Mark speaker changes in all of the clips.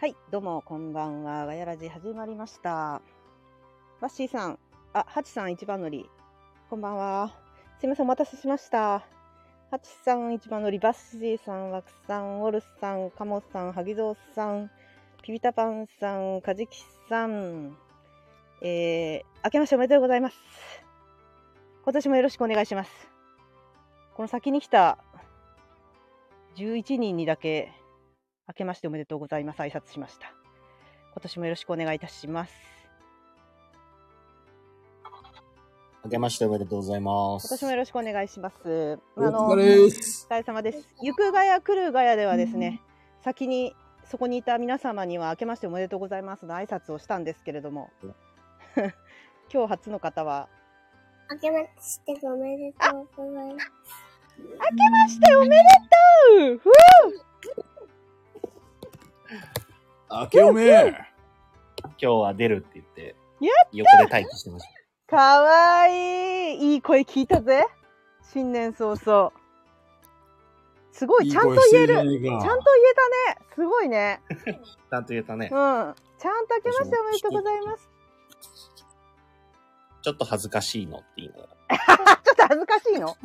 Speaker 1: はい、どうも、こんばんは。ガヤラジ始まりました。バッシーさん、あ、ハチさん一番乗り。こんばんは。すいません、お待たせしました。ハチさん一番乗り、バッシーさん、ワクさん、ウォルスさん、カモさん、ハギゾウさん、ピピタパンさん、カジキさん。えー、明けましておめでとうございます。今年もよろしくお願いします。この先に来た11人にだけ明けましておめでとうございます挨拶しました今年もよろしくお願いいたします
Speaker 2: 明けましておめでとうございます。
Speaker 1: 今年もよろしくお願いします
Speaker 2: お疲れ
Speaker 1: お
Speaker 2: です。
Speaker 1: 疲れ様です行くがや来るがやではですね、先にそこにいた皆様には明けましておめでとうございますの挨拶をしたんですけれども 今日初の方は
Speaker 3: あけましておめでとうございます。
Speaker 1: 明けましておめでとうふう
Speaker 2: 明けおめ今日は出るって言って、
Speaker 1: や
Speaker 2: 横で待機してまし
Speaker 1: かわいいいい声聞いたぜ新年早々すご
Speaker 2: た。
Speaker 1: いちゃんと言える
Speaker 2: いい声してじゃ
Speaker 1: ちゃ
Speaker 2: ない
Speaker 1: んと
Speaker 2: か
Speaker 1: 言えたねすごいね
Speaker 2: ちゃんと言えたね
Speaker 1: うん。ち。ゃんと明けましておめでとうございます。
Speaker 2: ちょっと恥ずかしいのって言いながら。
Speaker 1: ちょっと恥ずかしいの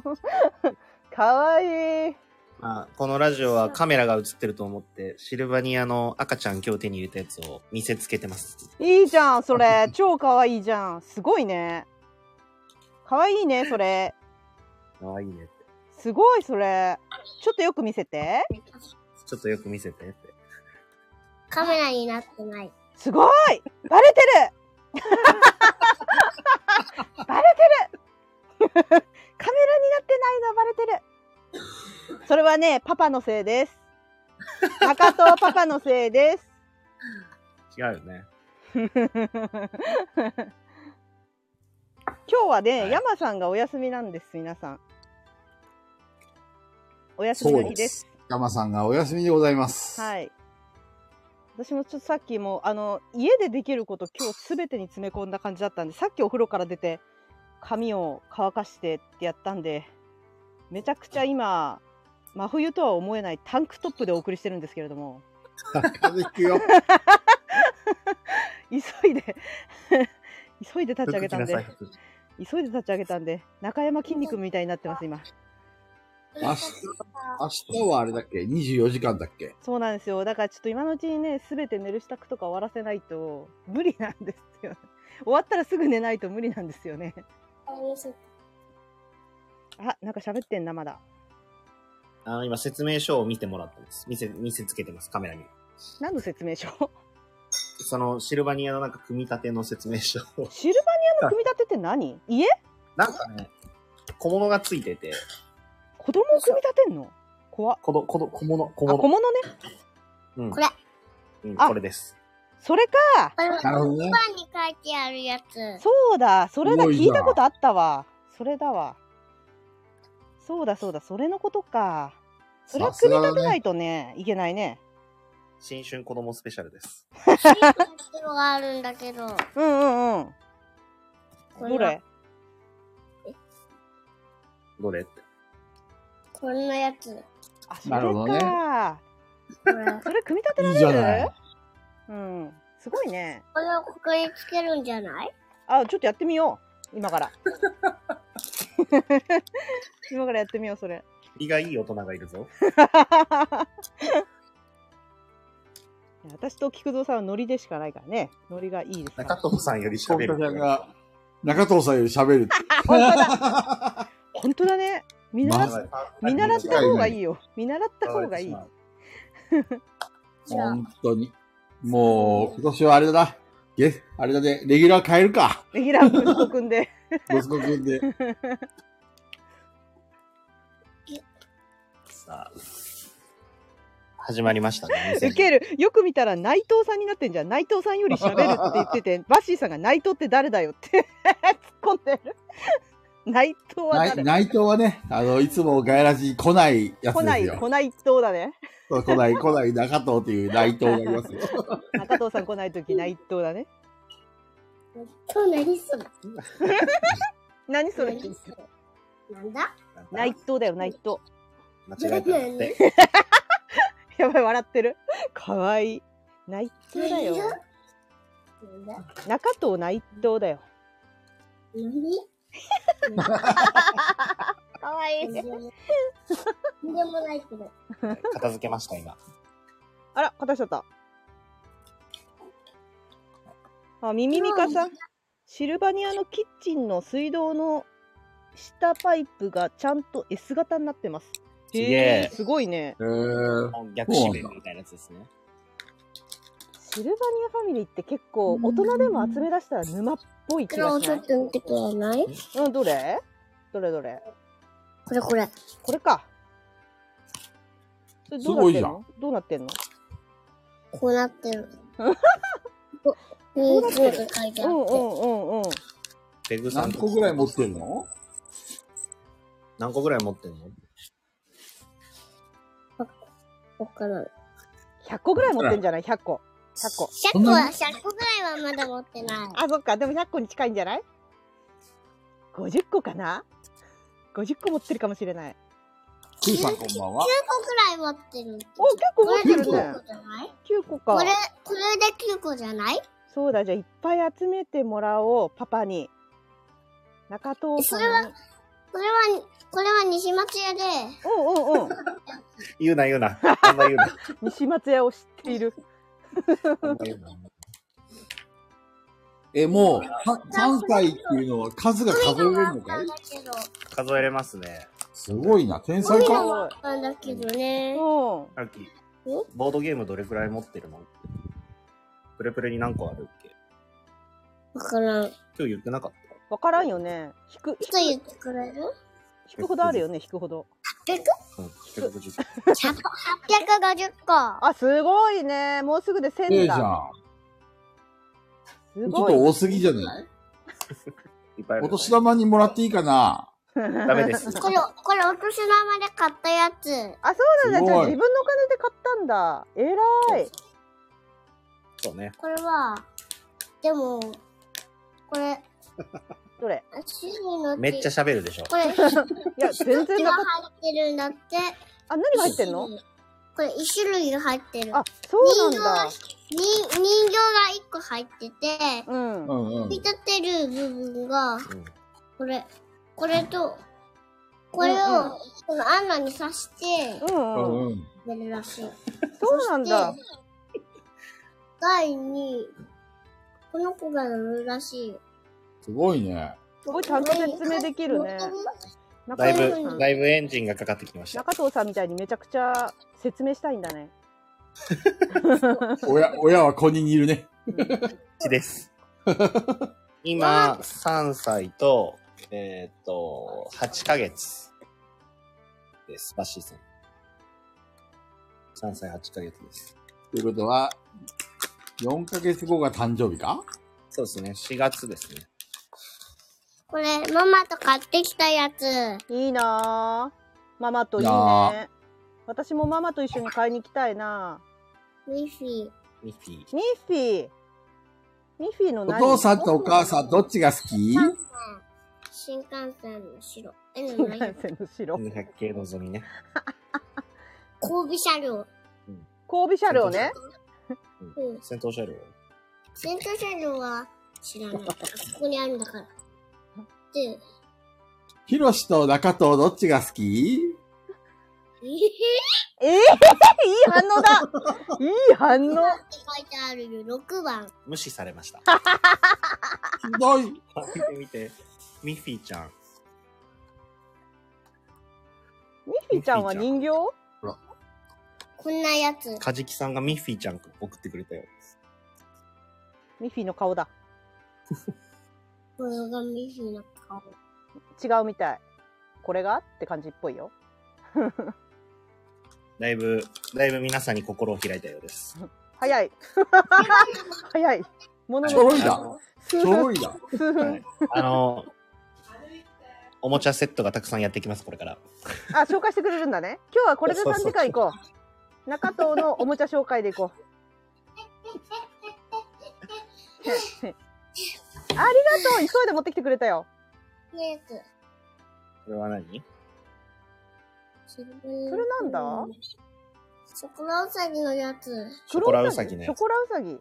Speaker 1: かわいい。
Speaker 2: まあ、このラジオはカメラが映ってると思って、シルバニアの赤ちゃん今日手に入れたやつを見せつけてます。
Speaker 1: いいじゃん、それ。超かわいいじゃん。すごいね。かわいいね、それ。
Speaker 2: かわいいねって。
Speaker 1: すごい、それ。ちょっとよく見せて。
Speaker 2: ちょっとよく見せてって。
Speaker 3: カメラになってない。
Speaker 1: すごいバレてる バレてるカメラになってないのバレてるそれはね、パパのせいです。中藤パパのせいです。
Speaker 2: 違うよね。
Speaker 1: 今日はね、
Speaker 2: はい
Speaker 1: 山さんがお休みなんです、皆さん。お休みの日です。。
Speaker 4: ガマさんがお休みでございます。
Speaker 1: はい。私もちょっとさっきもう、あの、家でできること今日すべてに詰め込んだ感じだったんで、さっきお風呂から出て、髪を乾かしてってやったんで、めちゃくちゃ今、真冬とは思えないタンクトップでお送りしてるんですけれども。
Speaker 4: 風邪ひくよ。
Speaker 1: 急いで 急いで立ち上げたん
Speaker 2: 服着なさい
Speaker 1: で
Speaker 2: 服
Speaker 1: 急いで立ち上げたんで中山筋肉みたいになってます今
Speaker 4: 明日、明日はあれだっけ ?24 時間だっけ
Speaker 1: そうなんですよだからちょっと今のうちにね全て寝る支度とか終わらせないと無理なんですよ 終わったらすぐ寝ないと無理なんですよねあなんか喋ってんなまだ
Speaker 2: あの、今説明書を見てもらってます。見せ、見せつけてます、カメラに。
Speaker 1: 何の 説明書
Speaker 2: その、シルバニアのなんか組み立ての説明書を。
Speaker 1: シルバニアの組み立てって何家
Speaker 2: なんかね、小物がついてて、
Speaker 1: 子供を組み立てんの怖っ
Speaker 2: この、この、小物、小
Speaker 1: あ
Speaker 2: 物。
Speaker 1: 小物ね
Speaker 2: うん、
Speaker 3: これ。
Speaker 2: うん、
Speaker 1: あ
Speaker 2: これです。
Speaker 1: それか
Speaker 3: これ
Speaker 4: なるほどね。
Speaker 3: パンに書いてあるやつ。
Speaker 1: そうだそれだ
Speaker 4: すごい
Speaker 1: 聞
Speaker 4: じ
Speaker 1: い
Speaker 4: ゃん
Speaker 1: たことあったわそれだわそうだそうだそれのことかそれは
Speaker 4: さす
Speaker 1: 組み
Speaker 4: が
Speaker 1: 立て
Speaker 4: だ
Speaker 1: な
Speaker 4: ね。
Speaker 1: いとねいけないね
Speaker 2: 新春子供スペシャルです。
Speaker 3: シートの袋があるんだけど。
Speaker 1: うんうんうん
Speaker 3: こ
Speaker 1: どれ
Speaker 3: んな、
Speaker 2: どれって。
Speaker 3: こんなやつ。
Speaker 1: あそれ
Speaker 4: なるほどね
Speaker 1: か、
Speaker 3: これ、こ
Speaker 1: それ組み立てら
Speaker 4: い
Speaker 1: れ
Speaker 4: い
Speaker 1: る
Speaker 4: じゃない。
Speaker 1: うんすごいね
Speaker 3: れをここにつけるんじゃない
Speaker 1: あちょっとやってみよう今から 今からやってみようそれ
Speaker 2: 身がいい大人がいるぞ。
Speaker 1: いや私と菊蔵さんはノリでしかないからねノリがいいですから
Speaker 2: 中藤さんより
Speaker 4: コ
Speaker 2: 喋
Speaker 4: ン
Speaker 2: る。
Speaker 4: タさんが、中藤さんより喋る。
Speaker 1: 本当だね見習
Speaker 4: マ
Speaker 1: っ
Speaker 4: ジ
Speaker 1: 見習った方がいいよ。見習った方がいい。
Speaker 3: じゃあ、
Speaker 4: 本当に。もう、今年はあれだな。え、あれだね。レギュラー変えるか。
Speaker 1: レギュラー息子くんで。
Speaker 4: 息子くん で。
Speaker 2: さあ始まりまし たね。
Speaker 1: ウケる。よく見たら内藤さんになってんじゃん。内藤さんより喋るって言ってて、 バッシーさんが内藤って誰だよって 突っ込んでる。 内藤は
Speaker 4: ない
Speaker 1: 誰
Speaker 4: 内藤はね、あの、いつもガヤラジに来ないやつで
Speaker 1: 来な
Speaker 4: す
Speaker 1: い、
Speaker 4: よ。
Speaker 1: 来ない藤だね。
Speaker 4: そう来ない、来ない中藤という内藤がい ますよ。
Speaker 1: 中藤さん来ない時内藤だね。
Speaker 3: 今日何する
Speaker 1: 何それ
Speaker 3: 何するなんだ
Speaker 1: 内藤だよ、内藤。
Speaker 2: 間違えたって。
Speaker 1: やばい、笑ってる。かわいい。内藤だよ
Speaker 3: 内。藤
Speaker 1: 中藤内藤だよ。
Speaker 3: かわいい。とんでもないけど。
Speaker 2: 片付けまし た、今。
Speaker 1: あら、片しちゃった。あ、ミミミカさん。シルバニアのキッチンの水道の下パイプがちゃんと S 型になってます。
Speaker 2: すげえ
Speaker 1: ーすごいね。
Speaker 4: えー、
Speaker 2: 逆指名みたいなやつですね。
Speaker 1: シルバニアファミリーって結構大人でも集め出したら沼っぽい気
Speaker 3: こ
Speaker 1: がし
Speaker 3: ち
Speaker 1: な
Speaker 3: ょ
Speaker 1: い
Speaker 3: っ。と見てくれない
Speaker 1: うん、どれどれどれ
Speaker 3: これこれ。
Speaker 1: これか。それどうなってんのどうなってんの
Speaker 3: こうなってる。
Speaker 1: こう
Speaker 3: こ
Speaker 1: な
Speaker 3: う
Speaker 1: ってる
Speaker 3: って書いてあ
Speaker 1: う
Speaker 3: っ
Speaker 1: ん
Speaker 3: て。
Speaker 1: うんうんうん。
Speaker 2: ペグさん
Speaker 4: 何
Speaker 2: と
Speaker 4: 個ぐらい持ってんの
Speaker 2: 何個ぐらい持ってんの
Speaker 3: こっから。100
Speaker 1: 100個ぐらい持ってんじゃない ?100 個。100個。
Speaker 4: そん
Speaker 3: 個は、
Speaker 4: な
Speaker 3: 100個ぐらいはまだ持ってない。
Speaker 1: あ、そっか。でも100個に近いんじゃない ?50 個かな ?50 個持ってるかもしれない。
Speaker 4: クーさんこんばんは。
Speaker 3: 9個くらい持ってる。
Speaker 1: お、結構
Speaker 3: こ
Speaker 1: 持っ
Speaker 3: れ
Speaker 1: て
Speaker 3: で
Speaker 1: る
Speaker 3: 9
Speaker 1: ね
Speaker 3: 個。じゃない
Speaker 1: 9個か
Speaker 3: これ。、これで9個じゃない
Speaker 1: そうだ。じゃあいっぱい集めてもらおう。パパに。中藤さ
Speaker 3: それ
Speaker 1: んに。
Speaker 3: これは、これは西松屋で、
Speaker 1: うんうんうん。
Speaker 2: 言うな言うな。あんま言うな。
Speaker 1: 西松屋を知っている。
Speaker 2: あんま言うな
Speaker 4: え、もう、か関西っていうのは数が数えれるのかい
Speaker 3: だけど、
Speaker 2: 数えれますね。
Speaker 4: すごいな。天
Speaker 3: ゴ
Speaker 4: 才
Speaker 3: ミ
Speaker 4: か。
Speaker 3: もあったんだけどね。
Speaker 1: うん。
Speaker 2: アキ、ボードゲームどれくらい持ってるのプレプレに何個あるっけ
Speaker 3: わからん。い
Speaker 2: 今日言ってなかった
Speaker 1: わからんよね。引く、
Speaker 3: つ言ってくれる
Speaker 1: 引くほどあるよね、引くほど。
Speaker 3: ?100?150
Speaker 2: うん、150個。
Speaker 3: 個。
Speaker 1: あ、すごいね。もうすぐで
Speaker 4: ええ
Speaker 1: 1000
Speaker 4: じゃん。ち
Speaker 1: だ。す
Speaker 4: ょっ
Speaker 1: ご
Speaker 4: と
Speaker 1: い。
Speaker 4: 多すぎじゃない
Speaker 2: いっぱいある
Speaker 4: お年玉にもらっていいかな
Speaker 2: ダメ です。
Speaker 3: これ、これお年玉で買ったやつ。
Speaker 1: あ、そう
Speaker 4: す
Speaker 1: なんだ。
Speaker 4: ごい
Speaker 1: じゃあ自分のお金で買ったんだ。えらい。
Speaker 2: そうね。
Speaker 3: これは、でも、これ、
Speaker 1: どれ
Speaker 3: 種類のうち
Speaker 2: めっちゃ喋るでしょ。
Speaker 3: これ、一
Speaker 1: いや、全
Speaker 3: 種
Speaker 1: 然
Speaker 3: が
Speaker 1: な
Speaker 3: 入
Speaker 1: かっ
Speaker 3: ってるんだって。
Speaker 1: た。あ、何が入ってんの
Speaker 3: 一種類これ一種類が入ってる。
Speaker 1: あ、そうなんだ。
Speaker 3: 人人形が一個入ってて、
Speaker 1: うん
Speaker 4: う。んう
Speaker 3: 飛
Speaker 4: ん
Speaker 3: び。立てる部分が、
Speaker 2: うん。
Speaker 3: これ、これと、これを、
Speaker 1: うんうん
Speaker 3: このアンナに刺して、
Speaker 1: うんうん。
Speaker 4: うんうん。
Speaker 3: 食べるらしい。
Speaker 1: そうなんだ
Speaker 3: そ。して。第に、この子が乗るらしいよ。
Speaker 4: すごいね。
Speaker 1: すごいちゃんと説明できるね中
Speaker 2: だい
Speaker 1: 藤
Speaker 3: こういう
Speaker 1: さ
Speaker 3: ふうん
Speaker 2: ぶ、
Speaker 1: ん
Speaker 2: だいぶエンジンがかかってきました。
Speaker 1: 中藤さんみたいにめちゃくちゃ説明したいんだね。
Speaker 4: 親、親は子にいるね。
Speaker 2: ちです。今、3歳と、えーっと、8ヶ月です。バッシーさん。3歳8ヶ月です。
Speaker 4: ということは、4ヶ月後が誕生日か
Speaker 2: そうですね。4月ですね。
Speaker 3: これ、ママと買ってきたやつ。
Speaker 1: いいなぁ。ママといい
Speaker 4: いや
Speaker 1: ね。私もママと一緒に買いに行きたいな
Speaker 3: ミッフィー。
Speaker 2: ミッフィー。
Speaker 1: ミッフィー。ミッフィーの
Speaker 4: お
Speaker 1: 何
Speaker 4: 父さんとお母さんどっちが好き
Speaker 3: 新幹線。新幹線の白。え、でも
Speaker 1: 新
Speaker 3: 何
Speaker 1: 幹線の白。
Speaker 2: 100系のぞみね。
Speaker 3: 交尾車両。
Speaker 1: 交尾車両ね。
Speaker 3: うん。
Speaker 2: 戦闘車両。
Speaker 3: 戦闘車両は知らない。あそこにあるんだから。で、
Speaker 4: ヒロシと中藤どっちが好き
Speaker 3: えへへ
Speaker 1: ええいい反応だいい反応
Speaker 3: って書いてあるよ。6番。
Speaker 2: 無視されました。
Speaker 4: ひどい。
Speaker 2: 見て見て。ミッフィーちゃん。
Speaker 1: ミッフィーちゃんは人形
Speaker 3: こんなやつ。
Speaker 2: カジキさんがミッフィーちゃん送ってくれたよ。
Speaker 1: ミッフィーの顔だ。
Speaker 3: これがミッフィーの顔。
Speaker 1: 違うみたい。これがって感じっぽいよ。
Speaker 2: だいぶ、だいぶ皆さんに心を開いたようです。
Speaker 1: 早 い。早い。もの
Speaker 4: ちょ
Speaker 1: の
Speaker 4: ろいだ。ち
Speaker 1: 数
Speaker 4: ょろ
Speaker 1: 分。
Speaker 4: いだ。
Speaker 1: 数
Speaker 2: は
Speaker 1: 分。
Speaker 2: い。あの、おもちゃセットがたくさんやってきます、これから。
Speaker 1: あ、紹介してくれるんだね。今日はこれで
Speaker 2: そう
Speaker 1: 3
Speaker 2: そう
Speaker 1: 時間行こう。中藤のおもちゃ紹介で 行こう。ありがとう急いで持ってきてくれたよ。
Speaker 3: こんなやつ。
Speaker 2: これは何
Speaker 3: それ
Speaker 1: それなんだ
Speaker 3: ショコラウサギのやつ。
Speaker 2: ショコラウサギの
Speaker 1: シ
Speaker 2: や
Speaker 1: ョ
Speaker 2: つ。
Speaker 1: コラウサギ。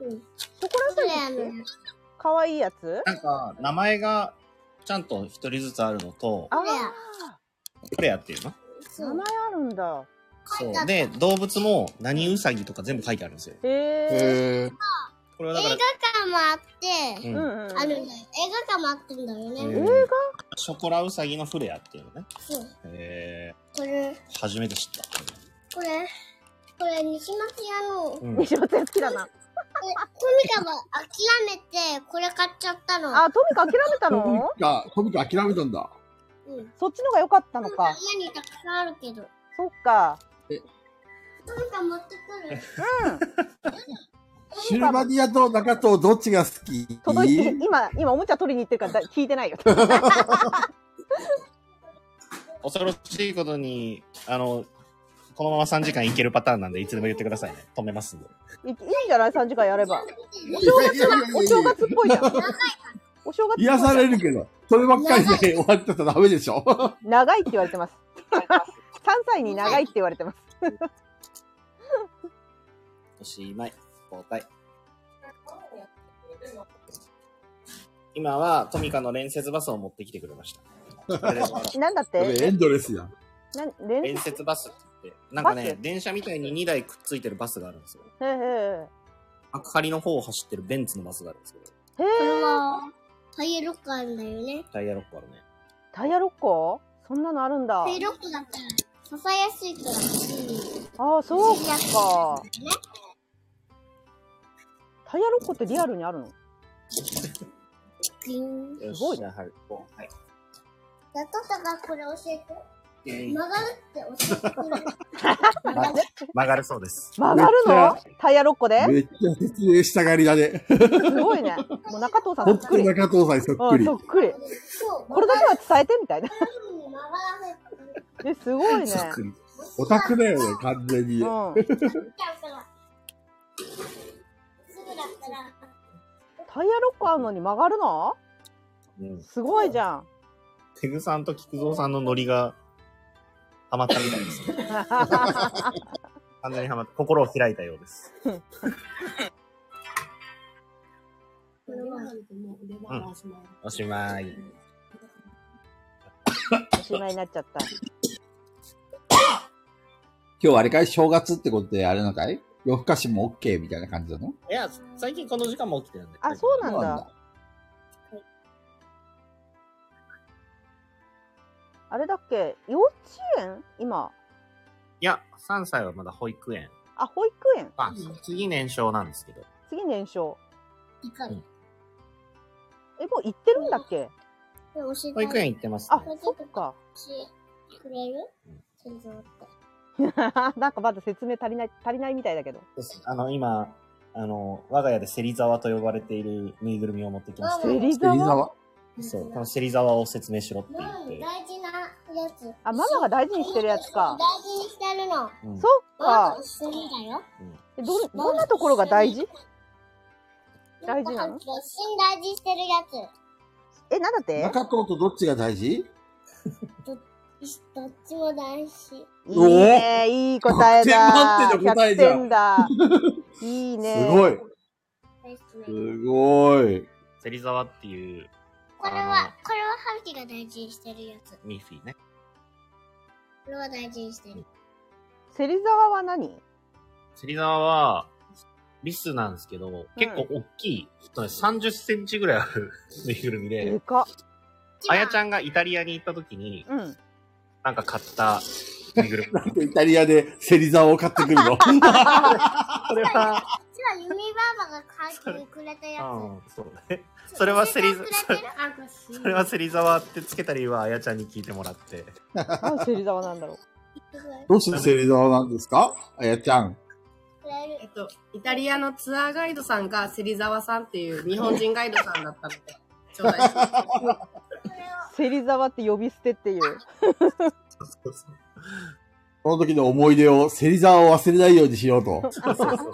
Speaker 3: うん。
Speaker 1: ショコラウ
Speaker 3: クレア
Speaker 1: サギ
Speaker 3: の
Speaker 1: っ
Speaker 3: や
Speaker 1: て
Speaker 3: つ。
Speaker 1: 可愛いやつ
Speaker 2: なんか、名前がちゃんと一人ずつあるのと、
Speaker 1: あ
Speaker 2: プレアっていうの
Speaker 1: あ、名
Speaker 3: そう。
Speaker 1: 前あるんだ。
Speaker 3: 書
Speaker 2: そ
Speaker 3: いてあ
Speaker 2: う。
Speaker 3: った
Speaker 2: で、動物も何ウサギとか全部書いてあるんですよ。
Speaker 1: へえ。
Speaker 4: えー、
Speaker 2: これは
Speaker 3: 映
Speaker 2: だか
Speaker 3: 画館もあって、
Speaker 1: う
Speaker 2: ら、
Speaker 1: ん
Speaker 2: うん
Speaker 1: うんうん。
Speaker 3: あるんだよ。映画館もあってんだよ
Speaker 2: う
Speaker 1: 映
Speaker 2: ん
Speaker 3: ね。
Speaker 1: 画
Speaker 2: ショコラウサギのフレアっていうのね。
Speaker 3: そう。
Speaker 2: え
Speaker 3: これ、
Speaker 2: ー、初めて知った。
Speaker 3: これ、これ、西松屋の、これ、
Speaker 2: うん。
Speaker 1: 西尾ちゃん好きだな。
Speaker 3: トミカは諦めて、これ買っちゃったの。
Speaker 1: あ、トミカ諦めた
Speaker 4: トミ
Speaker 1: の
Speaker 4: カ、トミカ諦めたんだ。
Speaker 3: うん。
Speaker 1: そっちのが良かった
Speaker 3: ト
Speaker 1: の
Speaker 3: ミカ
Speaker 1: か。
Speaker 3: 家にたくさんあるけど。
Speaker 1: そっか。
Speaker 3: トミカ持ってくる。
Speaker 1: うん。
Speaker 4: シルバニアと中藤どっちが好き
Speaker 1: 届いて、今、今おもちゃ取りに行ってるからだ聞いてないよ。
Speaker 2: 恐ろしいことに、あの、このまま3時間いけるパターンなんで、いつでも言ってくださいね。止めますんで。
Speaker 1: いいいんじゃない ?3 時間やれば。
Speaker 4: いやいやいやいやいや
Speaker 1: お正月っぽいじゃん。お正月っぽいじゃん
Speaker 4: 癒されるけど、そればっかりで終わってたらダメでしょ
Speaker 1: 長いって言われてます。3歳に長いって言われてます。
Speaker 2: おしまい。交代。今はトミカの連接バスを持ってきてくれま した。これで終わろ
Speaker 1: なんだっ
Speaker 4: それ エ
Speaker 1: て
Speaker 4: ンドレスやん。
Speaker 1: なん
Speaker 2: う
Speaker 1: 連
Speaker 2: 連
Speaker 1: へ
Speaker 2: 接バスって、なんか
Speaker 1: バ
Speaker 2: ね
Speaker 1: ス、
Speaker 2: 電車みたいに2台くっついてるバスがあるんですよ。
Speaker 1: えへ
Speaker 2: 幕張の方を走ってるベンツのバスがあるんですけど、
Speaker 1: え。へ
Speaker 3: これ
Speaker 1: え。
Speaker 3: は、タイヤロックあるんだよね。
Speaker 2: タイヤロックあるね。
Speaker 1: タイヤ6個そんなのあるんだ
Speaker 3: タ。イヤロックだったら、支えやすいから、走
Speaker 1: ああ、そう
Speaker 3: りやすい
Speaker 1: か。
Speaker 3: ね。
Speaker 1: タイヤ6個ってリアルにあるの
Speaker 3: グイーン。
Speaker 2: す
Speaker 1: ごい
Speaker 2: な、はい。はい。
Speaker 3: やっとったからこれ教えて。
Speaker 2: えー
Speaker 3: 曲がるって教えてくれる。
Speaker 2: 曲がるそうです。
Speaker 1: 曲がるのタイヤ6個で
Speaker 4: めっちゃ説明したがりだね。
Speaker 1: すごいね。もう中藤さ
Speaker 4: ほ
Speaker 1: んそ
Speaker 4: ん
Speaker 1: っ
Speaker 4: と
Speaker 1: くり。うん、
Speaker 4: 中藤さんにそっくり
Speaker 1: そ。っくり。
Speaker 3: そう。
Speaker 1: これだけは伝えてみたいな。
Speaker 3: こういうふうに曲がらせてくれ る。
Speaker 1: え、すごいね。
Speaker 4: オタクだよね、完全
Speaker 1: う
Speaker 4: に。
Speaker 1: ん。
Speaker 3: ちゃうから。すぐだったら。
Speaker 1: タイヤ6個あるのに曲がるの
Speaker 2: うん。
Speaker 1: すごいじゃん。
Speaker 2: ペグさんと菊蔵さんのノリが、ハマったみたい ですね。完全にハマった。心を開いたようです。おしまい。
Speaker 1: おしまいになっちゃった。
Speaker 4: 今日あれかい正月ってことであれなのかい夜更かしも OK みたいな感じなの
Speaker 2: いや、最近この時間も起きてるんで。
Speaker 1: あそうなんだ
Speaker 4: そう
Speaker 1: あれだっけ幼稚園今。
Speaker 2: いや、3歳はまだ保育園。
Speaker 1: あ、保育園。
Speaker 2: まあ、次年少なんですけど。
Speaker 1: 次年少。
Speaker 3: いかに。
Speaker 1: え、もう行ってるんだっけ
Speaker 3: これ教えて。
Speaker 2: 保育園行ってます
Speaker 1: あ
Speaker 2: ね。、
Speaker 1: そっか。
Speaker 3: 教えてくれる先生って。
Speaker 1: なんかまだ説明足りない、足りないみたいだけど。
Speaker 2: あの、今、あの、我が家で芹沢と呼ばれているぬいぐるみを持ってきました。
Speaker 1: 芹
Speaker 4: なんだ。芹
Speaker 1: 沢
Speaker 4: 沢
Speaker 2: そう、この芹沢を説明しろって言っ
Speaker 3: うん、
Speaker 2: て。
Speaker 3: 大事なやつ。
Speaker 1: あ、ママが大事にしてるやつか。
Speaker 3: 大事にしてるの。
Speaker 2: うん
Speaker 1: そっ
Speaker 3: ママ
Speaker 1: か
Speaker 3: と。一緒にだよ。
Speaker 2: うん
Speaker 1: えどん、どんなところが大事大事なの
Speaker 3: 一緒に大事にしてるや
Speaker 1: え、なんだって
Speaker 4: 中藤とどっちが大事
Speaker 3: つ。どっちも大事。
Speaker 1: いいね。いい答え
Speaker 4: 100
Speaker 1: だ。
Speaker 4: 点満点の答えじゃん
Speaker 1: 100点だ。いいね。
Speaker 4: すご
Speaker 1: い。
Speaker 4: い。
Speaker 3: 大事ね
Speaker 4: すごい。
Speaker 2: 芹沢っていう、
Speaker 3: これは、これはハルキが大事にしてるやつ。こ
Speaker 2: ミッフィーね。
Speaker 3: れは大事にしてる。
Speaker 1: 芹沢は何
Speaker 2: 芹沢は、リスなんですけど、結構大きい、そうです30センチぐらいある ぬいぐるみ
Speaker 1: で
Speaker 2: で、
Speaker 1: かっ。
Speaker 2: あやち
Speaker 3: ゃ
Speaker 2: ゃ
Speaker 3: ん。
Speaker 2: んがイタリアに行った時に、
Speaker 1: うん。
Speaker 2: なんか買ったぬい ぐるみ。
Speaker 4: イタリアで芹沢を買ってくるの。
Speaker 2: それは、
Speaker 3: 実はユミバーバが書いてくれたや
Speaker 2: うん、そうね。
Speaker 3: つ。
Speaker 2: それはセリ
Speaker 3: くれてるあ、
Speaker 2: それは芹沢ってつけた理由はあやちゃんに聞いてもらって。
Speaker 1: なんで芹沢なんだろう。
Speaker 4: どうして芹沢なんですかあやちゃん。
Speaker 3: くれ
Speaker 5: え
Speaker 3: る。
Speaker 5: っと、イタリアのツアーガイドさんが芹沢さんっていう日本人ガイドさんだったの で、頂戴しました。
Speaker 3: これを
Speaker 1: 芹沢って呼び捨てっていう。
Speaker 2: そうそう
Speaker 4: その時の思い出を芹沢を忘れないようにしようと。
Speaker 2: そうそうそう
Speaker 3: こ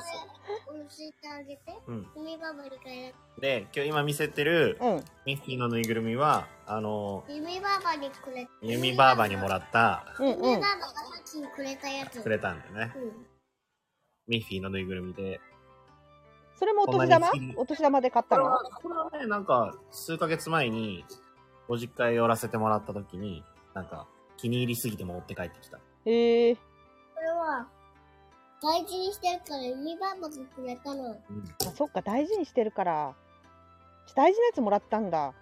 Speaker 3: れ教教えてあげて。
Speaker 2: うん。
Speaker 3: 海バブルがや、
Speaker 2: で、今日今見せてる
Speaker 1: うん。
Speaker 2: ミッフィーのぬいぐるみは、あの、
Speaker 3: 海バーバにくれ
Speaker 2: ユミバーバにもらった、
Speaker 1: うん
Speaker 3: 海
Speaker 1: う
Speaker 3: バーバ
Speaker 1: ん。
Speaker 3: がさっきにくれたやつ。
Speaker 2: くれたんだよね。
Speaker 3: うん。
Speaker 2: ミッフィーのぬいぐるみで。
Speaker 1: それもお年玉
Speaker 2: ほんまに
Speaker 1: お年玉で買っ
Speaker 2: こ
Speaker 1: た
Speaker 2: れ
Speaker 1: の
Speaker 2: は、これはね、なんか、数ヶ月前に、ご実家へ寄らせてもらった時に、なんか、気に入りすぎて持って帰ってきた。
Speaker 1: へえ。
Speaker 3: これは、大事にしてるから海バーバがくれた
Speaker 2: う
Speaker 3: の。
Speaker 2: ん。
Speaker 1: あそっか、大事にしてるから。大事なやつもらったんだ。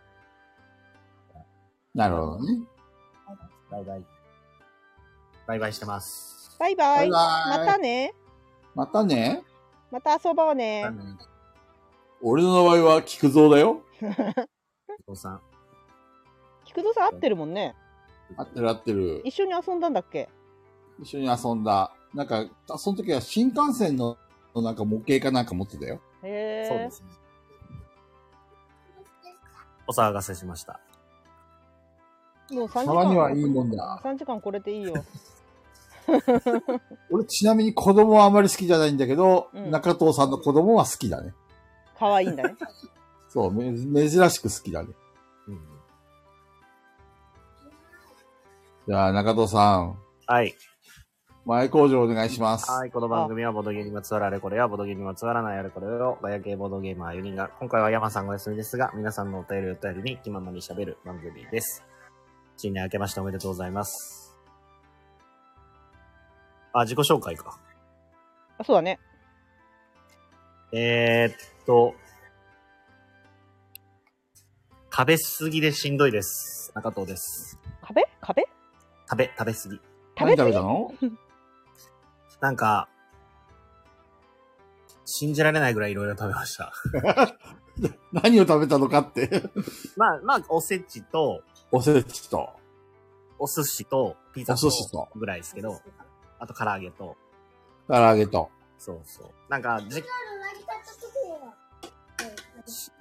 Speaker 6: なるほどね。
Speaker 2: バイバイ。バイバイしてます。
Speaker 1: バイバイ。
Speaker 6: バイバイ
Speaker 1: またね。
Speaker 6: またね。
Speaker 1: また遊ぼうね。
Speaker 6: 俺の名前は菊蔵だよ。
Speaker 2: お父さん。
Speaker 1: 菊蔵さん合ってるもんね。
Speaker 6: 合ってる合ってる。
Speaker 1: 一緒に遊んだんだっけ
Speaker 6: 一緒に遊んだ。なんか、その時は新幹線のなんか模型かなんか持ってたよ。
Speaker 1: へえ。
Speaker 2: そうですね。お騒がせしました。
Speaker 1: もう3時
Speaker 6: たまにはいい
Speaker 1: 間。
Speaker 6: もんだ。
Speaker 1: 3時間これていいよ。
Speaker 6: 俺ちなみに子供はあまり好きじゃないんだけど、
Speaker 1: うん
Speaker 6: 中藤さんの子供は好きだね。
Speaker 1: 可愛いんだね。
Speaker 6: そう、め珍しく好きだね。
Speaker 2: うん。
Speaker 6: じゃあ中藤さん、
Speaker 2: はい。
Speaker 6: 前工場お願いします。
Speaker 2: はい、この番組はボードゲームにまつわるあれこれやボードゲームにまつわらないあれこれをガヤ系ボードゲーマー4人が、今回は山さんお休みですが、皆さんのお便りを頼りに気ままに喋る番組です。新年明けましておめでとうございます。あ、自己紹介か。
Speaker 1: あ、そうだね。
Speaker 2: えー、っと、食べ過ぎでしんどいです。中藤です。
Speaker 1: 壁壁
Speaker 2: 食べ、食べ過ぎ。
Speaker 6: 何食べたの
Speaker 2: なんか、信じられないぐらいいろいろ食べました。
Speaker 6: 何を食べたのかって。
Speaker 2: まあ、まあ、おせちと、
Speaker 6: おせちと。
Speaker 2: お寿司と、ピザと
Speaker 6: お寿司と、
Speaker 2: ぐらいですけど、あと唐揚げと、
Speaker 6: 唐揚げと。
Speaker 2: そうそう。なんか、じ、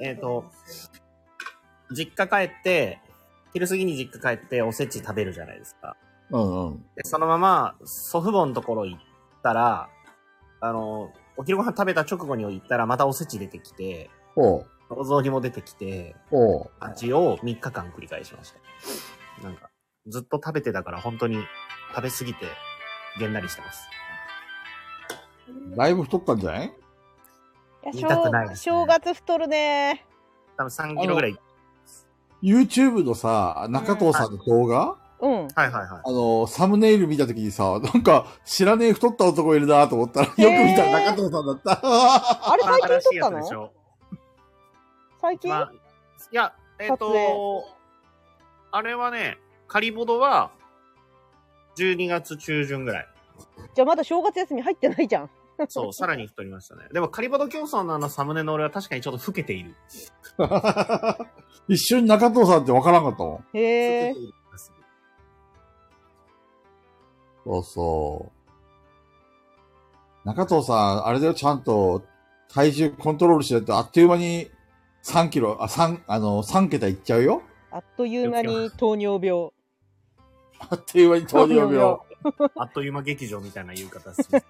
Speaker 2: えっ、と、実家帰って、昼過ぎに実家帰っておせち食べるじゃないですか。
Speaker 6: うんうん。
Speaker 2: で、そのまま、祖父母のところ行ったら、あの、お昼ご飯食べた直後に行ったら、またおせち出てきて、
Speaker 6: おう、
Speaker 2: お雑煮も出てきて、
Speaker 6: おう。
Speaker 2: 味を3日間繰り返しました。なんか、ずっと食べてたから本当に食べ過ぎて、げんなりしてます。
Speaker 6: だいぶ太ったんじゃない
Speaker 1: いや、
Speaker 2: 言いたくないですね
Speaker 1: 正月太るね。
Speaker 2: 多分3キロぐらい。
Speaker 6: ?YouTube のさ、中藤さんの動画、
Speaker 1: うん。
Speaker 2: はいはいは
Speaker 6: あの、サムネイル見たときにさ、なんか知らねえ太った男いるなと思ったら、よく見たら中藤さんだった。
Speaker 1: あれ最近
Speaker 2: 新しい
Speaker 1: 撮
Speaker 2: や
Speaker 1: った
Speaker 2: つでし
Speaker 1: の
Speaker 2: ょ。
Speaker 1: 最近、
Speaker 2: まあ、いや、えっ、
Speaker 1: 撮影
Speaker 2: と、あれはね、カリボドは、12月中旬ぐらい。
Speaker 1: じゃあまだ正月休み入ってないじゃん。
Speaker 2: そう、さらに太りましたね。でも、カリボド競争のあのサムネの俺は確かにちょっと老けている。
Speaker 6: 一瞬中藤さんってわからんかったもん。
Speaker 1: へえ
Speaker 2: 老け。ている気がする
Speaker 6: そうそう。中藤さん、あれだよ、ちゃんと体重コントロールしないと、あっという間に3キロ、あ、三あの、3桁いっちゃうよ。
Speaker 1: あっという間に糖尿病。
Speaker 6: あっという間に糖尿病。
Speaker 2: あっという間劇場みたいな言い 方する。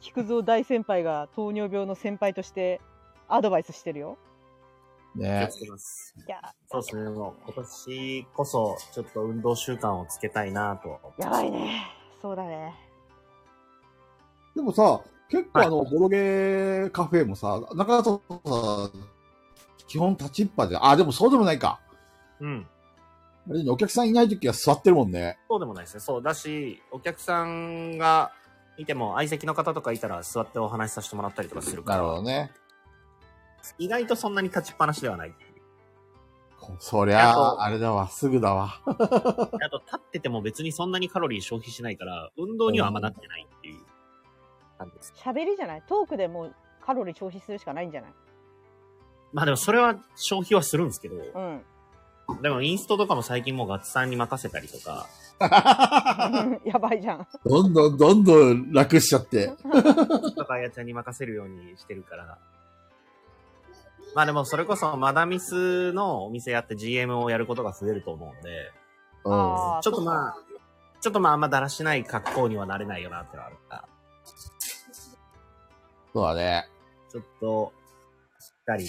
Speaker 1: 菊蔵大先輩が糖尿病の先輩としてアドバイスしてるよ。
Speaker 2: 気
Speaker 6: ね
Speaker 2: をつけます。
Speaker 1: いや、
Speaker 2: そうですね、もう今年こそちょっと運動習慣をつけたいなとは思って
Speaker 1: やばいね。そうだね。
Speaker 6: でもさ、結構あの、ボロゲーカフェもさ、中藤さん、基本立ちっぱで、あ、でもそうでもないか。
Speaker 2: うん。
Speaker 6: あれねお客さんいない時は座ってるもんね。
Speaker 2: そうでもないですね。そう。だし、お客さんがいても、相席の方とかいたら座ってお話しさせてもらったりとかするから、
Speaker 6: どね。
Speaker 2: 意外とそんなに立ちっぱなしではない。
Speaker 6: こそり
Speaker 2: あ
Speaker 6: ゃ
Speaker 2: と
Speaker 6: あ、あれだわ、すぐだわ。
Speaker 2: あと、立ってても別にそんなにカロリー消費しないから、運動にはあんまなってないっていう感じです。
Speaker 1: 喋りじゃないトークでもうカロリー消費するしかないんじゃない
Speaker 2: まあでもそれは消費はするんですけど、
Speaker 1: うん。
Speaker 2: でもインストとかも最近もうガッツさんに任せたりとか、
Speaker 1: やばいじゃん。
Speaker 6: どんどんどんどん楽しちゃって。
Speaker 2: とかやちゃんに任せるようにしてるから。まあでもそれこそマダミスのお店やって GM をやることが増えると思うんで、
Speaker 6: うん。
Speaker 1: あー
Speaker 2: ちょっとまあ、ちょっとまああんまだらしない格好にはなれないよなってのはあるから。
Speaker 6: そうだね。
Speaker 2: ちょっと、しっかり、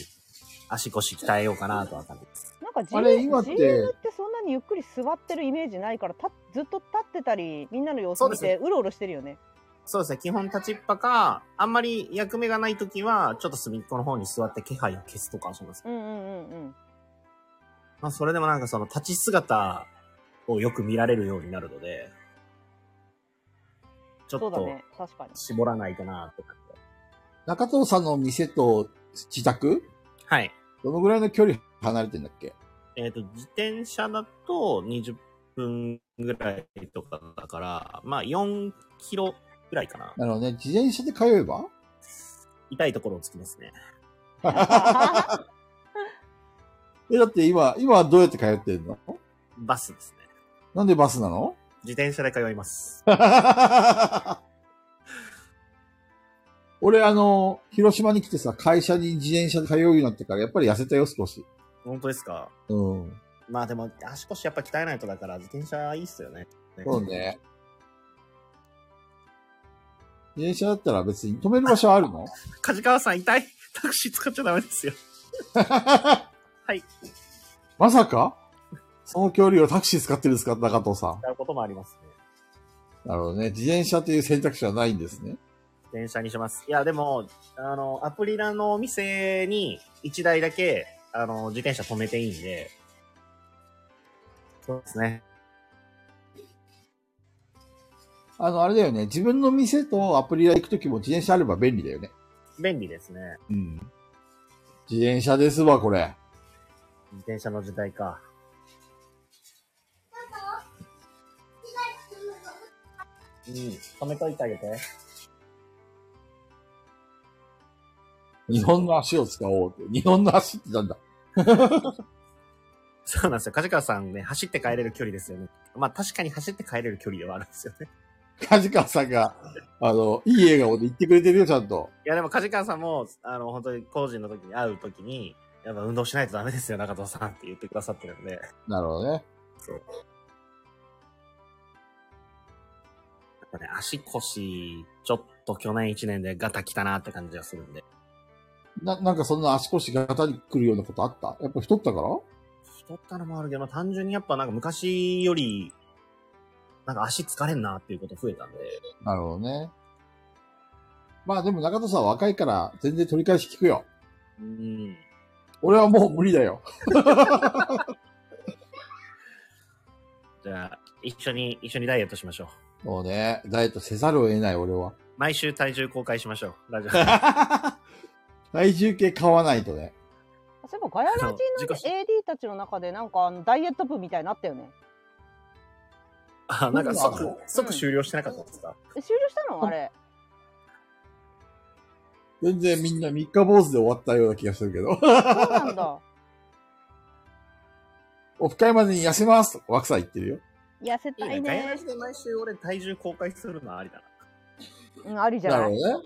Speaker 2: 足腰鍛えようかなとは感じます。
Speaker 1: なんか GM,
Speaker 6: あれ今って
Speaker 1: GM ってそんなにゆっくり座ってるイメージないからたずっと立ってたりみんなの様子
Speaker 2: そう
Speaker 1: 見
Speaker 2: です
Speaker 1: てうろうろしてるよね
Speaker 2: そうですね、基本立ちっぱか、あんまり役目がないときは、ちょっと隅っこの方に座って気配を消すとかはします。
Speaker 1: うんうんうんうん
Speaker 2: まあ、それでもなんかその立ち姿をよく見られるようになるので、ちょっ
Speaker 1: そうだ
Speaker 2: と
Speaker 1: ね確 かに
Speaker 2: 絞らないとなって感じで。
Speaker 6: 中藤さんの店と自宅
Speaker 2: はい。
Speaker 6: どのぐらいの距離離れてんだっけ
Speaker 2: えっ、と、自転車だと20分ぐらいとかだから、まあ4キロぐらいかな。
Speaker 6: なるほどね。自転車で通えば
Speaker 2: 痛いところをつきますね。
Speaker 6: え、だって今、今はどうやって通ってんの
Speaker 2: バスですね。
Speaker 6: なんでバスなの
Speaker 2: 自転車で通います。
Speaker 6: 俺、あの、広島に来てさ、会社に自転車で通うようになってから、やっぱり痩せたよ、少し。
Speaker 2: 本当ですか
Speaker 6: うん。
Speaker 2: まあでも、足腰やっぱ鍛えないとだから、自転車いいっすよね。
Speaker 6: そう。ね。自転車だったら別に止める場所はあるの
Speaker 2: 梶川さん痛い。タクシー使っちゃダメですよ。はい。
Speaker 6: まさかその距離をタクシー使ってるんですか中藤さ
Speaker 2: やることもありますね。
Speaker 6: ん。なるほどね。自転車という選択肢はないんですね。
Speaker 2: 自転車にします。いや、でも、あの、アプリラのお店に1台だけ、あの、自転車止めていいんで。そうですね。
Speaker 6: あの、あれだよね。自分の店とアプリで行くときも自転車あれば便利だよね。
Speaker 2: 便利ですね。
Speaker 6: うん。自転車ですわ、これ。
Speaker 2: 自転車の時代か。うん、止めといてあげて。
Speaker 6: 日本の足を使おうって。日本の足ってなんだ。
Speaker 2: そうなんですよ。梶川さんね、走って帰れる距離ですよね。まあ確かに走って帰れる距離ではあるんですよね。
Speaker 6: 梶川さんが、あの、いい笑顔で言ってくれてるよ、ちゃんと。
Speaker 2: いやでも梶川さんも、あの、本当に工事の時に会う時に、やっぱ運動しないとダメですよ、中藤さんって言ってくださってるんで。
Speaker 6: なるほどね。
Speaker 2: やっぱね、足腰、ちょっと去年1年でガタきたなって感じがするんで。
Speaker 6: な、なんかそんな足腰が肩に来るようなことあったやっぱ太ったから
Speaker 2: 太ったのもあるけど、まあ単純にやっぱなんか昔より、なんか足疲れんなっていうこと増えたんで。
Speaker 6: なるほどね。まあでも中田さんは若いから全然取り返し聞くよ。
Speaker 2: うん。
Speaker 6: 俺はもう無理だよ。
Speaker 2: じゃあ、一緒に、一緒にダイエットしましょう。
Speaker 6: もうね、ダイエットせざるを得ない俺は。
Speaker 2: 毎週体重公開しましょう。ラジオ。
Speaker 6: 体重計買わないとね。
Speaker 1: そういえばガヤラジ
Speaker 2: そう
Speaker 1: の
Speaker 2: 自己
Speaker 1: AD たちの中でなんかあのダイエット部みたいになったよ ね
Speaker 2: あ、なんか
Speaker 6: そうな
Speaker 2: 即
Speaker 6: の、
Speaker 2: 即終了してなかったですか、
Speaker 1: え終了したのあれ
Speaker 6: 全然みんな三日坊主で終わったような気がするけど。
Speaker 1: そ うなんだ
Speaker 6: オフ会までに痩せますと枠さん言ってるよ。
Speaker 1: 痩せた
Speaker 2: い
Speaker 1: い
Speaker 2: いね。ガヤ
Speaker 1: ね
Speaker 2: ラジで毎週俺体重公開するのありだな。
Speaker 1: うん、ありじゃ
Speaker 6: な
Speaker 1: な
Speaker 6: る
Speaker 1: い
Speaker 6: ほどね。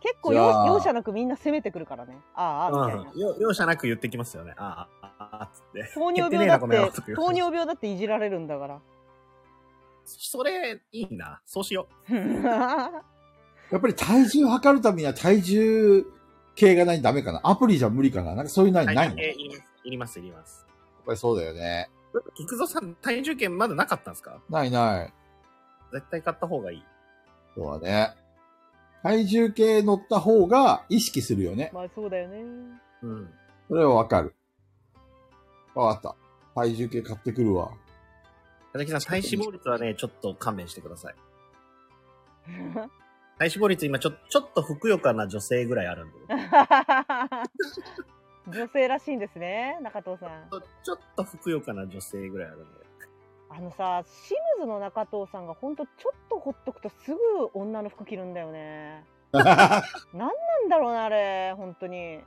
Speaker 1: 結構
Speaker 6: じゃあ
Speaker 1: 容容赦なくみんな攻めてくるからねああああみたいな、
Speaker 2: うん。よ容赦なく言ってきますよね。ああ、ああ、ああ、つって。
Speaker 1: 糖尿
Speaker 2: 言ってね
Speaker 1: 病
Speaker 2: え
Speaker 1: だ
Speaker 2: な
Speaker 1: っ
Speaker 2: この野郎
Speaker 1: て糖尿病だっていじられるんだから
Speaker 2: それ、いいな。そうしよう。
Speaker 6: やっぱり体重測るためには体重計がないとダメかな。アプリじゃ無理かな。なんかそういうのはないの、やっ
Speaker 2: えいります、いります、いります。
Speaker 6: ぱりそうだよね。
Speaker 2: 菊蔵さん、体重券まだなかったんですか
Speaker 6: ないない。
Speaker 2: 絶対買った方がいい。
Speaker 6: そうだね。体重計乗った方が意識するよね。
Speaker 1: まあそうだよね
Speaker 2: うん。
Speaker 6: それはわかる。わかった。体重計買ってく るわ。
Speaker 2: 佐々木さん、体脂肪率はね、ちょっと勘弁してください。体脂肪率今、ちょ、ちょっとふくよかな女性ぐらいあるんで。
Speaker 1: 女性らしいんですね中藤さん
Speaker 2: ちょちょっとふくよかな女性ぐらいあるんで。
Speaker 1: あのさシムズの中藤さんがほんとちょっとほっとくとすぐ女の服着るんだよねなんだろうなあれ本当に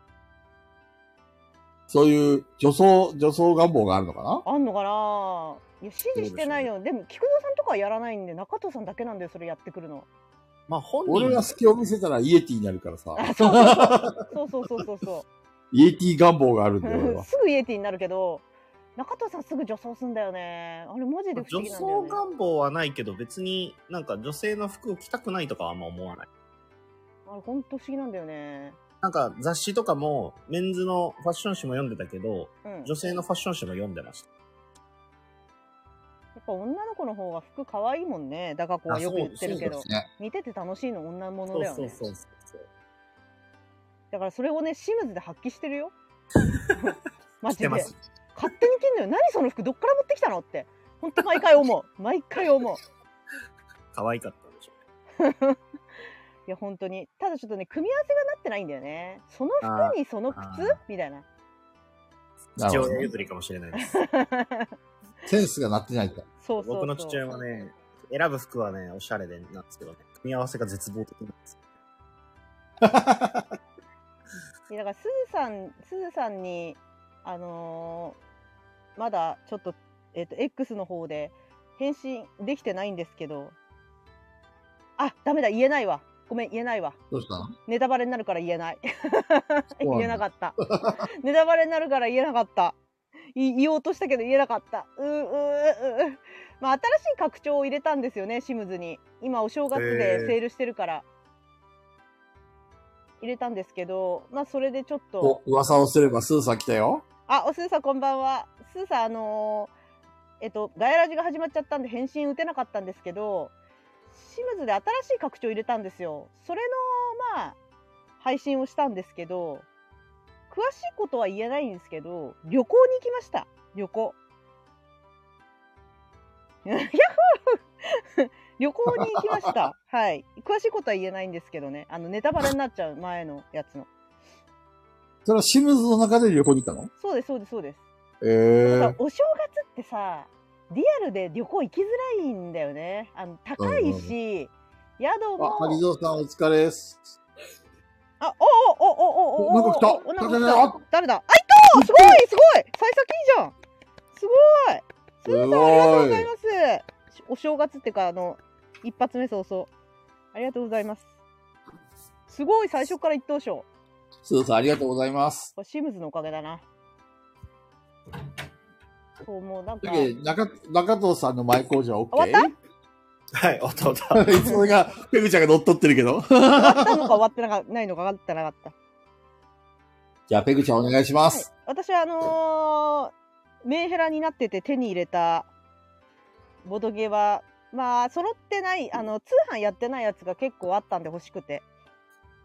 Speaker 6: そういう女装、女装願望があるのかな
Speaker 1: あんのかないや指示してないのでも菊蔵さんとかはやらないんで中藤さんだけなんだよそれやってくるの
Speaker 2: まあ、本人
Speaker 6: 俺が隙を見せたらイエティになるからさ。
Speaker 1: あそうそうそうそうそうそう そう
Speaker 6: イエティ願望があるんだよ、俺
Speaker 1: うん
Speaker 6: は。
Speaker 1: すぐイエティになるけど中藤さんすぐ女装すんだよねあれマジで不思
Speaker 2: 女
Speaker 1: 議なんだよ
Speaker 2: 装
Speaker 1: ね
Speaker 2: 願望はないけど、別になんか女性の服を着たくないとかはあんま思わない。
Speaker 1: あれ、ほんと不思議なんだよね。
Speaker 2: なんか雑誌とかも、メンズのファッション誌も読んでたけど、
Speaker 1: うん。や
Speaker 2: 女性のファッション誌も読んでました。
Speaker 1: っぱ女の子の方が服可愛いもんね。だがこはよく言ってるけ
Speaker 2: あ
Speaker 1: ど
Speaker 2: そ。
Speaker 4: ね。
Speaker 1: 見てて楽しいの女
Speaker 2: そ
Speaker 1: 物
Speaker 2: う
Speaker 1: だよ
Speaker 2: そう
Speaker 1: ね。
Speaker 2: そうそう。
Speaker 1: だからそれをね、シムズで発揮してるよ。マ
Speaker 2: 知っ
Speaker 1: ジで。
Speaker 2: てま
Speaker 1: 勝
Speaker 2: す。
Speaker 1: 手に着んのよ。何その服どっから持ってきたのって。ほんと毎回思う。毎回思う。
Speaker 2: 可愛かったんでしょ
Speaker 1: いや、本当に。ただちょっとね、組み合わせがなってないんだよね。その
Speaker 2: あ
Speaker 1: 服にその靴
Speaker 2: あー
Speaker 1: みたいな。
Speaker 2: うね。父親譲りかもしれないです。
Speaker 4: センスがなってないと。
Speaker 1: そうそうそう。
Speaker 2: 僕の父親はね、選ぶ服はね、おしゃれでなんですけどね、組み合わせが絶望的なんです。
Speaker 1: いやだからすずさん、すずさんに、あのーまだちょっと、えっ、と、X の方で返信できてないんですけど、あ、ダメだ、言えないわ。ごめん、言えないわ。
Speaker 4: どうしたの
Speaker 1: ネタバレになるから言えない。
Speaker 4: そうなんだ
Speaker 1: 言えなかった。ネタバレになるから言えなかった。い言おうとしたけど言えなかった。うーうーうーまあ、新しい拡張を入れたんですよね、シムズに。今、お正月
Speaker 2: へー
Speaker 1: でセールしてるから。入れたんですけど、まあ、それでちょっと。
Speaker 4: 噂をすればスーさん来たよ。
Speaker 1: あ、おすーさんこんばんは。すーさん、あのーえっと、ガヤラジが始まっちゃったんで返信打てなかったんですけど、シムズで新しい拡張入れたんですよ。それの、まあ、配信をしたんですけど、詳しいことは言えないんですけど、旅行に行きました。旅行。 やっほー旅行に行きました。はい。詳しいことは言えないんですけどね。あの、ネタバレになっちゃう前のやつの。
Speaker 4: それはシムズの中で旅行に行ったの
Speaker 1: そうです、そうです、そうです。
Speaker 4: え
Speaker 1: さお正月ってさリアルで旅行行きづらいんだよねあの高いし、宿
Speaker 4: あ、ハリ
Speaker 1: も
Speaker 4: ゾウさんお疲れです。
Speaker 1: あおおおおおおお
Speaker 4: なんか来た
Speaker 1: おなんか
Speaker 4: 誰だ
Speaker 1: 来
Speaker 4: あ
Speaker 1: た誰だあいたすごいすごい幸先いいじゃんすごいすずさんありがとうございますお正月ってかあの一発目早々ありがとうございますすごい最初から一等賞
Speaker 4: スーさんありがとうございます。
Speaker 1: これシムズのおかげだなそうもうなんか
Speaker 4: だけど中、中藤さんの前工場は OK?
Speaker 1: 終わっ
Speaker 2: はい、おとおと。
Speaker 4: いつもが、ペグちゃんが乗っ取ってるけど。
Speaker 1: 終わったのか終わってなかないのか分かってなかった。
Speaker 4: じゃあ、ペグちゃんお願いしま
Speaker 1: はい
Speaker 4: す。、
Speaker 1: 私はあのーメンヘラになってて手に入れたボドゲは、まあ、揃ってない、あの、通販やってないやつが結構あったんで欲しくて、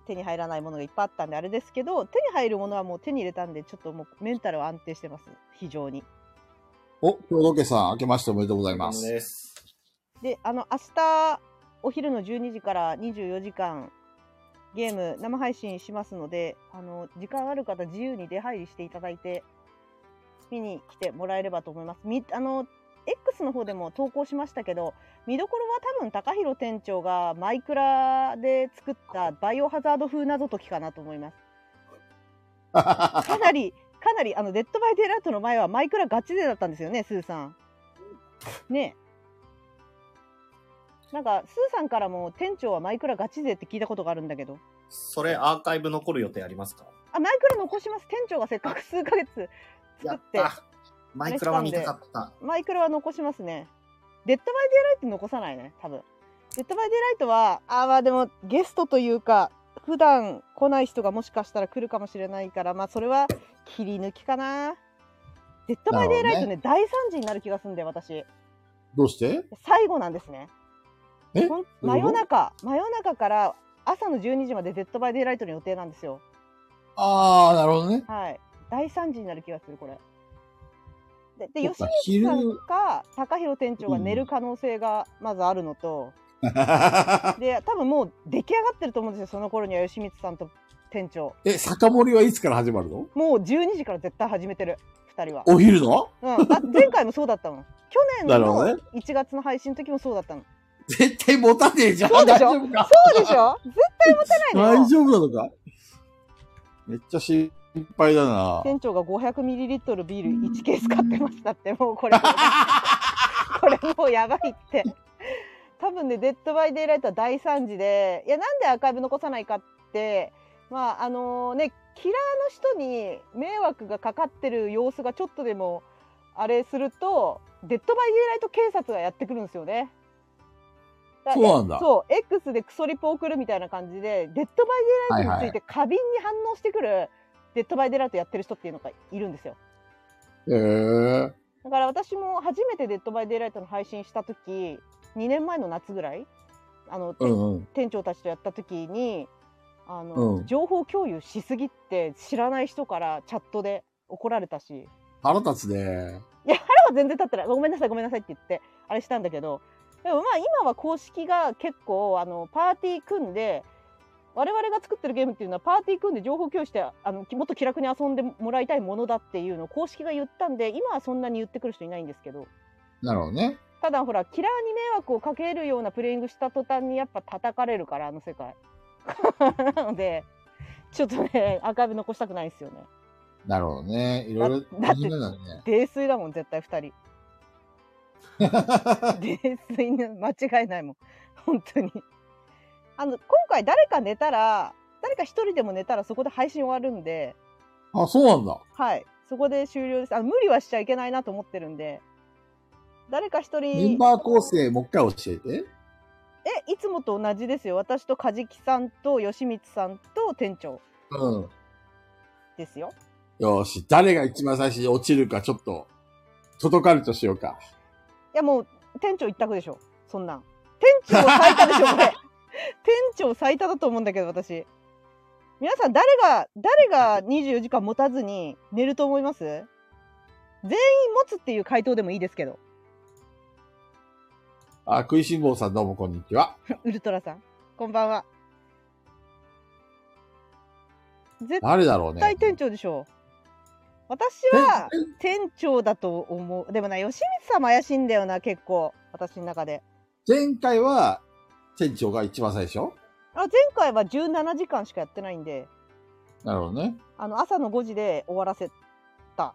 Speaker 1: 手に入らないものがいっぱいあったんであれですけど、手に入るものはもう手に入れたんで、ちょっともうメンタルは安定してます。非常に。
Speaker 4: お、共同家さん、明けましておめでとうございます。
Speaker 2: です。
Speaker 1: で、あの、明日、お昼の12時から24時間、ゲーム生配信しますので、あの、時間ある方自由に出入りしていただいて、見に来てもらえればと思います。み、あの、X の方でも投稿しましたけど、見どころは多分高弘店長がマイクラで作ったバイオハザード風謎解きかなと思います。 かなり、かなり、あの、デッドバイデイライトの前はマイクラガチ勢だったんですよね、スーさん。ねえ。なんか、スーさんからも、店長はマイクラガチ勢って聞いたことがあるんだけど。
Speaker 2: それアーカイブ残る予定ありますか
Speaker 1: あ、マイクラ残します。店長がせっかく数ヶ月作って。
Speaker 2: マイクラは見たかった。
Speaker 1: マイクロは残しますね。デッドバイデイライト残さないね、多分。デッドバイデイライトは、あーまあでもゲストというか、普段来ない人がもしかしたら来るかもしれないから、まあそれは切り抜きかな。デッドバイデイライトね、大惨事になる気がするんだよ、私。
Speaker 4: どうして
Speaker 1: 最後なんですね。
Speaker 4: え
Speaker 1: ほん
Speaker 4: どう
Speaker 1: 真
Speaker 4: いうこと
Speaker 1: 夜中、真夜中から朝の12時までデッドバイデイライトの予定なんですよ。
Speaker 4: あー、なるほどね。
Speaker 1: はい。大惨事になる気がする、これ。で、で、
Speaker 4: そっ
Speaker 1: 吉
Speaker 4: か
Speaker 1: 光さんか、高弘店長が寝る可能性がまずあるのと、で、多分もう出来上がってると思うんですよ、その頃には吉光さんと店長。
Speaker 4: え、酒盛りはいつから始まるの
Speaker 1: もう12時から絶対始めてる、二人は。
Speaker 4: お昼の
Speaker 1: うん。あ、前回もそうだったもん。去年
Speaker 4: なるほ
Speaker 1: の
Speaker 4: ど
Speaker 1: 1
Speaker 4: ね
Speaker 1: 月の配信の時もそうだったの。
Speaker 4: 絶対持たねえじゃん。
Speaker 1: そうでしょ
Speaker 4: 大丈夫か
Speaker 1: そうでしょ絶対持てないのよ
Speaker 4: 大。丈夫なのかめっちゃ心配だな。
Speaker 1: 店長が 500ml ビール1ケース買ってましたってもう これこれもうやばいって多分ね「デッド・バイ・デイ・ライト」は大惨事でいやなんでアーカイブ残さないかってまああのねキラーの人に迷惑がかかってる様子がちょっとでもあれすると「デッド・バイ・デイ・ライト」警察がやってくるんですよね。ら
Speaker 6: そうなんだ
Speaker 1: えそう X でクソリプ送るみたいな感じでデッドバイデイライトについて過敏に反応してくるデッドバイデイライトやってる人っていうのがいるんですよ
Speaker 6: えー、
Speaker 1: だから私も初めてデッドバイデイライトの配信した時2年前の夏ぐらいあの、
Speaker 6: うんうん。
Speaker 1: 店長たちとやった時にあの、
Speaker 6: うん
Speaker 1: 情報共有しすぎって知らない人からチャットで怒られたし彼
Speaker 6: 腹立つね。
Speaker 1: は全然立ってないごめんなさいごめんなさいって言ってあれしたんだけどでもまあ今は公式が結構あのパーティー組んで我々が作ってるゲームっていうのはパーティー組んで情報共有してあのもっと気楽に遊んでもらいたいものだっていうのを公式が言ったんで今はそんなに言ってくる人いないんですけど
Speaker 6: なるほどね。
Speaker 1: ただほらキラーに迷惑をかけるようなプレイングした途端にやっぱ叩かれるからあの世界 なのでちょっとねアーカイブ残したくないですよね
Speaker 6: なるほどね。いろいろ
Speaker 1: だだって
Speaker 6: 大変なんだね。
Speaker 1: 泥酔だもん絶対2人 泥酔ね間違いないもん本当にあの今回誰か寝たら誰か1人でも寝たらそこで配信終わるんで
Speaker 6: あ、そうなんだ。
Speaker 1: はいそこで終了ですあの無理はしちゃいけないなと思ってるんで誰か1人
Speaker 6: メンバー構成、もう一回教えて。
Speaker 1: えいつもと同じですよ私と梶木さんと吉光さんと店長
Speaker 6: うん。
Speaker 1: ですよ
Speaker 6: よし、誰が一番最初に落ちるか、ちょっと、届かるとしようか。
Speaker 1: いやもう店長一択でしょそんなん店長最多でしょこれ店長最多だと思うんだけど私皆さん誰が誰が24時間持たずに寝ると思います全員持つっていう回答でもいいですけど
Speaker 6: あ、食いしん坊さんどうもこんにちは。
Speaker 1: ウルトラさんこんばんは絶
Speaker 6: 誰だろうね。
Speaker 1: 対店長でしょ私は店長だと思うでもな吉光さんも怪しいんだよな結構私の中で
Speaker 6: 前回は、店長が一番最初
Speaker 1: あ前回は17時間しかやってないんで
Speaker 6: なるほどね。
Speaker 1: あの朝の5時で終わらせ
Speaker 6: あ、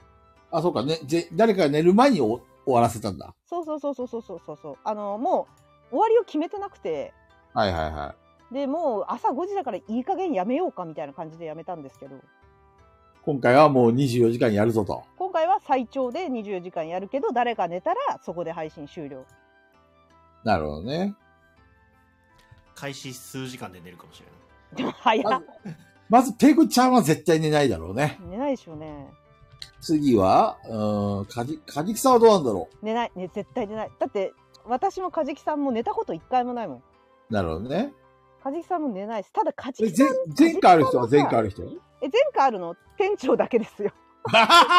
Speaker 6: そうかね。ぜ誰かが寝る前にお終わらせたんだ。
Speaker 1: そうそうそうそうそうそうそうそうあのもう終わりを決めてなくて
Speaker 6: はいはいは
Speaker 1: でもう朝5時だからいい加減やめようかみたいな感じでやめたんですけど
Speaker 6: い。今回はもう24時間やるぞと。
Speaker 1: 今回は最長で24時間やるけど誰か寝たらそこで配信終了
Speaker 6: なるほどね。
Speaker 2: 開始数時間で寝るかもしれない。
Speaker 1: でも早
Speaker 6: ま
Speaker 1: っ
Speaker 6: ず、まずペグちゃんは絶対寝ないだろうね。
Speaker 1: 寝ないでしょうね
Speaker 6: 次は、うーん、かじ、かじきさんはどうなんだろ
Speaker 1: 寝ない、ね、絶対寝ないだって私も梶木さんも寝たこと一回もないもん
Speaker 6: う。なるほどね。梶
Speaker 1: 梶木さんも寝ないですただ梶
Speaker 6: え
Speaker 1: 木さん
Speaker 6: 前、前回ある人は
Speaker 1: 梶木さんもさ
Speaker 6: 前回ある人
Speaker 1: え前回あるの店長だけです よ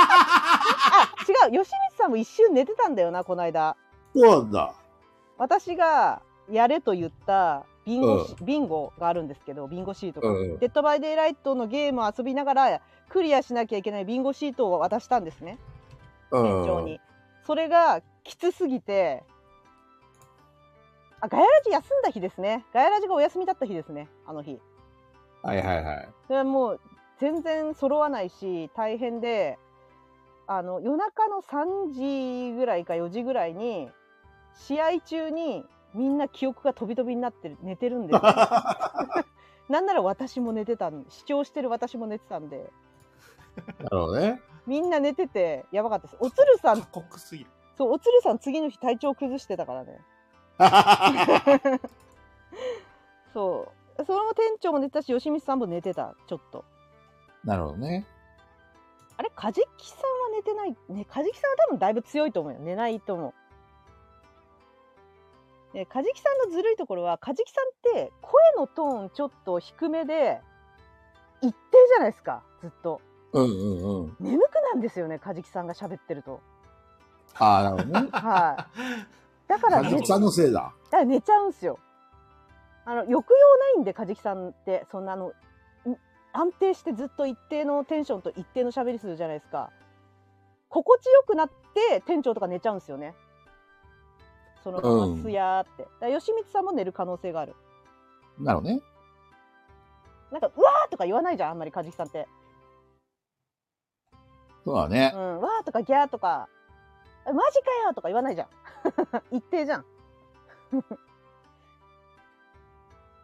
Speaker 1: あ違う吉光さんも一瞬寝てたんだよなこの間
Speaker 6: そうなんだ。
Speaker 1: 私がやれと言ったビンゴ,、ビンゴがあるんですけどビンゴシートが、
Speaker 6: うん。
Speaker 1: デッドバイデイライトのゲームを遊びながらクリアしなきゃいけないビンゴシートを渡したんですね
Speaker 6: う
Speaker 1: 店長
Speaker 6: ん。
Speaker 1: に、それがきつすぎてあガヤラジ休んだ日ですねガヤラジがお休みだった日ですねあの日
Speaker 6: はいはいはい。
Speaker 1: それはもう全然揃わないし大変であの夜中の3時ぐらいか4時ぐらいに試合中にみんな記憶が飛び飛びになってる寝てるんですよなんなら私も寝てたん視聴してる私も寝てたんで
Speaker 6: なるほど ね。
Speaker 1: みんな寝ててやばかったですおつるさん
Speaker 2: 過酷す ぎる。
Speaker 1: そうおつるさん次の日体調崩してたからねそうそれも店長も寝てたし吉光さんも寝てたちょっと
Speaker 6: なるほどね。
Speaker 1: あれ、カジキさんは寝てない。ね、カジキさんは多分だいぶ強いと思うよ。寝ないと思う。ね、カジキさんのずるいところは、カジキさんって声のトーンちょっと低めで、一定じゃないですか、ずっと。
Speaker 6: うんうんうん。
Speaker 1: 眠くなんですよね、カジキさんが喋ってると。
Speaker 6: ああ、なるほどね。
Speaker 1: はだから
Speaker 6: か
Speaker 1: ね、
Speaker 6: じ
Speaker 1: だ
Speaker 6: き
Speaker 1: か
Speaker 6: さんのせいだ。
Speaker 1: ら寝ちゃうんすよ。あの、抑揚ないんで、カジキさんって、そんなあの、ん安定してずっと一定のテンションと一定の喋りするじゃないですか。心地よくなって店長とか寝ちゃうんですよね。そのま
Speaker 6: うん
Speaker 1: ますやーって。だから吉光さんも寝る可能性がある。
Speaker 6: なるほどね。
Speaker 1: なんか、うわーとか言わないじゃん、あんまり梶木さんって。
Speaker 6: そうだね
Speaker 1: う。ん、わーとかギャーとか、えマジかよとか言わないじゃん。 一定じゃん。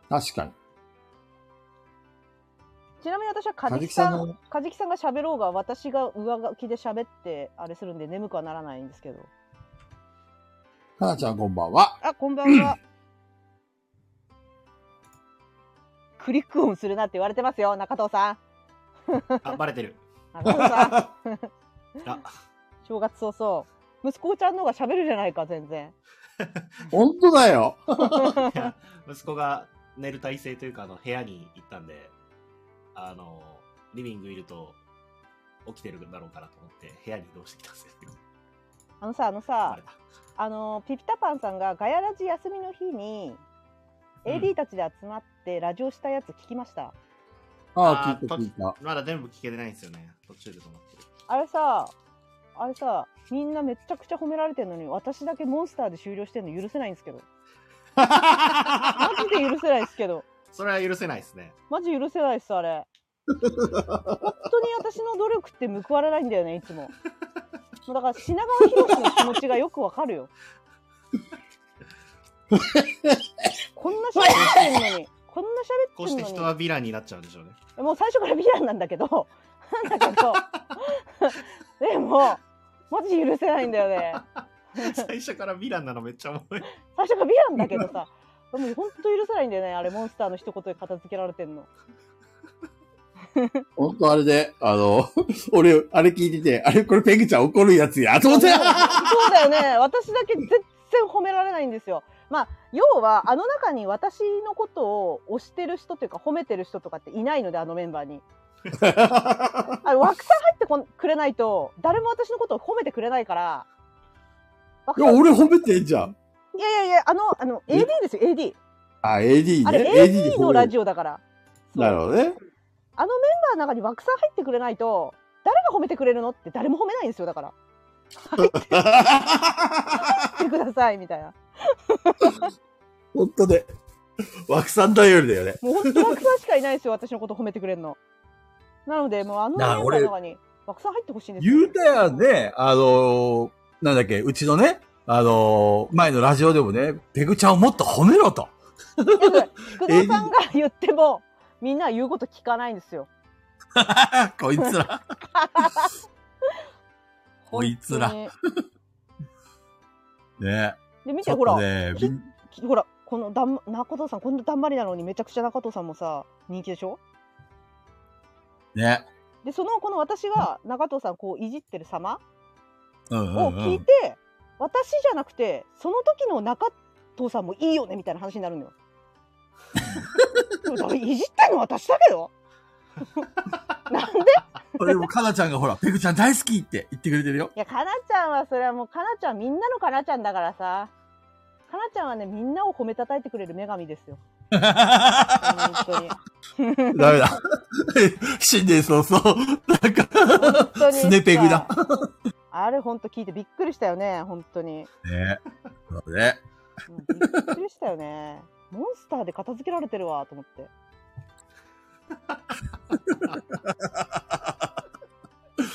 Speaker 6: 確かに。
Speaker 1: ちなみに私は
Speaker 6: か
Speaker 1: 梶
Speaker 6: じ
Speaker 1: 木
Speaker 6: きさ
Speaker 1: さ
Speaker 6: ん
Speaker 1: ん、
Speaker 6: の、
Speaker 1: 梶木さんが喋ろうが、私が上書きで喋って、あれするんで眠くはならないんですけど。
Speaker 6: かなちゃんこんばんは。
Speaker 1: あ、こんばんは。 クリック音するなって言われてますよ、中藤さん。
Speaker 2: あ、バレてる。
Speaker 1: 中藤さん。
Speaker 2: あ、
Speaker 1: 正月早々息子ちゃんの方が喋るじゃないか全然
Speaker 6: 本当だよ。
Speaker 2: いや息子が寝る体勢というか、あの、部屋に行ったんで、あの、リビングいると、起きてるんだろうかなと思って、部屋に移動してきたんですよ。
Speaker 1: あのさあの
Speaker 2: バ
Speaker 1: さ
Speaker 2: レた
Speaker 1: あのピピタパンさんがガヤラジ休みの日に
Speaker 2: うん
Speaker 1: AD たちで集まってラジオしたやつ聞きました、
Speaker 6: ああ、
Speaker 2: あー
Speaker 6: 聞いた
Speaker 2: と
Speaker 6: 聞いた。
Speaker 2: まだ全部聞けてないんですよね。途中で止ま ってる。
Speaker 1: あれさあれさみんなめちゃくちゃ褒められてるのに私だけモンスターで終了してんの許せないんですけどマジで許せないですけど
Speaker 2: それは許せないですね。
Speaker 1: マジ許せないっすあれ本当に私の努力って報われないんだよねいつももうだから品川博士の気持ちがよくわかるよこんな喋ってんのにこんな
Speaker 2: こうし
Speaker 1: 喋っ
Speaker 2: て
Speaker 1: てん
Speaker 2: 人
Speaker 1: の
Speaker 2: はヴィランになっちゃうんでしょ うね。
Speaker 1: にもう最初からヴィランなんだけどなんだけどでもマジ許せないんだよね
Speaker 2: 最初からヴィランなのめっちゃおもろい。
Speaker 1: 最初からヴィランだけどさもう本当許せないんだよねあれモンスターの一言で片付けられてんの
Speaker 6: 本当あれで、あの、 俺、あれ聞いてて、あれこれペグちゃん怒るやつや、と思って。
Speaker 1: そうだよね。私だけ全然褒められないんですよ。まあ、要は、あの中に私のことを推してる人というか、褒めてる人とかっていないので、あのメンバーに。あの枠さん入ってこんくれないと、誰も私のことを褒めてくれないから。
Speaker 6: い
Speaker 1: 枠
Speaker 6: や、
Speaker 1: さんい
Speaker 6: 俺褒めてんじゃん。
Speaker 1: やいやいや、あの、あの、AD ですよ、AD。
Speaker 6: あ、AD ね。
Speaker 1: あれ、
Speaker 6: で
Speaker 1: AD のラジオだから。
Speaker 6: オ。なるほどね。
Speaker 1: あのメンバーの中に枠さん入ってくれないと、誰が褒めてくれるのって誰も褒めないんですよ、だから。入ってください、み たいな。
Speaker 6: 本当で。 枠さん頼りだよね。
Speaker 1: もう本当枠さんしかいないですよ、私のこと褒めてくれるの。なので、もうあのメン
Speaker 6: な
Speaker 1: バ
Speaker 6: あ
Speaker 1: ーの
Speaker 6: 俺
Speaker 1: 中に枠さん入ってほしいんですよ。
Speaker 6: 言うたやんね、あのーなんだっけ、うちのね、あのー前のラジオでもね、ペグちゃんをもっと褒めろと。
Speaker 1: だから菊蔵さんが言っても、みんな言うこと聞かないんですよ。
Speaker 6: こい つら。こいつら。
Speaker 1: 本
Speaker 6: ね。
Speaker 1: 当にで、見
Speaker 6: ち
Speaker 1: て、
Speaker 6: ょっ
Speaker 1: ほ
Speaker 6: と
Speaker 1: ら、
Speaker 6: ね、
Speaker 1: ち
Speaker 6: び
Speaker 1: ょ
Speaker 6: ん
Speaker 1: きほら、このだん、中藤さん、こんなだんまりなのに、めちゃくちゃ中藤さんもさ、人気でしょ
Speaker 6: ね。
Speaker 1: で、その、この私が中藤さんこういじってる様
Speaker 6: うんう
Speaker 1: を
Speaker 6: んう
Speaker 1: 聞い
Speaker 6: ん。
Speaker 1: て、私じゃなくて、その時の中藤さんもいいよね、みたいな話にな るのよ。でもだからいじってんの私だけどなんで
Speaker 6: それもかなちゃんがほら、ペグちゃん大好きって言ってくれ てるよ。
Speaker 1: いや、かなちゃんは、それはもう、かなちゃん、みんなのかなちゃんだからさ。かなちゃんはね、みんなを褒めたたえてくれる女神ですよ。本当に。
Speaker 6: ダメだ。 新年早々、なん
Speaker 1: 本当
Speaker 6: か、
Speaker 1: に。
Speaker 6: スネペグだ。。
Speaker 1: あれ、本当聞いてびっくりしたよね、本当に。
Speaker 6: ね。そうね。
Speaker 1: うんびっくりしたよね。モンスターで片付けられてるわ、と思って。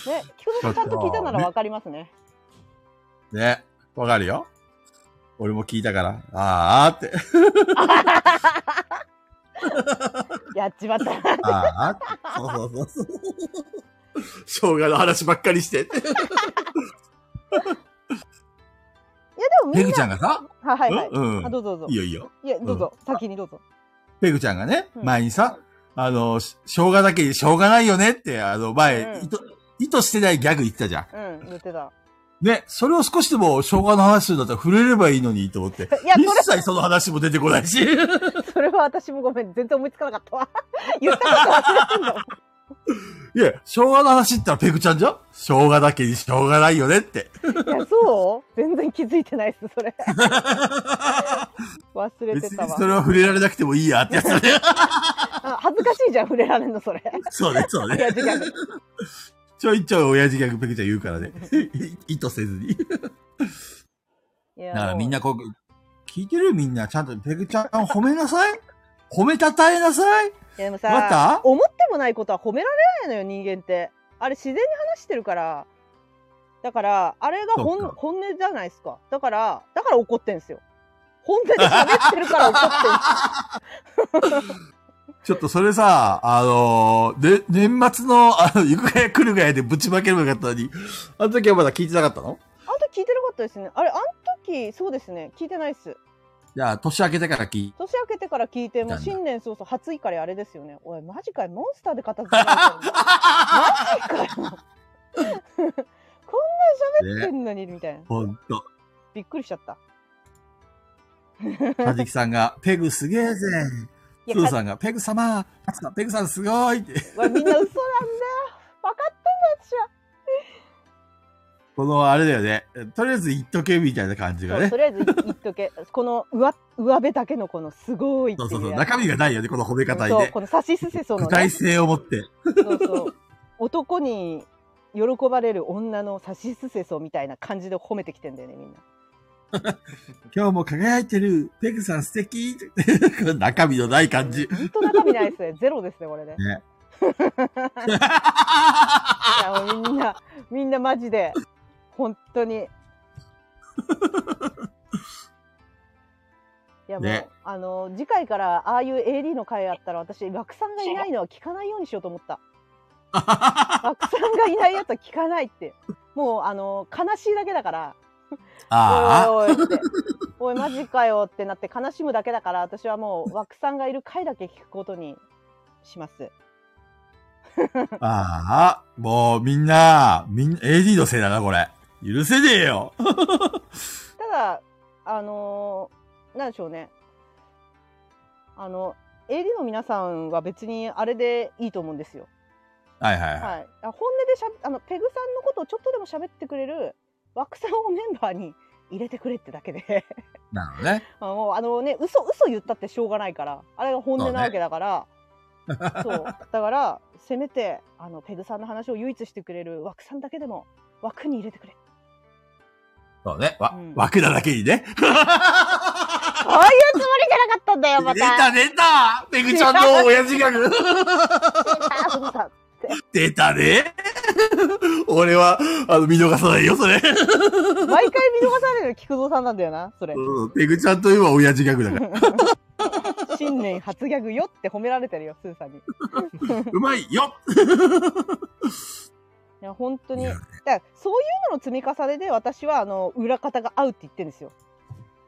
Speaker 1: ね、菊蔵さんちゃんと聞いたならわかりますね。
Speaker 6: ね。わかるよ。俺も聞いたから、あーあーって、
Speaker 1: やっちま った。
Speaker 6: あーあーって。そうそうそうそう。生姜の話ばっかりして。
Speaker 1: いや、でもみ
Speaker 6: ペ
Speaker 1: ん
Speaker 6: グ
Speaker 1: な。
Speaker 6: ちゃんがさ、
Speaker 1: はいはいはい。
Speaker 6: うんうん
Speaker 1: あ、どうぞどう
Speaker 6: いい
Speaker 1: ぞ。
Speaker 6: よいいよ。
Speaker 1: いや、どうぞ。先にどうぞ。
Speaker 6: ペグちゃんがね、
Speaker 1: うん
Speaker 6: 前にさ、あの、し生姜だけにしょうがないよねって、あの、前、
Speaker 1: うん
Speaker 6: 意図、意図してないギャグ言ってたじゃん。
Speaker 1: うん、言ってた。
Speaker 6: ね、それを少しでも生姜の話するんだったら触れればいいのにと思って。
Speaker 1: いや、それ
Speaker 6: 一切その話も出てこないし。
Speaker 1: それは私もごめん、全然思いつかなかったわ。 言ったこと忘れてんだもん。
Speaker 6: いや、生姜の話って言ったらペグちゃんじゃん生姜だけにしょうがないよねって。
Speaker 1: いや、そう全然気づいてないっす、 それ。忘れ
Speaker 6: 別
Speaker 1: てた
Speaker 6: に
Speaker 1: わ
Speaker 6: そ。れは触れられなくてもいいやってやつだね。
Speaker 1: あ恥ずかしいじゃん、触れられんの、 それ。
Speaker 6: そうね、そうね。
Speaker 1: 親父ギャグ
Speaker 6: ちょいちょい親父ギャグペグちゃん言うからね。 意図せずに。
Speaker 1: いや
Speaker 6: だからみんなこう、聞いてるみんな。ちゃんとペグちゃん褒めなさい。褒めたたえなさい。
Speaker 1: いやでも
Speaker 6: ま
Speaker 1: さ、
Speaker 6: た
Speaker 1: 思ってもないことは褒められないのよ、人間って。あれ、自然に話してるから。だから、あれが本
Speaker 6: そっか
Speaker 1: 本音じゃないですか。だから、だから怒ってんすよ。本音で喋ってるから怒 ってんす
Speaker 6: ちょっとそれさ、あのー、で、年末の、あの、行くがや来るがやでぶちまければよかったのに、あの時はまだ聞いてなかったの
Speaker 1: あんた聞いてなかったですね。あれ、あん時、そうですね。聞いてないっす。
Speaker 6: じゃあ、年明けてから聞 い
Speaker 1: 年明けてから聞いて、もう
Speaker 6: なんだ
Speaker 1: 新年早々、初怒りあれですよね。おい、マジかよ、モンスターで片付けられてるマジかよ。こんな喋ってんのに、みたいな。
Speaker 6: ほんと。
Speaker 1: びっくりしちゃった。
Speaker 6: はじきさんが、ペグすげえぜ。
Speaker 1: い
Speaker 6: プー
Speaker 1: や、
Speaker 6: さんが、ペグ様、パツさんペグさんすごいって。
Speaker 1: わみんな嘘なんだよ。分かってんだ、私は。
Speaker 6: この、あれだよね。とりあえず言っとけみたいな感じが
Speaker 1: そう
Speaker 6: ね
Speaker 1: と。りあえず言っとけ。 この上、上辺だけのこのすごいっていう
Speaker 6: そ
Speaker 1: う
Speaker 6: そうそう。
Speaker 1: やつ
Speaker 6: 中身がないよね、この褒め方に
Speaker 1: そう、
Speaker 6: ね。
Speaker 1: この差しすせその
Speaker 6: 具
Speaker 1: ね
Speaker 6: 体。性を持って。
Speaker 1: そうそう。男に喜ばれる女の差しすせそみたいな感じで褒めてきてんだよね、みんな。
Speaker 6: 今日も輝いてる、ペグさん素敵 この中身のない感じ。
Speaker 1: ずっと中身ないですね。ゼロですね、これね。
Speaker 6: ね
Speaker 1: いや、もうみんな、みんなマジで、本当に。いや、もう、
Speaker 6: ね
Speaker 1: あの、次回から、ああいう AD の回あったら、私、枠さんがいないのは聞かないようにしようと思った。枠さんがいないやつは聞かないって。もう、あの、悲しいだけだから。
Speaker 6: ああ、
Speaker 1: おいおいって。おい、マジかよってなって悲しむだけだから、私はもう、枠さんがいる回だけ聞くことにします。
Speaker 6: ああ、もうみんな、みん、AD のせいだな、これ。許せねえよ。
Speaker 1: ただ、あのーなんでしょうね。あの、AD の皆さんは別にあれでいいと思うんですよ。
Speaker 6: はいはいはい。
Speaker 1: はい。あ本音でしゃべあの、ペグさんのことをちょっとでも喋ってくれる枠さんをメンバーに入れてくれってだけで。
Speaker 6: なるほどね。
Speaker 1: まあ、もうあのね嘘嘘言ったってしょうがないからあれが本音なわけだからそう,、 だからせめてあのペグさんの話を唯一してくれる枠さんだけでも枠に入れてく れ
Speaker 6: そうね。わ、
Speaker 1: うん
Speaker 6: 枠なだけに
Speaker 3: そ
Speaker 6: ね。
Speaker 3: ういうつもりじゃなかったんだよ、ま
Speaker 6: 出
Speaker 3: た。
Speaker 6: た出たペグちゃんの親父ギャグ
Speaker 1: そうだ
Speaker 6: 出たね 俺は、あの、見逃さないよ、それ。
Speaker 1: 毎回見逃される菊蔵さんなんだよなそれ
Speaker 6: うんペグちゃんといえば親父ギャグだ から。
Speaker 1: 新年初ギャグよって褒められてるよスーさんにいう
Speaker 6: まいよ
Speaker 1: や本当に
Speaker 6: い
Speaker 1: だ
Speaker 6: や
Speaker 1: からそういうのの積み重ねで私はあの裏方が合うって言ってるんですよ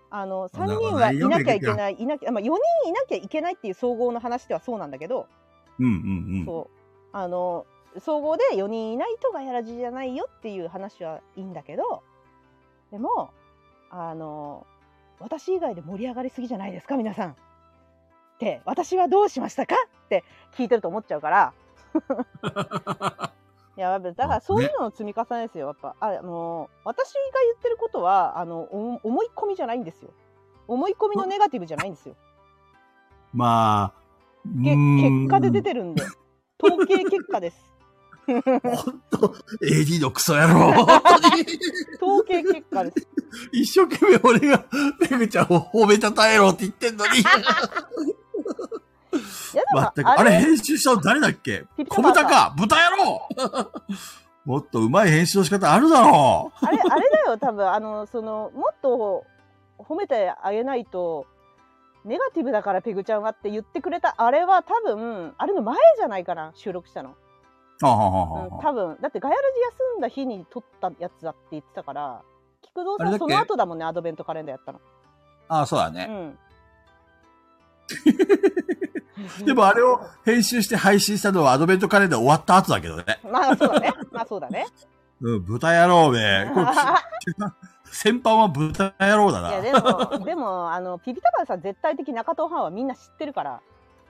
Speaker 1: あの
Speaker 6: そんな
Speaker 1: 3
Speaker 6: こと
Speaker 1: 人
Speaker 6: な
Speaker 1: はいい
Speaker 6: よ
Speaker 1: なきゃいけないいなきゃ、まあ、4人いなきゃいけないっていう総合の話ではそうなんだけど、
Speaker 6: うんうんうん。
Speaker 1: そうあの総合で4人いないとガヤラジじゃないよっていう話はいいんだけどでもあの私以外で盛り上がりすぎじゃないですか皆さんって私はどうしましたかって聞いてると思っちゃうから いややっぱだからそういうのの積み重ねですよやっぱあもう私が言ってることはあのお思い込みじゃないんですよ思い込みのネガティブじゃないんですよ
Speaker 6: まあ、
Speaker 1: け
Speaker 6: うーん
Speaker 1: 結果で出てるんで統計結果です
Speaker 6: ほんと、AD のクソ野郎。 本当に。
Speaker 1: 統計結果です
Speaker 6: 一生懸命俺が、ペグちゃんを褒めたたえろって言って んのに。
Speaker 1: いやでも
Speaker 6: 全く、あれ編集したの誰だっけ
Speaker 1: ピピタ
Speaker 6: 小
Speaker 1: パンさん
Speaker 6: 豚か豚 野郎もっと上手い編集の仕方あるだろう
Speaker 1: あれあれだよ多分あのそのもっと褒めてあげないとネガティブだからペグちゃんはって言ってくれたあれは多分あれの前じゃないかな収録したの、
Speaker 6: あはあは
Speaker 1: う
Speaker 6: あ
Speaker 1: ん
Speaker 6: はあ
Speaker 1: 多分だってガヤラジ休んだ日に撮ったやつだって言ってたから菊蔵
Speaker 6: あれ
Speaker 1: さ
Speaker 6: だっ
Speaker 1: ん
Speaker 6: け
Speaker 1: その後だもんねアドベントカレンダーやったの
Speaker 6: ああ、そうだね。
Speaker 1: うん
Speaker 6: でもあれを編集して配信したのはアドベントカレンダー終わった後だけどね。
Speaker 1: まあそうだねまあそうだね
Speaker 6: うん、豚野郎め。 これ 先般は豚野郎だ
Speaker 1: いやで
Speaker 6: な。
Speaker 1: も、でも、あの、ピピタパンさん絶対的中東ファンはみんな知ってるから。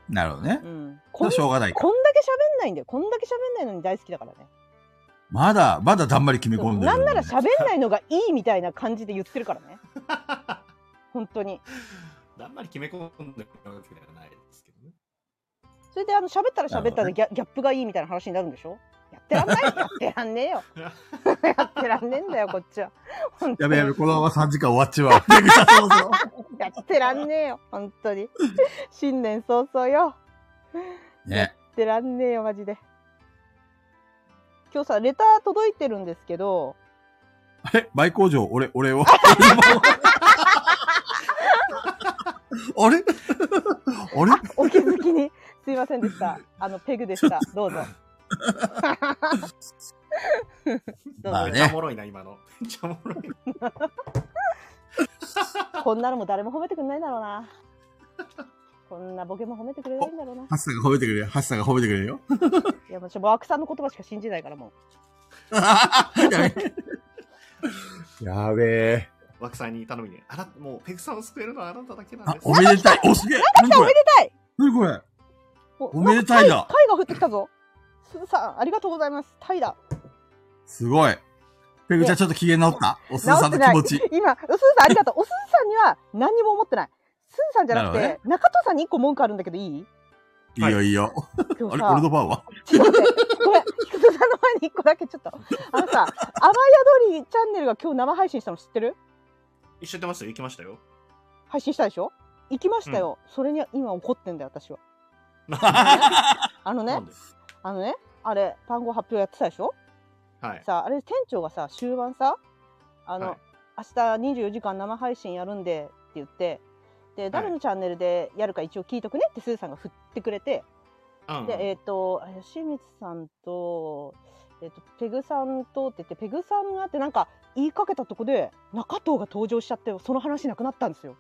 Speaker 6: なるほどね
Speaker 1: う。ん。こ
Speaker 6: こ
Speaker 1: ん
Speaker 6: れしょうがないか
Speaker 1: こ。んだけ喋んないんだよ。こんだけ喋んないのに大好きだからね。
Speaker 6: まだ、まだだんまり決め込んでる。
Speaker 1: なんなら喋んないのがいいみたいな感じで言ってるから ね。本当に。
Speaker 2: あんまり決め込んでるわけではないですけどね。
Speaker 1: それで、あの、喋ったら喋った
Speaker 6: な
Speaker 1: で
Speaker 6: るほどね
Speaker 1: ギャギャップがいいみたいな話になるんでしょやってらんないやってらんねえよ。 やってらんねえんだよ、こっちは。本当
Speaker 6: や
Speaker 1: に
Speaker 6: べやべ、このまま3時間終わっち まう。ペグちゃんどうぞ。
Speaker 1: やってらんねえよ、本当に。新年早々よ。
Speaker 6: ね。
Speaker 1: やってらんねえよマジで今日さレター届いてるんですけ ど
Speaker 6: あれ前工場、俺、俺を。あれあれ
Speaker 1: お気づきにすいませんでしたあのペグでしたどうぞどうぞ
Speaker 6: まあ
Speaker 2: め
Speaker 6: ね
Speaker 2: っちゃおもろいな、今の。めっちゃおもろいな。
Speaker 1: こんなのも誰も褒めてくんないだろうな。こんなボケも褒めてくれないんだろうな。
Speaker 6: ハッサンが褒めてくれよ。ハッサンが褒めてくれ るよ。
Speaker 1: いや、もうちょ、ワークさんの言葉しか信じないからも
Speaker 4: やべえ。
Speaker 2: 枠さんに頼みね。あなもうペグさんを救えるのはあなただけなん
Speaker 6: あ
Speaker 2: で、す。
Speaker 6: おめでたい。お、すげえ。
Speaker 1: う。
Speaker 6: 何
Speaker 1: お
Speaker 6: こ
Speaker 1: め
Speaker 6: れ
Speaker 1: でたい
Speaker 6: 何これ
Speaker 1: お
Speaker 6: おめでた
Speaker 1: な
Speaker 6: い
Speaker 1: ん
Speaker 6: だ
Speaker 1: かタイタイが降ってきたぞ。すずさん、ありがとうございます。タイだ。
Speaker 6: すごい。ペグちゃんちょっと機嫌直った。おすずさんの気持ち。
Speaker 1: 今、すずさんありがとう。おすずさんには何にも思ってない。すずさんじゃなくて、
Speaker 6: なる
Speaker 1: 中藤さんに一個文句あるんだけどいい
Speaker 6: いいよいいよ。
Speaker 1: 今日
Speaker 6: あれ
Speaker 1: さ
Speaker 6: 俺の番は
Speaker 1: ちょっと待って。ごめん。菊田さんの前に一個だけちょっと。あのさ、雨宿りチャンネルが今日生配信したの知ってる
Speaker 2: 一緒に出ましたよ。行きましたよ。
Speaker 1: 配信したでしょ行きましたよ。それに今怒ってんだよ、 私は。あの
Speaker 2: な
Speaker 1: ね
Speaker 2: ん、で
Speaker 1: あのね、あれ、単語発表やってたでしょ
Speaker 2: はい。
Speaker 1: さあ、あれ、店長がさ、終盤さ、あの、
Speaker 2: はい
Speaker 1: 明日24時間生配信やるんでって言って、で、誰のチャンネルでやるか一応聞いとくねってすずさんが振ってくれて、
Speaker 2: うん
Speaker 1: で、えっ、と、吉光さんと、えっ、と、ペグさんとって言って、ペグさんがあって、なんか言いかけたとこで、中藤が登場しちゃって、その話なくなったんです よ。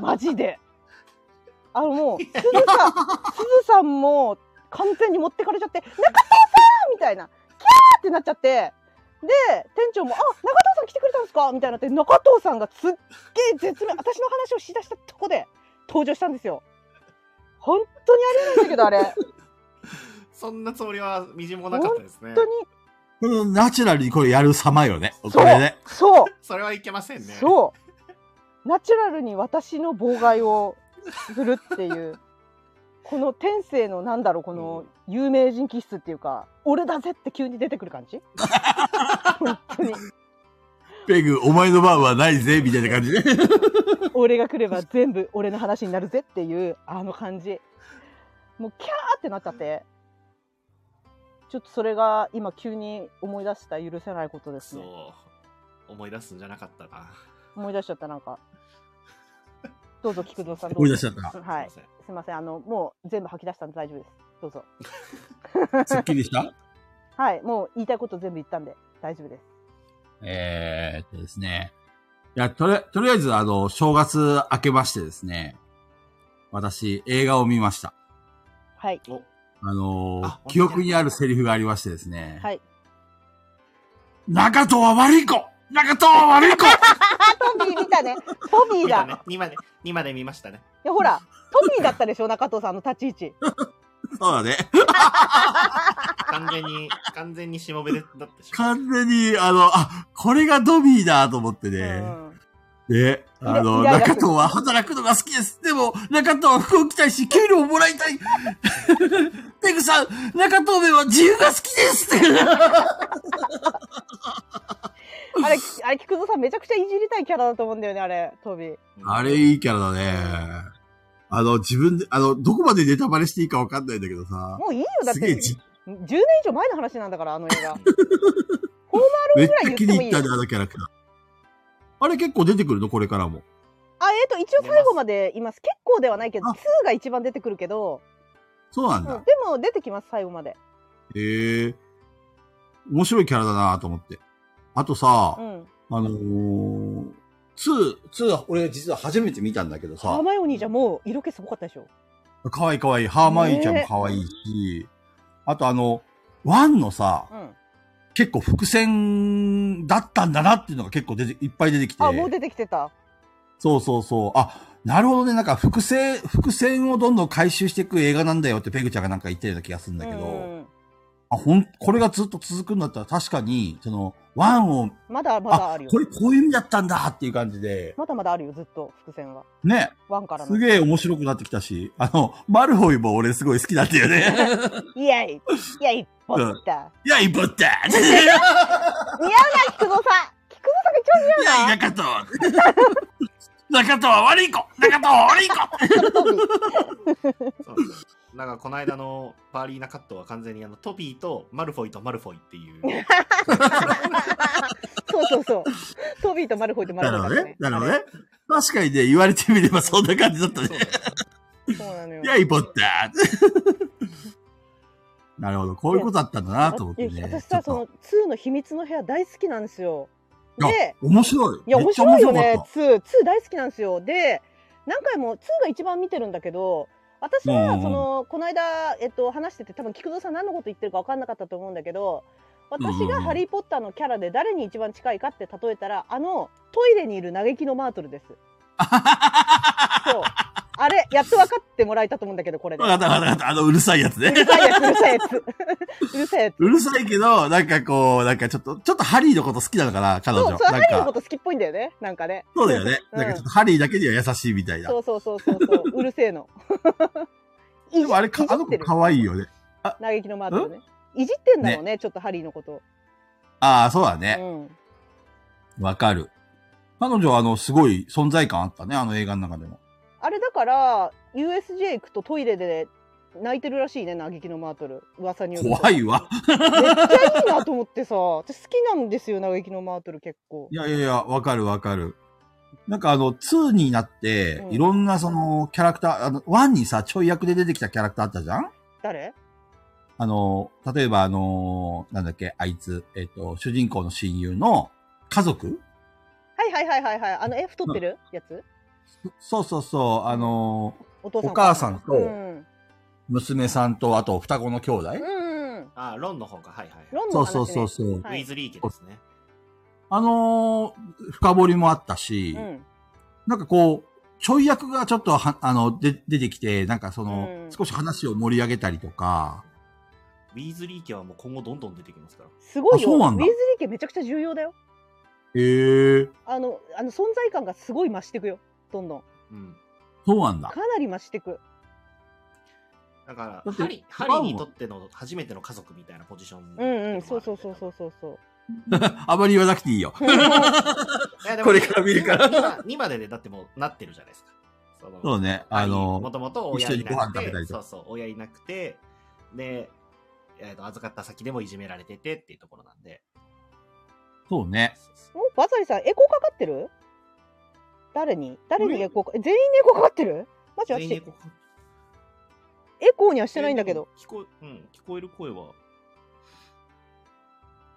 Speaker 1: マジで。あの、もう、すずさん、すずさんも完全に持ってかれちゃって、中藤さんみたいな、キャーってなっちゃって、で、店長も、あ、中藤さん来てくれたんですかみたいになって、中藤さんがすっげえ絶妙、私の話をしだしたとこで登場したんですよ。本当にありえないんだけど、あれ。
Speaker 2: そんなつもりはみじんもなかったです
Speaker 1: 本。
Speaker 2: ね
Speaker 1: 当に、
Speaker 6: このナチュラルにこれやる様よね。
Speaker 1: う
Speaker 6: これね。
Speaker 1: そう、
Speaker 2: それはいけませんね。
Speaker 1: そう。ナチュラルに私の妨害をするっていう、この天性のなんだろう、この有名人気質っていうか、俺だぜって急に出てくる感じ本当に。
Speaker 6: ペグ、お前の番はないぜ、みたいな感じで。
Speaker 1: 俺が来れ ば全部俺の話になるぜっていうあの感じもうキャーってなっちゃってちょっとそれが今急に思い出した許せないことですね
Speaker 2: そう。思い出すんじゃなかったな。
Speaker 1: 思い出しちゃったなんかどうぞ菊蔵さんどうぞ
Speaker 6: 思い出しちゃった。
Speaker 1: はい
Speaker 2: すいませ
Speaker 1: すいませんあのもう全部吐き出したんで大丈夫ですどうぞ
Speaker 6: すっきりした
Speaker 1: はいもう言いたいこと全部言ったんで大丈夫です
Speaker 6: えーっとですね。いや、とり、とりあえず、あの、正月明けましてですね、私、映画を見ました。
Speaker 1: はい
Speaker 2: んお、
Speaker 6: あのー
Speaker 2: あ
Speaker 6: 記憶にあるセリフがありましてですね。
Speaker 1: はい
Speaker 6: 中藤は悪い子中藤は悪い子
Speaker 1: トミー見たねトミー
Speaker 2: 見
Speaker 1: だ
Speaker 2: たね。2まで、2まで見ましたね。
Speaker 1: いやほらトミーだったでしょ 中藤さんの立ち位置
Speaker 6: そうだね。
Speaker 2: 完全に、完全にしもべでだってしまう
Speaker 6: 完全に、あの、あ、これがドビーだと思ってね。
Speaker 1: うん
Speaker 6: で、あの、
Speaker 1: イライラ
Speaker 6: 中藤は働くのが好きです。でも、中藤は服を着たいし、給料をもら いたい。ペグさん、中藤めは自由が好きです って。
Speaker 1: あれ、あれ、菊蔵さんめちゃくちゃいじりたいキャラだと思うんだよね、あれ、トビー。
Speaker 6: あれ、いいキャラだね。あの、自分で、あの、どこまでネタバレしていいかわかんないんだけどさ。
Speaker 1: もういいよ、だっ
Speaker 6: す
Speaker 1: て。
Speaker 6: げえ
Speaker 1: 10
Speaker 6: じ、
Speaker 1: 年以上前の話なんだから、あの映 画。
Speaker 6: めっ
Speaker 1: ぐらい
Speaker 6: ちゃ
Speaker 1: 言っ
Speaker 6: 気
Speaker 1: てもいい
Speaker 6: に入ったね、あのキャラクター。あれ結構出てくるのこれからも。
Speaker 1: あ、えっ、と、一応最後までいます。結構ではないけど、
Speaker 6: あ
Speaker 1: 2が一番出てくるけど、
Speaker 6: そうなん
Speaker 1: うんで
Speaker 6: だ。
Speaker 1: も出てきます、最後まで。
Speaker 6: へえ。面白いキャラだなと思って。あとさ
Speaker 1: う、ん。
Speaker 6: あのー、2、2は俺実は初めて見たんだけど
Speaker 1: ハ
Speaker 6: さ
Speaker 1: ー、マイオニーじゃもう色気すごかったでしょ。
Speaker 6: かわいいかわいい、ハーマイオニーちゃんもかわいいし、あとあの、1のさ、
Speaker 1: うん。
Speaker 6: 結構伏線だったんだなっていうのが結構出て、いっぱい出てきて。
Speaker 1: あ、もう出てきてた。
Speaker 6: そうそうそう。あ、なるほどね。なんか伏線、伏線をどんどん回収していく映画なんだよってペグちゃんがなんか言ってるような気がするんだけど、
Speaker 1: うん。
Speaker 6: あ、ほん、これがずっと続くんだったら確かに、その、ワンを、
Speaker 1: まだまだあ
Speaker 6: あ
Speaker 1: る、よ
Speaker 6: こ。れこういう意味だったんだっていう感じで、
Speaker 1: まだまだあるよ、ずっと、伏線は。
Speaker 6: ね、
Speaker 1: ワンからの。
Speaker 6: すげえ面白くなってきたし、あの、マルフォイも俺すごい好きなんだ よね。
Speaker 1: イエイイエイポッタ。
Speaker 6: いや、イボッ ターいや、
Speaker 1: 菊蔵さん菊蔵さんが一番似合うな
Speaker 6: 中藤 中藤は悪い子中藤 は悪い子
Speaker 2: そうそう なんかこの間のバーリーナカットは完全にあのトビーとマルフォイとマルフォイっていう
Speaker 1: そうそうそう。トビーとマルフォイとマル
Speaker 6: な
Speaker 1: フォイ
Speaker 6: る
Speaker 1: だ
Speaker 6: ほ
Speaker 1: った
Speaker 6: ど
Speaker 1: ね
Speaker 6: ね。。なるほどね。確かにね、言われてみればそんな感じだった ね
Speaker 2: そう。だ
Speaker 1: そうなのよ。
Speaker 6: いや、イボッ ターなるほど。こういうことだったんだなと思って
Speaker 1: いや
Speaker 6: ね。
Speaker 1: 私
Speaker 6: ちょ
Speaker 1: さ
Speaker 6: っと
Speaker 1: その2の秘密の部屋大好きなんですよ
Speaker 6: いや
Speaker 1: で、
Speaker 6: 面白い。
Speaker 1: いや、
Speaker 6: め
Speaker 1: 面
Speaker 6: っちゃ
Speaker 1: 白いよ
Speaker 6: 面白
Speaker 1: ね
Speaker 6: かっ、
Speaker 1: 2。2大好きなんですよ。で、何回も2が一番見てるんだけど、私
Speaker 6: うんうん
Speaker 1: は、その、この間、えっと、話してて、多分、菊蔵さん何のこと言ってるか分かんなかったと思うんだけど、私
Speaker 6: うんうんう
Speaker 1: が
Speaker 6: ん
Speaker 1: ハリー・ポッターのキャラで誰に一番近いかって例えたら、あの、トイレにいる嘆きのマートルです。そう。あれ、やっと分かってもらえたと思うんだけど、これ
Speaker 6: た。
Speaker 1: で。
Speaker 6: わかったわかったわかった。あの、うるさいやつ
Speaker 1: うる
Speaker 6: ね。
Speaker 1: さいやつ、う るさいやつ。うるさいやつ。
Speaker 6: うるさいけど、なんかこう、なんかちょっと、ちょっとハリーのこと好きなのかな、彼
Speaker 1: そう、
Speaker 6: 女。
Speaker 1: そ
Speaker 6: な
Speaker 1: うんハリーのこ
Speaker 6: か、
Speaker 1: と好きっぽいんだよね、なんかね。
Speaker 6: そうだよね。
Speaker 1: うん
Speaker 6: なんかちょっとハリーだけには優しいみたいな
Speaker 1: そ。うそうそうそうそう、うるせえの。
Speaker 6: でもあれか
Speaker 1: い、じ
Speaker 6: あ
Speaker 1: っ
Speaker 6: の
Speaker 1: て
Speaker 6: 子
Speaker 1: る
Speaker 6: 可愛いよね。
Speaker 1: 嘆きのマートルね。いじってんだろうね、ちょっとハリーのこと。
Speaker 6: ああ、そうだ
Speaker 1: う
Speaker 6: ね。
Speaker 1: ん。
Speaker 6: わかる。彼女はあの、すごい存在感あったね、あの映画の中でも。
Speaker 1: あれだから、USJ 行くとトイレで泣いてるらしいね、嘆きのマートル。噂によると。
Speaker 6: 怖いわ。
Speaker 1: めっちゃいいなと思ってさ、私好きなんですよ、嘆きのマートル結構
Speaker 6: い。やいやいや、わかるわかる。なんかあの、2になって、
Speaker 1: うん
Speaker 6: いろんなその、キャラクター、あの、1にさ、ちょい役で出てきたキャラクターあったじゃん
Speaker 1: 誰
Speaker 6: あの、例えばあの、なんだっけ、あいつ、えっ、と、主人公の親友の家族
Speaker 1: はいはいはいはいはい。あの、え、太ってるやつ
Speaker 6: そそうそうそう、あの、
Speaker 1: お父さん。
Speaker 6: お母さんと
Speaker 1: うん。
Speaker 6: 娘さんと、あと、双子の兄弟、
Speaker 1: うんうん。
Speaker 2: あ、ロンの方か。はいはい。
Speaker 1: ロン
Speaker 6: そ
Speaker 1: の
Speaker 6: う
Speaker 1: 話、ね、
Speaker 6: そうそうそう。
Speaker 1: はい
Speaker 2: ウィズリー家ですね。
Speaker 6: あのー深掘りもあったし、
Speaker 1: うん。
Speaker 6: なんかこう、ちょい役がちょっとは、あの、で、出てきて、なんかその、
Speaker 1: うん
Speaker 6: 少し話を盛り上げたりとか、
Speaker 2: ウィズリー家はもう今後どんどん出てきますから。
Speaker 1: すごい
Speaker 6: あそ
Speaker 1: よ。
Speaker 6: う
Speaker 1: ウ
Speaker 6: な
Speaker 1: ィ
Speaker 6: ん
Speaker 1: ズ
Speaker 6: だ
Speaker 1: リー家めちゃくちゃ重要だよ。
Speaker 6: へえー、
Speaker 1: あの、あの存在感がすごい増していくよ。どんどん。
Speaker 2: うん。
Speaker 6: そうなんだ
Speaker 1: か。なり増していく。
Speaker 2: だか
Speaker 6: だ
Speaker 2: ら、
Speaker 6: って
Speaker 2: ハリ、ハ
Speaker 6: ワンは
Speaker 2: リにとっての初めての家族みたいなポジション。
Speaker 1: うんうん、そうそうそうそうそうそう。
Speaker 6: あまり言わなくていいよ。
Speaker 2: いやでも
Speaker 6: これから見るから
Speaker 2: 今今今まででだってもうなってるじゃないですか。その
Speaker 6: そうね。あ
Speaker 2: も
Speaker 6: の、
Speaker 2: ともと親
Speaker 6: 一緒
Speaker 2: い
Speaker 6: にご
Speaker 2: な
Speaker 6: 飯
Speaker 2: く
Speaker 6: 食べた
Speaker 2: て、
Speaker 6: りと
Speaker 2: そう
Speaker 6: か
Speaker 2: そう、親いなくて、で、えーと預かった先でもいじめられててっていうところなんで。
Speaker 6: そうね。
Speaker 2: そうそう
Speaker 1: おバザリさん、エコーかかってる誰に誰にエコーか、え全員にエコーかかってるマジ
Speaker 2: 全員
Speaker 1: 私、
Speaker 2: に
Speaker 1: エ
Speaker 2: こう
Speaker 1: コーにはしてないんだけど。。
Speaker 2: 聞こえ、うん、聞こえる声は。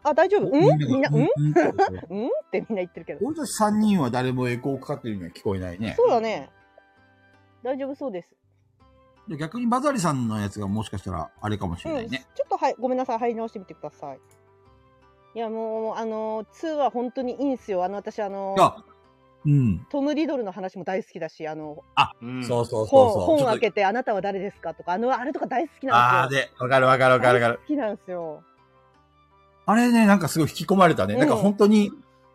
Speaker 1: あ、大丈夫。うんみんな、うんう
Speaker 6: うん
Speaker 1: んってみんな言ってるけど。
Speaker 6: 俺たち3人は誰もエコーかかってるには聞こえないね。
Speaker 1: そうだね。大丈夫そうです。
Speaker 6: で逆にバザリさんのやつがもしかしたらあれかもしれな
Speaker 1: う
Speaker 6: い
Speaker 1: ん、ちょ
Speaker 6: ね。
Speaker 1: っとはい、ごめんなさい、入り直してみてください。いや、もう、あの、2は本当にいいんすよ。あの、私、あの
Speaker 6: い、や、うん。
Speaker 1: トム・リドルの話も大好きだし、あの、
Speaker 2: うん
Speaker 6: そうそうそう
Speaker 1: 本、
Speaker 6: そう。
Speaker 1: 本
Speaker 6: ちょっと
Speaker 1: 開けて、あなたは誰ですかとか、あの、あれとか大好き
Speaker 6: あ
Speaker 1: なん
Speaker 6: ー
Speaker 1: ですよ。
Speaker 6: で、わかるわかるわかるわか
Speaker 1: 大
Speaker 6: る
Speaker 1: 好。きなんですよ。
Speaker 6: あれね、なんかすごい引き込まれたね。
Speaker 1: うん
Speaker 6: なんか本当に、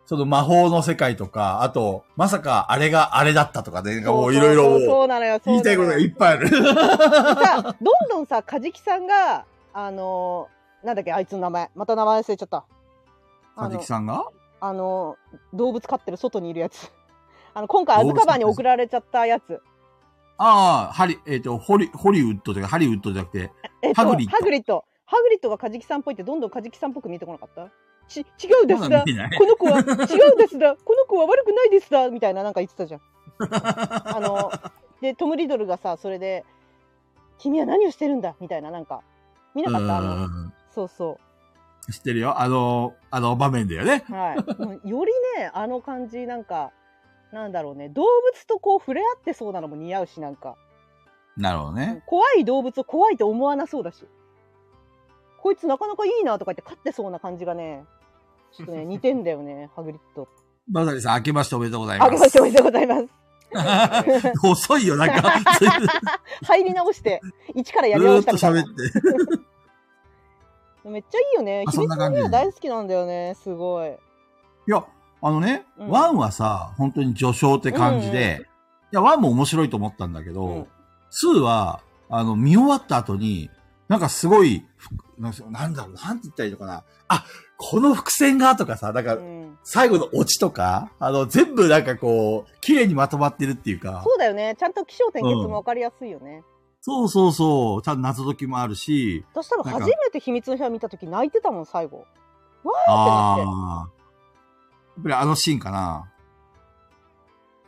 Speaker 6: その魔法の世界とか、あと、まさかあれがあれだったとかで、なんかもういろい
Speaker 1: そうそうそう
Speaker 6: ろ
Speaker 1: そうなのよ、そう
Speaker 6: 言
Speaker 1: ないの
Speaker 6: たい
Speaker 1: よ
Speaker 6: ことがいっぱいある。
Speaker 1: さどんどんさカジキさんがあのーなんだっけあいつの名前また名前忘れちゃったあ
Speaker 6: カジ
Speaker 1: の
Speaker 6: キさんが
Speaker 1: あのー動物飼ってる外にいるやつ あの今回アズカバーに送られちゃったやつ、
Speaker 6: ああ、ハリ、えっ、と、ホリ、ホリウッドというか、ハリウッドじゃなくて、
Speaker 1: えっと、
Speaker 6: ハグリッド
Speaker 1: ハグリッドハグリッドがカジキさんっぽいってどんどんカジキさんっぽく見えてこなかったち違うで
Speaker 6: ますだ
Speaker 1: だ
Speaker 6: 見てない。
Speaker 1: この子は違うですだこの子は悪くないですだみたいななんか言ってたじゃんあのでトム・リドルがさそれで「君は何をしてるんだ」みたいななんか見なかったあ
Speaker 6: う
Speaker 1: の
Speaker 6: ん
Speaker 1: そうそう
Speaker 6: 知ってるよ。あの、あの場面だよね。
Speaker 1: はい、もうよりねあの感じなんかなんだろうね動物とこう触れ合ってそうなのも似合うしなんか
Speaker 6: なるほどね。
Speaker 1: 怖い動物を怖いと思わなそうだしこいつなかなかいいなとか言って飼ってそうな感じがねちょっ とね似てんだよねハグリッド
Speaker 6: バザリさん、明けましておめでとうござい
Speaker 1: あご
Speaker 6: ます。
Speaker 1: めんなさいおめでとうございます
Speaker 6: 遅いよ、なんか。
Speaker 1: 入り直して一から
Speaker 6: ず
Speaker 1: やり
Speaker 6: ー
Speaker 1: 直
Speaker 6: っ
Speaker 1: した
Speaker 6: と
Speaker 1: みたいな
Speaker 6: 喋って。
Speaker 1: めっちゃいいよね
Speaker 6: あ
Speaker 1: 秘
Speaker 6: そん
Speaker 1: 密
Speaker 6: な
Speaker 1: の
Speaker 6: 感じ
Speaker 1: 家は大好きなんだよねすごい
Speaker 6: いや、あのね、
Speaker 1: うん
Speaker 6: ワンはさ、本当に序章って感じで、いや、ワンも面白いと思ったんだけ
Speaker 1: うん
Speaker 6: ど、ツーは、あの、見終わった後に、なんかすごい、ふなんかなんだろう、なんて言ったらいいのかな。あ、この伏線がとかさ、なんか
Speaker 1: う、ん
Speaker 6: 最後のオチとか、あの、全部なんかこう、綺麗にまとまってるっていうか、
Speaker 1: そうだよねちゃんと気象転結も分かりやすいよね、
Speaker 6: そうそうそう、ちゃんと謎解きもあるし、
Speaker 1: 私多分
Speaker 6: なんか
Speaker 1: 初めて秘密の部屋見た時泣いてたもん最後ー
Speaker 6: あ
Speaker 1: って
Speaker 6: あー、やっぱりあのシーンかな。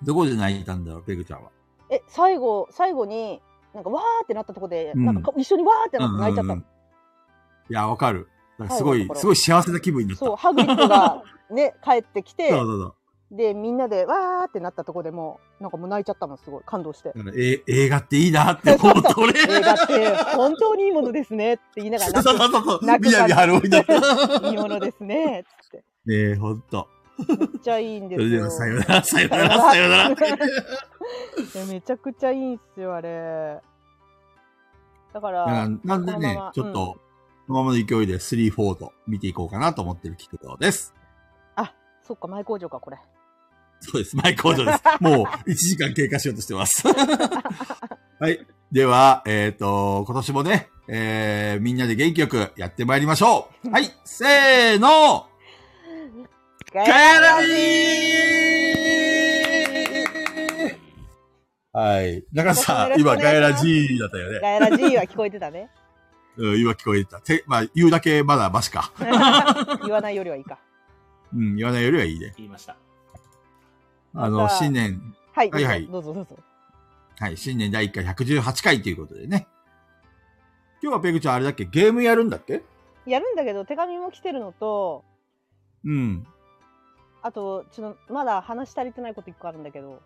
Speaker 6: どこで泣いたんだろう、ペグちゃんは。
Speaker 1: え最後最後になんかわーってなったとこで、
Speaker 6: うん
Speaker 1: なんかか一緒にわーってなって泣いちゃった、
Speaker 6: うんうんうんいや、わかる。なんかすご
Speaker 1: 最
Speaker 6: い
Speaker 1: 後のとこ、ろ
Speaker 6: すごい幸せな気分になった。
Speaker 1: そう、ハグリッドが ね、帰ってきて
Speaker 6: そ、うそうそう
Speaker 1: で、みんなでわーってなったとこでもう、なんかもう泣いちゃったもん、すごい。感動して。
Speaker 6: だからえ映画っていいなって思った俺。
Speaker 1: 映画って本当にいいものですねって言いなが
Speaker 6: そう
Speaker 1: ら
Speaker 6: そう
Speaker 1: 泣
Speaker 6: そうそう。
Speaker 1: 泣く
Speaker 6: 南春夫になった。
Speaker 1: く、いいものですねっつって。
Speaker 6: ねえ、ほんと。
Speaker 1: めっちゃいいんで
Speaker 6: そ
Speaker 1: す
Speaker 6: れで
Speaker 1: よ
Speaker 6: は、。さよなら、さよなら、さよな らって言って。
Speaker 1: いやめちゃくちゃいいんすよ、あれ。だか、
Speaker 6: だかららなんで
Speaker 1: このま
Speaker 6: ね
Speaker 1: ま、
Speaker 6: ちょっと、このままの勢いで3、4と見ていこうかなと思ってる企画です。
Speaker 1: あ、そっか、前工場か、これ。
Speaker 6: そうです。マイ工場 です。もう1時間経過しようとして ます。はい。では、えっ、と、今年もね、えー、みんなで元気よくやってまいりましょう。はい。せーの
Speaker 1: ガ
Speaker 6: ガ
Speaker 1: ヤ
Speaker 6: ラ
Speaker 1: ラジ
Speaker 6: ジーはい。中田さん、今ガヤラジーだったよ
Speaker 1: ガ
Speaker 6: ね。
Speaker 1: ヤラジーは聞こえてた ね。
Speaker 6: うん、今聞こえてた。て、まあ、言うだけまだマシか。
Speaker 1: 言わないよりはいいか。
Speaker 6: うん、言わないよりはいいね。
Speaker 2: 言いました。
Speaker 6: あ
Speaker 1: ま
Speaker 6: の、
Speaker 1: た
Speaker 6: 新年、
Speaker 1: はい、
Speaker 6: はいはい
Speaker 1: どうぞどうぞ。
Speaker 6: はい、新年第1回118回ということでね。今日はペグちゃんあれだっけゲームやるんだっけ
Speaker 1: やるんだけど、手紙も来てるのと、
Speaker 6: うん。
Speaker 1: あと、ちょっとまだ話し足りてないこと一個あるんだけど、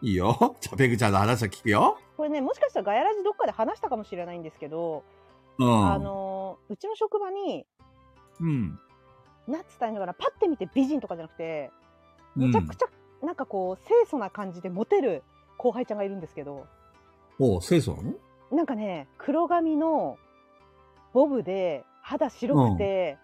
Speaker 6: いいよ。 じゃあペグちゃんの話は聞くよ。
Speaker 1: これね、もしかしたらガヤラジどっかで話したかもしれないんですけど、
Speaker 6: うん。
Speaker 1: あのーうちの職場に、
Speaker 6: うん。
Speaker 1: なんつったらいいのかな、パッて見て美人とかじゃなくて、
Speaker 6: う
Speaker 1: め
Speaker 6: ん
Speaker 1: ちゃくちゃ、なんかこう、清楚な感じでモテる後輩ちゃんがいるんですけど、
Speaker 6: おう、清楚なの
Speaker 1: なんかね、黒髪のボブで、肌白くて、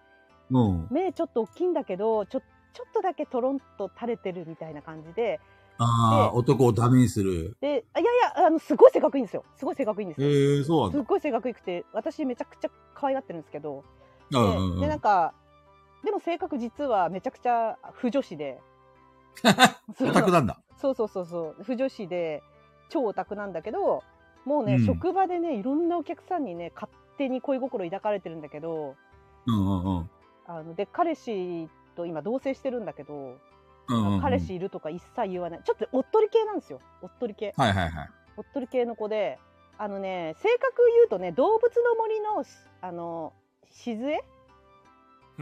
Speaker 6: うん。
Speaker 1: 目ちょっと大きいんだけど、ちょちょっとだけトロンと垂れてるみたいな感じで、
Speaker 6: ああ、
Speaker 1: で
Speaker 6: 男をダメにする。
Speaker 1: で、あいやいや、あの、すごい性格いいんですよ。すごい性格いいんです
Speaker 6: ええ
Speaker 1: よ。
Speaker 6: ー、そう
Speaker 1: す
Speaker 6: な
Speaker 1: っ
Speaker 6: ん
Speaker 1: ごい性格良くて、私めちゃくちゃ可愛がってるんですけど、
Speaker 6: だ。うんうん
Speaker 1: で
Speaker 6: うん
Speaker 1: で、なんか、でも性格実はめちゃくちゃ不女子 で、そう
Speaker 6: オタクなんだ。
Speaker 1: そうそうそうそう不女子で超オタクなんだけどもうね、
Speaker 6: うん
Speaker 1: 職場でねいろんなお客さんにね勝手に恋心抱かれてるんだけど
Speaker 6: うんうんうん。
Speaker 1: あので彼氏と今同棲してるんだけど、
Speaker 6: うんうんうん
Speaker 1: 彼。氏いるとか一切言わないちょっとおっとり系なんですよおっとり系
Speaker 6: はいはいはい。
Speaker 1: おっとり系の子であのね性格言うとね動物の森のしあの静
Speaker 6: あ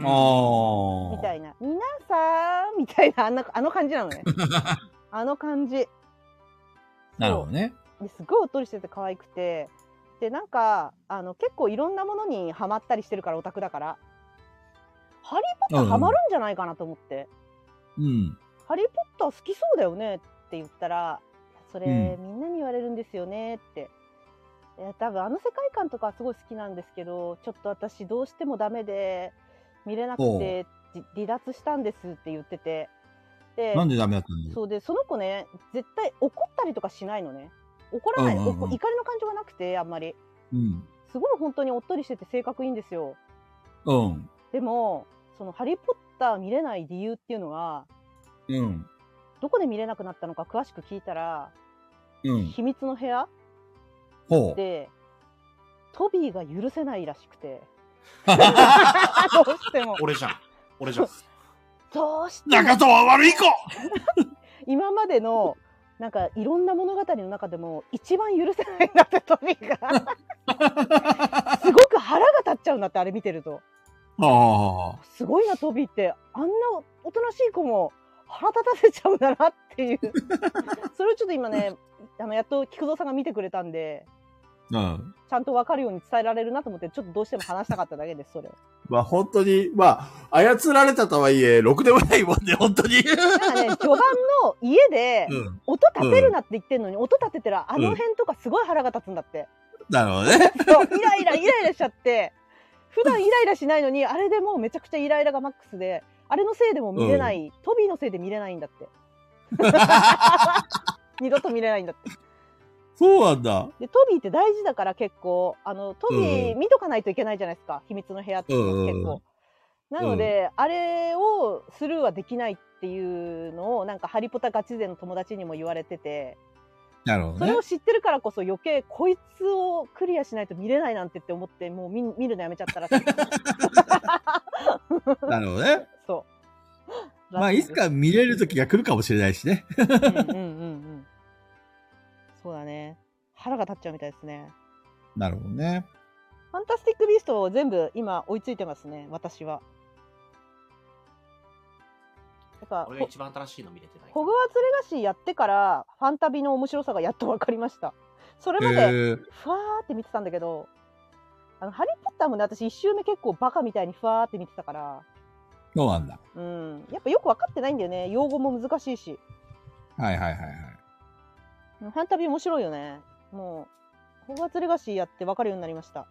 Speaker 1: 江
Speaker 6: あ。
Speaker 1: みたいな皆さんみたいなあんなあの感じなの ねあの感じ
Speaker 6: なるほどね。
Speaker 1: ですごいおっとりしてて可愛くてでなんかあの結構いろんなものにハマったりしてるからオタクだから「ハリー・ポッターハマるんじゃないかな」と思って
Speaker 6: うん。
Speaker 1: 「ハリー・ポッター好きそうだよね」って言ったら「それ、
Speaker 6: う
Speaker 1: みんなに言われるんですよね」って。いや多分あの世界観とかはすごい好きなんですけどちょっと私どうしてもダメで見れなくてじ離脱したんですって言っててで
Speaker 6: なんでダメだったんだ
Speaker 1: そうでその子ね絶対怒ったりとかしないのね怒らない、
Speaker 6: うんうんうん
Speaker 1: おこ怒りの感情がなくてあんまり
Speaker 6: うん。
Speaker 1: すごい本当におっとりしてて性格いいんですよ
Speaker 6: うん。
Speaker 1: でもその「ハリー・ポッター」見れない理由っていうのは
Speaker 6: うん。
Speaker 1: どこで見れなくなったのか詳しく聞いたら、
Speaker 6: うん。
Speaker 1: 秘密の部屋
Speaker 6: ほう。
Speaker 1: でトビーが許せないらしく て どうしても
Speaker 2: 俺じゃん。俺じゃん。
Speaker 1: どうしても
Speaker 6: 中戸は悪い子
Speaker 1: 今までのなんかいろんな物語の中でも一番許せないなってトビー がすごく腹が立っちゃうんだってあれ見てると
Speaker 6: ああ。
Speaker 1: すごいなトビーってあんなおとなしい子も腹立たせちゃうんだなっていうそれをちょっと今ねあのやっと菊蔵さんが見てくれたんで
Speaker 6: うん。
Speaker 1: ちゃんと分かるように伝えられるなと思ってちょっとどうしても話したかっただけですそれを
Speaker 6: まあ本当に、まあ、操られたとはいえ、ろくでもない もんね、本当に。
Speaker 1: なんか ね序盤の家で
Speaker 6: うん。
Speaker 1: 音立てるなって言ってんのに音立ててらあの辺とかすごい腹が立つんだって
Speaker 6: なるほどね。
Speaker 1: そうイライライライラしちゃって普段イライラしないのにあれでもうめちゃくちゃイライラがマックスであれのせいでも見れない、トビーのせいで見れないんだって 二度と見れないんだって
Speaker 6: そうなんだ。
Speaker 1: でトビーって大事だから結構あのトビー見とかないといけないじゃないですか、秘密の部屋っていうのは結構、なので、あれをスルーはできないっていうのをなんかハリポタガチ勢の友達にも言われてて
Speaker 6: なるほ
Speaker 1: それを。知ってるからこそ余計こいつをクリアしないと見れないなんてって思ってもう見見るのやめちゃったらし い
Speaker 6: なるほどね。
Speaker 1: そう。
Speaker 6: まあ、いつか見れる時が来るかもしれないしね。
Speaker 1: うんうんうんうん。そうだね。腹が立っちゃうみたいですね。
Speaker 6: なるほどね。
Speaker 1: ファンタスティックビーストを全部今追いついてますね、私は。やっぱ、
Speaker 2: 俺が
Speaker 1: ホ
Speaker 2: 一番新しいの見れてない。
Speaker 1: ホグワーツレガシーやってから、ファンタビの面白さがやっと分かりました。それまで、
Speaker 6: えー、
Speaker 1: ふわーって見てたんだけど、あの、ハリー・ポッターもね、私一周目結構バカみたいにふわーって見てたから、
Speaker 6: そうなんだ。
Speaker 1: うん。やっぱよく分かってないんだよね。用語も難しいし。
Speaker 6: はいはいはいはい。
Speaker 1: ファンタビー面白いよね。もう、ホグワーツレガシーやって分かるようになりました。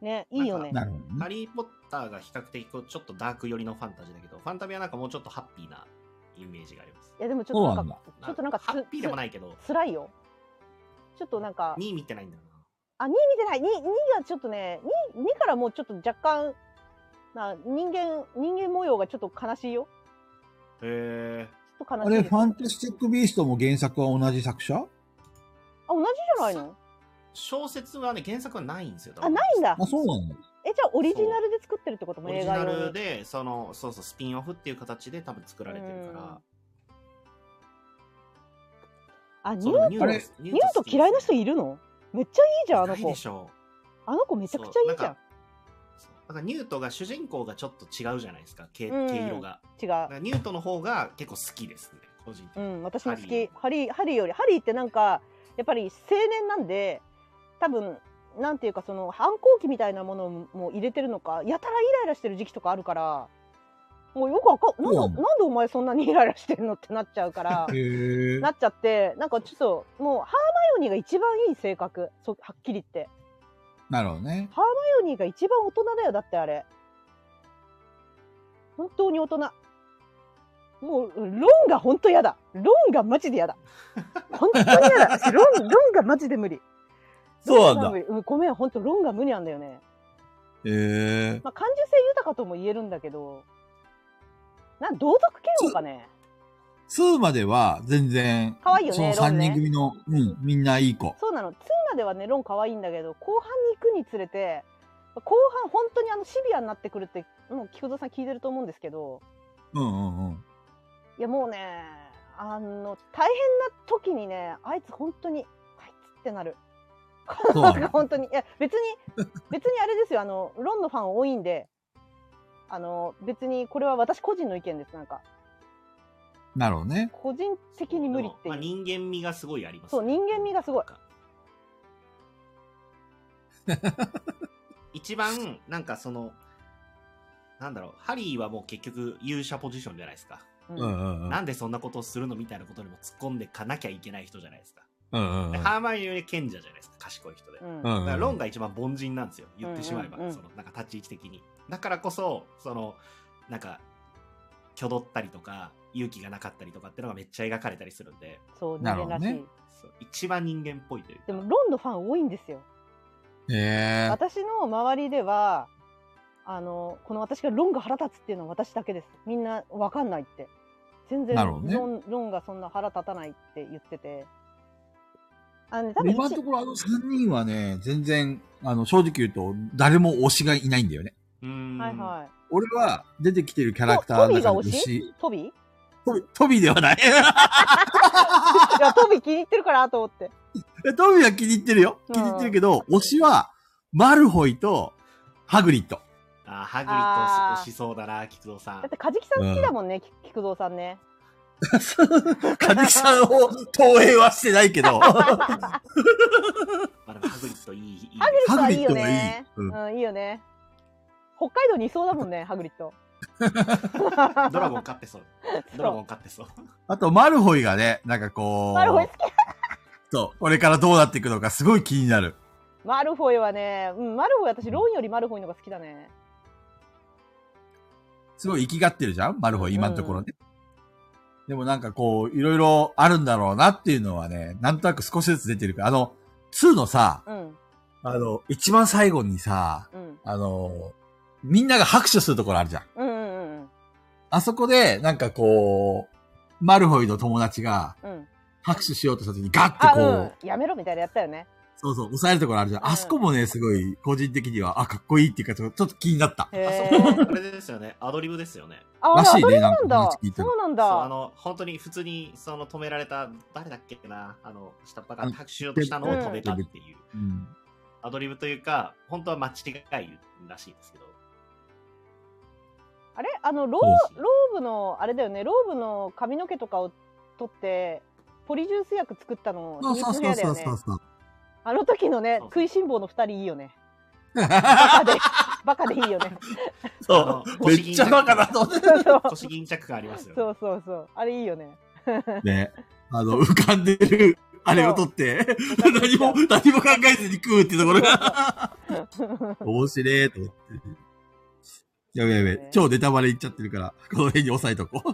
Speaker 1: ね、いいよね。
Speaker 6: なるほどね。
Speaker 2: ハリー・ポッターが比較的こうちょっとダーク寄りのファンタジーだけど、ファンタビはなんかもうちょっとハッピーなイメージがあります。
Speaker 1: いや、でもちょっとな
Speaker 6: そうんなん
Speaker 1: か、ちょっとなんかつ、
Speaker 2: ハッピーでも
Speaker 1: い。
Speaker 2: ないけど、
Speaker 1: 辛いよ。ちょっとなんか、
Speaker 2: 2見てないんだよな。
Speaker 1: あ、2見てない。2、2がちょっとね、2、2からもうちょっと若干、な人間、人間模様がちょっと悲しいよ。
Speaker 2: へ
Speaker 1: ちょっと悲
Speaker 6: あ
Speaker 1: しい。
Speaker 6: れ、ファンタスティック・ビーストも原作は同じ作者
Speaker 1: あ、同じじゃないの
Speaker 2: ー小説はね、原作はないんですよ。
Speaker 1: あ、ないんだ。
Speaker 6: あ、そうなんだ。
Speaker 1: え、じゃあオリジナルで作ってるってことも
Speaker 2: オリ
Speaker 1: 映
Speaker 2: ジ
Speaker 1: 画
Speaker 2: ナ
Speaker 1: 用
Speaker 2: ル
Speaker 1: に。
Speaker 2: で、その、そうそう、スピンオフっていう形で多分作られてるから。
Speaker 1: あ、ニ
Speaker 2: そ
Speaker 1: ュ
Speaker 2: う
Speaker 1: ー
Speaker 2: ニ
Speaker 1: ト、
Speaker 2: ュ
Speaker 6: あれ
Speaker 2: ト
Speaker 1: ニュート嫌いな人いるのめっちゃいいじゃん、あの
Speaker 2: いない
Speaker 1: 子
Speaker 2: で。しょう。
Speaker 1: あの子めちゃくちゃいいじゃん。
Speaker 2: そう。だからニュートが主人公がちょっと違うじゃないですか、毛
Speaker 1: うん
Speaker 2: 毛色が。
Speaker 1: 違
Speaker 2: だか
Speaker 1: う。
Speaker 2: らニュートの方が結構好きですね、個人的
Speaker 1: う
Speaker 2: に。
Speaker 1: ん、私も好
Speaker 2: ハリ
Speaker 1: き
Speaker 2: ー。
Speaker 1: ハリー、ハリーより、ハリーってなんか、やっぱり青年なんで、多分、なんていうかその反抗期みたいなものも入れてるのか、やたらイライラしてる時期とかあるから、もうよくわかん、なん
Speaker 6: そうなの
Speaker 1: で、なんでお前そんなにイライラしてるのってなっちゃう から
Speaker 6: へ、え
Speaker 1: なっちゃって、なんかちょっと、もうハーマイオニーが一番いい性格、そうはっきり言って。
Speaker 6: なるほどね。
Speaker 1: ハーマイオニーが一番大人だよ、だってあれ。本当に大人。もう、ロンが本当嫌だ。ロンがマジで嫌だ。本当に嫌だ。私ロ ン、ロンがマジで無理。
Speaker 6: そう
Speaker 1: ロンが
Speaker 6: な
Speaker 1: 無
Speaker 6: んだ。
Speaker 1: 理。うんごめん、本当ロンが無理なんだよね。
Speaker 6: へえ
Speaker 1: まあ、感受性豊かとも言えるんだけど、なん、同族嫌悪かね。
Speaker 6: 2までは全然、
Speaker 1: 可愛いよね
Speaker 6: その3人組の、うん、みんないい子。
Speaker 1: そうなの。2まではね、ロン可愛いんだけど、後半に行くにつれて、後半本当にあのシビアになってくるって、もう菊蔵さん聞いてると思うんですけど、
Speaker 6: うんうんうん。
Speaker 1: いやもうね、あの、大変な時にね、あいつ本当に、あいつってなる。
Speaker 6: そう なの
Speaker 1: 本当に。いや、別に、別にあれですよ、あの、ロンのファン多いんで、あの、別にこれは私個人の意見です、なんか。
Speaker 6: なるほどね。
Speaker 1: 個人的に無理って
Speaker 2: でもまあ
Speaker 1: いう。
Speaker 2: 人間味がすごいあります、
Speaker 1: そう人間味がすごい。
Speaker 2: 一番、なんかその、なんだろう、ハリーはもう結局勇者ポジションじゃないですか。
Speaker 1: う
Speaker 6: うんうんうん。
Speaker 2: なんでそんなことをするのみたいなことにも突っ込んでかなきゃいけない人じゃないですか。
Speaker 6: うんうんう
Speaker 2: で
Speaker 6: ん。
Speaker 2: ハーマイオニーより賢者じゃないですか、賢い人で。
Speaker 1: うん
Speaker 6: うんう
Speaker 2: だ
Speaker 6: ん
Speaker 2: からロンが一番凡人なんですよ言ってしまえば、
Speaker 1: うんうんうん
Speaker 2: そのなんか立ち位置的にだからこそそのなんか挙動ったりとか勇気がなかったりとかっていうのがめっちゃ描かれたりするんで
Speaker 1: そう、人
Speaker 6: なる
Speaker 1: 間
Speaker 6: ほど
Speaker 1: らし
Speaker 6: ね
Speaker 1: い。
Speaker 2: そう一番人間っぽいというか
Speaker 1: でも、ロンのファン多いんですよ。
Speaker 6: へえ。
Speaker 1: 私の周りでは、あの、この私がロンが腹立つっていうのは私だけです。みんなわかんないって。全然
Speaker 6: なる
Speaker 1: ロ
Speaker 6: ほ
Speaker 1: ン、
Speaker 6: どね
Speaker 1: ロンがそんな腹立たないって言ってて。あのね、多分
Speaker 6: 今の
Speaker 1: 一
Speaker 6: ところあの3人はね、全然、あの、正直言うと、誰も推しがいないんだよね。
Speaker 2: うーん
Speaker 1: はいはい。
Speaker 6: 俺は出てきてるキャラクターの中で推し、
Speaker 1: トビ い
Speaker 6: トビトビではない。
Speaker 1: や、トビ気に入ってるからと思 って。
Speaker 6: トビは気に入ってるよ。気に入ってるけど、推しは、マルホイと、ハグリッド。
Speaker 2: あーハグリ
Speaker 1: あ
Speaker 2: ッ
Speaker 1: ー
Speaker 2: ドしそうだな菊蔵さ
Speaker 1: だっ
Speaker 2: ん
Speaker 1: て、カジキさん好きだもんね、き菊蔵さんね。
Speaker 6: カジキさんを投影はしてないけど。ハ
Speaker 2: まあ、でもハグリッドいいいいです
Speaker 1: ハグリッドはいい
Speaker 6: グリッ
Speaker 1: よ
Speaker 6: ドはいい
Speaker 1: ね。。
Speaker 6: うん
Speaker 1: うん、いいよね。北海道にいそうだもん ね、ハグリッド。
Speaker 2: ドラゴン勝ってそうドラゴン勝ってそう
Speaker 6: あと、マルホイがね、なんかこ
Speaker 1: マルフォイ好
Speaker 6: う、
Speaker 1: き。
Speaker 6: そう、これからどうなっていくのかすごい気になる。
Speaker 1: マルフォイはね、うん、マルフォイ私、ロンよりマルフォイの方が好きだね。
Speaker 6: すごい生きがってるじゃんマルホイ、今のところね。でもなんかこう、いろいろあるんだろうなっていうのはね、なんとなく少しずつ出てるから、あの、2のさ、
Speaker 1: うん、
Speaker 6: あの、一番最後にさ、
Speaker 1: うん、
Speaker 6: あの、みんなが拍手するところあるじゃん。
Speaker 1: うん、うん、うん
Speaker 6: あそこで、なんかこう、マルホイの友達が
Speaker 1: うん。
Speaker 6: 拍手しようとした時にガッ
Speaker 1: あ、
Speaker 6: てこう、
Speaker 1: うん。やめろみたいなやったよね。
Speaker 6: そうそう、抑えるところあるじゃん。
Speaker 1: うん
Speaker 6: あそこもね、すごい、個人的には、あ、かっこいいっていうか、ちょっと気になった。
Speaker 1: へ
Speaker 2: あ
Speaker 1: ー
Speaker 2: そこはあれですよね。アドリブですよね。
Speaker 1: あ、
Speaker 6: らしいね
Speaker 1: あ
Speaker 6: なん
Speaker 1: そうなん
Speaker 6: か
Speaker 1: だ
Speaker 6: 話聞い。てる
Speaker 1: そうなん
Speaker 2: そう、あ
Speaker 1: だ。
Speaker 2: の、本当に普通に、その止められた、誰だっけな、あの、下っ端が拍手しようとしたのを止めたっていう、
Speaker 6: うん。
Speaker 2: アドリブというか、本当は間違いらしいですけど。
Speaker 1: あれあのロ
Speaker 6: そう
Speaker 1: ー
Speaker 6: そう
Speaker 1: ローブのあれだよねローブの髪の毛とかを取ってポリジュース薬作ったの
Speaker 6: そう
Speaker 1: 秘
Speaker 6: そう
Speaker 1: 密の部
Speaker 6: そう
Speaker 1: 屋だよ
Speaker 6: そう
Speaker 1: ね
Speaker 6: そうそう。
Speaker 1: あの時のね
Speaker 2: そうそう
Speaker 1: 食いしん坊の二人いいよ ねバ
Speaker 6: そ
Speaker 1: カでバカでいいよね
Speaker 2: あの
Speaker 6: う。めっちゃバカだと思って。
Speaker 1: そうそう
Speaker 2: 腰巾着感ありますよ、ね。
Speaker 1: そうそうそうあれいいよね
Speaker 6: ね。あの、浮かんでる、あれを取って、何も、何も考えずに食うっていうところが、面白いと思って。やべやべ、超ネタバレいっちゃってるから、この辺に押さえとこう。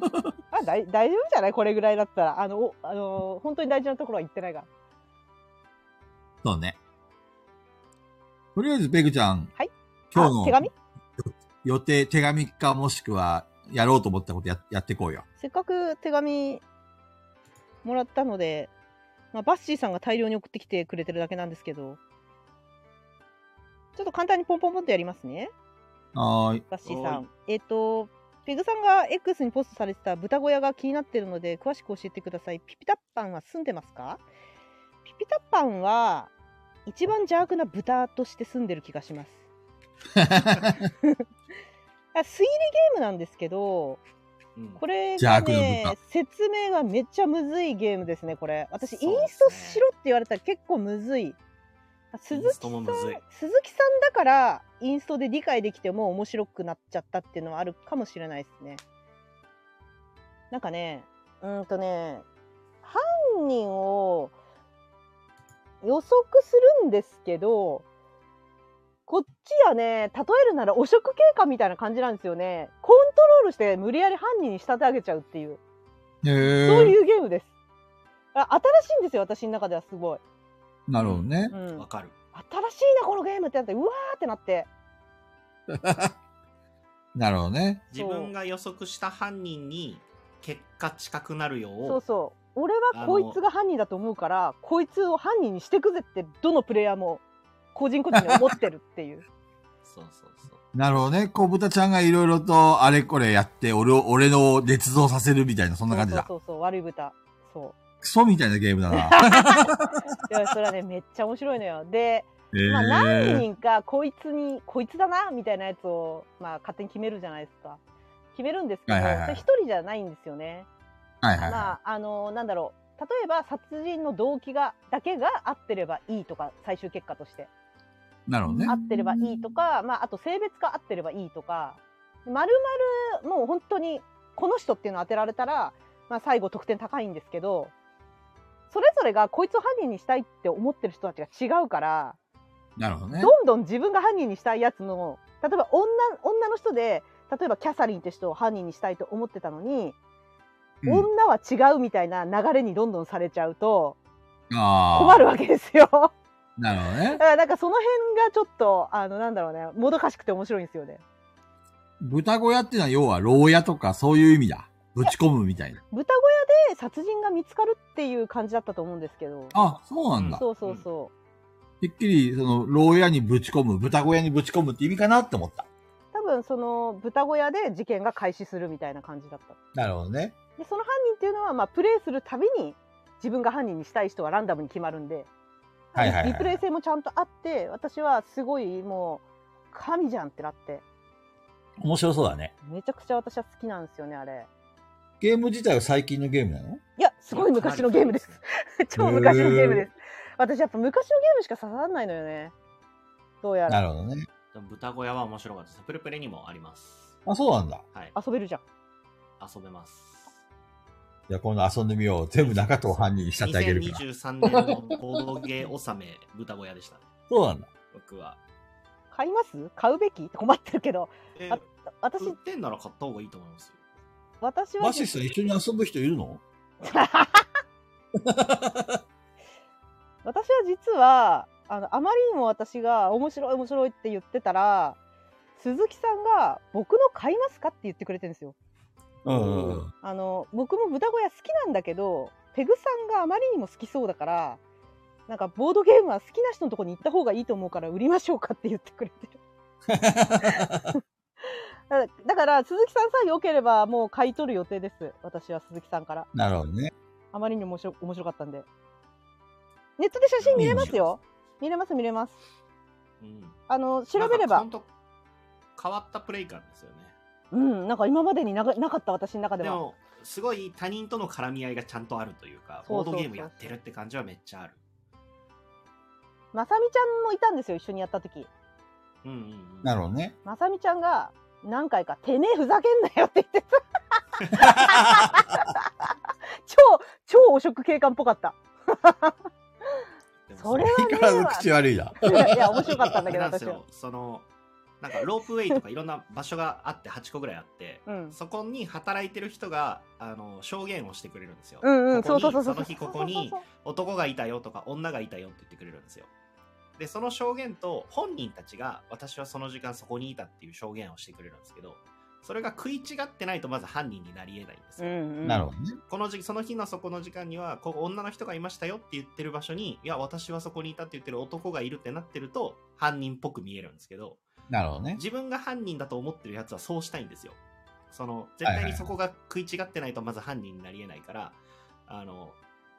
Speaker 1: あだい大丈夫じゃないこれぐらいだったらあのおあのー本当に大事なところは言ってないから
Speaker 6: そうね。とりあえず、ペグちゃん。
Speaker 1: はい。
Speaker 6: 今
Speaker 1: あ
Speaker 6: 日
Speaker 1: 手
Speaker 6: の
Speaker 1: 紙
Speaker 6: 予定、手紙かもしくは、やろうと思ったことややってこうよ。
Speaker 1: せっかく手紙もらったので、まあ、バッシーさんが大量に送ってきてくれてるだけなんですけどちょっと簡単にポンポンポンとやりますね
Speaker 6: はーい。
Speaker 1: バッシーさ
Speaker 2: は
Speaker 1: ん。えっ、と、ペグさんが X にポストされてた豚小屋が気になってるので、詳しく教えてください。ピピタッパンは住んでますかピピタッパンは、一番邪悪な豚として住んでる気がします。あ推理ゲームなんですけど、
Speaker 2: うん
Speaker 1: これ
Speaker 6: 邪
Speaker 1: が
Speaker 6: 悪
Speaker 1: ね
Speaker 6: な豚、
Speaker 1: 説明がめっちゃむずいゲームですね、これ。私、
Speaker 2: そうですね
Speaker 1: インストしろって言われたら結構むずい。あ鈴
Speaker 2: イン
Speaker 1: 木
Speaker 2: ストもむずい。
Speaker 1: 鈴木さんだからインストで理解できても面白くなっちゃったっていうのはあるかもしれないですね。なんかね、うーんとね、犯人を予測するんですけど、こっちはね、例えるなら汚職経過みたいな感じなんですよね。コントロールして無理やり犯人に仕立て上げちゃうっていう、
Speaker 6: へ
Speaker 1: そう
Speaker 6: ー。
Speaker 1: いうゲームです。あ新しいんですよ、私の中ではすごい。
Speaker 6: なるほどね
Speaker 1: う。ん
Speaker 2: わ、かる。
Speaker 1: 新しいな、このゲームってなって、うわーってなって。
Speaker 6: なるほどね。
Speaker 2: 自分が予測した犯人に結果近くなるよう
Speaker 1: そうそう俺はこいつが犯人だと思うからこいつを犯人にしてくぜってどのプレイヤーも個人個人に思ってるっていう
Speaker 2: そうそうそう
Speaker 6: なるほどね。こう、豚ちゃんがいろいろとあれこれやって、俺を、俺の捏造させるみたいな、 そんな感じだ。
Speaker 1: そうそうそうそう悪い豚そ
Speaker 6: クソみたいなゲ ームだな。
Speaker 1: ういやそれはねめっちゃ面白いのよで、
Speaker 6: え
Speaker 1: まあ、何
Speaker 6: ー、
Speaker 1: 人かこいつにこいつだなみたいなやつを、まあ、勝手に決めるじゃないですか決めるんですけど
Speaker 6: はい
Speaker 1: そ
Speaker 6: はいはい
Speaker 1: れ一人じゃないんですよね
Speaker 6: はいはいは
Speaker 1: まああのなんだろう例えば殺人の動機がだけが合ってればいいとか最終結果として
Speaker 6: い。なるほどね
Speaker 1: 合。ってればいいとか、まあ、あと性別が合ってればいいとかまるまるもう本当にこの人っていうのを当てられたら、まあ、最後得点高いんですけどそれぞれがこいつを犯人にしたいって思ってる人たちが違うから
Speaker 6: なるほどね。
Speaker 1: どんどん自分が犯人にしたいやつの例えば女女の人で例えばキャサリンって人を犯人にしたいと思ってたのに、
Speaker 6: うん
Speaker 1: 女は違うみたいな流れにどんどんされちゃうと
Speaker 6: あ
Speaker 1: 困るわけですよ。
Speaker 6: あ。なるほど
Speaker 1: だ
Speaker 6: ね。
Speaker 1: からなんかその辺がちょっとあのなんだろうねもどかしくて面白いんですよね。
Speaker 6: 豚小屋っていうのは要は牢屋とかそういう意味だ。ぶち込むみたいな。
Speaker 1: 豚小屋で殺人が見つかるっていう感じだったと思うんですけど
Speaker 6: あ、そうなんだ。
Speaker 1: そうそうそ
Speaker 6: てっきり、その、牢屋にぶち込む、豚小屋にぶち込むって意味かなって思った。
Speaker 1: う多分その豚小屋で事件が開始するみたいな感じだった
Speaker 6: なるほどね。
Speaker 1: でその犯人っていうのは、まあ、プレイするたびに自分が犯人にしたい人はランダムに決まるんで、
Speaker 6: はいはいはい
Speaker 1: リプレイ性もちゃんとあって私はすごいもう神じゃんってなって
Speaker 6: 面白そうだね。
Speaker 1: めちゃくちゃ私は好きなんですよねあれ
Speaker 6: ゲーム自体は最近のゲームなの
Speaker 1: いやすごい昔のゲームです 超昔のゲームです私やっぱ昔のゲームしか刺さらないのよねどうや
Speaker 6: な
Speaker 1: ら
Speaker 6: るほどね。
Speaker 2: でも豚小屋は面白かったです。プルプレにもあります。
Speaker 6: あ、そうなんだ。
Speaker 2: はい。
Speaker 1: 遊べるじゃん
Speaker 2: 遊べます。
Speaker 6: じゃあ今度遊んでみよう。全部中藤犯人にしちゃってあげるから。
Speaker 2: 2023年の行動芸納め、豚小屋でしたね。
Speaker 6: そうなんだ。
Speaker 2: 僕は。
Speaker 1: 買います買うべきって 困ってるけど
Speaker 2: え
Speaker 1: あ私
Speaker 2: 売ってんなら買った方がいいと思いますよ。
Speaker 1: 私は
Speaker 6: マシスと一緒に遊ぶ人いるの
Speaker 1: 私は実はあのあまりにも私が面白い面白いって言ってたら鈴木さんが「僕の買いますか?」って言ってくれてるんですよ。
Speaker 6: うん
Speaker 2: うん
Speaker 6: うん。
Speaker 1: あの僕も豚小屋好きなんだけどペグさんがあまりにも好きそうだからなんかボードゲームは好きな人のとこに行った方がいいと思うから売りましょうかって言ってくれてる。 だだから鈴木さんさえ良ければもう買い取る予定です。私は鈴木さんから。
Speaker 6: なるほどね。
Speaker 1: あまりにも面白面白かったんで。ネットで写真見れますよ。見れます見れます。
Speaker 2: うん。
Speaker 1: あの調べれば
Speaker 2: なんかほんと変わったプレイ感ですよね。
Speaker 1: うん、なんか今までになかなかった私の中で
Speaker 2: で
Speaker 1: は。
Speaker 2: も、すごい他人との絡み合いがちゃんとあるというか、
Speaker 1: そ
Speaker 2: ボ
Speaker 1: う
Speaker 2: ー
Speaker 1: そうそう
Speaker 2: ドゲームやってるって感じはめっちゃある。
Speaker 1: まさみちゃんもいたんですよ、一緒にやった時。
Speaker 2: うんうんうん。
Speaker 6: なるほどね。
Speaker 1: まさみちゃんが何回か、てめえふざけんなよって言って た。超、超汚職警官っぽかった。
Speaker 2: でも
Speaker 1: それは
Speaker 6: 相変わらず口悪いな。
Speaker 1: いや、いや面白かったんだけど、
Speaker 2: あれなんです
Speaker 1: 私は
Speaker 2: よ。その、なんかロープウェイとかいろんな場所があって8個ぐらいあって、
Speaker 1: うん。
Speaker 2: そこに働いてる人が、あの、証言をしてくれるんですよ。
Speaker 1: うんうん、
Speaker 2: ここ
Speaker 1: そう
Speaker 2: に
Speaker 1: そうそうそう。
Speaker 2: の日ここに男がいたよとか女がいたよって言ってくれるんですよ。で、その証言と本人たちが私はその時間そこにいたっていう証言をしてくれるんですけど、それが食い違ってないとまず犯人になり得ないんです
Speaker 1: うん
Speaker 2: よ。
Speaker 1: うん。
Speaker 6: なるほどね。
Speaker 2: この時その日のそこの時間にはここ女の人がいましたよって言ってる場所にいや私はそこにいたって言ってる男がいるってなってると犯人っぽく見えるんですけど
Speaker 6: なるほどね。
Speaker 2: 自分が犯人だと思ってるやつはそうしたいんですよその絶対にそこが食い違ってないとまず犯人になりえないからあの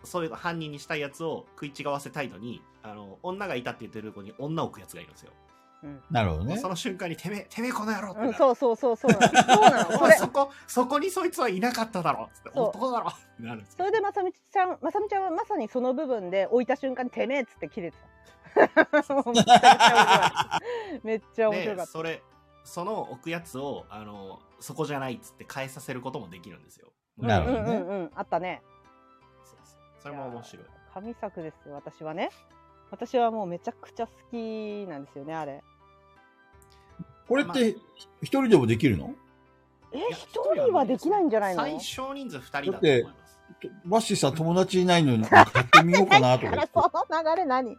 Speaker 2: そういう犯人にしたいやつを食い違わせたいのにあの女がいたって言ってる子に女を置くやつがいるんですよ、
Speaker 6: なるほどね
Speaker 2: そ。の瞬間にてめえてめえこの野郎ってな
Speaker 1: う
Speaker 2: る
Speaker 1: ん、そうそうそう そうなの。そうなの。
Speaker 2: お
Speaker 1: そ
Speaker 2: 前
Speaker 1: れ、
Speaker 2: そこそこにそいつはいなかっただろつって
Speaker 1: そう
Speaker 2: 男だろってなるんですよ
Speaker 1: それでまさみちゃん、まさみちゃんはまさにその部分で置いた瞬間にてめえっつって切れて た。もうめっちゃ面白いめっちゃ面白か
Speaker 2: で
Speaker 1: っ
Speaker 2: それその置くやつをあのそこじゃないっつって変えさせることもできるんですよ
Speaker 1: た。
Speaker 6: なる
Speaker 1: う
Speaker 6: ほ
Speaker 1: ん
Speaker 6: ど
Speaker 1: うんうんうん、あったね。
Speaker 2: そうそうそれも面白い
Speaker 1: やー神作ですよ私はね私はもうめちゃくちゃ好きなんですよねあれ
Speaker 6: これって、一人でもできるの
Speaker 1: え
Speaker 2: いや
Speaker 1: 一人はできないんじゃないの
Speaker 2: 最小人数2人だと思います
Speaker 6: バッシーさん友達いないのに、買ってみようか なと
Speaker 1: だか
Speaker 6: か言っ
Speaker 1: ら
Speaker 6: て。
Speaker 1: その流れ何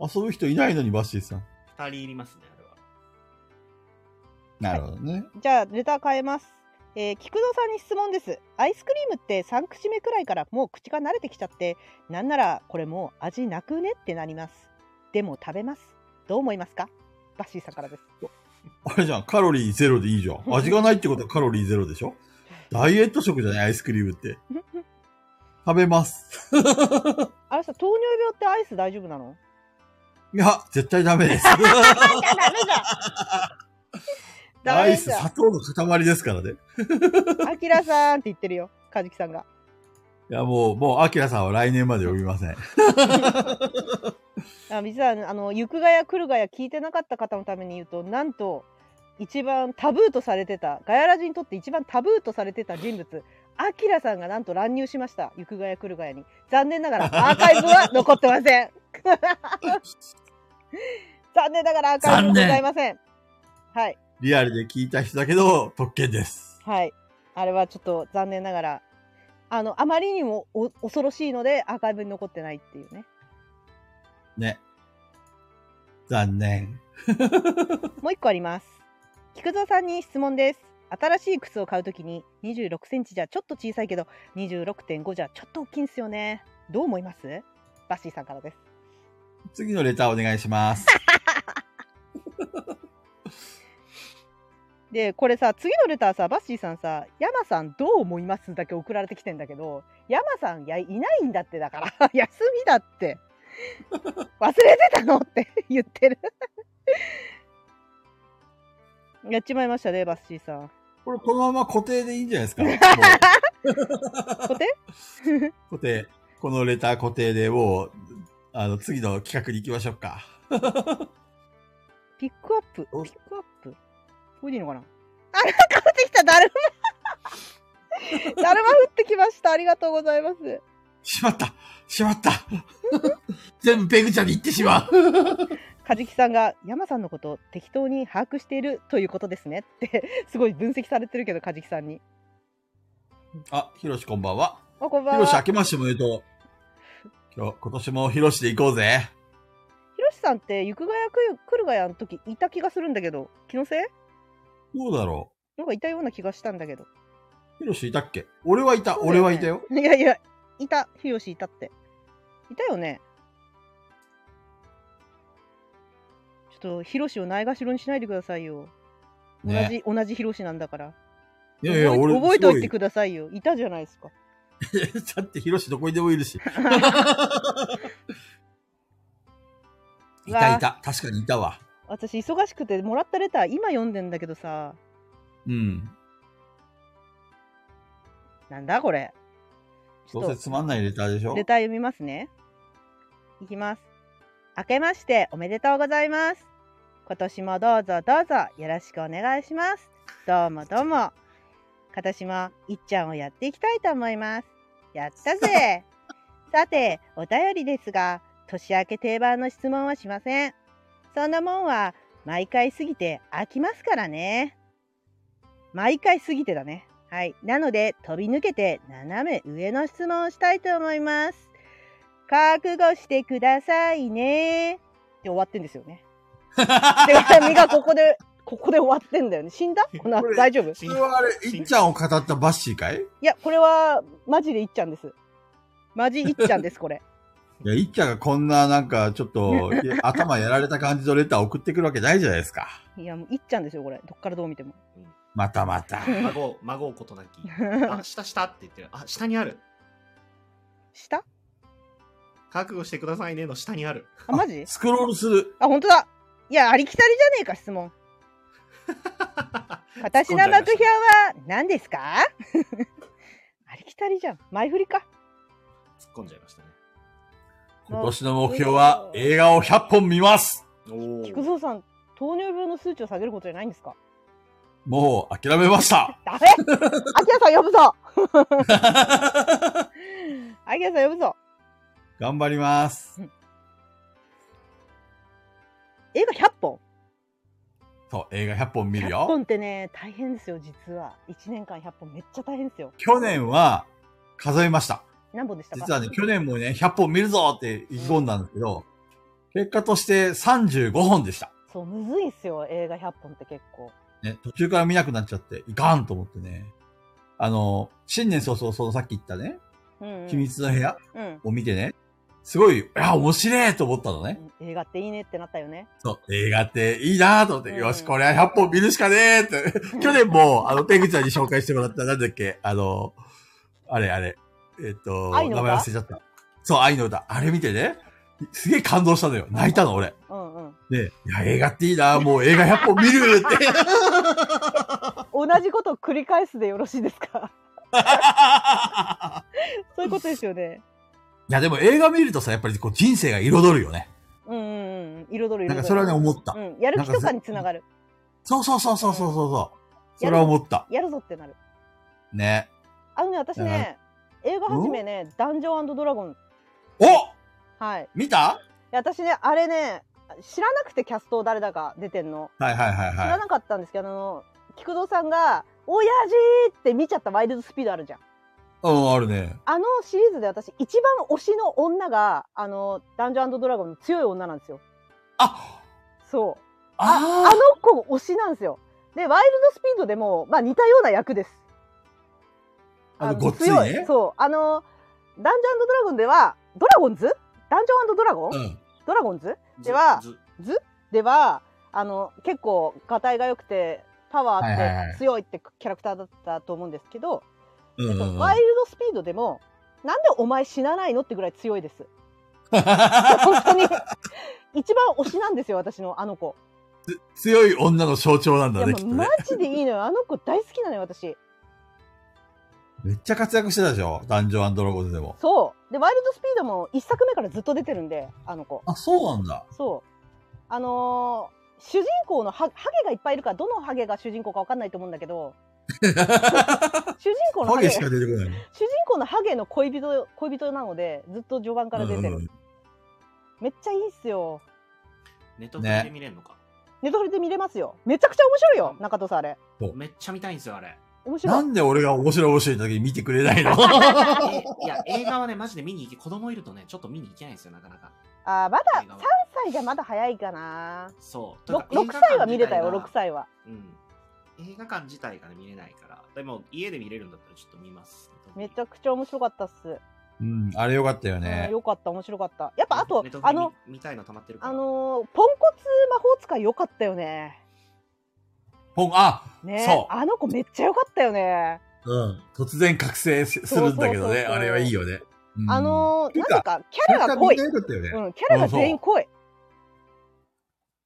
Speaker 6: 遊ぶ人いないのに、バッシーさん。
Speaker 2: 2人いりますねあれは
Speaker 6: なるほどね。
Speaker 1: じゃあレター変えますえー、菊蔵さんに質問ですアイスクリームって3口目くらいからもう口が慣れてきちゃってなんならこれもう味なくねってなりますでも食べますどう思いますかバッシーさんからです
Speaker 6: あれじゃん、カロリーゼロでいいじゃん。味がないってことはカロリーゼロでしょダイエット食じゃない、アイスクリームって。食べます。
Speaker 1: あれさ糖尿病ってアイス大丈夫なの
Speaker 6: いや、絶対 ダメです。アイス砂糖の塊ですからね。
Speaker 1: あきらさんって言ってるよかじきさんが
Speaker 6: いや、もう、もう、アキラさんは来年まで呼びません。
Speaker 1: あ実はあの行くがや来るがや聞いてなかった方のために言うとなんと一番タブーとされてたガヤラジにとって一番タブーとされてた人物アキラさんがなんと乱入しました行くがや来るがやに残念ながらアーカイブ は残ってません残念ながらアーカイブはございませんはい
Speaker 6: リアルで聞いた人だけど、特権です。
Speaker 1: はいあれはちょっと残念ながらあのあまりにもお恐ろしいのでアーカイブに残ってないっていうね
Speaker 6: ね。残念。
Speaker 1: もう一個あります。菊蔵さんに質問です。新しい靴を買うときに26センチじゃちょっと小さいけど26.5じゃちょっと大きいんすよね。どう思いますバッシーさんからです。
Speaker 6: 次のレターお願いします。
Speaker 1: で、これさ、次のレターさ、バッシーさんさ、山さんどう思いますだけ送られてきてんだけど、山さんいやいないんだってだから、 休みだって。忘れてたのって 言ってる。やっちまいましたね、バッシーさん。
Speaker 6: これ、このまま固定でいいんじゃないですか。もう
Speaker 1: 固定
Speaker 6: 固定。このレター固定でもう、あの、次の企画に行きましょうか。
Speaker 1: ピックアップ
Speaker 6: お
Speaker 1: ピックアップこれでいいのかなあら、買ってきた、だる ま。だるま降ってきました。ありがとうございます。
Speaker 6: しまったしまった全部ペグちゃんに行ってしまう
Speaker 1: カジキさんが山さんのことを適当に把握しているということですねって、すごい分析されてるけど、カジキさんに。
Speaker 6: あ、ひろしこんばんは。
Speaker 1: あ、こんば
Speaker 6: ひ
Speaker 1: ん
Speaker 6: ろし
Speaker 1: は。
Speaker 6: 明けましておめでとう。今日、今年もひろしで行こうぜ。
Speaker 1: ひろしさんって、ゆくがやくくるがやの時いた気がするんだけど、気のせい
Speaker 6: どうだろ
Speaker 1: なんかいたような気がしたんだけど。
Speaker 6: うヒロシいたっけ俺はいた、俺はいたよ。
Speaker 1: いやいや、いた、ヒロシいたって。いたよね。ちょっと、ヒロシをないがしろにしないでくださいよ。同じ、
Speaker 6: ね。
Speaker 1: 同じヒロシなんだから。
Speaker 6: いやいや、
Speaker 1: 覚え
Speaker 6: 俺、
Speaker 1: 覚えておいて
Speaker 6: く
Speaker 1: くださいよ。いたじゃないですか。
Speaker 6: れ。 だってヒロシどこにでもい るし。いたいた。確かにいたわ。
Speaker 1: 私、忙しくて、もらったレター、今読んでんだけどさ、
Speaker 6: うん。
Speaker 1: なんだこれ。ち
Speaker 6: ど
Speaker 1: ょ
Speaker 6: う
Speaker 1: っ
Speaker 6: せつまんないレターでしょ
Speaker 1: と、レター読みますね。いきます。明けましておめでとうございます。今年もどうぞどうぞよろしくお願いします。どうもどうも。今年もいっちゃんをやっていきたいと思います。やった ぜさて、お便りですが、年明け定番の質問はしません。そんなもんは、毎回過ぎて飽きますからね。毎回過ぎてだね。はい。なので、飛び抜けて斜め上の質問をしたいと思います。覚悟してくださいね。って終わってんですよね。 で、 身がここで、ここで終わってんだよね。死んだこの
Speaker 6: これ
Speaker 1: 大丈夫
Speaker 6: それはあれ、いっちゃんを語ったバッシーかい
Speaker 1: いや、これは、マジでいっちゃんです。マジいっちゃんです、これ。
Speaker 6: いや、いっちゃんがこんななんかちょっと いや頭やられた感じのレター送ってくるわけないじゃないですか。
Speaker 1: いや、もういっちゃんですよ、これ。どっからどう見ても。
Speaker 6: またまた。
Speaker 2: 孫を、孫をこ となき。あ、下下って言ってる。あ、下にある。
Speaker 1: 下
Speaker 2: 覚悟してくださいねの下にある。
Speaker 1: あ、マジ
Speaker 6: スクロールする。
Speaker 1: あ、本当だ。いや、ありきたりじゃねえか、質問。私の目標は何ですか ありきたりじゃん。前振りか。
Speaker 2: 突っ込んじゃいましたね。
Speaker 6: 今年の目標は映画を100本見ます。
Speaker 2: お
Speaker 1: 菊
Speaker 2: ー
Speaker 1: 蔵さん、糖尿病の数値を下げることじゃないんですか
Speaker 6: もう諦めました。
Speaker 1: ダメアキラさん呼ぶぞアキラさん呼ぶぞ
Speaker 6: 頑張ります。
Speaker 1: 映画100本
Speaker 6: そう、映画100本見る
Speaker 1: ?100 本
Speaker 6: よ。
Speaker 1: ってね、大変ですよ、実は。1年間100本めっちゃ大変ですよ。
Speaker 6: 去年は数えました。
Speaker 1: 何本でしたか
Speaker 6: 実はね、去年もね、100本見るぞって意気込んだんだけど、結果として35本でした。
Speaker 1: そう、むずいっすよ、映画100本って結構。
Speaker 6: ね、途中から見なくなっちゃって、いかんと思ってね。あの、新年早々、そのさっき言ったね、
Speaker 1: うん、うん。
Speaker 6: 秘密の部屋
Speaker 1: うん、
Speaker 6: を見てね、すごい、いや、面白いと思ったのね。
Speaker 1: うん映画っていいねってなったよね。
Speaker 6: そう、映画っていいなと思って、
Speaker 1: うん
Speaker 6: よし、これは100本見るしかねえって。去年も、あの、ペグちゃんに紹介してもらった、なんだっけ、あの、あれあれ、えっと、
Speaker 1: 愛の
Speaker 6: 名
Speaker 1: 歌
Speaker 6: 前忘れちゃった。そう、愛の歌。あれ見てね、すげえ感動したのよ。泣いたの、俺。
Speaker 1: うんうん。
Speaker 6: で、いや、映画っていいなもう映画100本見る って。
Speaker 1: 同じことを繰り返すでよろしいです かそういうことですよね。
Speaker 6: いや、でも映画見るとさ、やっぱりこう人生が彩るよね。
Speaker 1: うんうんうん。彩る彩る。
Speaker 6: なんかそれはね、思った。
Speaker 1: うん。やる気とかにつながる。
Speaker 6: そうそうそうそうそうそうそう。それは思った。
Speaker 1: やるぞってなる。
Speaker 6: ね。
Speaker 1: あのね、私ね、映画はじめね、ダンジョンドラゴン。
Speaker 6: お
Speaker 1: はい。い
Speaker 6: 見た
Speaker 1: や私ね、あれね、知らなくてキャスト誰だか出てんの。
Speaker 6: はいはいはい
Speaker 1: 知ら
Speaker 6: は
Speaker 1: なかったんですけど、あの、菊蔵さんが、親父って見ちゃったワイルドスピードあるじゃん。
Speaker 6: い。うん、あるね。
Speaker 1: あのシリーズで私、一番推しの女が、あの、ダンジョンドラゴンの強い女なんですよ。
Speaker 6: あ
Speaker 1: そう。あ
Speaker 6: あ
Speaker 1: の子推しなんですよ。で、ワイルドスピードでも、まあ似たような役です。
Speaker 6: あのごっつい
Speaker 1: 強
Speaker 6: ね
Speaker 1: そう。あの、ダンジョンドラゴンでは、ドラゴンズダンジョンドラゴン、
Speaker 6: うん。
Speaker 1: ドラゴンズ
Speaker 2: ず
Speaker 1: では
Speaker 2: ず
Speaker 1: では、あの、結構、がたいが良くて、パワー
Speaker 6: はいはい
Speaker 1: あっ
Speaker 6: は
Speaker 1: て
Speaker 6: い
Speaker 1: 強いってキャラクターだったと思うんですけど、
Speaker 6: うんうんうん。
Speaker 1: ワイルドスピードでも、なんでお前死なないのってぐらい強い です。本当に。一番推しなんですよ、私のあの子。
Speaker 6: 強い女の象徴なん
Speaker 1: い
Speaker 6: だ
Speaker 1: や、
Speaker 6: ね、
Speaker 1: も
Speaker 6: きっと
Speaker 1: うマ
Speaker 6: ね。
Speaker 1: ジでいいのよ。あの子大好きなのよ、私。
Speaker 6: めっちゃ活躍してたでしょダンジョンドラゴンズでも。
Speaker 1: そう。で、ワイルドスピードも一作目からずっと出てるんで、あの子。
Speaker 6: あ、そうなんだ。
Speaker 1: そう。あのー主人公のハハゲがいっぱいいるから、どのハゲが主人公かわかんないと思うんだけ ど、主人公の
Speaker 6: ハ
Speaker 1: ハゲ、
Speaker 6: ゲし
Speaker 1: 主
Speaker 6: か
Speaker 1: 人
Speaker 6: 出てこないの。
Speaker 1: 公のハゲの恋人、恋人なので、ずっと序盤から出てる。
Speaker 6: うんうん
Speaker 1: めっちゃいいっすよ。
Speaker 2: ネットフリで見れるのか。
Speaker 1: ネットフリで見れますよ。めちゃくちゃ面白いよ、中戸さんあれ。
Speaker 2: めっちゃ見たいんですよ、あ れ。
Speaker 1: 面白。
Speaker 6: ないんで俺が面白い面白い時に見てくれないの
Speaker 2: いや、映画はね、マジで見に行け、子供いるとね、ちょっと見に行けないんですよ、なかなか。
Speaker 1: あーまだ
Speaker 2: 映
Speaker 1: 3
Speaker 2: 画は
Speaker 1: 歳じゃまだ早いかな。
Speaker 2: そう。という
Speaker 1: ろ
Speaker 2: か
Speaker 1: 6歳は見れた
Speaker 2: 映
Speaker 1: よ、
Speaker 2: 画館
Speaker 1: 6歳は。
Speaker 2: 自体がうん。映画館自体がね、見れないから。でも、家で見れるんだったらちょっと見ます。
Speaker 1: めちゃくちゃ面白かったっす。
Speaker 6: うん、あれよかったよ
Speaker 1: う
Speaker 6: ね
Speaker 1: ん。よかった、面白かった。やっぱあと
Speaker 2: ネト、フリ
Speaker 1: あの、
Speaker 2: 見見たいの溜まってるから。
Speaker 1: あのーポンコツ魔法使いよかったよね。
Speaker 6: ほん、あ、
Speaker 1: ね
Speaker 6: そう
Speaker 1: あの子めっちゃよかったよね。
Speaker 6: うん。突然覚醒しするんだけど
Speaker 1: そうそうそう
Speaker 6: ね。
Speaker 1: そう
Speaker 6: あれはいいよね。うん
Speaker 1: あ、のー
Speaker 6: てか
Speaker 1: なんか、キャラが濃い。
Speaker 6: キャラみんな良かったよね。
Speaker 1: うん、キャラが全員濃い。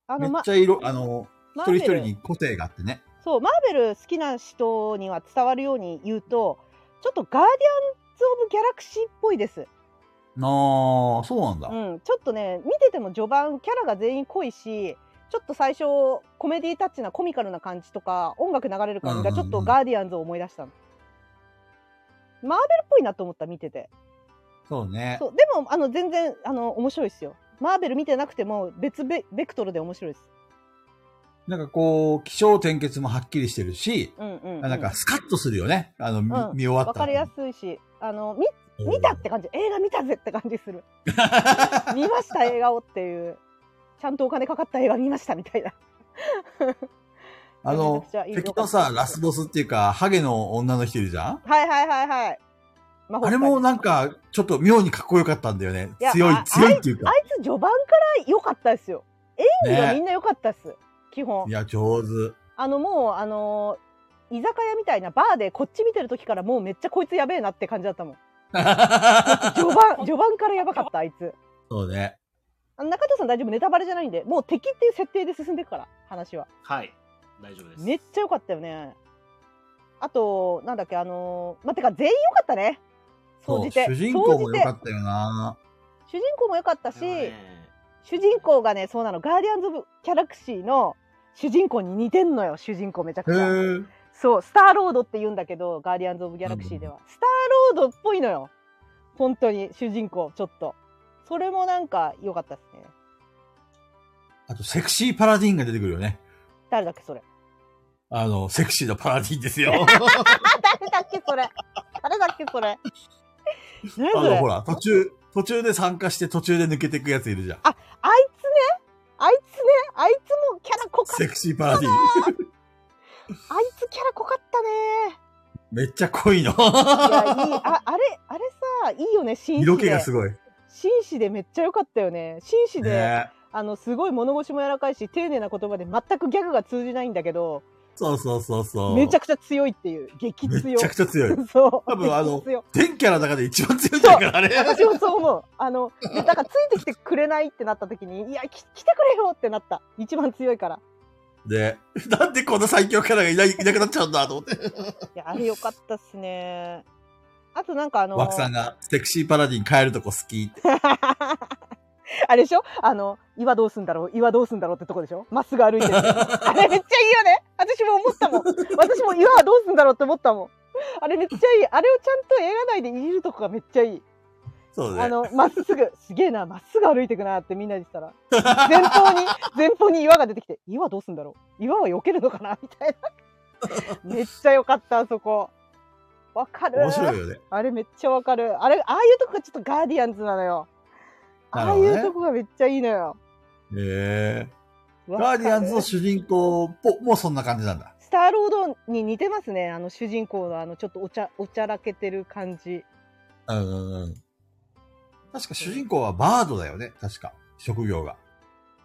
Speaker 1: あ
Speaker 6: め
Speaker 1: の、
Speaker 6: っ
Speaker 1: ま
Speaker 6: ち、ゃ色、あの、
Speaker 1: マ
Speaker 6: 一
Speaker 1: ー
Speaker 6: 人
Speaker 1: ベ
Speaker 6: 一人
Speaker 1: ル
Speaker 6: に個性があってね。
Speaker 1: そう、マーベル好きな人には伝わるように言うと、ちょっとガーディアンズ・オブ・ギャラクシーっぽいです。
Speaker 6: ああ、そうなんだ。
Speaker 1: うん、ちょっとね、見てても序盤、キャラが全員濃いし、ちょっと最初、コメディタッチなコミカルな感じとか、音楽流れる感じが、
Speaker 6: うん
Speaker 1: ち
Speaker 6: うんう
Speaker 1: ょ
Speaker 6: ん
Speaker 1: っとガーディアンズを思い出したの。マーベルっぽいなと思った、見てて。
Speaker 6: そうね。
Speaker 1: そうでも、あの全然あの面白いですよ。マーベル見てなくても、別ベベクトルで面白いです。
Speaker 6: なんかこう、気象転結もはっきりしてるし、
Speaker 1: うんうん、うん。
Speaker 6: なんかスカッとするよね。あの、み
Speaker 1: うん
Speaker 6: 見終わ
Speaker 1: わ
Speaker 6: った
Speaker 1: か
Speaker 6: 後
Speaker 1: り
Speaker 6: に。
Speaker 1: やすいし、あの見見たって感じ、映画見たぜって感じ する。見ました映画をっていう、ちゃんとお金かかった映画見ましたみたいな。
Speaker 6: あ
Speaker 1: めち
Speaker 6: の
Speaker 1: ゃくちゃいい、
Speaker 6: 敵のさ、ラスボスっていうか、ハゲの女の人いるじゃん
Speaker 1: はいはいはいはい。魔法
Speaker 6: あ
Speaker 1: 使
Speaker 6: れ
Speaker 1: い
Speaker 6: もなんか、ちょっと妙にかっこよかったんだよね
Speaker 1: いや。
Speaker 6: 強い
Speaker 1: あ、
Speaker 6: 強いっていうか
Speaker 1: あ。いつ序盤から良かったですよ。演技がみん
Speaker 6: ね。
Speaker 1: な良かったっす。基本
Speaker 6: い。や、上 手。
Speaker 1: あのもう、あのー居酒屋みたいなバーでこっち見てる時からもうめっちゃこいつやべえなって感じだった もん。序盤、序盤からやばかった、あいつ。
Speaker 6: そうね。
Speaker 1: あの中田さん大丈夫、ネタバレじゃないんで、もう敵っていう設定で進んでいくから、話は。
Speaker 2: はい。大丈夫です。
Speaker 1: めっちゃ良かったよね。あと、なんだっけ、あのーまあ、てか全員良かったね。総
Speaker 6: そう、
Speaker 1: じて。
Speaker 6: 主人公も良か
Speaker 1: 総じて
Speaker 6: ったよな。
Speaker 1: 主人公も良かったし、
Speaker 2: これはね
Speaker 1: 主人公がね、そうなの、ガーディアンズ・オブ・キャラクシーの主人公に似てんのよ、主人公めちゃ
Speaker 6: へ
Speaker 1: くちゃ。
Speaker 6: え。
Speaker 1: そう、スターロードって言うんだけど、ガーディアンズ・オブ・ギャラクシーでは。スターロードっぽいのよ。本当に、主人公、ちょっと。それもなんか良かったですね。
Speaker 6: あと、セクシーパラディンが出てくるよね。
Speaker 1: 誰だっけ、それ。
Speaker 6: あの、セクシーなパラディンですよ。
Speaker 1: あ、誰だっけ、それ。誰だっけ、それ。何
Speaker 6: あ
Speaker 1: そ
Speaker 6: の、ほ
Speaker 1: れ。
Speaker 6: ら、途中、途中で参加して途中で抜けていくやついるじゃん。
Speaker 1: あいつね、あいつね、あいつもキャラ濃かっ
Speaker 6: セクシーパラディン。
Speaker 1: た。あいつキャラ濃かったね。
Speaker 6: めっちゃ濃いの。
Speaker 1: いや、いい。あ、あれ、あれさ、いいよね、紳士で。
Speaker 6: 色気がすごい。
Speaker 1: 紳士でめっちゃ良かったよね紳士で、
Speaker 6: ね
Speaker 1: あのすごい物腰も柔らかいし丁寧な言葉で全くギャグが通じないんだけど
Speaker 6: そうそうそうそう。
Speaker 1: めちゃ
Speaker 6: く
Speaker 1: くちゃ強いっていう激
Speaker 6: め
Speaker 1: 強
Speaker 6: っちゃくちゃ強い。
Speaker 1: そう
Speaker 6: 多分あの
Speaker 1: 激強
Speaker 6: 全キャラの中で一番強いんじゃないから、あれ。
Speaker 1: 私もそう思うあのだからついてきてくれないってなった時にいやき来てくれよってなった一番強いから
Speaker 6: で、なんでこんな最強キャラがいないいなくなっちゃうんだと思って。
Speaker 1: いやあれ良かったっすねあとなんかあの
Speaker 6: 枠さんがセクシーパラディン変えるとこ好きって。
Speaker 1: あれでしょあの岩どうすんだろう岩どうすんだろうってとこでしょまっすぐ 歩いてるあれめっちゃいいよね。私も思ったもん。私も岩はどうすんだろうって思ったもん。あれめっちゃいい。あれをちゃんと映画内でいじるとこがめっちゃいい。
Speaker 6: そう
Speaker 1: あ
Speaker 6: ね。
Speaker 1: の、まっすぐ、すげえな、まっすぐ歩いてくなってみんなで言ってたら、前方に、前方に岩が出てきて、岩どうすんだろう岩は避けるのかなみたい な。めっちゃ良かった、あそこ。わかる。
Speaker 6: 面白いよね。
Speaker 1: あれめっちゃわかる。あれ、ああいうとこがちょっとガーディアンズなのよ。
Speaker 6: な
Speaker 1: あ
Speaker 6: る
Speaker 1: あ
Speaker 6: ほど
Speaker 1: い
Speaker 6: ね
Speaker 1: うとこがめっちゃいいのよ。
Speaker 6: へえ。
Speaker 1: わか
Speaker 6: ガー
Speaker 1: る
Speaker 6: ディアンズの主人公ぽもうそんな感じなんだ。
Speaker 1: スターロードに似てますね。あの主人公のあのちょっとおちゃ、おちゃらけてる感じ。
Speaker 6: うんうんうん。確か主人公はバードだよね。確か。職業が。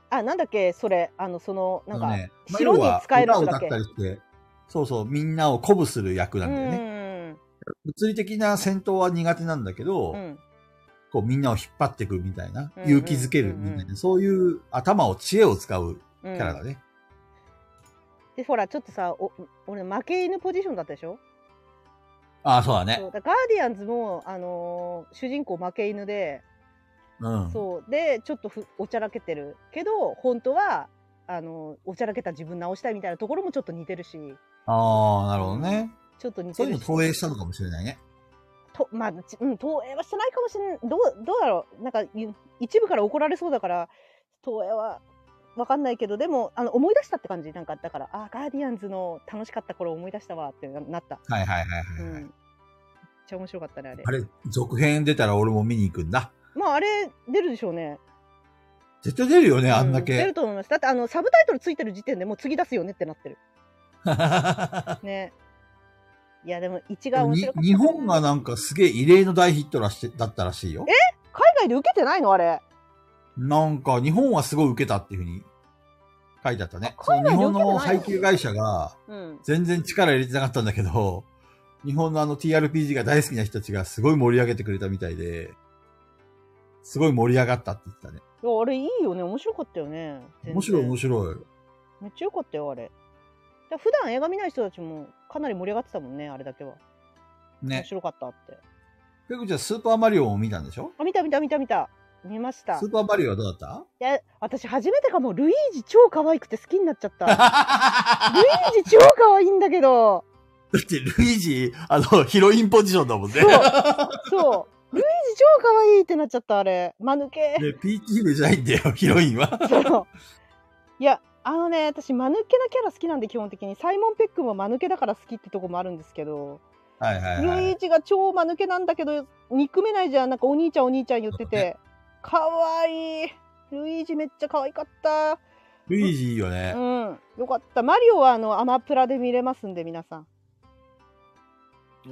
Speaker 1: あ、なんだっけそれ、あの、その、なん
Speaker 6: あ
Speaker 1: か、
Speaker 6: のねまあ
Speaker 1: 白に
Speaker 6: 要は
Speaker 1: 使えるやつだっ
Speaker 6: 歌を
Speaker 1: け
Speaker 6: 歌ったりして、そうそう、みんなを鼓舞する役なんだよね。物理的な戦闘は苦手なんだけど、
Speaker 1: うん。うん。
Speaker 6: こうみんなを引っ張っていくみたいな、
Speaker 1: うん
Speaker 6: 勇気づけるみたいな、
Speaker 1: うんう
Speaker 6: そういう頭を知恵を使う
Speaker 1: う
Speaker 6: キ
Speaker 1: ん
Speaker 6: ャラだね。
Speaker 1: で、ほら、ちょっとさ、お俺、負け犬ポジションだったでしょ
Speaker 6: ああ、そうだ
Speaker 1: そ
Speaker 6: ね。
Speaker 1: うだガーディアンズも、あのー主人公負け犬で、
Speaker 6: うん。
Speaker 1: そう。で、ちょっとふおちゃらけてるけど、本当は、あのーおちゃらけた自分直したいみたいなところもちょっと似てるし、
Speaker 6: ああ、なるほどね。
Speaker 1: ちょっと似て
Speaker 6: そういう
Speaker 1: る
Speaker 6: の
Speaker 1: し。
Speaker 6: 投影したのかもしれないね。
Speaker 1: とまあ、ちうん、投影はしてないかもしれない。どう、どうだろう。なんか、い一部から怒られそうだから、投影はわかんないけど、でも、あの、思い出したって感じ。なんか、だから、あー、ガーディアンズの楽しかった頃思い出したわってななった。
Speaker 6: はいはいは
Speaker 1: う
Speaker 6: いはい
Speaker 1: ん。
Speaker 6: はい。
Speaker 1: めっちゃ面白かったね、あれ。
Speaker 6: あれ、続編出たら俺も見に行くんだ。
Speaker 1: まあ、あれ、出るでしょうね。
Speaker 6: 絶対出るよね、あんだ
Speaker 1: う出
Speaker 6: け
Speaker 1: る。と思います。だって、あの、サブタイトルついてる時点でもう次出すよねってなってる。ね。いや、でも、一が面
Speaker 6: に
Speaker 1: 白かったな。
Speaker 6: 日本がなんかすげえ異例の大ヒットらしだったらしいよ。
Speaker 1: 海外で受けてないのあれ。
Speaker 6: なんか日本はすごい受けたっていうふうに書いてあったね。そ
Speaker 1: 海
Speaker 6: の日
Speaker 1: 外で受けてない
Speaker 6: 本
Speaker 1: の
Speaker 6: の配給会社が
Speaker 1: うん。
Speaker 6: 全然力入れてなかったんだけど、日本のあの TRPG が大好きな人たちがすごい盛り上げてくれたみたいで、すごい盛り上がったって言ってたね。
Speaker 1: いや、あれいいよね。面白かったよね。
Speaker 6: 面白い面
Speaker 1: 白い。
Speaker 6: 白い。
Speaker 1: めっちゃ良かったよ、あれ。だ普段映画見ない人たちもかなり盛り上がってたもんね、あれだけは。面
Speaker 6: ね。
Speaker 1: 白かったって。
Speaker 6: ペグちゃんスーパーマリオを見たんでしょ
Speaker 1: あ、見た見た見た見た。見ました。い
Speaker 6: スーパーマリオはどう だっ
Speaker 1: や、私初めてかも。ルイージ超可愛くて好きになっちゃった。 ル
Speaker 6: た
Speaker 1: イージ超可愛いんだけど。
Speaker 6: だってルイージ、あの、ヒロインポジションだもんね
Speaker 1: そう。そう。ルイージ超可愛いってなっちゃった、あれ。間抜け。
Speaker 6: で、ピーチ姫じゃないんだよ、ヒロインは。
Speaker 1: そう。いや、あのね、私、間抜けなキャラ好きなんで、基本的に。サイモン・ペックも間抜けだから好きってとこもあるんですけど、
Speaker 6: はいはいは
Speaker 1: ユイ
Speaker 6: い。
Speaker 1: イチが超間抜けなんだけど、憎めないじゃん。なんか、お兄ちゃん、お兄ちゃん言ってて。かわいい。ルイージめっちゃ可愛かった。
Speaker 6: ルイージいいよね
Speaker 1: う。ん。よかった。マリオはあの、アマプラで見れますんで、皆さん。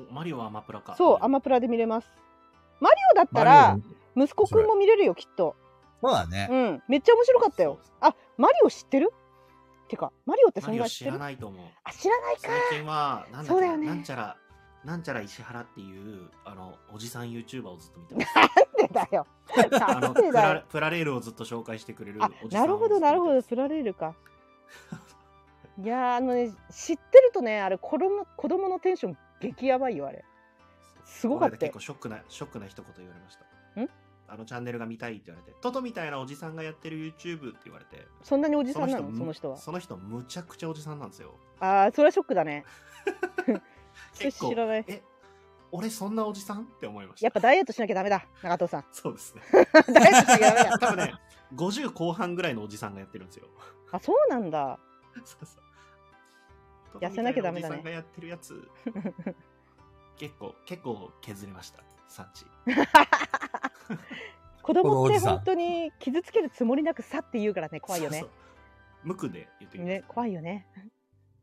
Speaker 2: おマリオはアマプラか。
Speaker 1: そう、ア
Speaker 2: マ
Speaker 1: マプラで見れます。マリオだった
Speaker 6: マ
Speaker 1: ら
Speaker 6: リ、
Speaker 1: 息子くんも見れるよ、きっと。
Speaker 6: そうだね
Speaker 1: う。ん。めっちゃ面白かったよ。あ、マリオ知ってるてか、マリオって
Speaker 2: マ
Speaker 1: 存
Speaker 2: リオ
Speaker 1: 在知っ
Speaker 2: 知
Speaker 1: て
Speaker 2: ら
Speaker 1: る
Speaker 2: ないと思う。
Speaker 1: あ、知らないか。
Speaker 2: 最近は、なんだ
Speaker 1: そ
Speaker 2: っ
Speaker 1: う
Speaker 2: け
Speaker 1: だよ
Speaker 2: な
Speaker 1: ね
Speaker 2: なんちゃら、なんちゃら石原っていう、あの、おじさん YouTuber をずっと 見てます。
Speaker 1: なんでだよ。
Speaker 2: あ
Speaker 1: な
Speaker 2: の
Speaker 1: ん
Speaker 2: プ
Speaker 1: でだ
Speaker 2: ラ
Speaker 1: よ。
Speaker 2: プラレールをずっと紹介してくれる
Speaker 1: あ
Speaker 2: お、じさん
Speaker 1: なるほど、なるほど、プラレールか。いやー、あのね、知ってるとね、あれ、子供、子供のテンション激やばいよ、あれ。すごかったよ
Speaker 2: 俺結構ショックなショックな一言言われました
Speaker 1: ん
Speaker 2: あのチャンネルが見たいって言われてトトみたいなおじさんがやってる YouTube って言われて
Speaker 1: そんなにおじさんなの、その
Speaker 2: む
Speaker 1: 人は。
Speaker 2: その人むちゃくちゃおじさんなんですよ
Speaker 1: あー、それはショックだね。それ
Speaker 2: 結構
Speaker 1: 知らない。
Speaker 2: え俺そんなおじさんって思いました
Speaker 1: やっぱダイエットしなきゃダメだ、中藤さん。
Speaker 2: そうですね
Speaker 1: ダイエットしなきゃダメだ。
Speaker 2: 多分ね50後半ぐらいのおじさんがやってるんですよ
Speaker 1: あ、そうなんだ。
Speaker 2: そうそう
Speaker 1: 痩せなきゃダメだね
Speaker 2: トトみたいなおじさんがやってるやつ結構結構削れました産地
Speaker 1: 子供って本当に傷つけるつもりなくさって言うからね、怖いよね
Speaker 2: そう。そう無垢で言ってきます
Speaker 1: ね、怖いよね。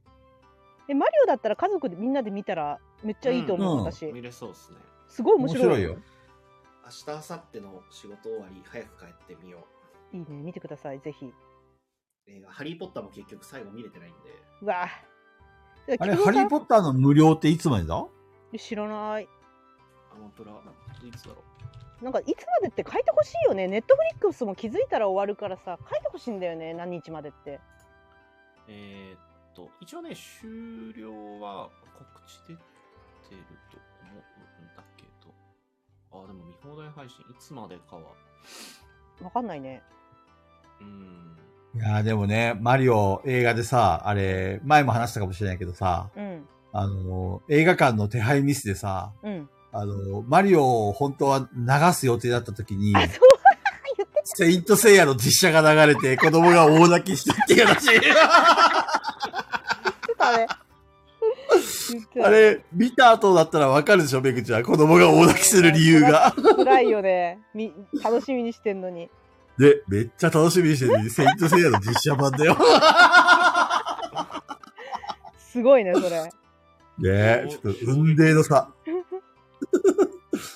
Speaker 1: え、マリオだったら家族でみんなで見たらめっちゃいいと思う、
Speaker 6: うん
Speaker 1: 私。
Speaker 2: 見れそうですね
Speaker 1: すごい面
Speaker 6: 面
Speaker 1: 白い。
Speaker 6: 白いよ。
Speaker 2: 明日明後日の仕事終わり早く帰ってみよ
Speaker 1: いいね、見てください、ぜひ。
Speaker 2: う映画「ハリー・ポッター」も結局最後見れてないんで
Speaker 1: うわぁ。
Speaker 6: あれ、ハリー・ポッターの無料っていつまでだ
Speaker 1: ッ知らない。
Speaker 2: アマプラいつだろう
Speaker 1: なんか、いつまでって書いてほしいよね。ネットフリックスも気づいたら終わるからさ、書いてほしいんだよね、何日までって。
Speaker 2: えー、っと一応ね終了は告知出てると思うんだけどあでも見放題配信いつまでかは
Speaker 1: わかんないね。
Speaker 2: うーん
Speaker 6: いやーでもね、マリオ映画でさ、あれ、前も話したかもしれないけどさ、
Speaker 1: うん、
Speaker 6: あのー、映画館の手配ミスでさ、
Speaker 1: うん。
Speaker 6: あのー、マリオを本当は流す予定だった時に、
Speaker 1: あ、そう
Speaker 6: セイントセイヤの実写が流れて子供が大泣きしたっていう 話。
Speaker 1: 言ってた ね。言ってた
Speaker 6: あれ、見た後だったらわかるでしょ、めぐちゃん。子供が大泣きする理 由が。
Speaker 1: 辛いよね。み、楽しみにしてんのに。
Speaker 6: で、めっちゃ楽しみにしてるのに、セイントセイヤの実写版だよ。
Speaker 1: すごいね、それ。
Speaker 6: ねえ、ちょっと運命の 差。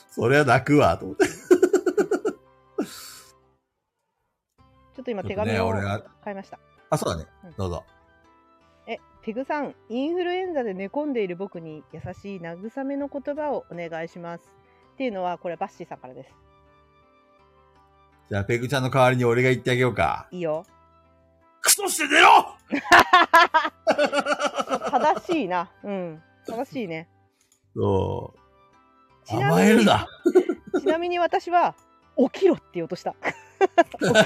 Speaker 6: そりゃ泣くわ、と思って。
Speaker 1: ちょっと今
Speaker 6: ちょっ
Speaker 1: 手
Speaker 6: とね
Speaker 1: 紙を
Speaker 6: 俺が
Speaker 1: 買いました。
Speaker 6: あ、そうだね
Speaker 1: うん。
Speaker 6: どうぞ。
Speaker 1: え、ペグさん、インフルエンザで寝込んでいる僕に優しい慰めの言葉をお願いします。っていうのは、これバッシーさんからです。
Speaker 6: じゃあ、ペグちゃんの代わりに俺が言ってあげようか。
Speaker 1: いいよ。
Speaker 6: クソして寝ろ
Speaker 1: 正しいな。 うん。正しいね。
Speaker 6: そう。
Speaker 1: ちなみに
Speaker 6: 甘える な。
Speaker 1: ちなみに私は、起きろって言おうとした。
Speaker 6: ど
Speaker 1: ガ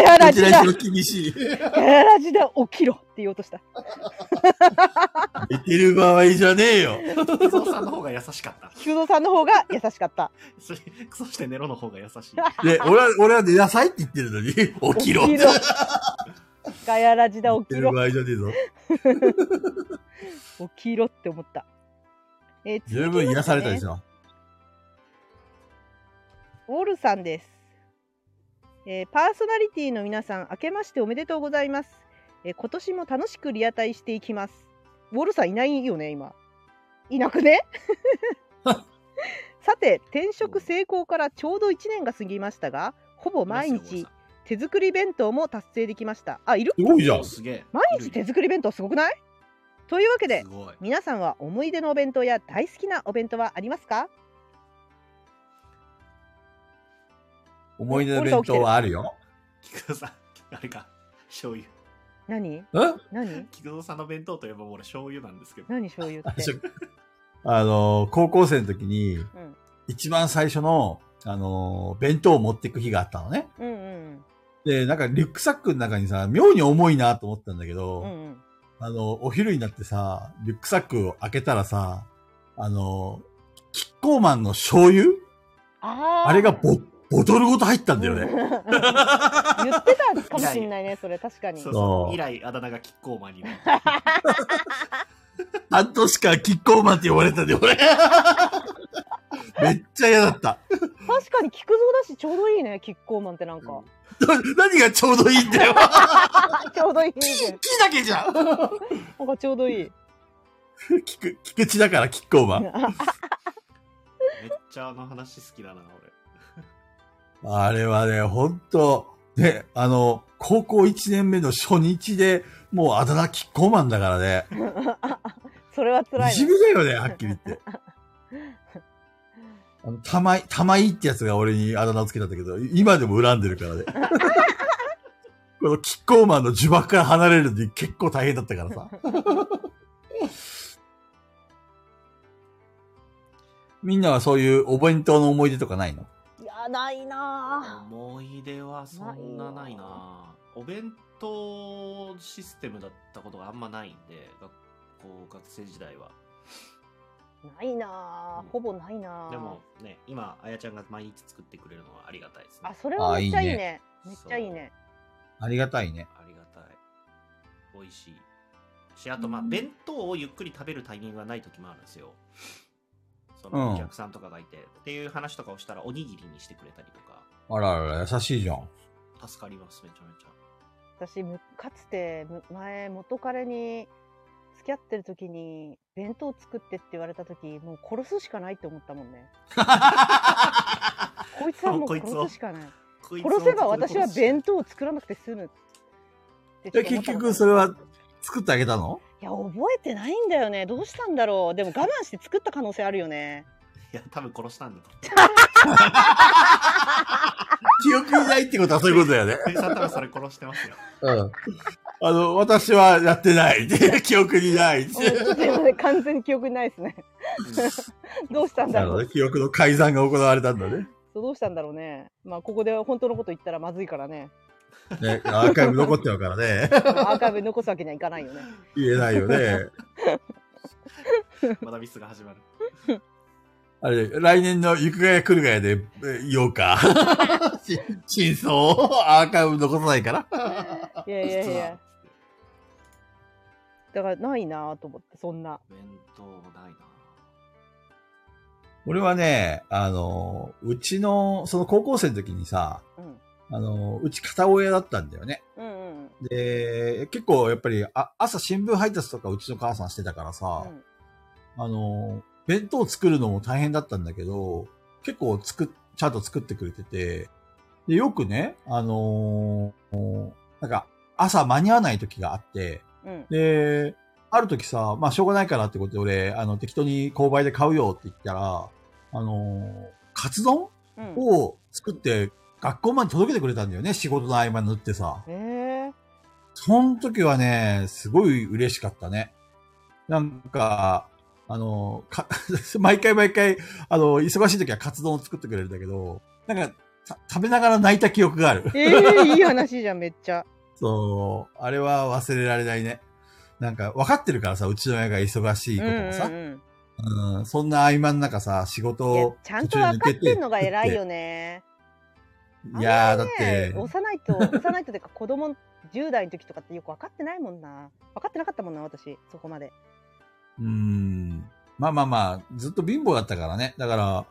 Speaker 1: ヤラ
Speaker 6: ち
Speaker 1: ジだ
Speaker 6: らにしろ厳しい。
Speaker 1: ガヤラジで起きろって言おうとした。
Speaker 6: 寝てる場合じゃねえよ。
Speaker 2: クゾさんの方が優しかった
Speaker 1: 菊蔵さんの方が優しかった。
Speaker 2: それクソして寝ろの方が優しい
Speaker 6: で、俺は、俺は寝なさいって言ってるのに、 起きろ。寝て
Speaker 1: ガヤラジで起き
Speaker 6: る
Speaker 1: ろ。
Speaker 6: 場合じゃねえぞ。
Speaker 1: 起きろって思った。えー
Speaker 6: 十分癒されたでしょ。
Speaker 1: ウォルさんです、えーパーソナリティの皆さん明けましておめでとうございますえー今年も楽しくリアタイしていきます。ウォルさんいないよね、今。いなくね さて、転職成功からちょうど1年が過ぎましたが、ほぼ毎日手作り弁当も達成できました。あ、いる
Speaker 6: すごいじゃん。
Speaker 7: すげえ。、
Speaker 1: 毎日手作り弁当すごくないというわけです
Speaker 7: ごい。
Speaker 1: 皆さんは思い出のお弁当や大好きなお弁当はありますか
Speaker 6: 思い出の弁当はあるよ。
Speaker 2: 菊蔵さん、あれか、醤油。
Speaker 1: 何
Speaker 6: ん
Speaker 1: 何
Speaker 2: 菊蔵さんの弁当といえばもう俺醤油なんですけど。
Speaker 1: 何醤油 って。
Speaker 6: あの、高校生の時に、
Speaker 1: うん
Speaker 6: 一番最初の、あの、弁当を持っていく日があったのね。
Speaker 1: うんうん
Speaker 6: で、なんかリュックサックの中にさ、妙に重いなと思ったんだけど、
Speaker 1: うんうん
Speaker 6: あの、お昼になってさ、リュックサックを開けたらさ、あの、キッコーマンの醤油
Speaker 1: あー
Speaker 6: あれがボボトルごと入ったんだよね。
Speaker 1: 言ってたかもしん ないね、それ確かに。
Speaker 2: そうそ
Speaker 6: あ
Speaker 2: う。
Speaker 6: ー
Speaker 2: 以来、あだ名がキッコーマン になる。
Speaker 6: 半年間キッコーマンって呼ばれたんだよ、 俺。めっちゃ嫌だった。
Speaker 1: 確かに菊蔵だし、ちょうどいいね、キッコーマンってなんか。
Speaker 6: 何がちょうどいいんだよ。
Speaker 1: ちょうどいいね。
Speaker 6: 木だけじゃん。
Speaker 1: なんかちょうどい い。
Speaker 6: 菊、菊池だからキッコーマン。
Speaker 2: めっちゃあの話好きだな、俺。
Speaker 6: あれはね、ほんと、ね、あの、高校1年目の初日で、もうあだ名キッコーマンだからね。
Speaker 1: それはい辛い
Speaker 6: じ
Speaker 1: ね
Speaker 6: めだよね、はっきり 言って。あの、たまい、たまいってやつが俺にあだ名をつけたんだけど、今でも恨んでるか らね。このキッコーマンの呪縛から離れるのに結構大変だったからさ。 みんなはそういうお弁当の思い出とかないの
Speaker 1: いや、ないな
Speaker 2: 思い出はそんなないなお弁当システムだったことがあんまないんで学校学生時代は
Speaker 1: ぁ。ないなぁ。ほぼないなぁ。
Speaker 2: でもね今あやちゃんが毎日作ってくれるのはありがたいですね
Speaker 1: あ、それはめっちゃいいね。めっちゃいいね。
Speaker 6: ありがたいね。
Speaker 2: ありがたい美味しいしあとまあ弁当をゆっくり食べるタイミングがない時もあるんですよその
Speaker 6: うん
Speaker 2: お客さんとかがいて、っていう話とかをしたらおにぎりにしてくれたりとか
Speaker 6: あららら、優しいじゃん。
Speaker 2: 助かりますめちゃめちゃ
Speaker 1: 私、むかつて、む前、元彼に、付き合ってる時に、弁当作ってって言われた時、もう殺すしかないって思ったもん ね。こいつはもう
Speaker 2: こいつを
Speaker 1: 殺すしかない。
Speaker 2: こいつを
Speaker 1: 殺せば私は弁当を作らなくて済むってちょ
Speaker 6: え
Speaker 1: っと思
Speaker 6: 結
Speaker 1: ったの
Speaker 6: 局それは作ってあげたの
Speaker 1: いや覚えてないんだよねどうしたんだろうでも我慢して作った可能性あるよ ね
Speaker 2: いや多分殺したんだと思う
Speaker 6: 記憶にないってことはそういうことだよね。
Speaker 2: 藤井さん多分それ殺し てますよ
Speaker 6: うん。あの、私はやってない。 記憶にない。
Speaker 1: ちょっと今ね完全に記憶にないです ねどうしたんだ
Speaker 6: なる
Speaker 1: ろ
Speaker 6: ほ
Speaker 1: う
Speaker 6: ど。記憶の改ざんが行われたんだね。
Speaker 1: そうどうしたんだろうねまあここで本当のこと言ったらまずいから ね
Speaker 6: ね、アーカイブ残っちゃうからね。
Speaker 1: アーカイブに残すわけにはいかないよね
Speaker 6: 言えないよね。
Speaker 2: まだミスが始まる。
Speaker 6: あれ、来年の行くがや来るがやで、え言おうか。し 真相をアーカイブ残さないから。
Speaker 1: いやいやいやだからないなと思ってそんな
Speaker 2: 弁当ないな。
Speaker 6: 俺はね、あの、うちの、その高校生の時にさ、
Speaker 1: うん
Speaker 6: あの、うち片親だったんだよね。
Speaker 1: うんうん
Speaker 6: で、結構やっぱりあ朝新聞配達とかうちの母さんしてたから
Speaker 1: う
Speaker 6: さ、
Speaker 1: ん
Speaker 6: あの、弁当作るのも大変だったんだけど、結構作っ、ちゃんと作ってくれてて、で、よくね、あのーなんか、朝間に合わない時があって、
Speaker 1: うん
Speaker 6: で、ある時さ、まあ、しょうがないからってことで俺、あの、適当に購買で買うよって言ったら、あのーカツ丼
Speaker 1: うん
Speaker 6: を作って学校まで届けてくれたんだよね、仕事の合間塗ってさ。
Speaker 1: ええ
Speaker 6: その時はね、すごい嬉しかったね。なんか、あの、か 毎回毎回、あの、忙しい時はカツ丼を作ってくれるんだけど、なんか、た食べながら泣いた記憶がある。
Speaker 1: ええいい話じゃんめっちゃ
Speaker 6: そう、あれは忘れられないね。なんか、分かってるからさ、うちの親が忙しいこともさ、
Speaker 1: うんうんうん
Speaker 6: うんそんな合間の中さ、仕事
Speaker 1: いや
Speaker 6: を
Speaker 1: ちゃんと分かってんのが偉いよね。
Speaker 6: いやー、だ
Speaker 1: あんま
Speaker 6: っ
Speaker 1: りね
Speaker 6: て、
Speaker 1: 幼い と、幼いとてか子供10代の時とかってよく分かってないもんな。分かってなかったもんな、私、そこまで。
Speaker 6: うん。まあまあまあ、ずっと貧乏だったからね。だから、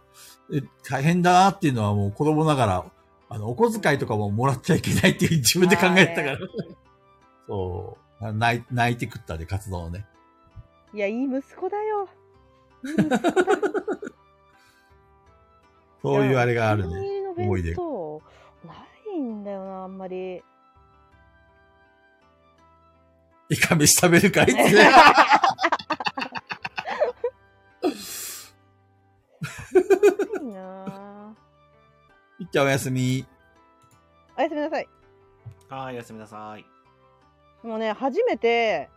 Speaker 6: え大変だなっていうのはもう子供ながら、あの、お小遣いとかももらっちゃいけないっていう自分で考えてたから。そう。泣い泣いて食ったで活動をね。
Speaker 1: いや、いい息子だ よ。
Speaker 6: そういうあれがある
Speaker 1: お気に入
Speaker 6: ね。
Speaker 1: りの
Speaker 6: 思い
Speaker 1: 弁
Speaker 6: 出
Speaker 1: 当、ないんだよな、あんまり。
Speaker 6: いかめし食べる かいってね。
Speaker 1: ないなぁ
Speaker 6: いっちゃんおやすみ。
Speaker 1: おやすみなさい。
Speaker 2: はい、おやすみなさい。
Speaker 1: もうね、初めて、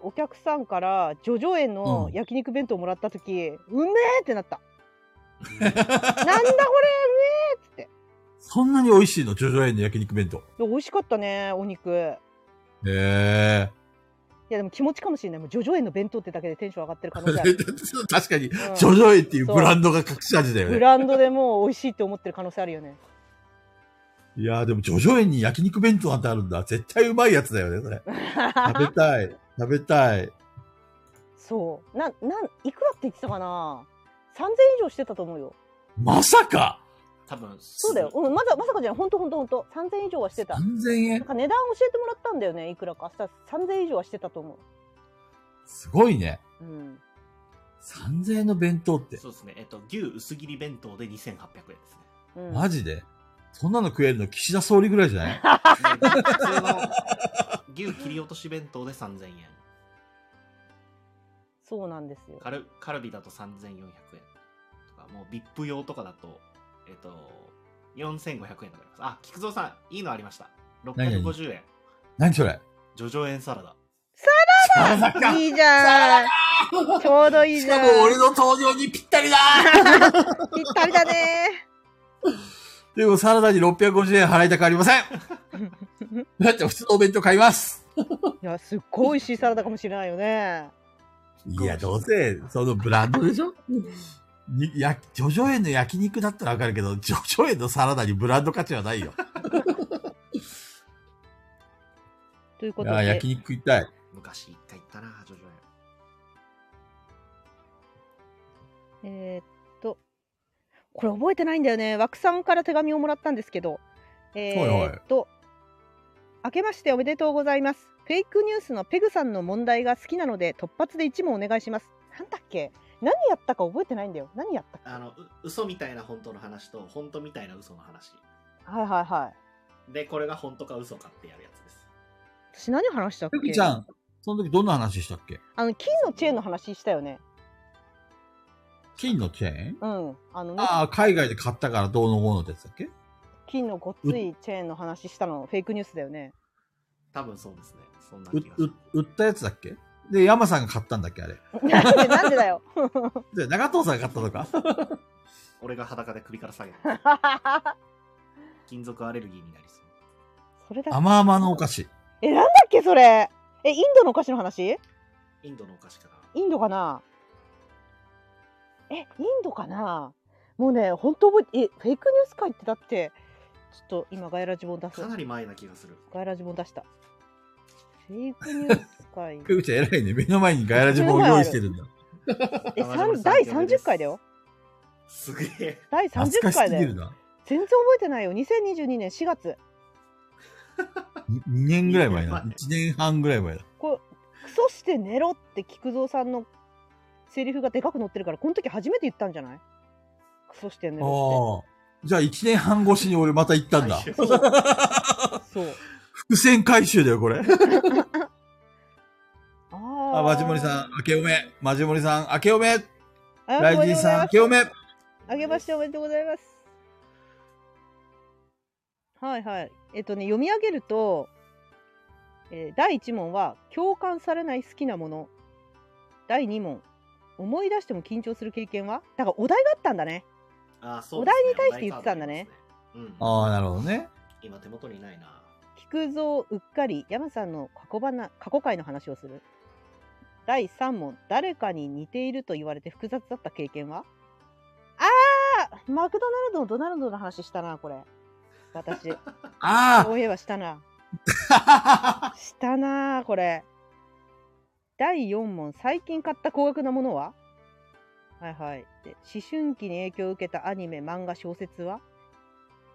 Speaker 1: お客さんから、ジョジョ園の
Speaker 6: うん
Speaker 1: 焼肉弁当もらった時うめえってなった。なんだこれ、うめえっつって。
Speaker 6: そんなに美味しいのジョジョ園の焼肉弁当。
Speaker 1: で美味しかったね、お肉。い
Speaker 6: へえ。
Speaker 1: や、でも気持ちかもしれない。もうジョジョ園の弁当ってだけでテンション上がってる可能性ある。
Speaker 6: 確かに、 ジ
Speaker 1: ん
Speaker 6: ョジョ園っていうブランドが隠し味だよ
Speaker 1: ブ
Speaker 6: ね。
Speaker 1: ランドでもう美味しいって思ってる可能性あるよ ね。
Speaker 6: いやーでもジョジョ園に焼肉弁当なんてあるんだ。絶対うまいやつだよね、それ。食べたい。食べたい。
Speaker 1: そう。なん、なん、いくらって言ってたかな ?3000 以上してたと思うよ。
Speaker 6: まさか
Speaker 2: 多分
Speaker 1: そうだよ。うん、まだ、まさかじゃない。ほんとほんとほんと。3000以上はしてた。
Speaker 6: !3000
Speaker 1: なん
Speaker 6: 円
Speaker 1: か値段教えてもらったんだよね、いくらか。した3000以上はしてたと思
Speaker 6: すごいね。
Speaker 1: う。うん。
Speaker 6: 3000円の弁当って。
Speaker 2: そうですね。えっと、牛薄切り弁当で2800円ですね。
Speaker 1: うん、
Speaker 6: マジでそんなの食えるの岸田総理ぐらいじ ゃない
Speaker 2: で普通の牛切り落とし弁当で3000円。
Speaker 1: そうなんですよ。
Speaker 2: カルカルビだと3400円とか、もう VIP 用とかだと、えっと、4500円とかあります。あ、菊蔵さん、いいのありました。650円。
Speaker 6: 何それ
Speaker 2: ジョジョ園サラダ。
Speaker 6: まさか
Speaker 1: いいじゃん。ちょうどいい
Speaker 6: し
Speaker 1: じゃ
Speaker 6: か
Speaker 1: ん。
Speaker 6: も俺の登場にぴった りだ
Speaker 1: ぴったりだね。
Speaker 6: でもサラダに650円払いたくありません だって普通のお弁当買います
Speaker 1: いや、すっごい美味しいサラダかもしれないよね。
Speaker 6: いや、どうせ、そのブランドでしょにやジョジョ園の焼肉だったらわかるけど、ジョジョ園のサラダにブランド価値はないよ。
Speaker 1: というこ
Speaker 6: い
Speaker 1: とで。
Speaker 6: や、焼肉食いたい。
Speaker 2: 昔一回行ったな、ジョジョ園。
Speaker 1: えーっと、これ覚えてないんだよね。枠さんから手紙をもらったんですけど、えーっと、明けましておめでとうございます。フェイクニュースのペグさんの問題が好きなので、突発で一問お願いします。なんだっけ何やったか覚えてないんだよ。何やった
Speaker 2: あの、う嘘みたいな本当の話と、本当みたいな嘘の話。
Speaker 1: はいはいはい。
Speaker 2: で、これが本当か嘘かってやるやつです。
Speaker 1: 私何話したっ
Speaker 6: ペ
Speaker 1: け
Speaker 6: グちゃん、その時どんな話したっけ
Speaker 1: あの、金のチェーンの話したよね。
Speaker 6: 金のチェーン
Speaker 1: うん。あのね、
Speaker 6: ああ、海外で買ったからどうのこうのってやつだっけ
Speaker 1: 金のごっついチェーンの話したの、フェイクニュースだよね。
Speaker 2: 多分そうですね。そんな
Speaker 6: う
Speaker 2: 気がする
Speaker 6: う。売ったやつだっけで、山さんが買ったんだっけあれ。
Speaker 1: なんで、なんでだよ。
Speaker 6: で、長藤さんが買ったのか
Speaker 2: 俺が裸で首から下げる。 金属アレルギーになりそう。
Speaker 1: それだっ
Speaker 6: 甘々のお菓子。
Speaker 1: け。え、なんだっけそれ。え、インドのお菓子の話
Speaker 2: インドのお菓子かな。
Speaker 1: インドかなえ、インドかなもうね、本当覚えて、え、フェイクニュース会ってだって、ちょっと今ガイラジボン出す
Speaker 2: か。なり前な気がする。
Speaker 1: ガイラジボン出した。フェイクニュース 会。
Speaker 6: ペグちゃん偉いね。目の前にガヤラジボを用意してるんだ。
Speaker 1: え、
Speaker 2: 中島さん
Speaker 1: 三第
Speaker 2: おめで
Speaker 1: 30
Speaker 2: とう
Speaker 1: 回だよ。
Speaker 2: すげえ。
Speaker 1: 第
Speaker 6: 懐か
Speaker 1: 30
Speaker 6: しす
Speaker 1: 回
Speaker 6: ぎ
Speaker 1: だ
Speaker 6: る
Speaker 1: よ。
Speaker 6: な。
Speaker 1: 全然覚えてないよ。2022年4月。
Speaker 6: 2年ぐらい前だ。
Speaker 2: 二
Speaker 6: 1年半ぐらい前だ。
Speaker 1: こう、クソして寝ろって菊蔵さんのセリフがでかく載ってるから、この時初めて言ったんじゃないクソして寝
Speaker 6: あ
Speaker 1: ろ
Speaker 6: あ。じゃあ1年半越しに俺また行ったんだ。
Speaker 1: って。そう。そう。
Speaker 6: 伏線回収だよ、こ
Speaker 1: あ
Speaker 6: れ。あ、
Speaker 1: あ
Speaker 6: マジモリさん、明けおめ。マジモリさん、明けおめ。
Speaker 1: あ
Speaker 6: ライジンさん、明けおめ。
Speaker 1: あげましておめでとうございます。はいはい。えっとね、読み上げると、えー第1問は、共感されない好きなもの。第2問、思い出しても緊張する経験はだからお題があったんだね。
Speaker 2: あそうですね、
Speaker 1: お題に対して言ってたんだね
Speaker 2: お題カードありますね。うん。
Speaker 6: ああ、なるほどね。
Speaker 2: 今手元にないな。
Speaker 1: 菊蔵うっかり、山さんの過去話過去回の話をする。第3問、誰かに似ていると言われて複雑だった経験はあーマクドナルドのドナルドの話したな、これ。私。
Speaker 6: あ
Speaker 1: そういえばしたな。
Speaker 6: あ。
Speaker 1: したなあこれ第4問最近買った高額なものははいはいで思春期に影響を受けたアニメ漫画小説は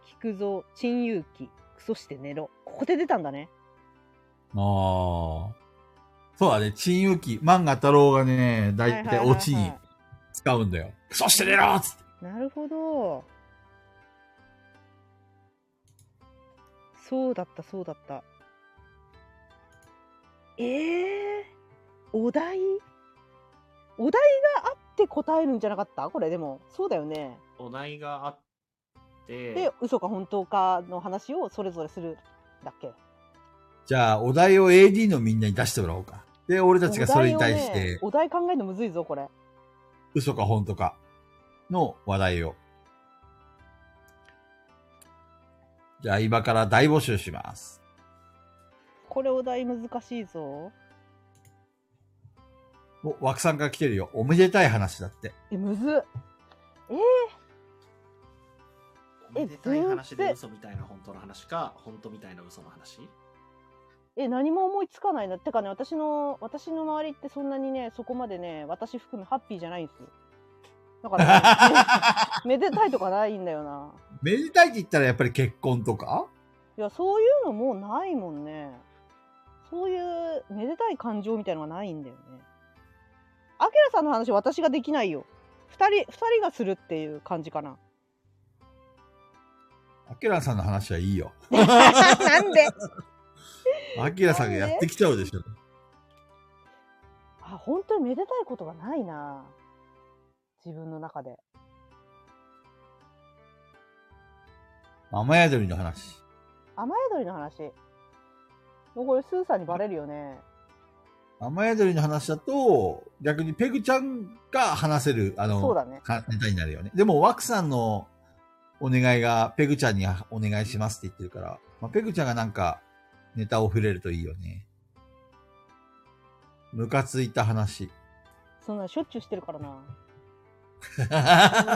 Speaker 1: 菊蔵珍遊記クソして寝ろここで出たんだね
Speaker 6: ああ。そうだね、珍遊記、漫画太郎がね、だい
Speaker 1: はい
Speaker 6: たい
Speaker 1: はいはいはい
Speaker 6: オチに使うんだよ。そして出ろっつって。
Speaker 1: なるほど。そうだった、そうだった。ええお題お題があって答えるんじゃなかったこれでも。そうだよね。
Speaker 2: お題があって、
Speaker 1: で、嘘か本当かの話をそれぞれするんだっけ
Speaker 6: じゃあ、お題を AD のみんなに出してもらおうか。で、俺たちがそれに対し
Speaker 1: お題をね
Speaker 6: て、
Speaker 1: お題考えるのむずいぞ、これ。
Speaker 6: 嘘か本当かの話題を。じゃあ、今から大募集します。
Speaker 1: これお題難しいぞ。
Speaker 6: お、枠さんが来てるよ。おめでたい話だって。
Speaker 1: え、むずっ。
Speaker 2: おめでたい話で嘘みたいな本当の話か、本当みたいな嘘の話
Speaker 1: え、何も思いつかないな。てかね、私の、私の周りってそんなにね、そこまでね、私含めハッピーじゃないんですよ。だから、ねめ、めでたいとかないんだよな。
Speaker 6: めでたいって言ったらやっぱり結婚とか
Speaker 1: いや、そういうのもうないもんね。そういう、めでたい感情みたいのがないんだよね。アキラさんの話、私ができないよ。二人、二人がするっていう感じかな。
Speaker 6: アキラさんの話はいいよ。
Speaker 1: なんで
Speaker 6: アキラさんがやってきちゃうでしょ。
Speaker 1: あ、本当にめでたいことがないな。自分の中で。
Speaker 6: 雨宿りの話。
Speaker 1: 雨宿りの話。もうこれ、スーさんにバレるよね。
Speaker 6: 雨宿りの話だと、逆にペグちゃんが話せる、あの、
Speaker 1: そうだね。
Speaker 6: かネタになるよね。でも、ワクさんのお願いが、ペグちゃんにあお願いしますって言ってるから、まあ、ペグちゃんがなんか、ネタを触れるといいよね。ムカついた話。
Speaker 1: そんなのしょっちゅうしてるからな。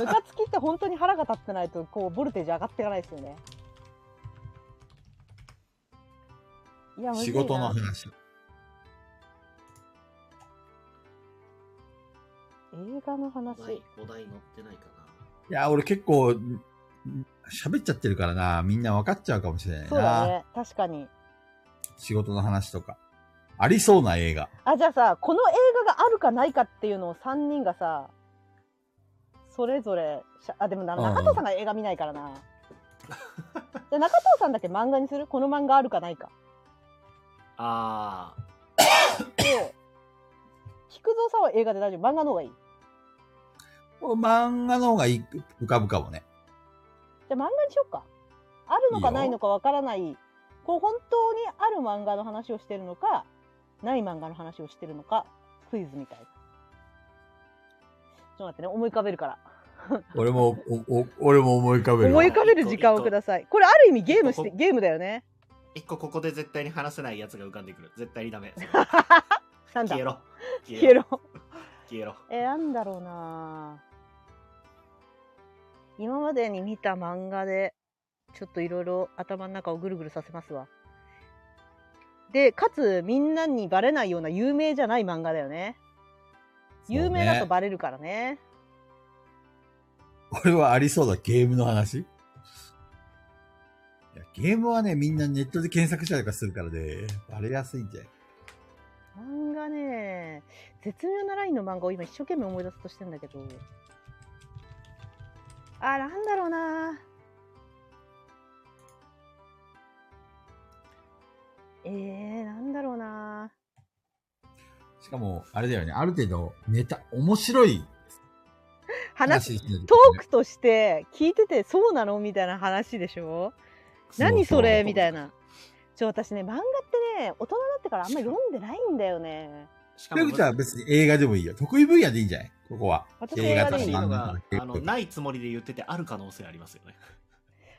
Speaker 1: ムカつきって本当に腹が立ってないと、こう、ボルテージ上がっていかないですよね。いや、むずい
Speaker 6: 仕
Speaker 1: な
Speaker 6: 事の話。
Speaker 1: 映画の
Speaker 2: お題
Speaker 1: 話。、
Speaker 2: お題載ってないかない
Speaker 6: や、俺結構、ん喋っちゃってるからな、みんな分かっちゃうかもしれないな。
Speaker 1: そうだね。確かに。
Speaker 6: 仕事の話とか。ありそうな映画。
Speaker 1: あ、じゃあさ、この映画があるかないかっていうのを3人がさ、それぞれしゃ、あ、でもな、
Speaker 6: うん
Speaker 1: 中藤さんが映画見ないからな。じゃあ中藤さんだけ漫画にするこの漫画あるかないか。
Speaker 2: あー、
Speaker 1: で、菊蔵さんは映画で大丈夫。漫画の方がいい。
Speaker 6: 漫画の方がいい浮かぶかもね。
Speaker 1: じゃあ漫画にしよっか。あるのか
Speaker 6: いいよ
Speaker 1: ないのかわからない。こう本当にある漫画の話をしてるのか、ない漫画の話をしてるのか、クイズみたいな。ちょっと待ってね、思い浮かべるから。
Speaker 6: 俺も、おお俺も思い浮かべるわ。
Speaker 1: 思い浮かべる時間をください。これある意味ゲームして、
Speaker 2: ここ
Speaker 1: ゲームだよね。
Speaker 2: 一個ここで絶対に話せないやつが浮かんでくる。絶対に ダメ。
Speaker 1: なんだ
Speaker 2: 消えろ。
Speaker 1: 消え。ろ。
Speaker 2: 消えろ。
Speaker 1: え、なんだろうな今までに見た漫画で、ちょっといろいろ頭の中をぐるぐるさせますわ。で、かつ、みんなにバレないような有名じゃない漫画だよね。
Speaker 6: そうね
Speaker 1: 有名だとバレるからね。
Speaker 6: 俺はありそうだ、ゲームの話。いやゲームはね、みんなネットで検索したりとかするからね、バレやすいんじゃない
Speaker 1: 漫画ね、絶妙なラインの漫画を今一生懸命思い出そうとしてんだけど。あ、なんだろうな。えー、なんだろうな。
Speaker 6: しかも、あれだよね、ある程度、ネタ、面白い
Speaker 1: 話、
Speaker 6: 話してる、ね。
Speaker 1: トークとして聞いててそうなのみたいな話でしょ
Speaker 6: そう
Speaker 1: 何それ
Speaker 6: う
Speaker 1: みたいな。ちょ、私ね、漫画ってね、大人になってからあんま読んでないんだよね。
Speaker 2: し
Speaker 6: ペグちゃんは別に映画でもいいよ。得意分野でいいんじゃないここは。
Speaker 1: 私映画で
Speaker 6: とか
Speaker 1: いい
Speaker 2: しい
Speaker 6: 漫
Speaker 2: の
Speaker 6: 画
Speaker 2: が
Speaker 6: とか、
Speaker 2: あの、ないつもりで言っててある可能性ありますよね。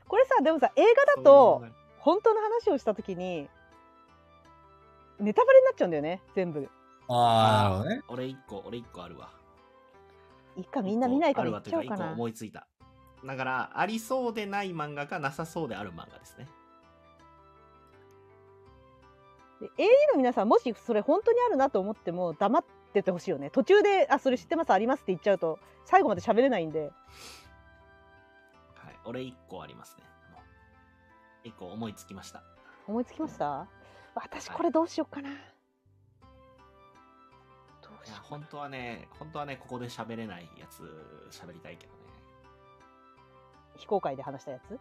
Speaker 1: これさ、でもさ、映画だと、本当の話をしたときに、ネタバレになっちゃうんだよね、全部。
Speaker 6: ああ、なるほどね。
Speaker 2: 俺一個、俺一個あるわ。
Speaker 1: いっか、みんな見ないから
Speaker 2: 一個
Speaker 1: 言
Speaker 2: あ
Speaker 1: っ
Speaker 2: る
Speaker 1: ちゃ
Speaker 2: わ
Speaker 1: おう
Speaker 2: とい
Speaker 1: か
Speaker 2: か一個
Speaker 1: な。
Speaker 2: 思いついた。だから、ありそうでない漫画か、なさそうである漫画ですね。
Speaker 1: で AE の皆さん、もしそれ本当にあるなと思っても、黙っててほしいよね。途中で、あ、それ知ってます、ありますって言っちゃうと、最後まで喋れないんで。
Speaker 2: はい。俺一個ありますね。もう一個思いつきました。
Speaker 1: 思いつきました私これどうしようかな。どう
Speaker 2: い
Speaker 1: し
Speaker 2: や
Speaker 1: よ
Speaker 2: 本当はね、本当はね、ここで喋れないやつ、喋りたいけどね。
Speaker 1: う。非公開で話したやつ
Speaker 2: 非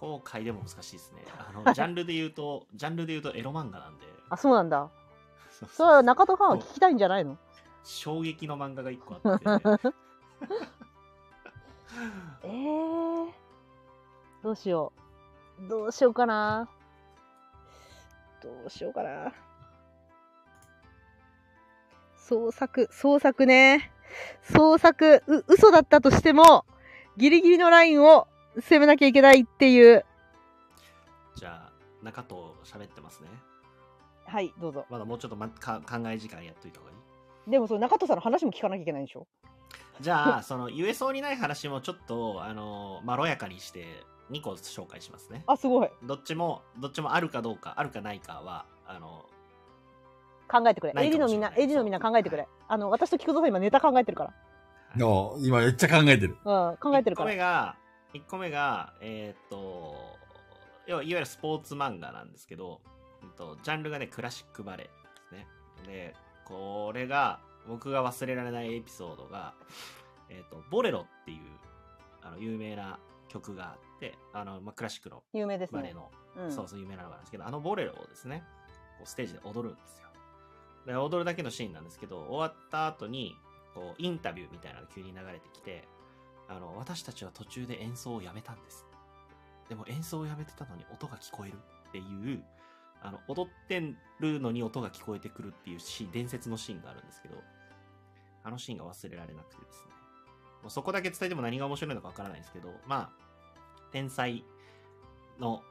Speaker 2: 公開でも難しいですね。あの、ジャンルで言うと、ジャンルで言うとエロ漫画なんで。
Speaker 1: あ、そうなんだ。
Speaker 2: そう
Speaker 1: それは中戸ファンは聞きたいんじゃないの
Speaker 2: 衝撃の漫画が一個あって。
Speaker 1: えー、どうしよう。どうしようかな。どうしようかな。創作、創作ね。創作、う、嘘だったとしても、ギリギリのラインを攻めなきゃいけないっていう。
Speaker 2: じゃあ、中と喋ってますね。
Speaker 1: はい、どうぞ。
Speaker 2: まだもうちょっと、ま、か考え時間やっといた方がいい。
Speaker 1: でも、その中戸さんの話も聞かなきゃいけないんでしょ
Speaker 2: じゃあ、その、言えそうにない話もちょっと、あの、まろやかにして、2個紹介しますね。
Speaker 1: あ、すごい。
Speaker 2: どっちも、どっちもあるかどうか、あるかないかは、あの、
Speaker 1: 考えてくれ。
Speaker 2: ない
Speaker 1: エ
Speaker 2: か
Speaker 1: リ
Speaker 2: も
Speaker 1: の
Speaker 2: し
Speaker 1: み
Speaker 2: れ
Speaker 1: ん
Speaker 2: ない
Speaker 1: な、エリのみんな考えてくれ。
Speaker 2: は
Speaker 1: あの、私と菊蔵さん今ネタ考えてるか
Speaker 6: の今めっちゃ考えてる。
Speaker 1: ら。うん、考えてるか
Speaker 2: 1個
Speaker 1: ら
Speaker 2: 目。が、一個目が、えーっと、要はいわゆるスポーツ漫画なんですけど、えっと、ジャンルがね、クラシックバレエですね。で、これが、僕が忘れられないエピソードが、えーっと、ボレロっていう、あの、有名な曲があって、あの、まあ、クラシックの
Speaker 1: 有名です
Speaker 2: バレエ
Speaker 1: ね。
Speaker 2: の
Speaker 1: うん
Speaker 2: そうそう、有名なのがあるんですけど、あのボレロをですね、こうステージで踊るんですよ。で、踊るだけのシーンなんですけど、終わった後に、こう、インタビューみたいなのが急に流れてきて、あの、私たちは途中で演奏をやめたんです。でも演奏をやめてたのに音が聞こえるっていう、あの、踊ってるのに音が聞こえてくるっていうシーン伝説のシーンがあるんですけど、あのシーンが忘れられなくてですね。もうそこだけ伝えても何が面白いのかわからないんですけど、まあ、天才の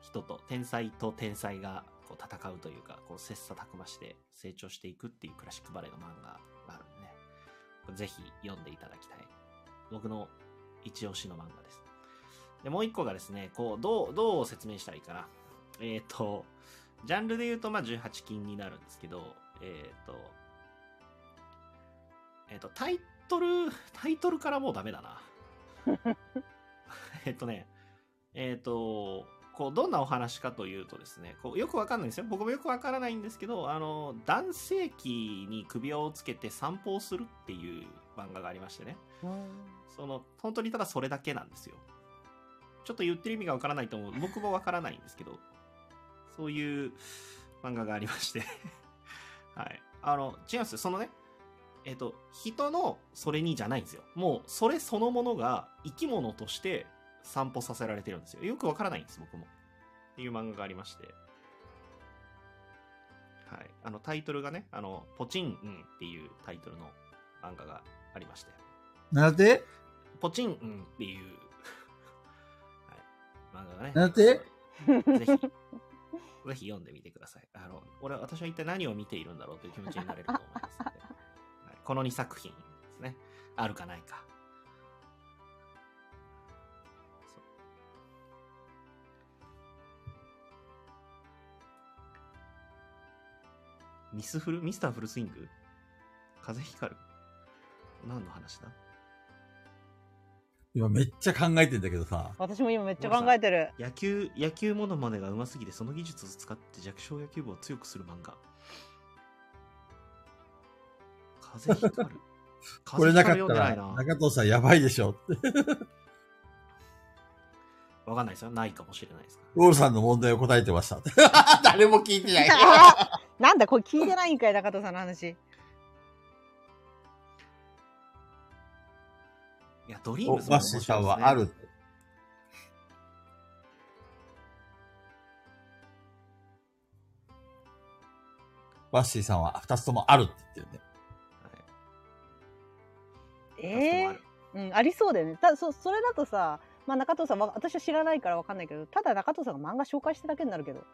Speaker 2: 人と天才と天才がこう戦うというかこう切磋琢磨して成長していくっていうクラシックバレエの漫画があるんでねこれぜひ読んでいただきたい僕の一押しの漫画ですでもう一個がですねこうどうどう説明したらいいかなえっ、とジャンルで言うとまあ18禁になるんですけどえっ、とえっ、とタイトルタイトルからもうダメだなえっとねえっ、と、こう、どんなお話かというとですね、こうよくわかんないんですよ。僕もよくわからないんですけど、あの、男性器に首輪をつけて散歩をするっていう漫画がありましてね。その、本当にただそれだけなんですよ。ちょっと言ってる意味がわからないと思う。僕もわからないんですけど、そういう漫画がありまして。 はい。あの、違うんですよ。そのね、えっ、と、人のそれにじゃないんですよ。もう、それそのものが生き物として散歩させられてるんですよ。よくわからないんです、僕も。っていう漫画がありまして。はい。あの、タイトルがね、あの、ポチンンっていうタイトルの漫画がありまして。
Speaker 6: なんで
Speaker 2: ポチンンっていう、 はい、漫画がね。
Speaker 6: なんて
Speaker 2: ぜひ、ぜひ読んでみてください。あの、俺、私は一体何を見ているんだろうという気持ちになれると思いますので、はいこの2作品ですね。あるかないか。そうミスフル、ミスターフルスイング風光る何の話だ
Speaker 6: 今めっちゃ考えてんだけどさ。
Speaker 1: 私も今めっちゃ考えてる。
Speaker 2: 野球、野球モノマネが上手すぎて、その技術を使って弱小野球部を強くする漫画。風光る。
Speaker 6: こ
Speaker 2: 風
Speaker 6: れな
Speaker 2: 光
Speaker 6: か
Speaker 2: る
Speaker 6: っ
Speaker 2: 読ん
Speaker 6: た
Speaker 2: でない
Speaker 6: ら、
Speaker 2: な。
Speaker 6: 中藤さんやばいでしょって。
Speaker 2: わかんないですよ。ないかもしれないですか
Speaker 6: ウォールさんの問題を答えてました。 誰も聞いてない。
Speaker 1: なんだ、これ聞いてないんかい、中戸さんの 話。
Speaker 2: ら。いや、ドリー
Speaker 6: お
Speaker 2: ムズも
Speaker 6: マッ
Speaker 2: 面
Speaker 6: シ
Speaker 2: 白
Speaker 6: ー
Speaker 2: い
Speaker 6: さんはあ
Speaker 2: です
Speaker 6: る
Speaker 2: ね。。
Speaker 6: マッシーさんは二つともあるって言ってるね。
Speaker 1: ええ
Speaker 2: はい
Speaker 1: うん、ありそうだよね。ただ、そ、それだとさ、まあ中藤さんは、私は知らないからわかんないけど、ただ中藤さんが漫画紹介しただけになるけど。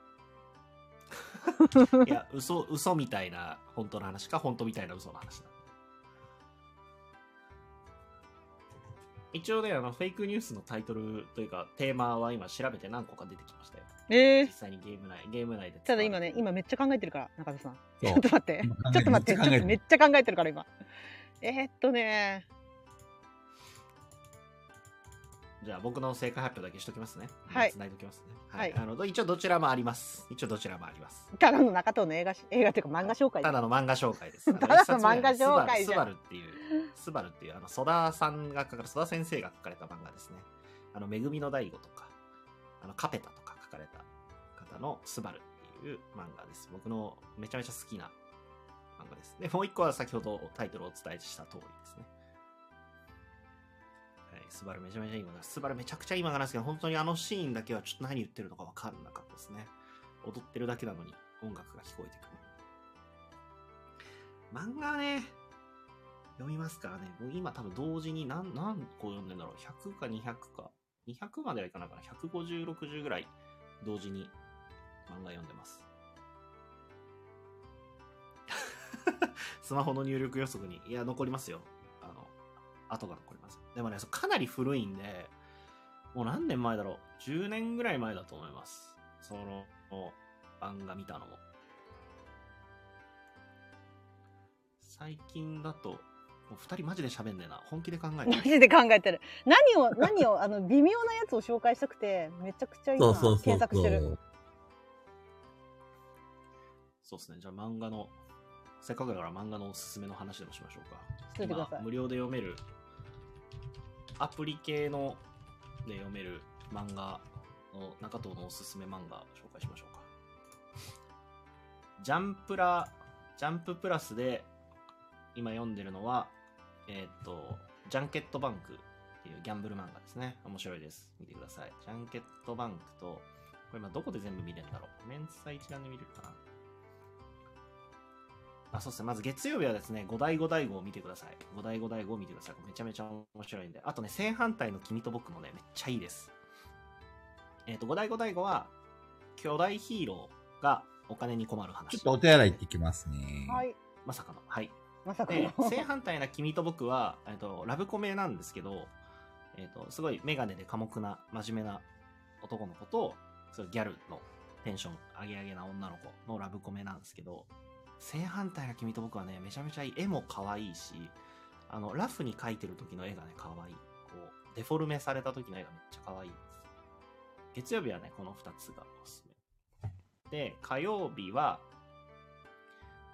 Speaker 2: いや、嘘、嘘みたいな本当の話か、本当みたいな嘘の話だ。一応ね、あの、フェイクニュースのタイトルというか、テーマは今調べて何個か出てきましたよ。
Speaker 1: え
Speaker 2: 実際にゲーム内、ゲーム内で。
Speaker 1: ただ今ね、今めっちゃ考えてるから、中藤さん。ち
Speaker 6: そう
Speaker 1: ょっと待って。
Speaker 6: 今考え
Speaker 1: ちょっと待って。
Speaker 6: めっち
Speaker 1: ちょっとめっ
Speaker 6: ゃ考えてる
Speaker 1: ちゃ考えてるから、今。えーっとね、
Speaker 2: じゃあ僕の正解発表だけしときますね。
Speaker 1: はい
Speaker 2: ついときますね。
Speaker 1: はい
Speaker 2: あの、ど一応どちらもあります。一応どちらもあります。
Speaker 1: ただの中藤の映画し、映画というか漫画紹介
Speaker 2: た
Speaker 1: だ。
Speaker 2: だの漫画紹介 です。
Speaker 1: ただの漫画紹介
Speaker 2: ス
Speaker 1: じ
Speaker 2: バ
Speaker 1: ゃん
Speaker 2: ルっていう、スバルっていう、あの、ソダさんが書かれ、ソダ先生が書かれた漫画ですね。あの、めぐみの大悟とか、あの、カペタとか書かれた方のスバルっていう漫画です。僕のめちゃめちゃ好きな漫画です。で、もう一個は先ほどタイトルをお伝えした通りですね。はい、スバルめちゃめちゃいい漫画です。スバルめちゃくちゃいい漫画なんですけど、本当にあのシーンだけはちょっと何言ってるのかわかんなかったですね。踊ってるだけなのに音楽が聞こえてくる。漫画はね、読みますからね、僕今多分同時に何、何個読んでんだろう、100か200か、200まではいかないかな、150、60ぐらい同時に漫画読んでます。 スマホの入力予測に、いや、残りますよ。あの、後が残ります。でもね、そうかなり古いんで、もう何年前だろう、10年ぐらい前だと思います。その、漫画見たのも。最近だと、もう二人マジで喋んねえな。本気で考え
Speaker 1: マ
Speaker 2: てる。
Speaker 1: ジで考えてる。何を、何を、あの、微妙なやつを紹介したくて、めちゃくちゃ今、
Speaker 6: そうそうそうそう。
Speaker 1: 検索してる。
Speaker 2: そうですね。じゃあ漫画の、せっかくだから漫画のおすすめの話でもしましょうか。
Speaker 1: 聞いてくだ
Speaker 2: 今
Speaker 1: さい
Speaker 2: 無料で読める、アプリ系ので読める漫画の中藤のおすすめ漫画紹介しましょうか。ジャンプラ、ジャンププラスで今読んでるのは、えーっと、ジャンケットバンクっていうギャンブル漫画ですね。面白いです。見てください。ジャンケットバンクと、これ今どこで全部見れるんだろう。メンツさ一覧で見れるかな。あ、そうですね。まず月曜日はですね、五代五代号を見てください。五代五代号を見てください。めちゃめちゃ面白いんで。あとね、正反対の君と僕もね、めっちゃいいです。えっ、と、五代五代号は、巨大ヒーローがお金に困る話。
Speaker 6: ちょっとお手洗い行ってきますね。
Speaker 1: はい。
Speaker 2: まさかの。はい。
Speaker 1: まさか
Speaker 2: で
Speaker 1: の。
Speaker 2: 正反対な君と僕は、えっと、ラブコメなんですけど、えっと、すごいメガネで寡黙な、真面目な男の子と、そのギャルのテンション上げ上げな女の子のラブコメなんですけど、正反対な君と僕はね、めちゃめちゃいい。絵も可愛いし、あの、ラフに描いてる時の絵がね、可愛い。こう、デフォルメされた時の絵がめっちゃ可愛いです。月曜日はね、この2つがおすすめ。で、火曜日は、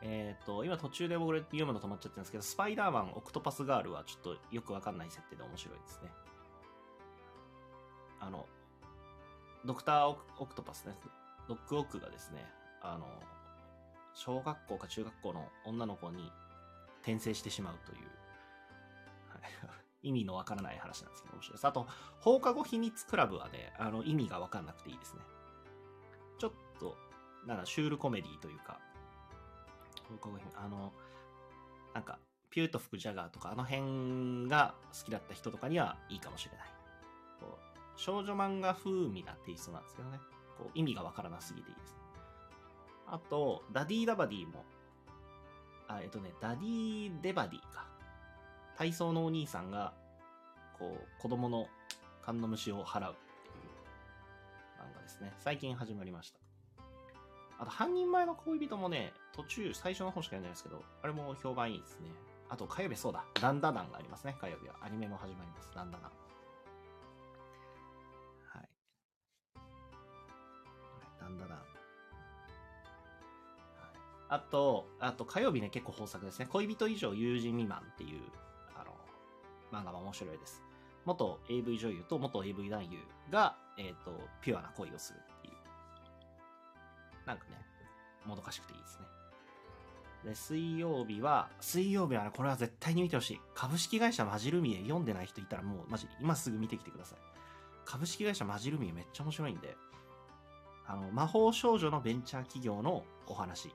Speaker 2: えっ、と、今途中で僕読むの止まっちゃってるんですけど、スパイダーマン、オクトパスガールはちょっとよくわかんない設定で面白いですね。あの、ドクターオクオクトパスね、ドックオクがですね、あの、小学校か中学校の女の子に転生してしまうという、はい 意味のわからない話なんですけど、面白いです。あと、放課後秘密クラブはね、あの、意味がわかんなくていいですね。ちょっと、なんだ、シュールコメディというか、放課後姫あのなんかピュート吹くジャガーとかあの辺が好きだった人とかにはいいかもしれないこう少女漫画風味なテイストなんですけどねこう意味がわからなすぎていいですあとダディ・ダバディもあえっとねダディ・デバディか体操のお兄さんがこう子供の缶の虫を払うっていう漫画ですね最近始まりましたあと、半人前の恋人もね、途中、最初の方しか読んでないですけど、あれも評判いいですね。あと、火曜日、そうだ、ダンダダンがありますね、火曜日は。アニメも始まります、ダンダダン。はい。ダンダダン。はいあと、あと火曜日ね、結構豊作ですね。恋人以上友人未満っていう、あの、漫画も面白いです。元 AV 女優と元 AV 男優が、えっ、と、ピュアな恋をするっていう。なんかね、もどかしくていいですね。で、水曜日は、水曜日はね、これは絶対に見てほしい。株式会社マジルミエ読んでない人いたらもう、マジ、今すぐ見てきてください。株式会社マジルミエめっちゃ面白いんで、あの、魔法少女のベンチャー企業のお話。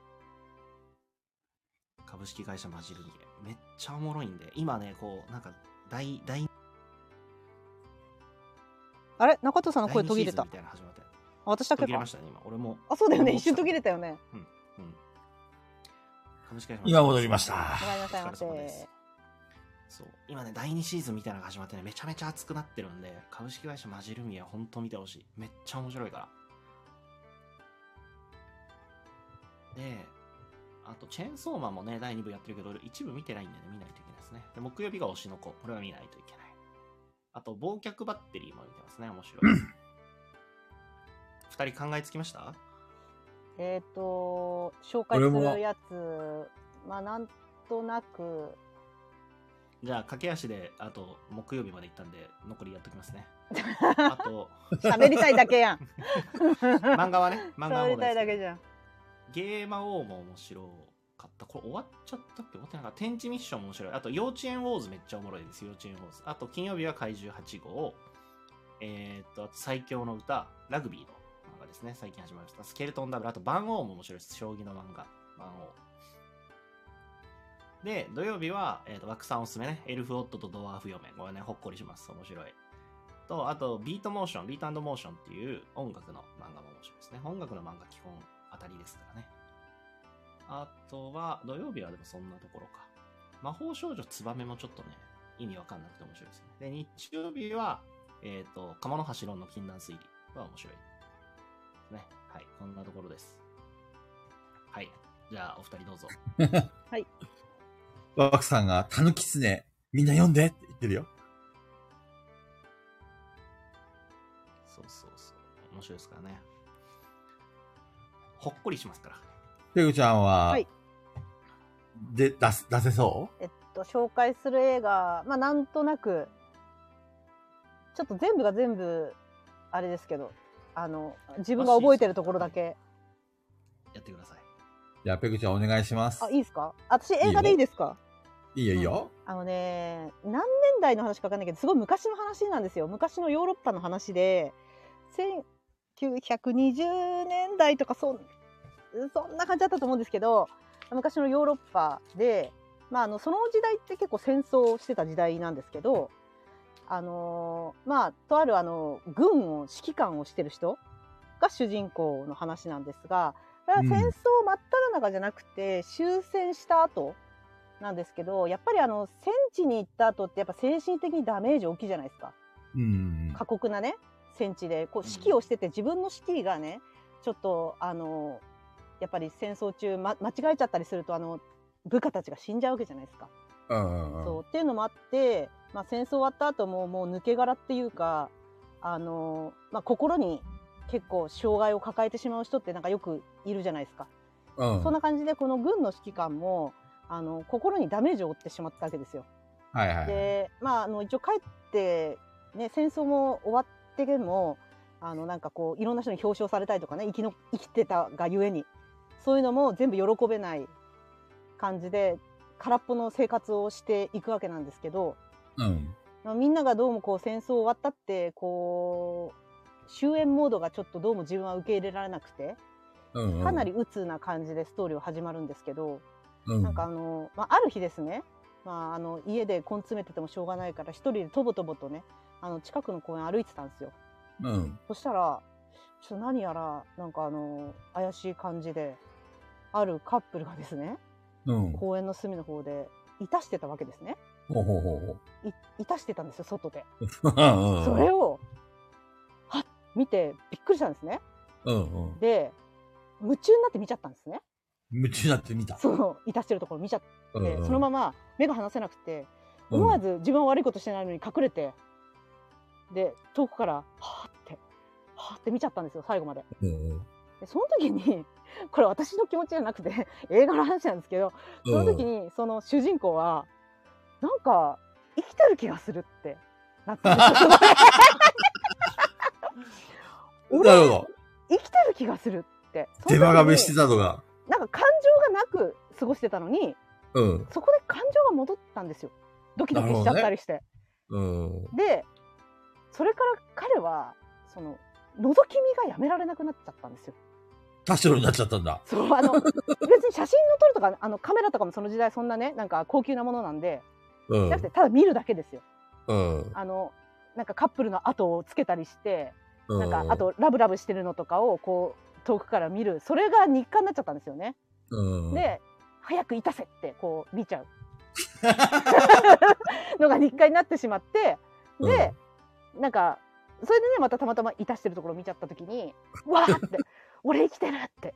Speaker 2: 株式会社マジルミエ。めっちゃおもろいんで、今ね、こう、なんか、第、第
Speaker 1: あれ中藤さんの
Speaker 2: 第二
Speaker 1: 声途切
Speaker 2: シー
Speaker 1: れ
Speaker 2: ズン
Speaker 1: た
Speaker 2: み。たいなの始まって。
Speaker 1: あ私だ
Speaker 2: 途
Speaker 1: け
Speaker 2: 切れま
Speaker 1: か
Speaker 2: し。たね、今。俺も。
Speaker 1: あ、そうだよね。一瞬途切れたよ ね。
Speaker 2: 株式会社
Speaker 6: 今戻りました
Speaker 2: お
Speaker 1: ごめんなさい
Speaker 2: 疲
Speaker 1: ま
Speaker 2: れ
Speaker 1: せ
Speaker 2: 様です。そう。今ね、第2シーズンみたいなのが始まってね、めちゃめちゃ熱くなってるんで、株式会社マジルミア、ほんと見てほしい。めっちゃ面白いから。で、あと、チェーンソーマンもね、第2部やってるけど、俺一部見てないんでね、見ないといけないですね。で、木曜日が推しの子。これは見ないといけない。あと、忘却バッテリーも見てますね。面白 い。二人考えつきました
Speaker 1: えっ、と、紹介
Speaker 6: 俺も
Speaker 1: するやつ、まあ、なんとなく、
Speaker 2: じゃあ、駆け足で、あと、木曜日まで行ったんで、残りやっときます ね。あと、
Speaker 1: 喋りたいだけやん。
Speaker 2: 漫画はね、漫画は
Speaker 1: 喋
Speaker 2: も
Speaker 1: り
Speaker 2: う
Speaker 1: たい
Speaker 2: 大好
Speaker 1: だ
Speaker 2: き
Speaker 1: けじゃん。
Speaker 2: ゲーマ王も面白かった。これ終わっちゃったっけ終わってなんかった天地ミッションも面白い。あと、幼稚園ウォーズめっちゃおもろいです。幼稚園ウォーズ。あと、金曜日は怪獣8号。えー、っと、あと最強の歌、ラグビーの漫画ですね。最近始まりました。スケルトンダブル。あと、万王も面白いです。将棋の漫画。万王。で、土曜日は、えーっと、枠さんおすすめね。エルフオットとドワーフ嫁。これね、ほっこりします。面白い。と、あと、ビートモーション、ビートモーションっていう音楽の漫画も面白いですね。音楽の漫画基本当たりですからね。あとは、土曜日はでもそんなところか。魔法少女ツバメもちょっとね、意味わかんなくて面白いですね。で、日曜日は、えっ、と、釜の橋論の禁断推理は面白い。ね。はい、こんなところです。はい。じゃあ、お二人どうぞ。
Speaker 6: ワクさんが、たぬきつね、みんな読んでって言ってるよ。
Speaker 2: そうそうそう。面白いですからね。ほっこりしますから。
Speaker 6: ペグちゃんは、
Speaker 1: はい
Speaker 6: で、出す、出せそう
Speaker 1: えっと、紹介する映画、まあ、なんとなく、ちょっと全部が全部、あれですけど、あの、自分が覚えてるところだけ。
Speaker 2: やってください。
Speaker 6: じゃあ、ペグちゃんお願いします
Speaker 1: あ、。いいですか私映画でいいですか
Speaker 6: いいよ、いいよ。
Speaker 1: あのね、何年代の話かわかんないけど、すごい昔の話なんですよ。昔のヨーロッパの話で、1920年代とかそん、そんな感じだったと思うんですけど、昔のヨーロッパで、まあ、あの、その時代って結構戦争をしてた時代なんですけど、あのーまあ、とあるあの、軍を、指揮官をしてる人が主人公の話なんですが、これは戦争真っ只中じゃなくて、終戦した後なんですけど、やっぱりあの、戦地に行った後ってやっぱ精神的にダメージ大きいじゃないですか。
Speaker 6: うん。
Speaker 1: 過酷なね戦地でこう
Speaker 2: うん
Speaker 1: 指揮をしてて自分の指揮がねちょっとあのやっぱり戦争中、ま、間違えちゃったりするとあの部下たちが死んじゃうわけじゃないですか。
Speaker 6: うんうん
Speaker 1: そうっていうのもあって、まあ、戦争終わった後ももう抜け殻っていうかあの、まあ、心に結構障害を抱えてしまう人ってなんかよくいるじゃないですか。
Speaker 6: うん。
Speaker 1: そんな感じでこの軍の指揮官もあの心にダメージを負ってしまったわけですよ。
Speaker 6: はいはい。
Speaker 1: で、まあ、あの一応帰って、ね、戦争も終わってでもあのなんかこういろんな人に表彰されたりとかね生きの生きてたがゆえにそういうのも全部喜べない感じで空っぽの生活をしていくわけなんですけど
Speaker 6: うん。
Speaker 1: まあみんながどうもこう戦争終わったってこう終焉モードがちょっとどうも自分は受け入れられなくて
Speaker 6: うんうん。
Speaker 1: かなり鬱な感じでストーリーは始まるんですけど。
Speaker 6: うん、
Speaker 1: なんかあの、まあ、ある日ですね、まあ、あの家で根詰めててもしょうがないから一人でとぼとぼとねあの近くの公園歩いてたんですよ
Speaker 6: うん。
Speaker 1: そしたらちょっと何やらなんかあの怪しい感じであるカップルがですね
Speaker 6: うん。ほ
Speaker 1: 公園の隅の方でいたしてたわけですね
Speaker 6: うほうほうほ
Speaker 1: いいたしてたんですよ外で
Speaker 6: う。うんうん
Speaker 1: それをはっ見てびっくりしたんですね
Speaker 6: うんうん。
Speaker 1: で夢中になって見ちゃったんですね
Speaker 6: 夢中になってみた。
Speaker 1: そのいたしてるところ見ちゃって、
Speaker 6: うんうん
Speaker 1: そのまま目が離せなくて思わず自分は悪いことしてないのに隠れて、で遠くからはーってはーって見ちゃったんですよ最後まで
Speaker 6: うんうん
Speaker 1: でその時に これ私の気持ちじゃなくて 映画の話なんですけどその時にその主人公はなんか生きてる気がするってなったんで すよ
Speaker 6: うん
Speaker 1: 俺
Speaker 6: なるほど。
Speaker 1: 生きてる気がするってその時
Speaker 6: 手
Speaker 1: に
Speaker 6: 間がめしてたのが。
Speaker 1: なんか感情がなく過ごしてたのに
Speaker 6: うん。
Speaker 1: そこで感情が戻ったんですよドキドキしちゃったりして、
Speaker 6: うん。
Speaker 1: でそれから彼はその覗き見がやめられなくなっちゃったんですよ。
Speaker 6: 多少になっちゃったんだ。
Speaker 1: そう あの別に写真を撮るとかあのカメラとかもその時代そんなねなんか高級なものなんで
Speaker 6: う
Speaker 1: じゃ
Speaker 6: ん
Speaker 1: なく。てただ見るだけですよ。
Speaker 6: うん。
Speaker 1: あのなんかカップルの後をつけたりして
Speaker 6: う
Speaker 1: なんかあ、とラブラブしてるのとかをこう遠くから見るそれが日課になっちゃったんですよね。
Speaker 6: うん。
Speaker 1: で早くいたせってこう見ち ゃうのが日課になってしまってで、なんかそれでねまたたまたまいたしてるところを見ちゃった時 にうわーって俺生きてるって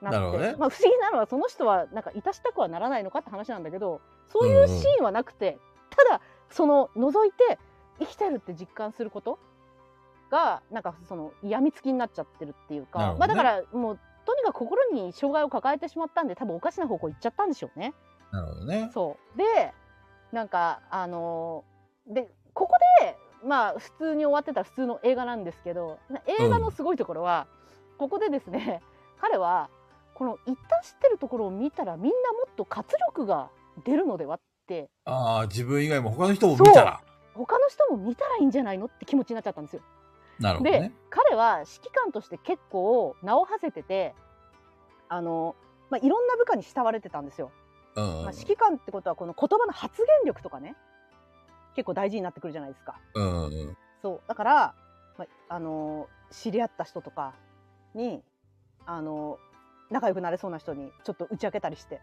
Speaker 1: なって
Speaker 6: なるほどね
Speaker 1: まあ、不思議なのはその人はなんかいたしたくはならないのかって話なんだけどそういうシーンはなくて、ただその覗いて生きてるって実感することがなんかそのやみつきになっちゃってるっていうか、
Speaker 6: なるほ
Speaker 1: まあ
Speaker 6: ど
Speaker 1: だ
Speaker 6: ね
Speaker 1: からもうとにかく心に障害を抱えてしまったんで多分おかしな方向行っちゃったんでしょうね。
Speaker 6: なるほどね。
Speaker 1: そうでなんかあのーでここでまあ普通に終わってた普通の映画なんですけど映画のすごいところは、ここでですね 彼はこの一旦知ってるところを見たらみんなもっと活力が出るのではって
Speaker 6: ああ、自分以外も他の人も見たら。
Speaker 1: 他の人も見たらいいんじゃないのって気持ちになっちゃったんですよ。
Speaker 6: なるほど
Speaker 1: で
Speaker 6: ね。
Speaker 1: 彼は指揮官として結構名を馳せててあの、まあ、いろんな部下に慕われてたんですよ。
Speaker 6: うん
Speaker 1: まあ、指揮官ってことはこの言葉の発言力とかね結構大事になってくるじゃないですか。
Speaker 6: うん。うん。
Speaker 1: そうだから、まああの知り合った人とかに、あの仲良くなれそうな人にちょっと打ち明けたりして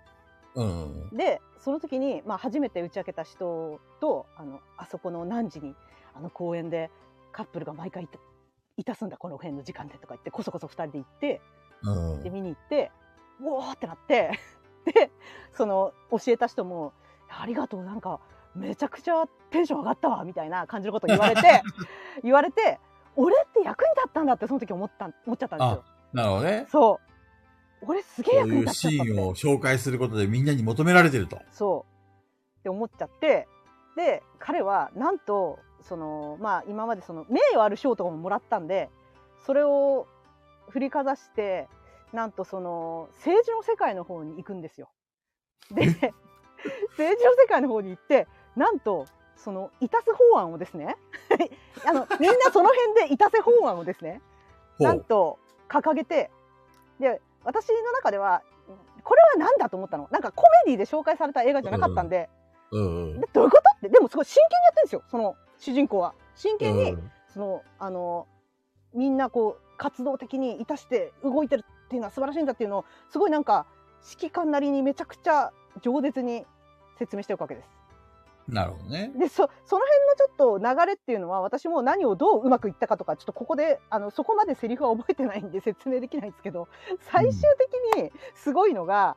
Speaker 6: うん。
Speaker 1: でその時に、まあ、初めて打ち明けた人とあのあそこの何時にあの公園でカップルが毎回いたいたすんだこの辺の時間でとか言ってこそこそ2人で行って
Speaker 6: うん。
Speaker 1: で見に行ってうおーってなって でその教えた人も「ありがとうなんかめちゃくちゃテンション上がったわ」みたいな感じのこと言われて言われて俺って役に立ったんだってその時思った思っちゃったんですよ。
Speaker 6: なるほどね。
Speaker 1: そう俺すげえ
Speaker 6: こ
Speaker 1: 役
Speaker 6: う
Speaker 1: に
Speaker 6: いう
Speaker 1: 立っち
Speaker 6: シ
Speaker 1: ゃったって
Speaker 6: ーンを紹介することでみんなに求められてると。
Speaker 1: そうって思っちゃってで彼はなんとそのまあ今までその名誉ある賞とかももらったんでそれを振りかざしてなんとその政治の世界の方に行くんですよ。で 政治の世界の方に行ってなんとそのいたせ法案をですね あのみんなその辺でいたせ法案をですね
Speaker 6: ほ
Speaker 1: なん
Speaker 6: う。
Speaker 1: と掲げてで私の中ではこれは何だと思ったのなんかコメディで紹介された映画じゃなかったんで,、
Speaker 6: うん。
Speaker 1: でどういうことってでもすごい真剣にやってるんですよその主人公は真
Speaker 6: う
Speaker 1: 剣に、
Speaker 6: ん。
Speaker 1: そのあのみんなこう活動的にいたして動いてるっていうのは素晴らしいんだっていうのをすごいなんか指揮官なりにめちゃくちゃ饒舌に説明しておくわけです。
Speaker 6: なるほどね。
Speaker 1: でそその辺のちょっと流れっていうのは私も何をどううまくいったかとかちょっとここであのそこまでセリフは覚えてないんで説明できないんですけど最終的にすごいのが、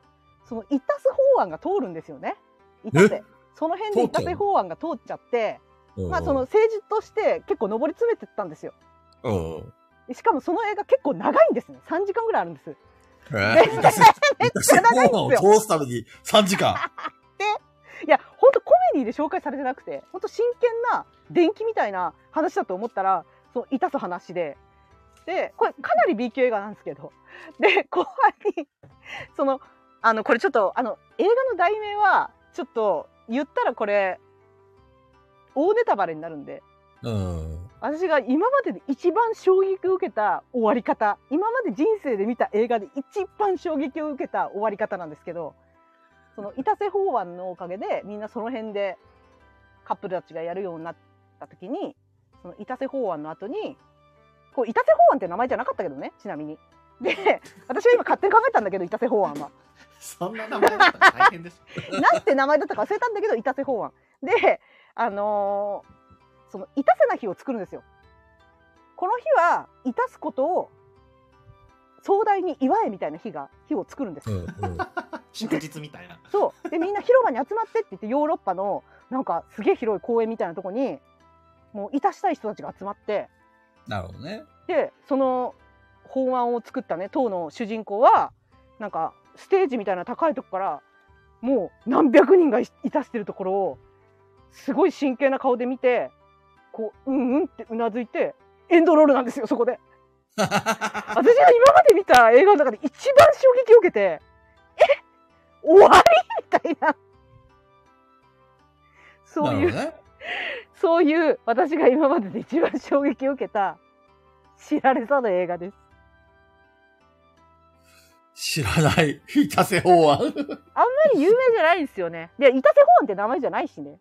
Speaker 1: そのイタス法案が通るんですよね。イタセその辺でイタセ法案が通っちゃって、
Speaker 6: うん
Speaker 1: まあ、その、政治として結構上り詰めてったんですよ。
Speaker 6: うん。
Speaker 1: でしかもその映画結構長いんですね3時間ぐらいあるんです。
Speaker 6: え
Speaker 1: め
Speaker 6: ー
Speaker 1: っ ちゃめっちゃ長いん
Speaker 6: ご
Speaker 1: です
Speaker 6: 飯
Speaker 1: よ。
Speaker 6: を通すために3時間。
Speaker 1: いや本当コメディで紹介されてなくて本当真剣な電気みたいな話だと思ったらそのいたす話ででこれかなり B 級映画なんですけどで後半にそのあのこれちょっとあの映画の題名はちょっと言ったらこれ大ネタバレになるんで
Speaker 6: うん。
Speaker 1: 私が今までで一番衝撃を受けた終わり方今まで人生で見た映画で一番衝撃を受けた終わり方なんですけどその「いたせ法案」のおかげでみんなその辺でカップルたちがやるようになった時にその「いたせ法案」の後にこう「いたせ法案」って名前じゃなかったけどねちなみに。で私が今勝手に考えたんだけど「いたせ法案」は。
Speaker 2: そんな名前だったら大変でし ょ。
Speaker 1: なんて名前だったか忘れたんだけど「いたせ法案」であのーその「いたせな日」を作るんですよ。この日はいたすことを壮大に祝えみたいな日が日を作るんです
Speaker 6: う
Speaker 1: よ。
Speaker 6: ん。うん。
Speaker 2: 祝日みたいな。
Speaker 1: そうでみんな広場に集まってって言ってヨーロッパのなんかすげえ広い公園みたいなとこにもういたしたい人たちが集まって
Speaker 6: なるほどね。
Speaker 1: でその法案を作ったね党の主人公はなんかステージみたいな高いとこからもう何百人がいいたしてるところをすごい真剣な顔で見てこううんうんってうなずいてエンドロールなんですよそこで私が今まで見た映画の中で一番衝撃を受けてえ終わりみたいなそう
Speaker 6: な
Speaker 1: いう
Speaker 6: るほどね。
Speaker 1: そういう私が今までで一番衝撃を受けた知られざる映画です。
Speaker 6: 知らない。いたせ法案。
Speaker 1: あんまり有名じゃないんですよね。で、いたせ法案って名前じゃないしね。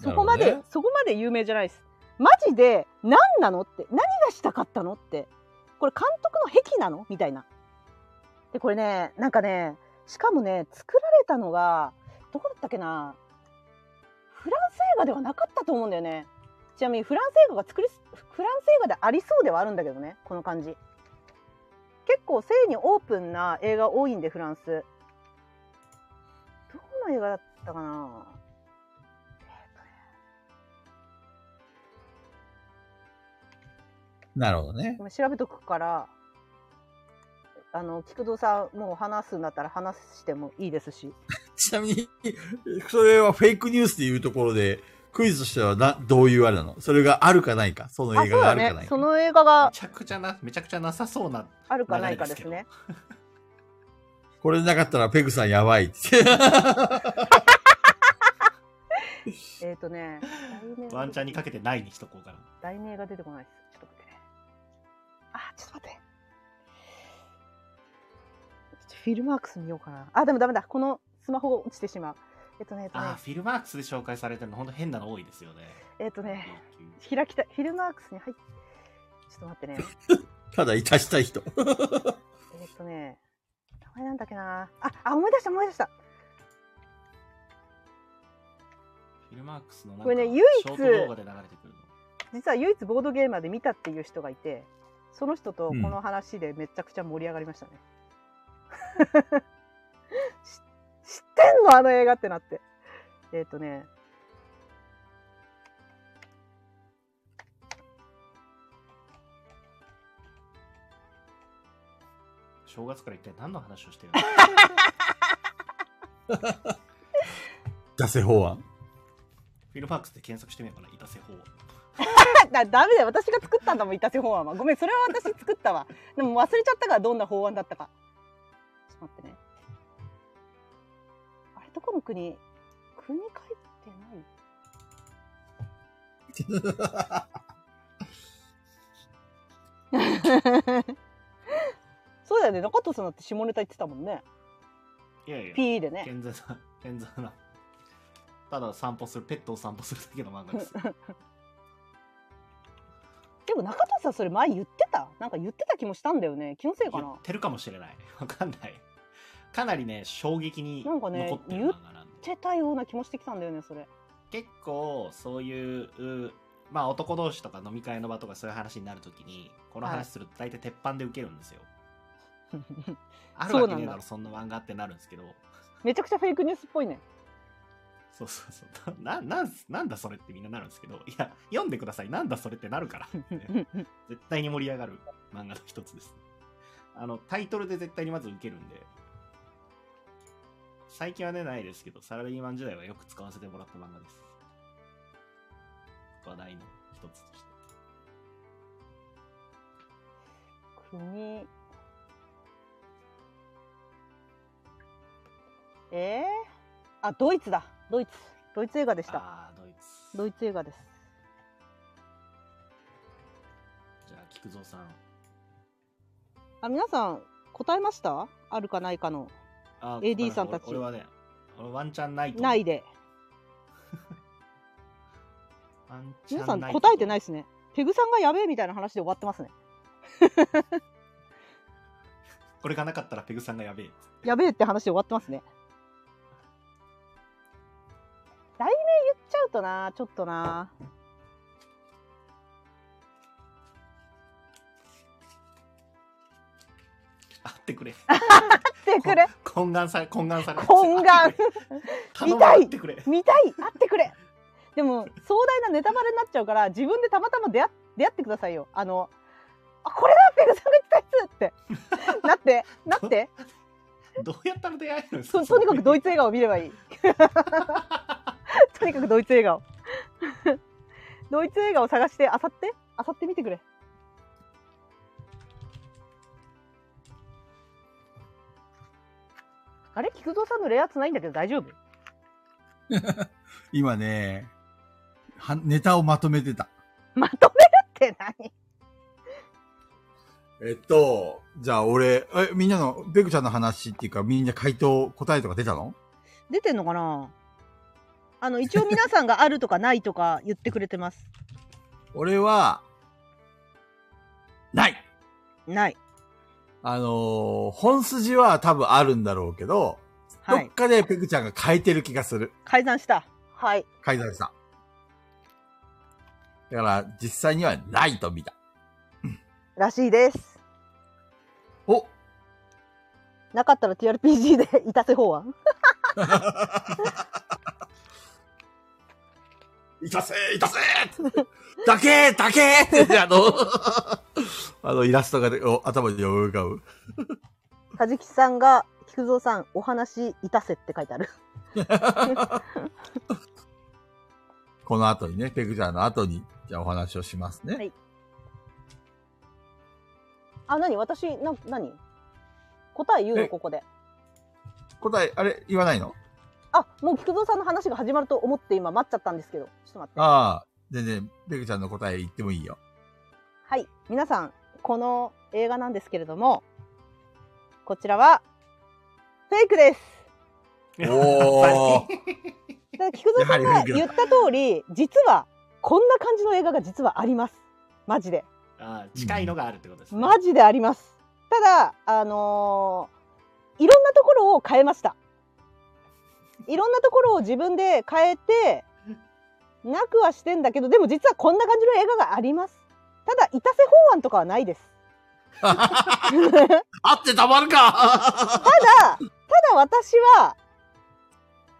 Speaker 1: そこま
Speaker 6: な
Speaker 1: で、
Speaker 6: るほどね
Speaker 1: そこまで有名じゃないです。マジで何なのって何がしたかったのってこれ監督の癖なのみたいな。でこれねなんかねしかもね作られたのがどこだったっけなフランス映画ではなかったと思うんだよね。ちなみにフランス映画が作りフランス映画でありそうではあるんだけどねこの感じ。結構性にオープンな映画多いんでフランス。どこの映画だったかなえっとね
Speaker 6: なるほどね。
Speaker 1: もう調べとくから、あの、菊堂さん、もう話すんだったら話してもいいですし。
Speaker 6: ちなみに、それはフェイクニュースでいうところで、クイズとしてはなどういうあれなのそれがあるかないかその
Speaker 1: あ、
Speaker 6: 映
Speaker 1: そ
Speaker 6: 画
Speaker 1: う
Speaker 6: が
Speaker 1: だ
Speaker 6: あるか
Speaker 1: ね
Speaker 6: ない。か
Speaker 1: その映画が
Speaker 2: ちゃくちゃな、めちゃくちゃなさそうな。
Speaker 1: あるかないかですね。
Speaker 6: これなかったらペグさんやばい って。
Speaker 1: えっ、とね、題名が
Speaker 2: ワンチャンにかけてないにしとこうかな。
Speaker 1: 題名が出てこないです。ちょっと待ってね。あ、ちょっと待って。ちょっとフィルマークス見ようかな。あ、でもダメだ。このスマホが落ちてしまう。えっとね、えっとね
Speaker 2: あー、フィルマークスで紹介されてるの、ほんと変なの多いですよね。
Speaker 1: えっ、とね、開きたい。フィルマークスに入って、ちょっと待ってね。
Speaker 6: ただいたしたい人。
Speaker 1: えーっとね、名前なんだっけな。あ、あ、思い出した思い出した。
Speaker 2: フィルマークスのなんか
Speaker 1: これね唯一
Speaker 2: ショート動画で流れてくるの。
Speaker 1: 実は唯一ボードゲーマーで見たっていう人がいて、その人とこ
Speaker 6: うん
Speaker 1: の話でめちゃくちゃ盛り上がりましたね。 し知ってんのあの映画ってなって。えーっとね、
Speaker 2: 正月から一体何の話をしてる の
Speaker 6: 出せ法案。
Speaker 2: フィルマークスで検索してみようかな、いたせ法。
Speaker 1: だダメだよ私が作ったんだもんいたせ法案はごめんそれは私作ったわでも忘れちゃったからどんな法案だったかちょっと待ってねあれどこの国国書いてないそうだよね中藤さんだって下ネタ言ってたもんね
Speaker 2: いやいや、
Speaker 1: P でね
Speaker 2: 健全な、健全な。ただ散歩する、ペットを散歩するだけの漫画です。
Speaker 1: でも中藤さんそれ前言ってたなんか言ってた気もしたんだよね気のせいか
Speaker 2: 言
Speaker 1: な
Speaker 2: ってるかもしれない。わかんない。かなりね、衝撃に
Speaker 1: なん
Speaker 2: 残
Speaker 1: か
Speaker 2: っ
Speaker 1: ね
Speaker 2: てる漫画なんで。
Speaker 1: 言ってたような気もしてきたんだよねそれ
Speaker 2: 結構そういううまあ男同士とか飲み会の場とかそういう話になるときにこの
Speaker 1: はい
Speaker 2: 話すると大体鉄板で受けるん ですよ、ある
Speaker 1: そう
Speaker 2: わ
Speaker 1: なんだ
Speaker 2: けねえだろそんな漫画ってなるんですけど
Speaker 1: めちゃくちゃフェイクニュースっぽいね。
Speaker 2: そうそうそうななんなんだそれってみんななるんですけどいや読んでくださいなんだそれってなるから絶対に盛り上がる漫画の一つですあのタイトルで絶対にまず受けるんで最近はねないですけどサラリーマン時代はよく使わせてもらった漫画です話題の一つとして
Speaker 1: 国。えー、あ、ドイツだ。ドイツ。ドイツ映画でした。
Speaker 2: ああ、ドイツ。
Speaker 1: ドイツ映画です。
Speaker 2: じゃあ、菊蔵さん。
Speaker 1: あ、皆さん、答えましたあるかないかの。
Speaker 2: あ
Speaker 1: AD
Speaker 2: ごめ
Speaker 1: さんたち
Speaker 2: 俺俺はね、俺ワンチャンないと思う。
Speaker 1: ないで。
Speaker 2: ワンチャ
Speaker 1: 皆
Speaker 2: ンないと
Speaker 1: さ、
Speaker 2: 思うん
Speaker 1: 答えてないですね。ペグさんがやべえみたいな話で終わってますね。
Speaker 2: これがなかったらペグさんがやべえ。
Speaker 1: やべえって話で終わってますね。題名言っちゃうとな、ちょっとな。
Speaker 2: あってくれ。
Speaker 1: 会ってくれ
Speaker 2: 懇願され、懇願され。
Speaker 1: 懇願
Speaker 2: 頼む
Speaker 1: 痛い
Speaker 2: 会ってくれ。
Speaker 1: 見たい会ってくれでも壮大なネタバレになっちゃうから自分でたまたま出会出会ってくださいよあのあこれだペグさんが言ってたやつってなってな って
Speaker 2: どうやったら出会えるんで す
Speaker 1: ととにかくドイ
Speaker 2: ツ。
Speaker 1: ツ映画を見ればいいとにかくドイツ映画をドイツ映画を探してあさってあさって見てくれあれ菊蔵さんのレアつないんだけど大丈夫
Speaker 6: 今ね、はネタをまとめてた。
Speaker 1: まとめるって何
Speaker 6: えっと、じゃあ俺、え、みんなの、ペグちゃんの話っていうか、みんな回答、答えとか出たの
Speaker 1: 出てんのかなあの一応皆さんがあるとかないとか言ってくれてます
Speaker 6: 俺は、ない
Speaker 1: ない
Speaker 6: あのー本筋は多分あるんだろうけど、
Speaker 1: は
Speaker 6: ど
Speaker 1: い
Speaker 6: っかでペグちゃんが変えてる気がする。
Speaker 1: 改ざんしたはい
Speaker 6: 改ざんした。だから、実際にはないと見た。
Speaker 1: らしいです
Speaker 6: お
Speaker 1: なかったら TRPG でいたせ法案
Speaker 6: いたせーいたせーだけーだけーって、あの、 あの、イラストがでお頭に思い浮かぶ。
Speaker 1: カジキさんが、菊蔵さん、お話いたせって書いてある。
Speaker 6: この後にね、ペグちゃんの後に、じゃあお話をしますね。
Speaker 1: はいあ、なに私、な、なに答え言うの
Speaker 6: え
Speaker 1: ここで。
Speaker 6: 答え、あれ、言わないの
Speaker 1: あ、もう菊蔵さんの話が始まると思って今待っちゃったんですけど。ちょっと待って。
Speaker 6: ああ、全然、ペグちゃんの答え言ってもいいよ。
Speaker 1: はい。皆さん、この映画なんですけれども、こちらは、フェイクです。
Speaker 6: おー。
Speaker 1: だから菊蔵さん
Speaker 6: やは
Speaker 1: が
Speaker 6: りフェイク
Speaker 1: 言った通り、実は、こんな感じの映画が実はあります。マジで。
Speaker 7: あー近いのがあるってことですね。
Speaker 1: マジであります。ただ、あのーいろんなところを変えました。いろんなところを自分で変えて、なくはしてんだけど、でも実はこんな感じの映画があります。ただ、いたせ法案とかはないです。
Speaker 6: あってたまるか
Speaker 1: ただ、ただ私は、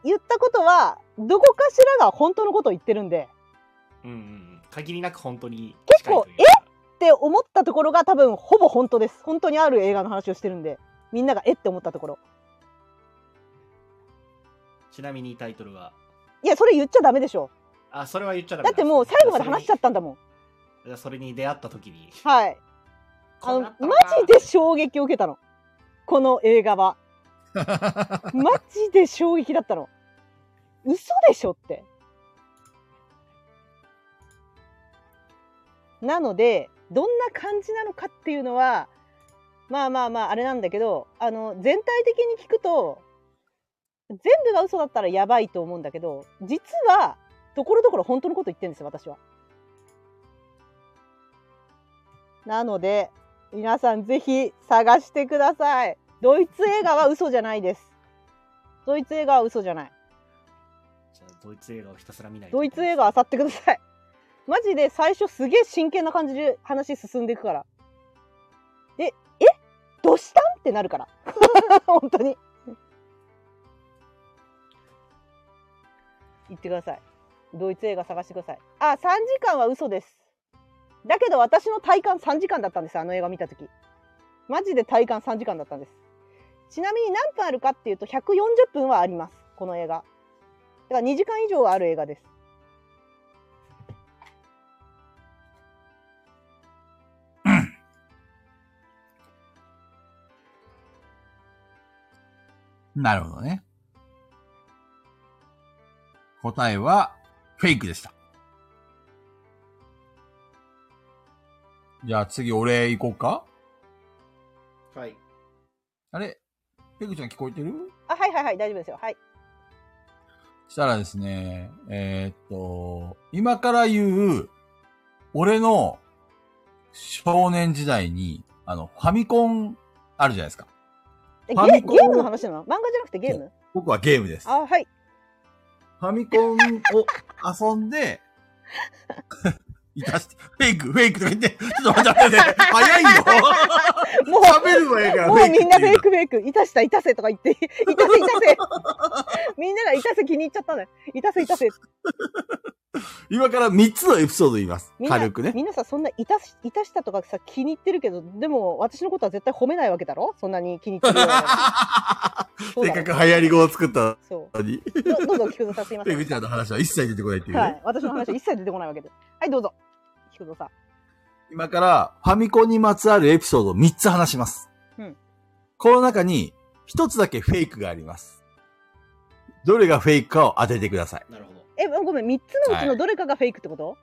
Speaker 1: 言ったことは、どこかしらが本当のことを言ってるんで、
Speaker 7: うんうんうん。限りなく本当に
Speaker 1: 結
Speaker 7: 近い
Speaker 1: 構
Speaker 7: というか
Speaker 1: って思ったところが多分ほぼ本当です。本当にある映画の話をしてるんで、みんながえって思ったところ。
Speaker 7: ちなみにタイトルは。
Speaker 1: いや、それ言っちゃダメでしょ。
Speaker 7: あ、それは言っちゃダメな
Speaker 1: だっ
Speaker 7: ん
Speaker 1: て
Speaker 7: すね
Speaker 1: もう最後まで話しちゃったんだもん。
Speaker 7: じゃあそれに出会った時に。
Speaker 1: はい。あの、マジで衝撃を受けたの。この映画は。マジで衝撃だったの。嘘でしょって。なので、どんな感じなのかっていうのは、まあまあまあ、あれなんだけど、あの、全体的に聞くと、全部が嘘だったらやばいと思うんだけど、実は、ところどころ本当のこと言ってるんですよ、私は。なので、皆さんぜひ探してください。ドイツ映画は嘘じゃないです。ドイツ映画は嘘じゃない。
Speaker 7: じゃあドイツ映画をひたすら見ないと
Speaker 1: ドイツ映画あさってください。マジで最初すげえ真剣な感じで話進んでいくから。で、えどうしたんってなるから。 本当に。言ってください。ドイツ映画探してください。あ、3時間は嘘です。だけど私の体感3時間だったんです、あの映画見たとき。マジで体感3時間だったんです。ちなみに何分あるかっていうと140分はあります、この映画。だから2時間以上はある映画です。
Speaker 6: なるほどね。答えは、フェイクでした。じゃあ次、俺行こうか
Speaker 7: はい。
Speaker 6: あれペグちゃん聞こえてる
Speaker 1: あ、はいはいはい、大丈夫ですよ。はい。
Speaker 6: したらですね、えーっと、今から言う、俺の少年時代に、あの、ファミコンあるじゃないですか。
Speaker 1: えゲ
Speaker 6: ファミコン
Speaker 1: ゲームの話なの漫画じゃなくてゲーム
Speaker 6: 僕はゲームです。
Speaker 1: あ、はい。
Speaker 6: ファミコンを遊んで、いたして、フェイク、フェイクとか言って、ちょっと待って待って待って、早いよ
Speaker 1: も
Speaker 6: 喋る前から
Speaker 1: う、
Speaker 6: フ
Speaker 1: もう
Speaker 6: ェイクって
Speaker 1: みんなフェ
Speaker 6: 言う
Speaker 1: イクフェイク。いたした、いたせとか言 って、いたせ、いたせ。みんながいたせ気に入っちゃったのよ。いたせ、いたせ。
Speaker 6: 今から3つのエピソード言います
Speaker 1: み。んな
Speaker 6: 軽くね。
Speaker 1: みんなさ、そんないたし、いたしたとかさ、気に入ってるけど、でも私のことは絶対褒めないわけだろそんなに気に入ってるような。 そう
Speaker 6: せ
Speaker 1: だ
Speaker 6: っ
Speaker 1: ろ
Speaker 6: かく流行り語を作った
Speaker 1: そ
Speaker 6: のに、
Speaker 1: う。どどうぞ、菊蔵さんすいませ
Speaker 6: ペ
Speaker 1: ん。
Speaker 6: グちゃんの話は一切出てこないっていうね。
Speaker 1: はい。私の話は一切出てこないわけで。はい、どうぞ。菊蔵さん。
Speaker 6: 今からファミコンにまつわるエピソードを3つ話します。
Speaker 1: うん
Speaker 6: この中に1つだけフェイクがあります。どれがフェイクかを当ててください。
Speaker 7: なるほど。
Speaker 1: え、ごめん、3つのうちのどれかがフェイクってこと、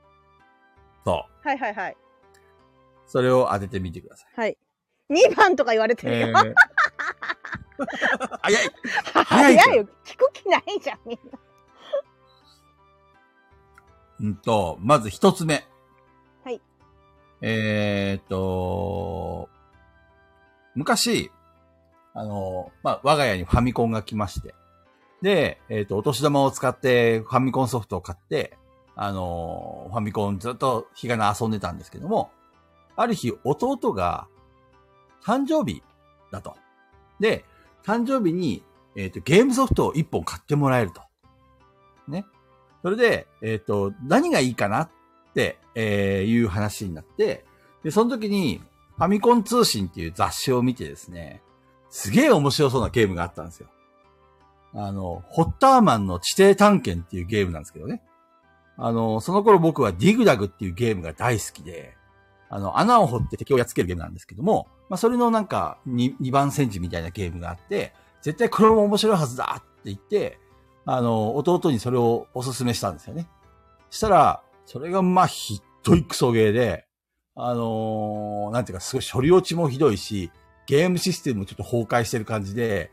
Speaker 6: そ
Speaker 1: はい、はい、はい。
Speaker 6: う。それを当ててみてください。
Speaker 1: はい。2番とか言われてるよ。
Speaker 6: え ー早い
Speaker 1: 早
Speaker 6: い
Speaker 1: い
Speaker 6: よ
Speaker 1: よ。聞く気ないじゃん、みんな。
Speaker 6: うんと、まず一つ目。
Speaker 1: はい。
Speaker 6: えーっと、昔、あの、まあ、我が家にファミコンが来まして、で、えーっと、お年玉を使ってファミコンソフトを買って、あの、ファミコンずっと日がな遊んでたんですけども、ある日、弟が、誕生日だと。で、誕生日に、えーっと、ゲームソフトを一本買ってもらえると。ね。それで、えっ、と、何がいいかなって、えーいう話になって、で、その時に、ファミコン通信っていう雑誌を見てですね、すげえ面白そうなゲームがあったんですよ。あの、ホッターマンの地底探検っていうゲームなんですけどね。あの、その頃僕はディグダグっていうゲームが大好きで、あの、穴を掘って敵をやっつけるゲームなんですけども、まあ、それのなんか2、2番戦時みたいなゲームがあって、絶対これも面白いはずだって言って、あの、弟にそれをおすすめしたんですよね。したら、それがまあ、ひっどいクソゲーで、あのーなんていうか、すごい処理落ちもひどいし、ゲームシステムもちょっと崩壊してる感じで、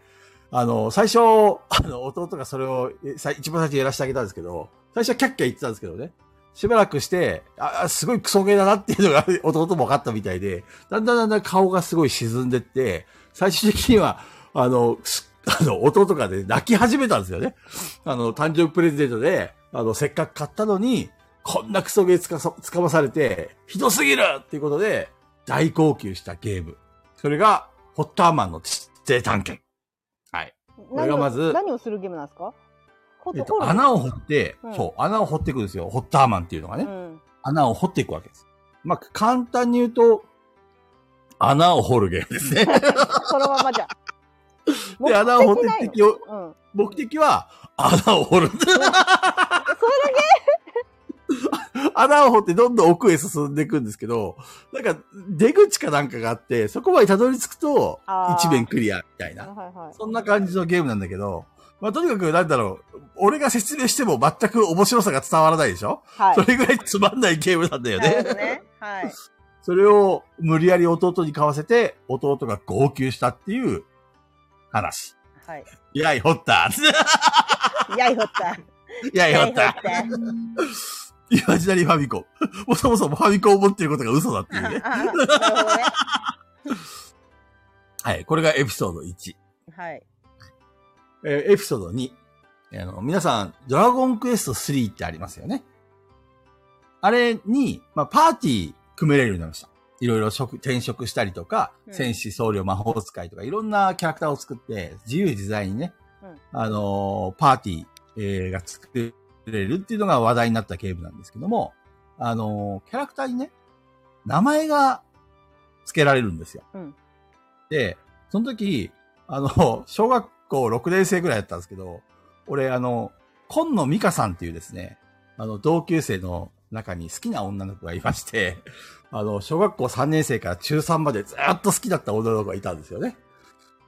Speaker 6: あの、最初、あの、弟がそれを、えさ一番最初にやらせてあげたんですけど、最初はキャッキャ言ってたんですけどね。しばらくして、あ、あすごいクソゲーだなっていうのが弟も分かったみたいで、だんだんだんだん顔がすごい沈んでって、最終的には、あの、す あの、弟がね、泣き始めたんですよね。あの、誕生日プレゼントで、あの、せっかく買ったのに、こんなクソゲーつかそ、つかまされて、ひどすぎるっていうことで、大号泣したゲーム。それが、ホッターマンの地底探検。はい。これがまず
Speaker 1: 何を何をするゲームなんですかほ
Speaker 6: えっ
Speaker 1: 掘
Speaker 6: と、
Speaker 1: る
Speaker 6: 穴を掘って、
Speaker 1: うん
Speaker 6: そう、穴を掘っていくんですよ。ホッターマンっていうのがね。
Speaker 1: うん
Speaker 6: 穴を掘っていくわけです。まあ、簡単に言うと、穴を掘るゲームですね。
Speaker 1: そのままじゃ。
Speaker 6: で、穴を掘って
Speaker 1: ないの
Speaker 6: 敵を、
Speaker 1: うん。
Speaker 6: 目的は、穴を掘る。穴を掘ってどんどん奥へ進んでいくんですけど、なんか、出口かなんかがあって、そこまでたどり着くと
Speaker 1: あ、ー
Speaker 6: 一面クリアみたい な。
Speaker 1: はいはい。
Speaker 6: そんな感じのゲームなんだけど、まあ、とにかく、なんだろう、俺が説明しても全く面白さが伝わらないでしょ、
Speaker 1: はい。
Speaker 6: それぐらいつまんないゲームなんだよ
Speaker 1: なる
Speaker 6: ね
Speaker 1: ほ。どね。はい。
Speaker 6: それを無理やり弟に買わせて、弟が号泣したっていう話。
Speaker 1: はい。
Speaker 6: いやい、掘った。
Speaker 1: やいほった。
Speaker 6: いやい、掘
Speaker 1: やいほ
Speaker 6: っ
Speaker 1: った
Speaker 6: た。イマジナリーファミコン。もうそもそもファミコンを持ってることが嘘だっていう
Speaker 1: な る
Speaker 6: ね。
Speaker 1: ほどね。
Speaker 6: はい。これがエピソード1。
Speaker 1: はい。
Speaker 6: えーエピソード2。あの、皆さん、ドラゴンクエスト3ってありますよね。あれに、まあ、パーティー組めれるようになりました。いろいろ職転職したりとか、
Speaker 1: うん
Speaker 6: 戦士、僧侶、魔法使いとか、いろんなキャラクターを作って、自由自在にね、
Speaker 1: うん
Speaker 6: あのーパーティー、えーが作れるっていうのが話題になったゲームなんですけども、あのーキャラクターにね、名前が付けられるんですよ。
Speaker 1: うん
Speaker 6: で、その時、あの、 小学校6年生ぐらいだったんですけど、俺、あの、今野美香さんっていうですね、あの、同級生の中に好きな女の子がいまして、あの、小学校3年生から中3までずっと好きだった女の子がいたんですよね。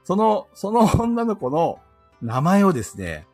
Speaker 6: その、その女の子の名前をですね、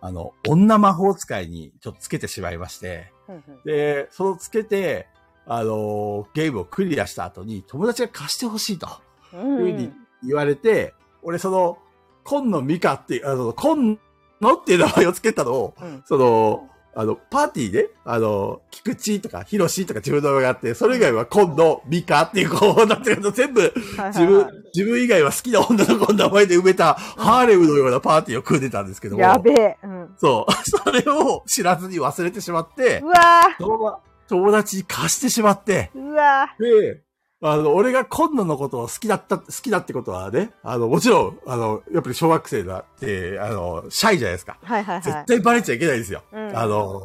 Speaker 6: あの、女魔法使いにちょっとつけてしまいまして、
Speaker 1: ふんふん
Speaker 6: で、そのつけて、あのゲームをクリアした後に友達が貸してほしいと。
Speaker 1: うん
Speaker 6: いうふうに言われて、俺その、今野美香っていう、あの、今野っていう名前をつけたのを、
Speaker 1: うん
Speaker 6: その、あの、パーティーで、あの、菊池とか、ひろしとか自分の名前があって、それ以外は今野美香っていう子になってるの全部、
Speaker 1: はいはいはい
Speaker 6: 自分、自分以外は好きな女の子の名前で埋めた、ハーレムのようなパーティーを組んでたんですけども、
Speaker 1: やべえ。うん
Speaker 6: そう、それを知らずに忘れてしまって
Speaker 1: う、わ
Speaker 6: そのまま友達に貸してしまって、
Speaker 1: ーうわ
Speaker 6: で、あの、俺が今野のことを好きだった、好きだってことはね、あの、もちろん、あの、やっぱり小学生だって、あの、シャイじゃないですか。
Speaker 1: ーはいはいは
Speaker 6: 絶
Speaker 1: い。
Speaker 6: 対バレちゃいけないですよ。
Speaker 1: うん
Speaker 6: あの、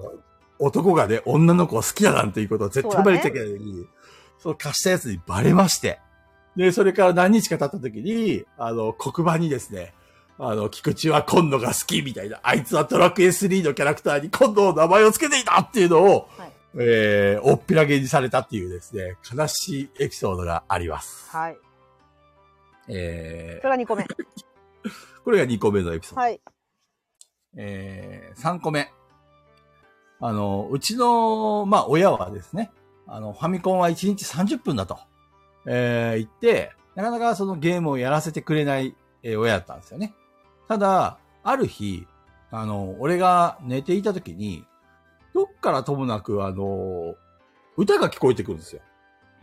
Speaker 6: 男がね、女の子を好きだなんていうことは絶対バレちゃいけないのに、そ,、の貸したやつにバレまして。で、それから何日か経った時に、あの、黒板にですね、あの、菊池は今野が好きみたいな、あいつはドラクエ3のキャラクターに今野の名前を付けていたっていうのを、
Speaker 1: はい
Speaker 6: えー、おっぴらげにされたっていうですね、悲しいエピソードがあります。
Speaker 1: はい。
Speaker 6: え
Speaker 1: それが2個目。
Speaker 6: ー、これが2個目のエピソード。
Speaker 1: はい。
Speaker 6: えー、3個目。あの、うちの、まあ、親はですね、あの、ファミコンは1日30分だと、えー、言って、なかなかそのゲームをやらせてくれない、えー親だったんですよね。ただ、ある日、あの、俺が寝ていた時に、どっからともなく、あの、歌が聞こえてくるんですよ。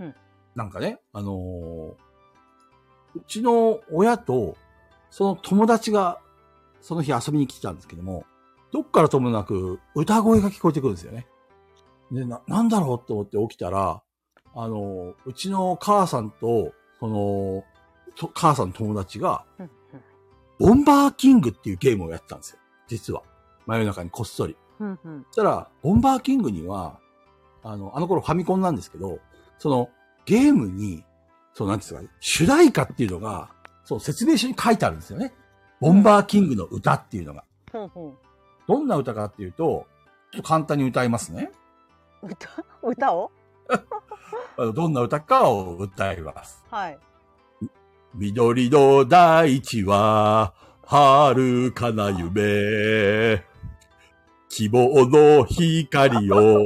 Speaker 1: うん
Speaker 6: なんかね、あの、うちの親と、その友達がその日遊びに来てたんですけども、どっからともなく歌声が聞こえてくるんですよね。で、な、なんだろうと思って起きたら、あの、うちの母さんと、その、と母さんの友達が、
Speaker 1: うんうん
Speaker 6: ボンバーキングっていうゲームをやってたんですよ。実は。真夜中にこっそり。
Speaker 1: うんうん
Speaker 6: そしたら、ボンバーキングには、あの、あの頃ファミコンなんですけど、その、ゲームにそう、なんていうんですかね、主題歌っていうのが、そう、説明書に書いてあるんですよね。ボンバーキングの歌っていうのが。
Speaker 1: ほんほん
Speaker 6: どんな歌かっていうと、ちょっと簡単に歌いますね。
Speaker 1: 歌歌を
Speaker 6: あのどんな歌かを歌います。
Speaker 1: はい。
Speaker 6: 緑の大地は、遥かな夢。希望の光を、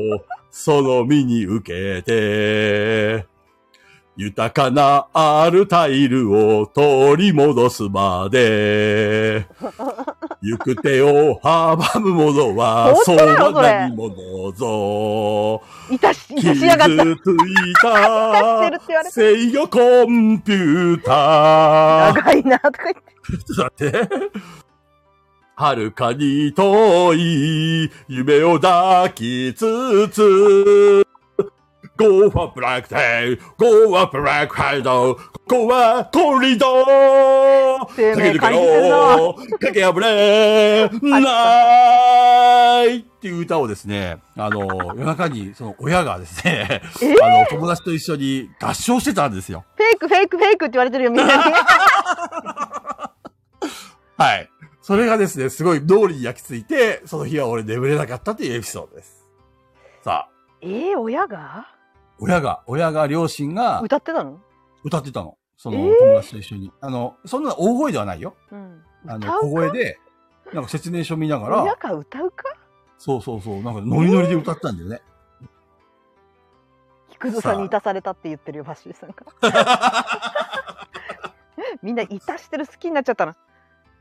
Speaker 6: その身に受けて、豊かなアルタイルを取り戻すまで、行く手を阻む者は、
Speaker 1: ど
Speaker 6: そう
Speaker 1: っちなのそ
Speaker 6: は
Speaker 1: れ
Speaker 6: 何者ぞ。
Speaker 1: いた し、い
Speaker 6: 傷
Speaker 1: た
Speaker 6: つ
Speaker 1: しやがった。
Speaker 6: い
Speaker 1: して
Speaker 6: た
Speaker 1: るって言われた
Speaker 6: 制御コンピューター。
Speaker 1: 長いな、とか言って。
Speaker 6: ちょっと待って。はるかに遠い夢を抱きつつ。Go for black day, go for black shadow, go for corridor!
Speaker 1: 生
Speaker 6: 駆け
Speaker 1: 命
Speaker 6: 抜
Speaker 1: 感
Speaker 6: け
Speaker 1: じてるな。
Speaker 6: ろ駆け破 れないっていう歌をですね、あの、夜中にその親がですね、
Speaker 1: え
Speaker 6: あの、友達と一緒に合唱してたんですよ。
Speaker 1: フェイク、フェイク、フェイクって言われてるよ、みんなに。
Speaker 6: はい。それがですね、すごい脳裏に焼き付いて、その日は俺眠れなかったというエピソードです。さあ、
Speaker 1: えー、親が
Speaker 6: 親が、親が、両親が
Speaker 1: 歌ってたの
Speaker 6: 歌ってたの。その
Speaker 1: え
Speaker 6: 友
Speaker 1: ー
Speaker 6: 達と一緒に。あの、そんな大声ではないよ。
Speaker 1: うん。
Speaker 6: あ
Speaker 1: 歌
Speaker 6: の、小
Speaker 1: う
Speaker 6: 声で、なんか説明書見なが、
Speaker 1: から親が歌うか
Speaker 6: そうそうそう、なんかノリノリで歌ってたんだよね。
Speaker 1: 菊蔵さんにいたされたって言ってるよ、バッシーさんが。 みんないたしてる好きになっちゃったな。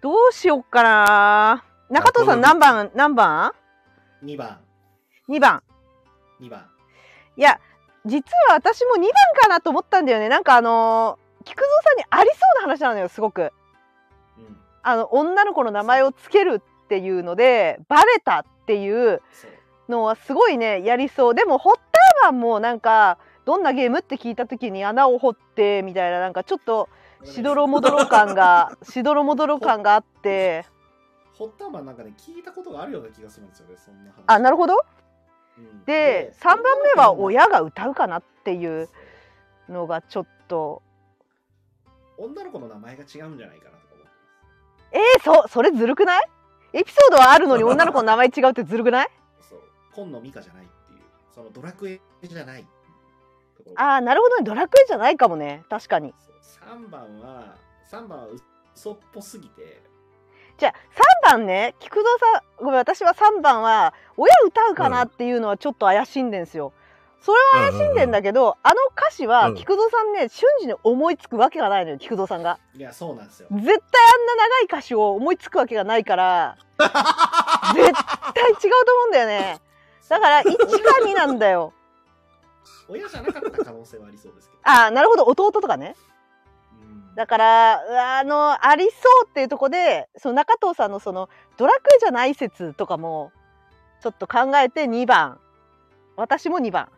Speaker 1: どうしよっかな。中藤さん
Speaker 6: いや
Speaker 1: 何番、何番
Speaker 7: 2番、
Speaker 1: ?2 番。
Speaker 7: 2番。
Speaker 1: いや、実は私も2番かなと思ったんだよね。なんかあのー菊蔵さんにありそうな話なのよ、すごく。
Speaker 7: うん。
Speaker 1: あの、女の子の名前をつけるっていうので、バレたっていう
Speaker 7: そう。
Speaker 1: のはすごいねやりそうでもホッターマンもなんかどんなゲームって聞いた時に穴を掘ってみたいななんかちょっとしどろもどろ感がしどろもどろ感があって
Speaker 7: ホッターマンなんかね、聞いたことがあるような気がするんですよね、そんな話。
Speaker 1: あなるほど
Speaker 7: うん
Speaker 1: で3番目は親が歌うかなっていうのがちょっと
Speaker 7: 女の子の名前が違うんじゃないかなとか思って
Speaker 1: えー、そそれずるくないエピソードはあるのに女の子の名前違うってずるくない
Speaker 7: ます。そう。今野美香じゃないっていう、そのドラクエじゃないところ。
Speaker 1: あーなるほどねドラクエじゃないかもね確かに
Speaker 7: そう3番は、3番は嘘っぽすぎて、
Speaker 1: じゃあ3番ね菊蔵さんごめん私は3番は親歌うかなっていうのはちょっと怪しんでんすよ。それは怪しんでんだけど、あの歌詞
Speaker 6: う
Speaker 1: は
Speaker 6: ん
Speaker 1: 菊蔵さんね、瞬時に思いつくわけがないのよ菊蔵さんが。
Speaker 7: いや、そうなんですよ。
Speaker 1: 絶対あんな長い歌詞を思いつくわけがない から絶対違うと思うんだよね。だから1か2なんだよ。
Speaker 7: 親じゃなかった可能性はありそうですけど。
Speaker 1: ああなるほど弟とかね。
Speaker 7: うん
Speaker 1: だからうわあのありそうっていうとこでその中藤さんのそのドラクエじゃない説とかもちょっと考えて2番私も2番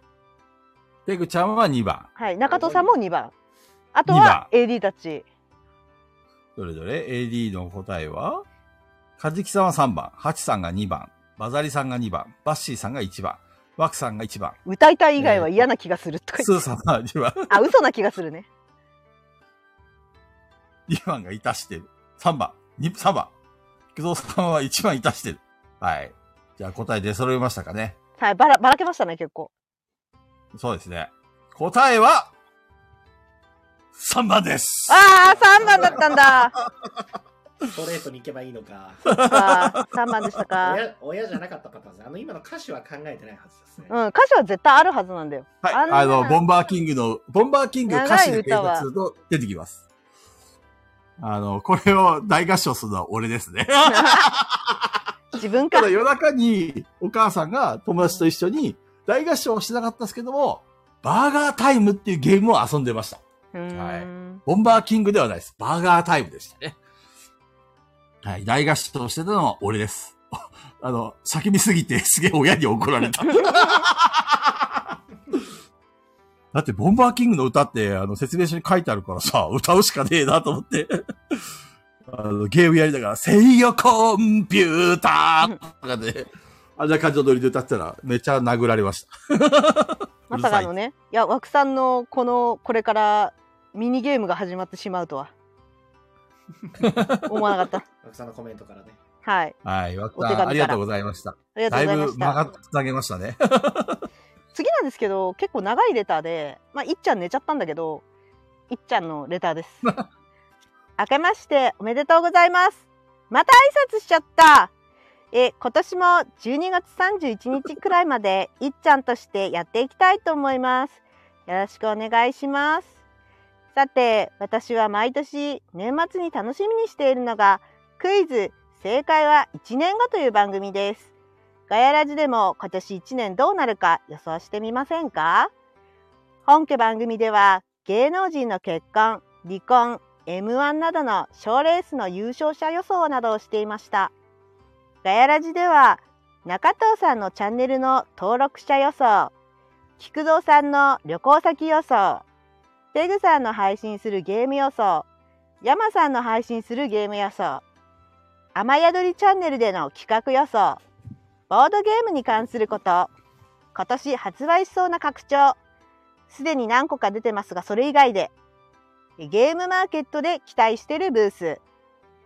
Speaker 6: ペグちゃんは2番。
Speaker 1: はい中藤さんも2番あと
Speaker 6: 二
Speaker 1: は
Speaker 6: 番
Speaker 1: AD たち
Speaker 6: それぞれ AD の答えは、カジキさんは3番、ハチさんが2番、バザリさんが2番、バッシーさんが1番、ワクさんが1番、
Speaker 1: 歌いたい以外は嫌な気がするとか
Speaker 6: ス
Speaker 1: 言っ
Speaker 6: ーさんが2番、
Speaker 1: てあ嘘な気がするね
Speaker 6: 2番がいたしてる。3番、2、3番。菊蔵さんは1番いたしてる。はい。じゃあ答え出揃いましたかね。
Speaker 1: はいばらばらけましたね結構
Speaker 6: そうですね。答えは、3番です。
Speaker 1: ああ3番だったんだ
Speaker 7: ストレートに行けばいいのか。
Speaker 1: あ3番でしたか
Speaker 7: 親親じゃなかったパターンですね。あの、今の歌詞は考えてないはずですね。
Speaker 1: うん歌詞は絶対あるはずなん だよ
Speaker 6: はい。
Speaker 1: あんな
Speaker 6: あの、ボンバーキングの、ボンバーキング歌詞で検索すると出てきます。あの、これを大合唱するのは俺ですね。
Speaker 1: 自分か
Speaker 6: ただ夜中にお母さんが友達と一緒に大合唱をしてなかったですけども、バーガータイムっていうゲームを遊んでました。
Speaker 1: うーん
Speaker 6: ボンバーキングではないです。バーガータイムでしたね。はい。大合唱をしてたのは俺です。 あの、叫びすぎてすげえ親に怒られた。 だって、ボンバーキングの歌って、あの、説明書に書いてあるからさ、歌うしかねえなと思って。 あの、ゲームやりながら、制御コンピューターとかで、あんな感じのノリで歌ってたら、めちゃ殴られました。
Speaker 1: まさかのねいや枠さんのこのこれからミニゲームが始まってしまう とは思わなかっ
Speaker 7: た。奥さんのコメントからね。
Speaker 1: た。はい。
Speaker 6: はい、わっ
Speaker 1: お手紙か
Speaker 6: た。
Speaker 1: ら
Speaker 6: ありがとうございました。
Speaker 1: ありがと
Speaker 6: だ
Speaker 1: う
Speaker 6: い
Speaker 1: ございま
Speaker 6: ぶ
Speaker 1: し
Speaker 6: 曲が
Speaker 1: た。
Speaker 6: ってつなげましたね。
Speaker 1: 次なんですけど、結構長いレターで、まあ、いっちゃん寝ちゃったんだけど、いっちゃんのレターです。明けましておめでとうございます。また挨拶しちゃった。え、今年も12月31日くらいまで、いっちゃんとしてやっていきたいと思います。よろしくお願いします。さて、私は毎年年末に楽しみにしているのが、クイズ、正解は1年後という番組です。ガヤラジでも今年1年どうなるか予想してみませんか本家番組では芸能人の結婚、離婚、M1 などの賞レースの優勝者予想などをしていました。ガヤラジでは中藤さんのチャンネルの登録者予想、菊蔵さんの旅行先予想、ペグさんの配信するゲーム予想、山さんの配信するゲーム予想、雨宿りチャンネルでの企画予想、ボードゲームに関すること今年発売しそうな拡張すでに何個か出てますがそれ以外でゲームマーケットで期待してるブース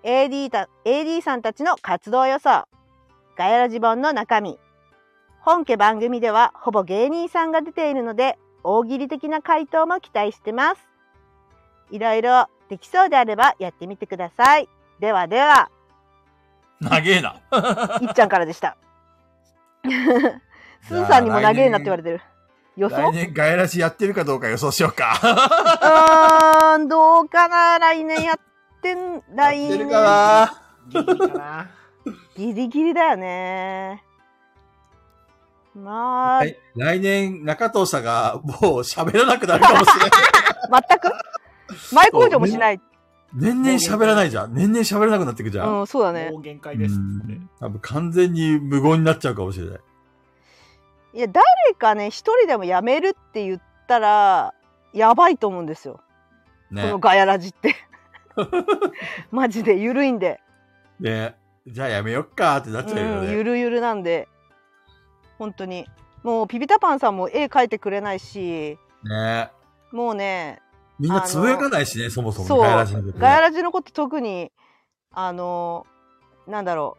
Speaker 1: AD, た AD さんたちの活動予想ガヤラジ本の中身本家番組ではほぼ芸人さんが出ているので大喜利的な回答も期待してますいろいろできそうであればやってみてくださいではでは
Speaker 6: 長えな。
Speaker 1: いっちゃんからでした。すずさんにも長えなって言われてる。予想
Speaker 6: 来
Speaker 1: う
Speaker 6: 年ガヤラシやってるかどうか予想しようか。
Speaker 1: ーん、どうかな来年やってん、来
Speaker 6: やってる
Speaker 1: 年。
Speaker 6: かな
Speaker 7: ギリギリかな。
Speaker 1: ギリギリだよね。まあ、
Speaker 6: はい来年、中藤さんがもう喋らなくなるかもしれ ない。
Speaker 1: 全く前工場もしない。
Speaker 6: 年々喋らないじゃん。年々喋らなくなってくじゃん。
Speaker 1: うん、そうだ ね
Speaker 7: も。う限界ですっつって。
Speaker 6: 多分完全に無言になっちゃうかもしれない。
Speaker 1: いや、誰かね、一人でも辞めるって言ったら、やばいと思うんですよ。こ
Speaker 6: ね
Speaker 1: の。ガヤラジ って。マジで、ゆるいんで。
Speaker 6: ねじゃあやめよっかってなっちゃうよ
Speaker 1: うん、
Speaker 6: ね。
Speaker 1: ゆるゆるなんで本当にもうピピタパンさんも絵描いてくれないし
Speaker 6: ね
Speaker 1: もうね
Speaker 6: みんなつぶやかないしね、そもそ
Speaker 1: そ
Speaker 6: も
Speaker 1: う
Speaker 6: ガヤラシのことね
Speaker 1: ガヤラジのこと特にあのなんだろ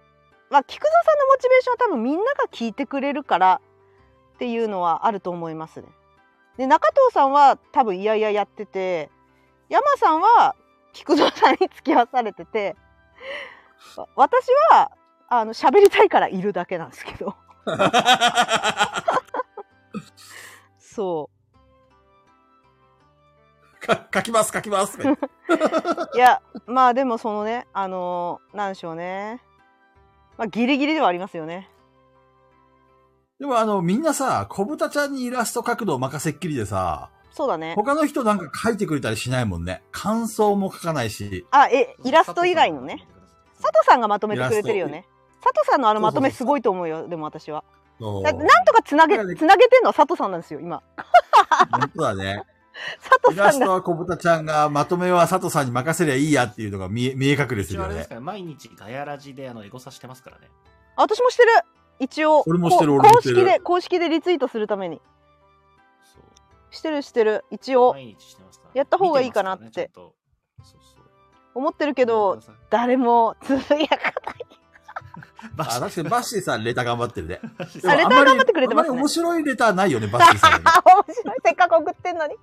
Speaker 1: うまあ菊蔵さんのモチベーションは多分みんなが聞いてくれるからっていうのはあると思いますね。で中藤さんは多分いやいややってて山さんは菊蔵さんに付き合わされててわ私はあの喋りたいからいるだけなんですけど。 そ
Speaker 6: か書きます、書きます。
Speaker 1: う。いや、まあでもそのね、あのーなんでしょうね。まあギリギリではありますよね。
Speaker 6: でもあの、みんなさ、小豚ちゃんにイラスト角度を任せっきりでさ、
Speaker 1: そうだね。
Speaker 6: 他の人なんか書いてくれたりしないもんね。感想も書かないし。
Speaker 1: あ、え、イラスト以外のね。。佐藤さんがまとめてくれてるよ
Speaker 6: イ
Speaker 1: ね。佐藤さんのあのまとめす
Speaker 6: そうそうそう
Speaker 1: ごいと思うよ、でも私は。
Speaker 6: そう
Speaker 1: だってなんとかつなげ、
Speaker 6: だからね
Speaker 1: つなげてんのは佐藤さんなんですよ、今。
Speaker 6: 本当だね。
Speaker 1: 佐
Speaker 6: イ
Speaker 1: 藤
Speaker 6: ラ
Speaker 1: さん
Speaker 6: ス
Speaker 1: が。
Speaker 6: トは小豚ちゃんが、まとめは佐藤さんに任せりゃいいやっていうのが見え、見え隠れす
Speaker 7: 一
Speaker 6: る
Speaker 7: 応
Speaker 6: よ
Speaker 7: あれで
Speaker 6: ね
Speaker 7: す。から毎日ガヤラジであのエゴサしてますからね。
Speaker 1: あ私もしてる。一応。
Speaker 6: 俺もしてる
Speaker 1: こう
Speaker 6: 俺も
Speaker 1: 公
Speaker 6: して
Speaker 1: 式
Speaker 6: る
Speaker 1: で、公式でリツイートするために。
Speaker 7: そう
Speaker 1: してるしてる。一応。
Speaker 7: 毎日してますからね、
Speaker 1: やった方がいいかなって
Speaker 7: 見ますからねちゃんとそうそう
Speaker 1: 思ってるけど、
Speaker 7: ごめんな
Speaker 1: 誰もつぶやか
Speaker 7: さ
Speaker 6: あ、
Speaker 7: い
Speaker 6: 確かにバッシーさん、レター頑張ってるね。
Speaker 7: バシ
Speaker 1: あレター頑張ってくれてますね
Speaker 6: あんまり面白いレターないよね、バッシーさんね。
Speaker 1: あ 面白いせっかく送ってんのに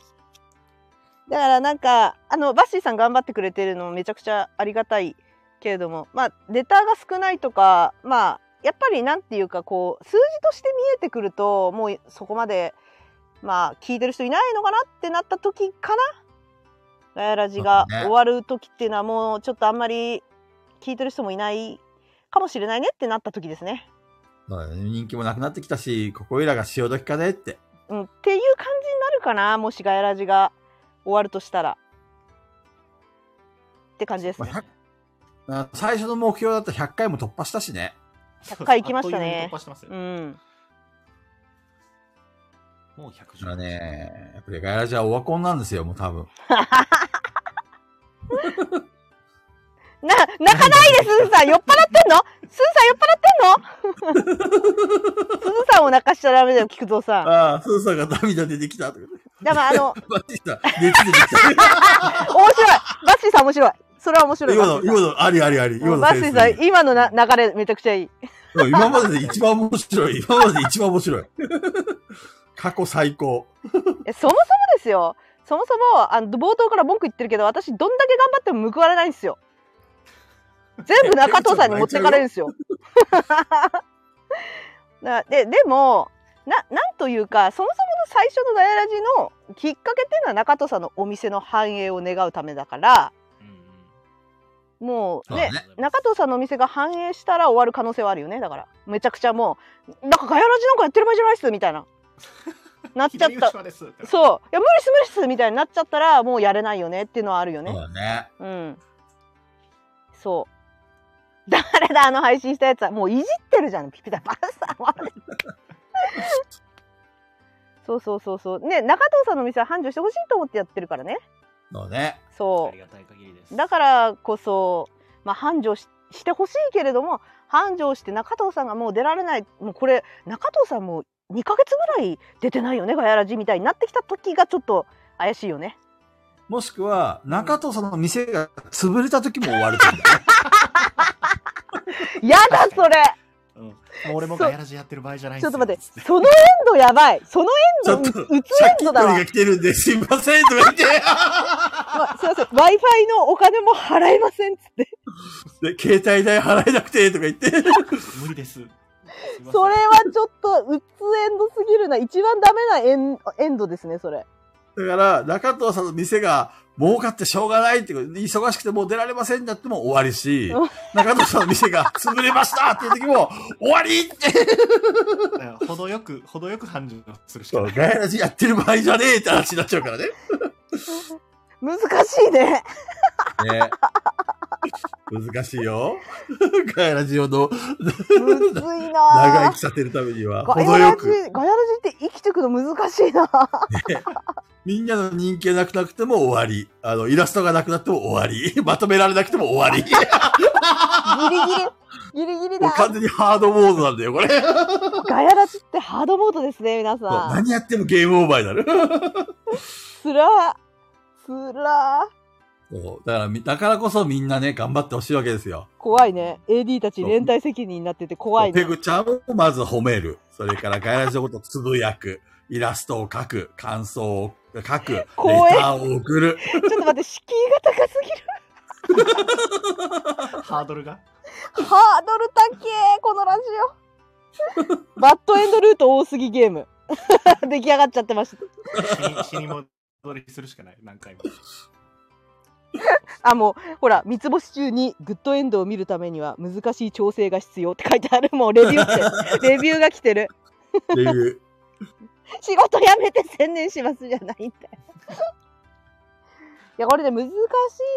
Speaker 1: だからなんかあのバッシーさん頑張ってくれてるのもめちゃくちゃありがたいけれどもまあレターが少ないとかまあやっぱりなんていうかこう数字として見えてくるともうそこまでまあ聞いてる人いないのかなってなった時かなガヤラジが
Speaker 6: そうね
Speaker 1: 終わる時っていうのはもうちょっとあんまり聞いてる人もいないかもしれないねってなった時ですね。
Speaker 6: そうだね人気もなくなってきたし、ここいらが潮時かねって。
Speaker 1: うん、っていう感じになるかなもしガヤラジが終わるとしたら。って感じです
Speaker 6: まあ
Speaker 1: ね。
Speaker 6: 100あ最初の目標だった100回も突破したしね。
Speaker 1: 100回行きましたね
Speaker 7: あっという間に突破してますよ
Speaker 1: うん、
Speaker 7: もう110
Speaker 6: だからね、やっぱりガヤラジはオワコンなんですよ、もう多分。
Speaker 1: な泣かないですずさん酔っ払ってんのすずさん酔っ払ってんのすずさんを泣かしちゃダメだよ菊蔵さん。
Speaker 6: ああ、スーさんが涙出てきたとか言って。
Speaker 1: だからあの、
Speaker 6: バチさん、熱出てき た。
Speaker 1: 面白いバッシーさん面白いそれは面白い。
Speaker 6: 今の、今の、ありありあり。今の
Speaker 1: バッ
Speaker 6: セ
Speaker 1: シ
Speaker 6: ンス
Speaker 1: ーさん、今のな流れめちゃくちゃいい。
Speaker 6: うん今までで一番面白い。今までで一番面白い。過去最高。
Speaker 1: えそもそもですよそもそもあの冒頭から文句言ってるけど私どんだけ頑張っても報われないんですよ全部中藤さんに持ってかれるんですよなででもななんというかそもそもの最初のダイアラジのきっかけっていうのは中藤さんのお店の繁栄を願うためだからもうね
Speaker 6: そうだ
Speaker 1: 中藤さんのお店が繁栄したら終わる可能性はあるよねだからめちゃくちゃもうなんかガヤラジなんかやってる場合じゃないっすみたいななっ ちゃった
Speaker 7: た。ですって
Speaker 1: そういや無理っす無理っすみたいになっちゃったらもうやれないよねっていうのはあるよ
Speaker 6: そう
Speaker 1: ね
Speaker 6: だね。
Speaker 1: うん そうだからだあの配信したやつはもういじってるじゃんピピタパンさんはそうそうそうそうね中藤さんの店は繁盛してほしいと思ってやってるからね
Speaker 6: そうね。
Speaker 1: そ
Speaker 7: ありがたい限りです。
Speaker 1: うだからこそまあ繁盛ししてほしいけれども繁盛して中藤さんがもう出られないもうこれ中藤さんもう2ヶ月ぐらい出てないよねガヤラジみたいになってきた時がちょっと怪しいよね
Speaker 6: もしくは、中藤さんの店が潰れた時も終わると 思うんだよね。
Speaker 1: やだそれ
Speaker 7: うん、もう俺もガヤラジやってる場合じゃないん
Speaker 1: ち
Speaker 7: で
Speaker 1: ょっ
Speaker 7: すよ
Speaker 1: と待ってそのエンドやばいその
Speaker 6: ち
Speaker 1: エ
Speaker 6: ょっ
Speaker 1: ンド
Speaker 6: と、
Speaker 1: う
Speaker 6: 借
Speaker 1: うつエン
Speaker 6: 金
Speaker 1: ドだ
Speaker 6: 取り
Speaker 1: わ、
Speaker 6: が来てるんで、すいません、とか言っ
Speaker 1: ま、す
Speaker 6: て。
Speaker 1: いません w i f i のお金も払えませんっつって
Speaker 6: で、携帯代払えなくて、とか言って。
Speaker 7: 無理です。すいません
Speaker 1: それはちょっとうつエンドすぎるな一番ダメなエンエンドですねそれ
Speaker 6: だから、中藤さんの店が儲かってしょうがないっていう、忙しくてもう出られませんだっても終わりし
Speaker 1: う、
Speaker 6: 中藤さんの店が潰れましたっていう時も終わりって、
Speaker 7: だから程よく、程よく繁盛するしか
Speaker 6: そ
Speaker 7: な
Speaker 6: う
Speaker 7: い。
Speaker 6: ガヤラジやってる場合じゃねえって話になっちゃうからね。
Speaker 1: 難しいね
Speaker 6: ね難しいよ。 ガヤラジをの
Speaker 1: むずい
Speaker 6: 長生
Speaker 1: な
Speaker 6: きさせるためには、
Speaker 1: ガ
Speaker 6: 程
Speaker 1: ヤラ
Speaker 6: よ
Speaker 1: ジ
Speaker 6: く、
Speaker 1: ガヤラジって生きてくの難し いな
Speaker 6: みんなの人気がなくなくても終わり。あの、イラストがなくなっても終わり。まとめられなくても終 わり。
Speaker 1: ギリギリギリギリ
Speaker 6: もう
Speaker 1: だ
Speaker 6: 完全にハードモードなんだよ、これ。
Speaker 1: ガヤラジってハードモードですね皆
Speaker 6: そう
Speaker 1: さん
Speaker 6: 何やってもゲームオーバーになる。
Speaker 1: つらつら
Speaker 6: そう。だからみ、だからこそみんなね、頑張ってほしいわけですよ。
Speaker 1: 怖いね AD たち連帯責任になってて怖いね
Speaker 6: ペグちゃんをまず褒める。それからガヤラジのことつぶやく。イラストを描く。感想を書く。レタ
Speaker 1: 怖え
Speaker 6: ーを送る。
Speaker 1: ちょっと待って、敷居が高すぎる。
Speaker 7: ハードルが。
Speaker 1: ハードル高え、このラジオ。バッドエンドルート多すぎゲーム。 出来上がっちゃってました。
Speaker 7: 死に死に戻りするしかない。何回も。
Speaker 1: あ、もう、ほら、三つ星中にグッドエンドを見るためには難しい調整が必要って書いてある。もうレビューって、レビューが来てる。
Speaker 6: っていう。
Speaker 1: 仕事辞めて専念しますじゃないんだよ。 いやこれね難し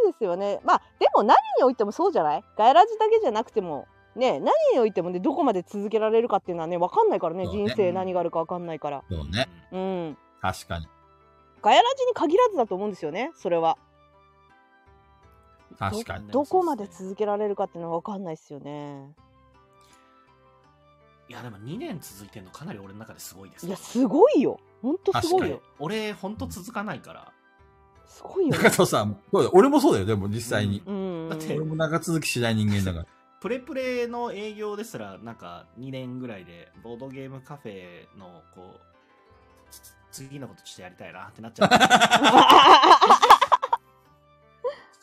Speaker 1: いですよね。まあでも何においてもそうじゃないガヤラジだけじゃなくてもね何においてもねどこまで続けられるかっていうのはね分かんないからね
Speaker 6: そうね
Speaker 1: 人生何があるか分かんないから。
Speaker 6: そうね。
Speaker 1: うん。
Speaker 6: 確かに。
Speaker 1: ガヤラジに限らずだと思うんですよねそれは。
Speaker 6: 確かに。
Speaker 1: どこまで続けられるかっていうのは分かんないですよね。
Speaker 7: いや、でも2年続いてるのかなり俺の中ですごいです
Speaker 1: い
Speaker 7: ね。
Speaker 1: やすごいよ。ほんとすごいよ。
Speaker 7: 俺、ほんと続かないから。
Speaker 1: すごい よ、
Speaker 6: 中藤さん、そうだ俺もそうだよ、でも実際に。
Speaker 1: うん。
Speaker 7: だって
Speaker 6: 俺も長続きしない人間だから。
Speaker 7: プレプレの営業ですら、なんか2年ぐらいで、ボードゲームカフェの、こう、つ次のことしてやりたいなってなっちゃ う。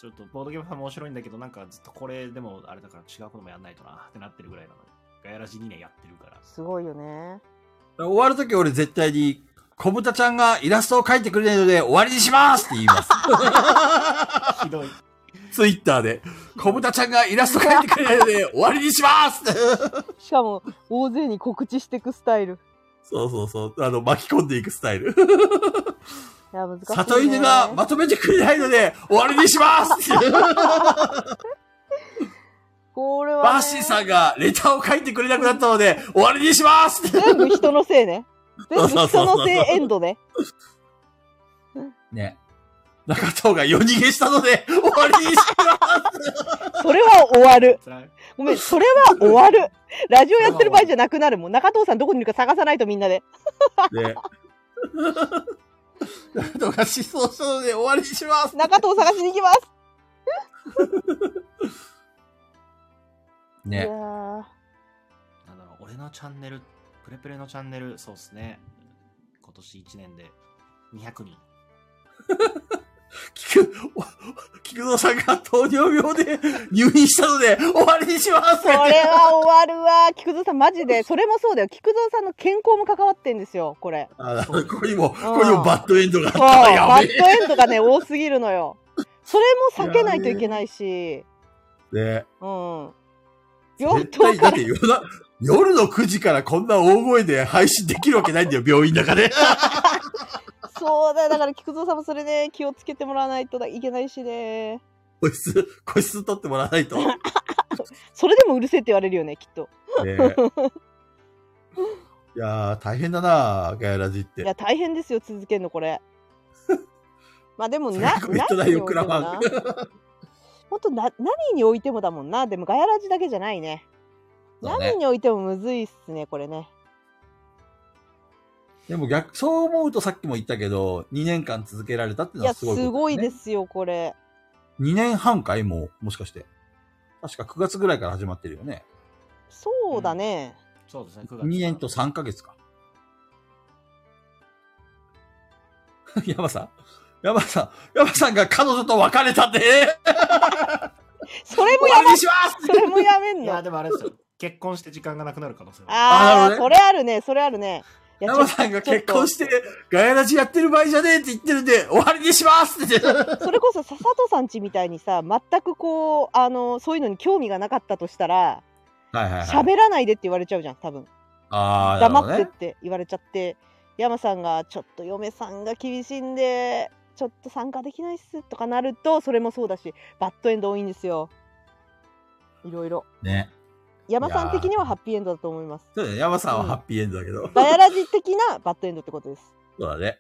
Speaker 7: ちょっと、ボードゲームカフェ面白いんだけど、なんかずっとこれでもあれだから違うこともやんないとなってなってるぐらいなので。ガヤラジ2年やってる から。
Speaker 1: すごいよね。
Speaker 6: 終わるとき俺絶対に、小豚ちゃんがイラストを描いてくれないので終わりにしますって 言います。
Speaker 7: ひどい。
Speaker 6: ツイッターで、小豚ちゃんがイラスト描いてくれないので終わりにしますって。
Speaker 1: しかも大勢に告知していくスタイル。
Speaker 6: そうそうそう。あの、巻き込んでいくスタイル。
Speaker 1: いや難しい、ね。
Speaker 6: 里犬がまとめてくれないので終わりにし ますって。
Speaker 1: これは、ね、
Speaker 6: バッシーさんがレターを書いてくれなくなったので終わりにしますって。
Speaker 1: 全部人のせい ね。全部人のせいエンドね。
Speaker 6: ね。中藤が夜逃げしたので終わりにします
Speaker 1: それは終わる。
Speaker 7: 辛い。
Speaker 1: ごめん、それは終わる。ラジオやってる場合じゃなくなる。もう中藤さんどこにいるか探さないとみんなで。
Speaker 6: ね。とか失踪したので終わりにします。
Speaker 1: 中藤を探しに行きます。いや
Speaker 6: ね。
Speaker 1: ー
Speaker 2: なんだろう、俺のチャンネル、プレプレのチャンネル、そうですね。今年1年で200人。
Speaker 6: 菊、お菊蔵さんが糖尿病で入院したので終わりにします。
Speaker 1: それは終わるわ。菊蔵さん、マジで。それもそうだよ。菊蔵さんの健康も関わってんですよ、 これ。
Speaker 6: あここにも、ここにもバッドエンドがあっ
Speaker 1: そう、
Speaker 6: たらや
Speaker 1: バッ
Speaker 6: べ
Speaker 1: ドエンドがね、多すぎるのよ。それも避けないといけないし、
Speaker 6: え。ね
Speaker 1: うん。病
Speaker 6: 絶対、
Speaker 1: 棟
Speaker 6: だ
Speaker 1: か
Speaker 6: って夜な夜の9時からこんな大声で配信できるわけない んだよ、病院の中で。
Speaker 1: ら、そうだよ。だから菊蔵さんもそれね、気をつけてもらわないといけないしね。
Speaker 6: 個室、個室取ってもらわないと。ね
Speaker 1: それでもうるせえって言われるよね、きっと。
Speaker 6: えいやー、大変だなガヤラジっ
Speaker 1: い
Speaker 6: て。
Speaker 1: や、大変ですよ、続けんの、こ れ。まあでもな、
Speaker 6: それがコメントだよクラファン
Speaker 1: 何においてもなほんとな、何においてもだもんな。でも、ガヤラジだけじゃないね。
Speaker 6: そうね
Speaker 1: 何においてもむずいっすね、これね。
Speaker 6: でも逆、そう思うとさっきも言ったけど、2年間続けられたって
Speaker 1: い
Speaker 6: のは
Speaker 1: や、
Speaker 6: す
Speaker 1: す
Speaker 6: ごいことだよね、
Speaker 1: ごいですよ、これ。
Speaker 6: 2年半かいもう、もしかして。確か9月ぐらいから始まってるよね。
Speaker 1: そうだね。
Speaker 2: そうですね、9
Speaker 6: 2年と3ヶ月か。 ヤバさんヤバさんヤバさんが彼女と別れたで
Speaker 1: それも
Speaker 6: 終
Speaker 1: や
Speaker 6: わり
Speaker 1: ば
Speaker 6: にします
Speaker 1: それもやめん
Speaker 2: い
Speaker 1: の。
Speaker 2: や、
Speaker 1: あ
Speaker 2: でもあれですよ。結婚して時間がなくなる可能性は。
Speaker 1: あー、
Speaker 6: なる
Speaker 1: そ
Speaker 6: ほど
Speaker 1: れあるね、それあるね。いや
Speaker 6: ヤバさんが結婚し。
Speaker 1: ち
Speaker 6: て、ガヤラジやってる場合じゃねえって言ってるんで、終わりにします って。
Speaker 1: ょっとそれこそ、笹戸さんちみたいにさ、全くこう、あの、そういうのに興味がなかったとしたら、
Speaker 6: はいはいはい。
Speaker 1: 喋らないでって言われちゃうじゃん、多分。
Speaker 6: あー、なるほど
Speaker 1: 黙ってっ
Speaker 6: ね。
Speaker 1: て言われちゃって、山さんがちょっと嫁さんが厳しいんでちょっと参加できないっすとかなるとそれもそうだしバッドエンド多いんですよいろいろ
Speaker 6: ね。
Speaker 1: 山さん的にはハッピーエンドだと思います
Speaker 6: そうだね。ヤバさんはハッピーエンドだけど。
Speaker 1: ガヤラジ的なバッドエンドってことです
Speaker 6: そうだね。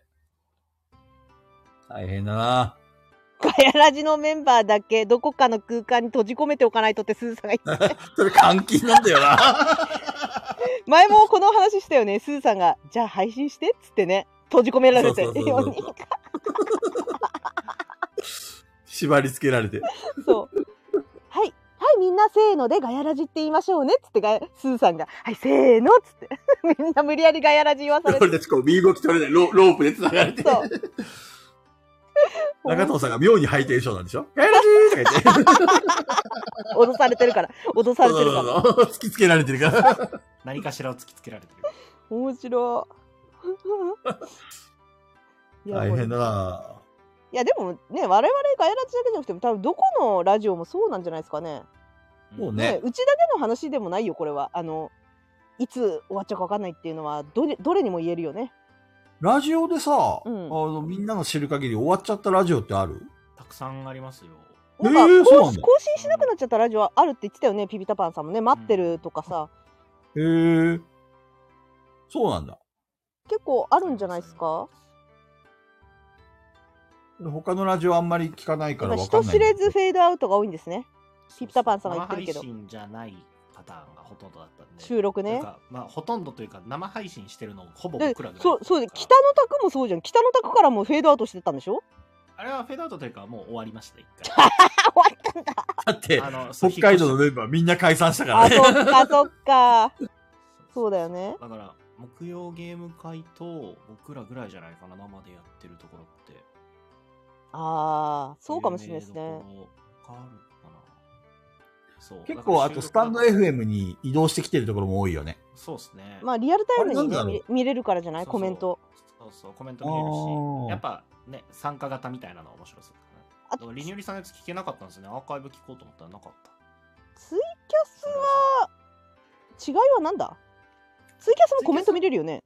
Speaker 6: 大変だな
Speaker 1: ガヤラジのメンバーだけどこかの空間に閉じ込めておかないとってすずさんが言って
Speaker 6: それ監禁なんだよな
Speaker 1: 前もこの話したよねすずさんがじゃあ配信してっつってね閉じ込められて
Speaker 6: そうそうそうそ
Speaker 1: 4
Speaker 6: う
Speaker 1: 人
Speaker 6: 縛り付けられて。
Speaker 1: そう。はい。はい、みんなせーのでガヤラジって言いましょうねっつってガヤ、スーさんが、はい、せーのっつって、 みんな無理やりガヤラジ言わされて、
Speaker 6: 俺たちこう、身動き取れないロロープで繋がれて。
Speaker 1: そう。
Speaker 6: 中藤さんが妙にハイテンションなんでしょガヤラジーとか言って。
Speaker 1: 脅されてるから、脅されてるから。
Speaker 6: そうそうそう突きつけられてるから。
Speaker 2: 何かしらを突きつけられてる。
Speaker 1: 面白い。 いや
Speaker 6: 大変
Speaker 1: も
Speaker 6: だ
Speaker 1: う
Speaker 6: ない
Speaker 1: や、でもね、我々ガヤラジだけじゃなくても、多分どこのラジオもそうなんじゃないですかね。
Speaker 6: もう
Speaker 1: ね
Speaker 6: ね、
Speaker 1: うちだけの話でもないよ、これは。あの、いつ終わっちゃうか分かんないっていうのは、どれどれにも言えるよね。
Speaker 6: ラジオでさ、
Speaker 1: うん
Speaker 6: あの、みんなの知る限り終わっちゃったラジオってある
Speaker 2: たくさんありますよ。
Speaker 1: なんか、
Speaker 6: えーそう
Speaker 1: 更
Speaker 6: なん
Speaker 1: 新
Speaker 6: だ
Speaker 1: 更新しなくなっちゃったラジオあるって言ってたよね、ピピタパンさんもね、待ってるとかさ、
Speaker 6: へえ。そうなんだ。
Speaker 1: 結構あるんじゃないですか
Speaker 6: 他のラジオあんまり聞かないから
Speaker 1: 今、
Speaker 6: わかん
Speaker 1: 人
Speaker 6: ない。
Speaker 1: 知れずフェードアウトが多いんですね。ピピタパンさんが言
Speaker 2: 生
Speaker 1: ってるけど
Speaker 2: 配信じゃないパターンがほとんどだったんで。
Speaker 1: 収録
Speaker 2: とい
Speaker 1: ね
Speaker 2: う。かまあ、ほとんどというか、生配信してるのほぼ
Speaker 1: で
Speaker 2: 僕らぐらい
Speaker 1: そうそうで北の卓もそうじゃん北の卓からもうフェードアウトしてたんでし ょ
Speaker 2: あれはフェードアウトというか、もう終わりました、一
Speaker 1: あ終わったんだ
Speaker 6: だっ て
Speaker 2: 回。、あの
Speaker 6: 北海道の
Speaker 2: ね。
Speaker 6: メンバーみんな解散したから
Speaker 1: あ
Speaker 6: ね。
Speaker 1: そっかそっかそうだよね
Speaker 2: だから、木曜ゲーム会と僕らぐらいじゃないかな、生でやってるところって。
Speaker 1: ああそうかもしれないです
Speaker 2: 有名
Speaker 1: ね
Speaker 2: どころがあるかなそう
Speaker 6: 結構、あとスタンド。FM に移動してきてるところも多いよね。
Speaker 2: だから収録なんかそうですね。
Speaker 1: まあリアルタイムに、
Speaker 6: あれな
Speaker 1: ね、
Speaker 6: んだろう
Speaker 1: 見見れるからじゃない
Speaker 2: そうそ
Speaker 1: コ
Speaker 2: う
Speaker 1: メント
Speaker 2: そうそう、コメント見れるし、
Speaker 6: あー
Speaker 2: やっぱね、参加型みたいなのは面白そうかな。
Speaker 1: あ
Speaker 2: だからリニューリさんのやつ聞けなかったんですね。アーカイブ聞こうと思ったらなかった。
Speaker 1: ツイキャスは違いはなんだツイキャスもコメント見れるよね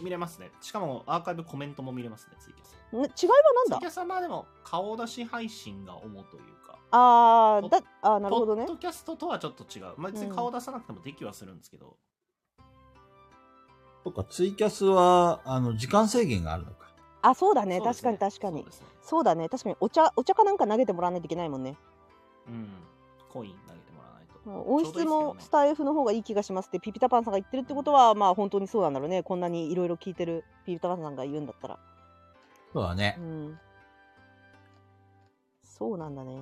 Speaker 2: 見れますね。しかもアーカイブコメントも見れますね、ツイキャス。
Speaker 1: ん違いは
Speaker 2: ツ
Speaker 1: な
Speaker 2: イ
Speaker 1: ん
Speaker 2: キ
Speaker 1: だ
Speaker 2: ャスはまあでも顔出し配信が主というか、
Speaker 1: あー
Speaker 2: ポ
Speaker 1: だあーなるほどね
Speaker 2: ポッドキャストとはちょっと違う。まあ、別に顔出さなくてもできはするんですけど、
Speaker 6: そっか、ツイキャスは、あの、時間制限があるのか。
Speaker 1: あそうだね
Speaker 2: そうで
Speaker 1: 確
Speaker 2: す
Speaker 1: かに確かに
Speaker 2: そうですね
Speaker 1: そうだね確かにお茶お茶かなんか投げてもらわないといけないもんね
Speaker 2: うん。コイン投げてもらわないと。
Speaker 1: うん音質もス
Speaker 2: ちょ
Speaker 1: タイフの方がいい気がしますってピピタパンさんが言ってるってことはまあ本当にそうなんだろうねこんなにいろいろ聞いてるピピタパンさんが言うんだったら
Speaker 6: そうだね
Speaker 1: う。ん。そうなんだね。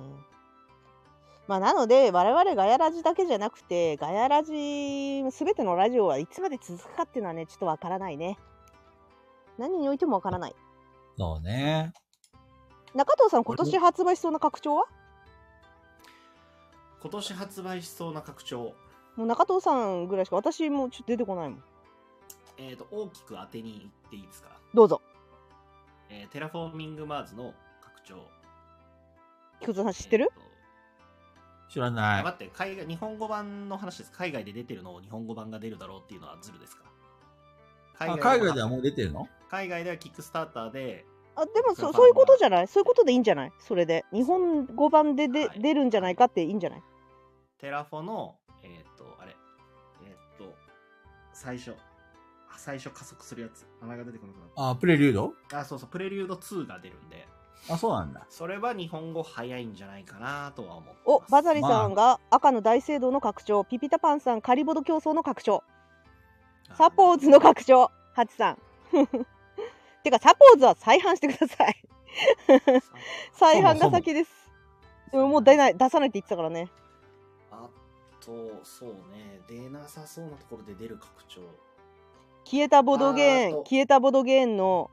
Speaker 1: まあ、なので、我々ガヤラジだけじゃなくて、ガヤラジ、すべてのラジオはいつまで続くかっていうのはね、ちょっとわからないね。何においてもわからない。
Speaker 6: そうね。
Speaker 1: 中藤さん、今年発売しそうな拡張は
Speaker 2: 今年発売しそうな拡張、
Speaker 1: もう中藤さんぐらいしか、私もちょっと出てこないもん。
Speaker 2: えっ、と、大きく当てにいっていいですか。
Speaker 1: どうぞ。
Speaker 2: えーテラフォーミングマーズの拡張。
Speaker 1: 菊田さん知ってる
Speaker 2: えーと
Speaker 6: 知らな
Speaker 2: あ待
Speaker 6: い。
Speaker 2: って、海外、日本語版の話です。海外で出てるのを日本語版が出るだろうっていうのはズルですか海
Speaker 6: あ海外ではもう出てるの
Speaker 2: 海外ではキックスターターで、
Speaker 1: あでも
Speaker 2: そう
Speaker 1: そそういうことじゃな
Speaker 2: まあ
Speaker 1: いそういうことでいいんじゃないそれで日本語版でで、
Speaker 2: はい
Speaker 1: 出るんじゃないかっていいんじゃない
Speaker 2: テラフォの、えっ、と、あれ、えっ、と、最初、あ最初加速するやつ。名前が出てこなくなっ
Speaker 6: あ、プレリュード
Speaker 2: た。あ、そうそう、プレリュード2が出るんで、
Speaker 6: あ、そうなんだ。
Speaker 2: それは日本語早いんじゃないかなとは思って
Speaker 1: おバザ
Speaker 2: リ
Speaker 1: リさんが赤の大聖堂の拡張ピピタパンさんカリボド競争の拡張サポーズの拡張ハチさん てかサポーズは再販してくだ さい再販が先ですでももう出ない出さないって言ってたからね
Speaker 2: あと、そうね、出なさそうなところで出る拡張。
Speaker 1: 消えたボドゲ
Speaker 2: あ
Speaker 1: ー
Speaker 2: ー
Speaker 1: ン
Speaker 2: と
Speaker 1: 消えたボドゲーンの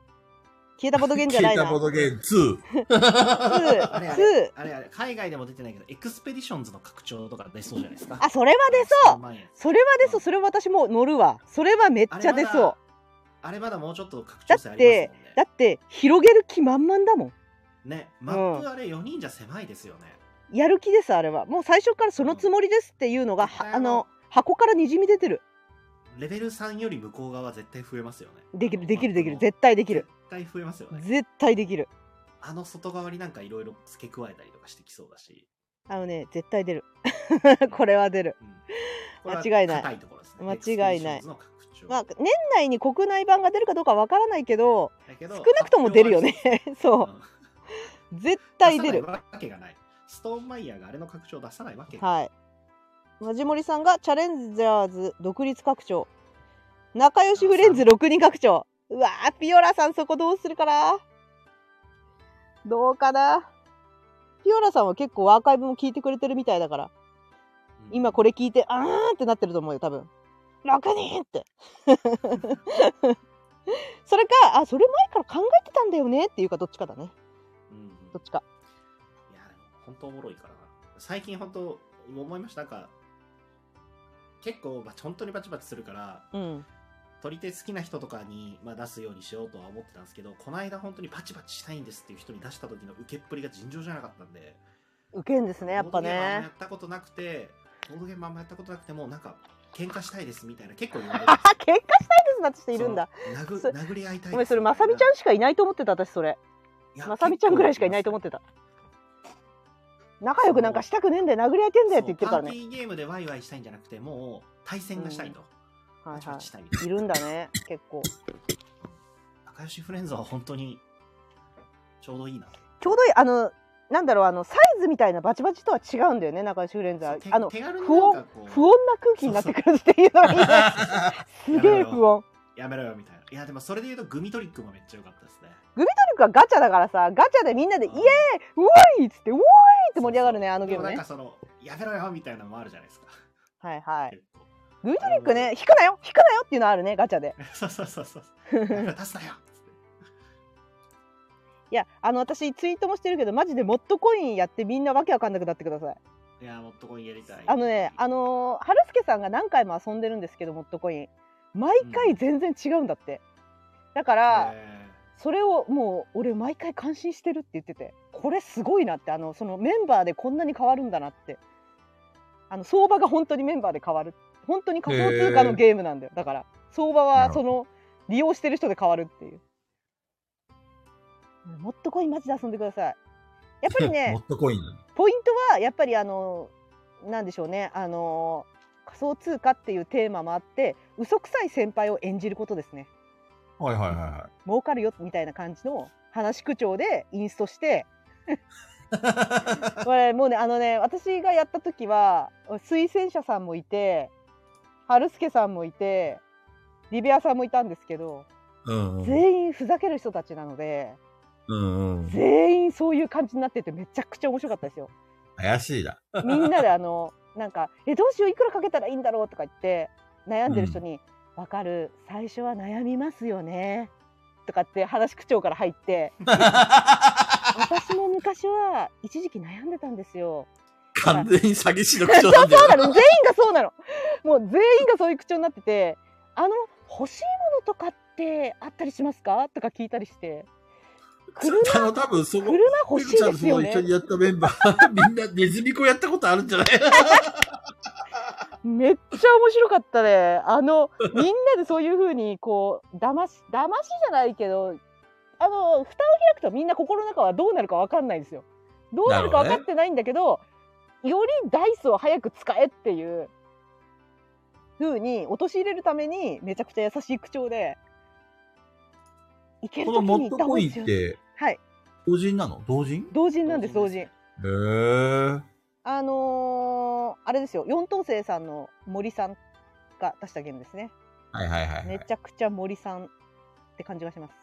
Speaker 1: 消えたボドゲーンじゃないな
Speaker 6: 消えたボードゲーム
Speaker 2: あれあ
Speaker 1: 2,
Speaker 2: れ
Speaker 1: 2
Speaker 2: あれあれ海外でも出てないけどエクスペディションズの拡張とか出そうじゃないですか
Speaker 1: あそれは出そう
Speaker 2: う
Speaker 1: それは出そう、それは私も乗るわ。それはめっちゃ出そう
Speaker 2: あれまだもうちょっと拡。
Speaker 1: だ
Speaker 2: 張性あ
Speaker 1: っ
Speaker 2: り
Speaker 1: て
Speaker 2: ますもんね、
Speaker 1: だって、広げる気満々だも
Speaker 2: ねマップあれ4人じゃ狭いですよね、
Speaker 1: ん。やる気です、あれは。もう最初からそのつもりですっていうのが、
Speaker 2: うん
Speaker 1: はあの、箱からにじみ出てる。
Speaker 2: レベル3より向こう側絶対増えますよね
Speaker 1: できる、できる、
Speaker 2: マ
Speaker 1: で
Speaker 2: ップ
Speaker 1: きる。
Speaker 2: の
Speaker 1: 絶対できる。
Speaker 2: 絶対増えますよね
Speaker 1: 絶対できる。
Speaker 2: あの外側になんかいろいろ付け加えたりとかしてきそうだし、
Speaker 1: あのね、絶対出る。 これは出る。
Speaker 2: うんこれは
Speaker 1: 間違いない
Speaker 2: 硬いところですね
Speaker 1: 間違いない
Speaker 2: エクスペディションズの拡張
Speaker 1: まあ、年内に国内版が出るかどうかわからないけど、
Speaker 2: だけど
Speaker 1: 少なくとも出るよね。 そう。
Speaker 2: うん
Speaker 1: 絶対出
Speaker 2: 出さ
Speaker 1: る。
Speaker 2: ないわけがないストーンマイヤーがあれの拡張出さないわけがない
Speaker 1: はい。マジモリさんがチャレンジャーズ独立拡張。仲良しフレンズ6人拡張。うわー、ピオラさんそこどうするかなどうかなピオラさんは結構アーカイブも聞いてくれてるみたいだから、
Speaker 2: うん
Speaker 1: 今これ聞いて、あーんってなってると思うよ、多分。6人って。 それか、あ、それ前から考えてたんだよねっていうか、どっちかだね。
Speaker 2: うんうん
Speaker 1: どっちか。
Speaker 2: いや、でも本当おもろいからな。最近本当思いました。なんか、結構、まあ、本当にバチバチするから、
Speaker 1: うん。
Speaker 2: 取り手好きな人とかに、まあ、出すようにしようとは思ってたんですけど、この間本当にバチバチしたいんですっていう人に出した時の受けっぷりが尋常じゃなかったんで、
Speaker 1: 受けんですね、やっぱ
Speaker 2: ボードゲームあんまや
Speaker 1: ね。
Speaker 2: ったことなくて、ボードゲームあんまやったことなくても、なんか、喧嘩したいですみたいな、結構言われるん
Speaker 1: あ、喧嘩したいですなって人
Speaker 2: で
Speaker 1: い
Speaker 2: す
Speaker 1: るんだ。。
Speaker 2: その
Speaker 1: そ
Speaker 2: 殴殴り合いたいですみたいな。
Speaker 1: ごめん、それ、まさみちゃんしかいないと思ってた、私、それ。
Speaker 2: いや
Speaker 1: まさみちゃんぐらいしかいないと思ってた。仲良くなんかしたくねえんだよ、殴り合いてんだよって言ってるから
Speaker 2: そ
Speaker 1: ね。
Speaker 2: うパーティーゲームでワイワイしたいんじゃなくて、もう対戦がしたいと。
Speaker 1: は
Speaker 2: バ
Speaker 1: い
Speaker 2: チバ
Speaker 1: は
Speaker 2: チしたいみたいな。
Speaker 1: い。いるんだね、結構。
Speaker 2: 仲良しフレンズは本当にちょうどいいな。
Speaker 1: ちょうどいい、あの、なんだろう、あの、サイズみたいなバチバチとは違うんだよね、仲良しフレンズは
Speaker 2: そう。手
Speaker 1: あの、
Speaker 2: 手軽に
Speaker 1: 不
Speaker 2: なん
Speaker 1: 穏
Speaker 2: かこう
Speaker 1: 不穏な空気になってくるっていうのがいいね。 すげえ不穏。
Speaker 2: やめろよみたいな。いやでもそれで言うとグミトリックもめっちゃ良かったですね。
Speaker 1: とにかくガチャだからさ、ガチャでみんなで、イエーイウォイっつって、ウォーイって盛り上がるね、あのゲーム
Speaker 2: でもなんか
Speaker 1: ね。
Speaker 2: そのやめろよみたいなのもあるじゃないで すか。
Speaker 1: はいはい。
Speaker 2: 結構
Speaker 1: グミトリックね、引くなよ引くなよっていうのあるね、ガチャで。
Speaker 2: そうそうそうそう。やめろ出すなよ。つって
Speaker 1: いや、あの、私ツイートもしてるけど、マジでモットコインやってみんなわけわかんなくなってください。
Speaker 2: いやもっとこうやりたい。
Speaker 1: あのね、あのー、春輔さんが何回も遊んでるんですけど、モットコイン。毎回全然違うんだって。だから、
Speaker 2: えー
Speaker 1: それをもう、俺毎回感心してるって言ってて、これすごいなって、あの、そのメンバーでこんなに変わるんだなって。あの、相場が本当にメンバーで変わる。本当に仮想通貨のゲームなんだよ。だから、相場
Speaker 6: な
Speaker 1: は
Speaker 6: る
Speaker 1: そ
Speaker 6: ほ
Speaker 1: の、利用してる人で変わるっていう。モットコインマジで遊んでください。やっぱり ね、
Speaker 6: モットコイン。
Speaker 1: ポイントはやっぱりあのなんでしょうねあの仮想通貨っていうテーマもあって嘘くさい先輩を演じることですね
Speaker 6: はいはいはいは
Speaker 1: 儲かるよみたいな感じの話口調でインスト してこれもうねあのね私がやった時は推薦者さんもいて春輔さんもいてリベアさんもいたんですけど
Speaker 6: い。うんうん。
Speaker 1: 全員ふざける人たちなので
Speaker 6: うんうん。
Speaker 1: 全員そういう感じになっててめちゃくちゃ面白かったですよ。
Speaker 6: 怪しいな。
Speaker 1: みんな であのなんか「えどうしよういくらかけたらいいんだろう?」とか言って悩んでる人に「わ、かる最初は悩みますよね」とかって話口調から入って「私も昔は一時期悩んでたんですよ」
Speaker 6: 完全に詐欺師の
Speaker 1: そうそう
Speaker 6: 口調なんだよ
Speaker 1: なの全員がそうなのもう全員がそういう口調になってて「あの欲しいものとかってあったりしますか?」とか聞いたりして「車
Speaker 6: あの、多分そ
Speaker 1: 車
Speaker 6: こ、
Speaker 1: 欲しい
Speaker 6: ペグちゃん
Speaker 1: で
Speaker 6: と
Speaker 1: す
Speaker 6: そ
Speaker 1: よ
Speaker 6: の
Speaker 1: ね
Speaker 6: 一緒」にやったメンバー、 みんなネズミ子やったことあるんじゃない
Speaker 1: めっちゃ面白かったね。あ の、みんなでそういう風に、こう、騙し、騙しじゃないけど、あの、蓋を開くとみんな心の中はどうなるかわかんないんですよ。どうなるか分かってないんだけど、よりダイスを早く使えっていう風に、陥れるために、めちゃくちゃ優しい口調で、いける
Speaker 6: こ
Speaker 1: 時
Speaker 6: のモ
Speaker 1: に行
Speaker 6: ット
Speaker 1: った方
Speaker 6: コ
Speaker 1: がい
Speaker 6: イ
Speaker 1: い
Speaker 6: ン
Speaker 1: です
Speaker 6: っ
Speaker 1: よ。
Speaker 6: て、
Speaker 1: はい。
Speaker 6: 同人なの同人
Speaker 1: 同人なんです、同
Speaker 7: 同
Speaker 1: 人
Speaker 7: 人。
Speaker 6: へえ。
Speaker 1: あのーあれですよ、四等星さんの森さんが出したゲームですね。
Speaker 6: はいはいはいは
Speaker 1: め
Speaker 6: い。
Speaker 1: ちゃくちゃ森さんって感じがします。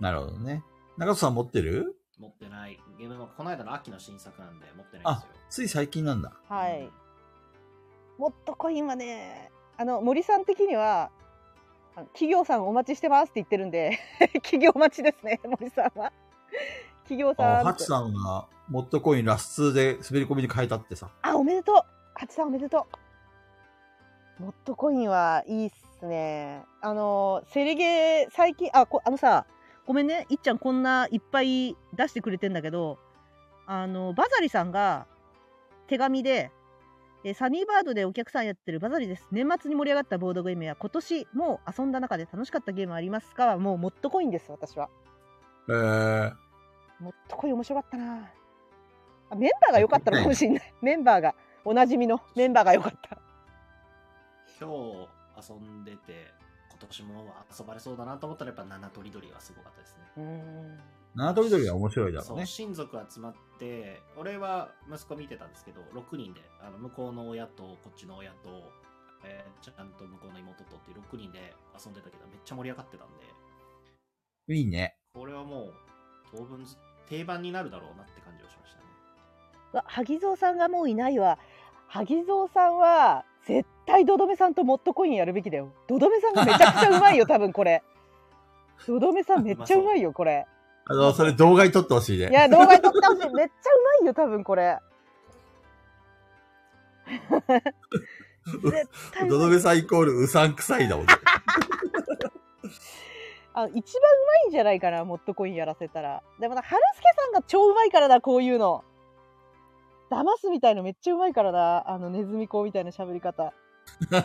Speaker 6: なるほどね。中戸さん持ってる
Speaker 7: 持ってない。ゲームはこの間の秋の新作なんで持ってないんですよ。
Speaker 6: つい最近なんだ。
Speaker 1: はい。
Speaker 7: うん
Speaker 1: もっとコインはね、あの森さん的には。あの企業さんお待ちしてますって言ってるんで、 企業待ちですね、森さんは。企業さ
Speaker 6: あ、
Speaker 1: ん。
Speaker 6: ハチさんがモットコインラス2で滑り込みに変えたってさ。
Speaker 1: あ、おめでとう。ハチさんおめでとう。モットコインはいいっすね。あの、セリゲー最近、あ、こあのさ、ごめんね、いっちゃんこんないっぱい出してくれてんだけど、あの、バザリさんが手紙で、えサニーバードでお客さんやってるバザリです。年末に盛り上がったボードゲームや今年もう遊んだ中で楽しかったゲームありますかはもうモットコインです、私は。
Speaker 6: えー、
Speaker 1: もっとこれ面白かったなあメンバーが良かったのかもしれない メンバーがおなじみのメンバーが良かった
Speaker 7: 今日遊んでて、今年も遊ばれそうだなと思ったらやっぱ七とりどりはすごかったですね。
Speaker 1: うん
Speaker 6: 七とりどりは面白いだろ
Speaker 7: そうう
Speaker 6: ね。
Speaker 7: 親族集まって俺は息子見てたんですけど6人であの向こうの親とこっちの親と、えーちゃんと向こうの妹とっていう6人で遊んでたけどめっちゃ盛り上がってたんで
Speaker 6: いいね。
Speaker 7: これはもう当分ず定番になるだろうなって感じをしましたね
Speaker 1: うわ萩蔵さんがもういないわ萩蔵さんは絶対ドドメさんとモットコインやるべきだよドドメさんがめちゃくちゃうまい よ多分これドドメさんめっちゃうまいよこれ
Speaker 6: あの、それ動画に撮ってほしい
Speaker 1: い
Speaker 6: ね。
Speaker 1: や動画に撮ってほしいめっちゃうまいよ多分これ絶対うま
Speaker 6: ド
Speaker 1: い
Speaker 6: ドメさんイコールうさんくさいだもんね。
Speaker 1: あ一番うまいんじゃないかなモットコインやらせたらでもな春輔さんが超うまいからなこういうの騙すみたいのめっちゃうまいからなあのネズミ子みたいな喋り方私が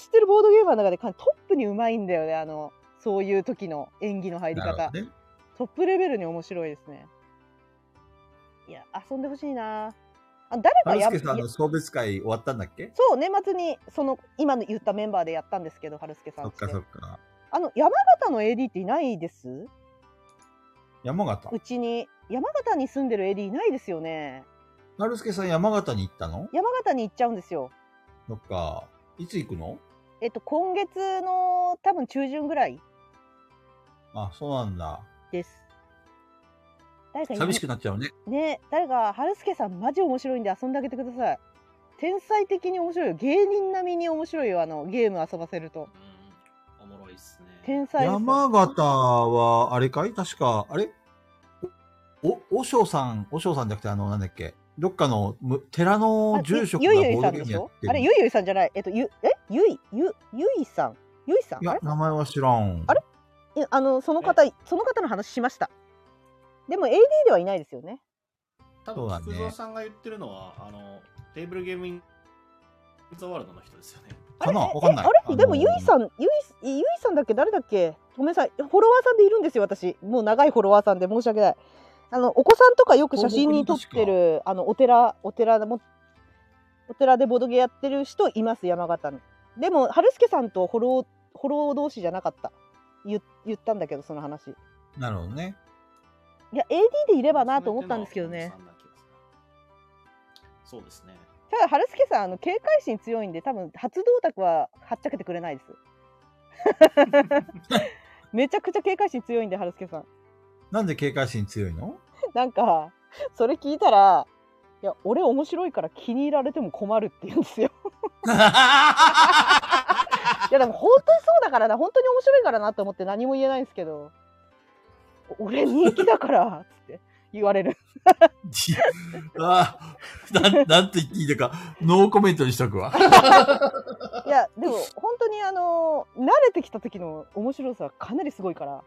Speaker 1: 知ってるボードゲームの中でかトップにうまいんだよねあのそういう時の演技の入り
Speaker 6: なる
Speaker 1: 方、
Speaker 6: ほどね。
Speaker 1: トップレベルに面白いですねいや遊んでほしいなあ誰
Speaker 6: ハ
Speaker 1: か
Speaker 6: ル
Speaker 1: や
Speaker 6: スケさんの送別会終わったんだっけ
Speaker 1: そう年末にその今の言ったメンバーでやったんですけど春輔さん
Speaker 6: そ
Speaker 1: っ
Speaker 6: ってかそっか。
Speaker 1: あの山形の AD っていないです
Speaker 6: 山形
Speaker 1: う。ちに山形に住んでるエディいないですよね
Speaker 6: ハルスケさん山形に行ったの
Speaker 1: 山形に行っちゃうんですよ
Speaker 6: そっか。いつ行くの
Speaker 1: えっと今月の多分中旬ぐらい
Speaker 6: あ、そうなんだ。
Speaker 1: です誰かい
Speaker 6: 寂しくなっちゃうね。
Speaker 1: ね誰か春輔さんマジ面白いんで遊んであげてください天才的に面白いよ芸人並みに面白いよあのゲーム遊ばせる
Speaker 7: う
Speaker 1: と
Speaker 7: んおもろいっすね
Speaker 1: 天才です
Speaker 6: 山形は、あれかい確か、あれお、おしょうさん、おしょうさんじゃなくて、あの、なんだっけどっかのむ寺の
Speaker 1: あ
Speaker 6: 住職が
Speaker 1: ゆ
Speaker 6: ボ
Speaker 1: ゆゆいさ
Speaker 6: ード
Speaker 1: んで
Speaker 6: ゲーム
Speaker 1: し
Speaker 6: やっ
Speaker 1: ょ
Speaker 6: て
Speaker 1: あ
Speaker 6: る
Speaker 1: れ
Speaker 6: い
Speaker 1: ゆいゆいさんじゃないえっとゆえゆいゆゆいさんゆいさんあ
Speaker 6: や
Speaker 1: れ、
Speaker 6: 名前は知らん。
Speaker 1: あれえあのその方その方の話しましたでも AD ではいないですよね
Speaker 7: 多
Speaker 6: そうだ
Speaker 7: 分
Speaker 6: ね
Speaker 7: 菊蔵さんが言ってるのはあのテーブルゲームインザワールドの人ですよね
Speaker 1: あれ
Speaker 6: かな
Speaker 1: え
Speaker 6: わかんない
Speaker 1: えあ
Speaker 6: あ
Speaker 1: れ
Speaker 6: の
Speaker 1: でも、ゆいさん、ゆい、ゆいさんだっけ誰だっけごめんなさい。フォロワーさんでいるんですよ、私。もう長いフォロワーさんで申し訳ない。あの、お子さんとかよく写真に撮ってる、あの、お寺、お寺でも、お寺でボードゲーやってる人います、山形の。でも、春輔さんとフォロー、フォロー同士じゃなかった。言言ったんだけど、その話。い
Speaker 6: なるほどね。
Speaker 1: や、AD でいればなと思ったんですけどね。
Speaker 7: そうですね
Speaker 1: ただ、春輔さん、あの、警戒心 強いんで、多分、初動卓ははっちゃけてくれないです。めちゃくちゃ警戒心強いんで、春輔さん。
Speaker 6: なんで警戒心強 いの
Speaker 1: なんか、それ聞いたら、いや、俺面白いから気に入られても困るって言うんですよ。いや、でも本当にそうだからな、本当に面白いからなと思って何も言えないんですけど、お俺人気だから、つって言われる。
Speaker 6: じああ、なん、なんて言っていいのか、ノーコメントにしとくわ。
Speaker 1: いや、でも本当にあの、慣れてきた時の面白さはかなりすごいから、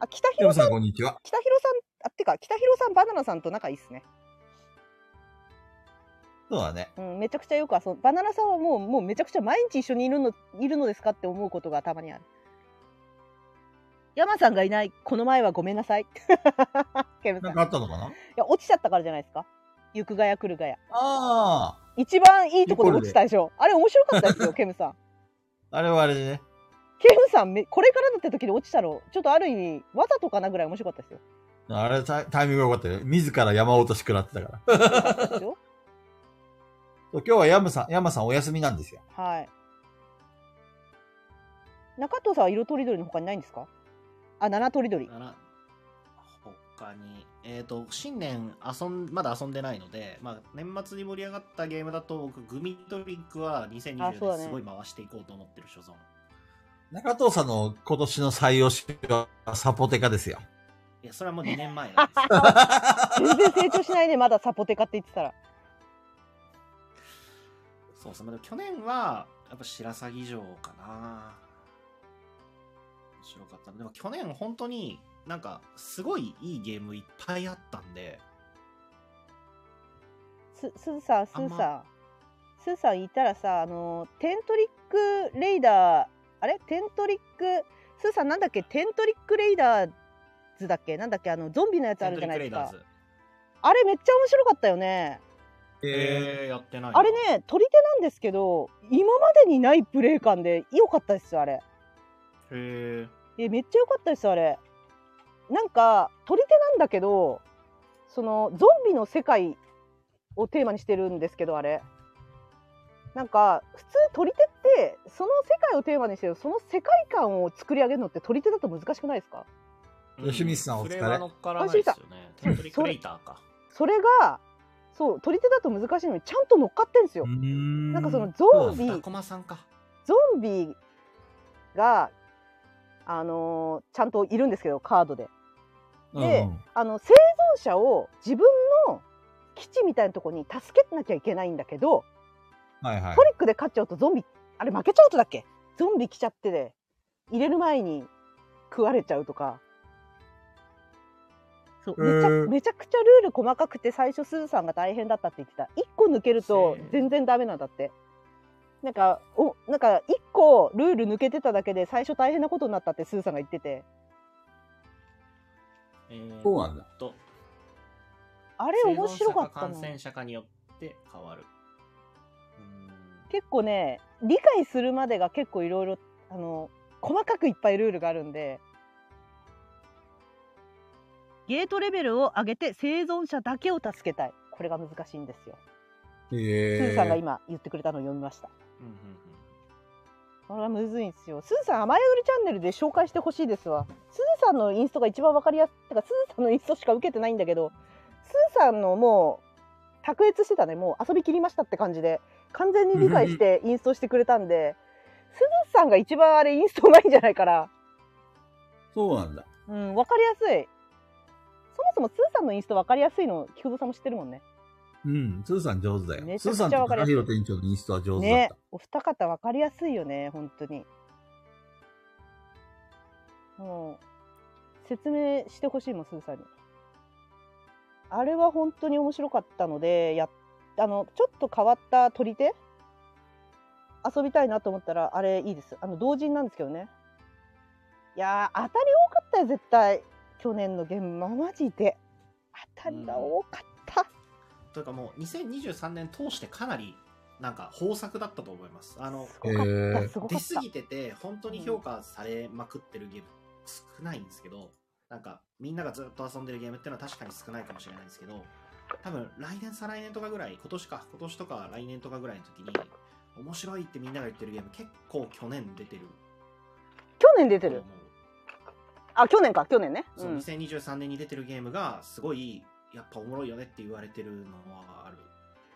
Speaker 1: あ、北
Speaker 6: ヨ
Speaker 1: 広さ
Speaker 6: ム
Speaker 1: ん
Speaker 6: さん、こんにちは。
Speaker 1: 北広さん、あ、てか、北広さん、バナナさんと仲いいっすね。
Speaker 6: そうだね。
Speaker 1: うん、めちゃくちゃよく遊んバナナさんはもう、もうめちゃくちゃ毎日一緒にいるの、いるのですかって思うことがたまにある。山さんがいない、この前はごめんなさい。 ケムさ
Speaker 6: なん
Speaker 1: ん。
Speaker 6: か
Speaker 1: い
Speaker 6: あったのかな
Speaker 1: や、落ちちゃったからじゃないですか。行くがや来るがや。
Speaker 6: あ
Speaker 1: 一番いいとこで落ちたでしょ。あれ面白かった ですよ、ケムさん。
Speaker 6: あ、あれはあれでね。
Speaker 1: ケムさんめ、これからだって時に落ちたの、ちょっとある意味、わざとかなぐらい面白かったです よ。
Speaker 6: あれタイタイミングが良かったよ。自ら山落とし食らってたから。
Speaker 1: 面白かったですよ
Speaker 6: 今日はヤムさん、ヤマさんお休みなんですよ。
Speaker 1: はい。中藤さんは色とりどりの他にないんですかあ、七とりどり。
Speaker 2: なら他に、えっ、と、新年遊ん、まだ遊んでないので、まあ、年末に盛り上がったゲームだと、僕、グミトリック
Speaker 1: あ
Speaker 2: は
Speaker 1: そうだ
Speaker 2: 2020
Speaker 1: ね
Speaker 2: 年すごい回していこうと思ってる所存。
Speaker 6: 中藤さんの今年の採用しはサポテカですよ。
Speaker 2: いや、それはもう2年前なんです よ
Speaker 1: 全然成長しないね、まだサポテカって言ってたら。
Speaker 2: そうそう、まあでも去年は、やっぱ白鷺城かな。面白かったな。でも去年本当になんか、すごいいいゲームいっぱいあったんで、
Speaker 1: す、すずさん、す
Speaker 2: あん
Speaker 1: ず
Speaker 2: ま
Speaker 1: さん。すずさんいたらさ、あの、テントリックレイダー、あれテントリック、すずさんなんだっけテントリックレイダーズだっけなんだっけあの、ゾンビのやつあるじゃないです
Speaker 2: セン
Speaker 1: か
Speaker 2: トリッ。クレイダーズ。
Speaker 1: あれめっちゃ面白かったよね。
Speaker 2: えー、やってないな。
Speaker 1: あれね、取り手なんですけど、今までにないプレイ感で良かったですよ、あれ。
Speaker 2: へ
Speaker 1: え、めっちゃ良かったです、あれ。なんか、取り手なんだけど、その、ゾンビの世界をテーマにしてるんですけど、あれ。なんか、普通取り手って、その世界をテーマにしてる、その世界観を作り上げるのって取り手だと難しくないですか
Speaker 2: え。
Speaker 6: 吉光さんお疲れ
Speaker 2: それは乗っからないですよね。テントリックレイターか。
Speaker 1: それが、そう、取り手だと難しいのに、ちゃんと乗っかってんですよ。な
Speaker 6: なん
Speaker 1: かその、ゾンビ、
Speaker 2: タコマさんか。
Speaker 1: ゾンビが、あのーちゃんといるんですけどカードでで
Speaker 6: うん
Speaker 1: あの生存者を自分の基地みたいなとこに助けなきゃいけないんだけど
Speaker 6: はいはい
Speaker 1: ト。リックで勝っちゃうとゾンビあれ負けちゃうとだっけゾンビ来ちゃってで入れる前に食われちゃうとかそうめちゃ
Speaker 6: へー
Speaker 1: めちゃくちゃルール細かくて最初すずさんが大変だったって言ってた1個抜けると
Speaker 2: せー
Speaker 1: 全然ダメなんだってなんかおなんか1個ルール抜けてただけで最初大変なことになったってすずさんが言ってて
Speaker 2: えー、
Speaker 8: そうなんだ。
Speaker 2: と、
Speaker 1: あ
Speaker 2: あ
Speaker 1: れ面白かった
Speaker 2: 感
Speaker 1: な
Speaker 2: 染者かによって変わる。うーん
Speaker 1: 結構ね理解するまでが結構いろいろあの細かくいっぱいルールがあるんでゲートレベルを上げて生存者だけを助けたいこれが難しいんですよ、スー
Speaker 6: え
Speaker 1: さんが今言ってくれたのを読みました
Speaker 2: うんうんうん
Speaker 1: これはむずいんですよスーさん雨宿りチャンネルで紹介してほしいですわスーさんのインストが一番わかりやすいてかスーさんのインストしか受けてないんだけどスーさんのもう卓越してたねもう遊びきりましたって感じで完全に理解してインストしてくれたんでスーさんが一番あれインストうまいんじゃないから
Speaker 8: そうなんだ。
Speaker 1: うんわかりやすいそもそもスーさんのインストわかりやすいの菊蔵さんも知ってるもんね
Speaker 6: うん、スーさん上手だよ。
Speaker 1: め
Speaker 6: ス
Speaker 1: ちゃ
Speaker 6: ー
Speaker 1: くち
Speaker 6: さ
Speaker 1: ゃ
Speaker 6: んと
Speaker 1: わかり
Speaker 6: 高
Speaker 1: やすい
Speaker 6: 弘店長のインストは上手だっ
Speaker 1: ね
Speaker 6: た。
Speaker 1: お二方わかりやすいよね本当にもう説明してほしいもんすずさんにあれは本当に面白かったのでやっあのちょっと変わった取り手遊びたいなと思ったらあれいいですあの同人なんですけどねいやー当たり多かったよ絶対去年のゲームはマジで当たりが多かった、
Speaker 2: というかもう2023年通してかなりなんか豊作だったと思います。あの
Speaker 1: すごかった、
Speaker 6: えー
Speaker 1: すごか
Speaker 2: 出
Speaker 1: っ
Speaker 2: 過
Speaker 1: た
Speaker 2: ぎてて本当に評価されまくってるゲーム少ないんですけど、なんかみんながずっと遊んでるゲームっていうのは確かに少ないかもしれないんですけど、多分来年再来年とかぐらい今年か今年とか来年とかぐらいの時に面白いってみんなが言ってるゲーム結構去年出てる
Speaker 1: 去年出て
Speaker 2: と
Speaker 1: る
Speaker 2: 思う
Speaker 1: あ、去年か、去年ね。。
Speaker 2: そううん2023年に出てるゲームがすごいやっぱおもろいよねって言われてるのはある。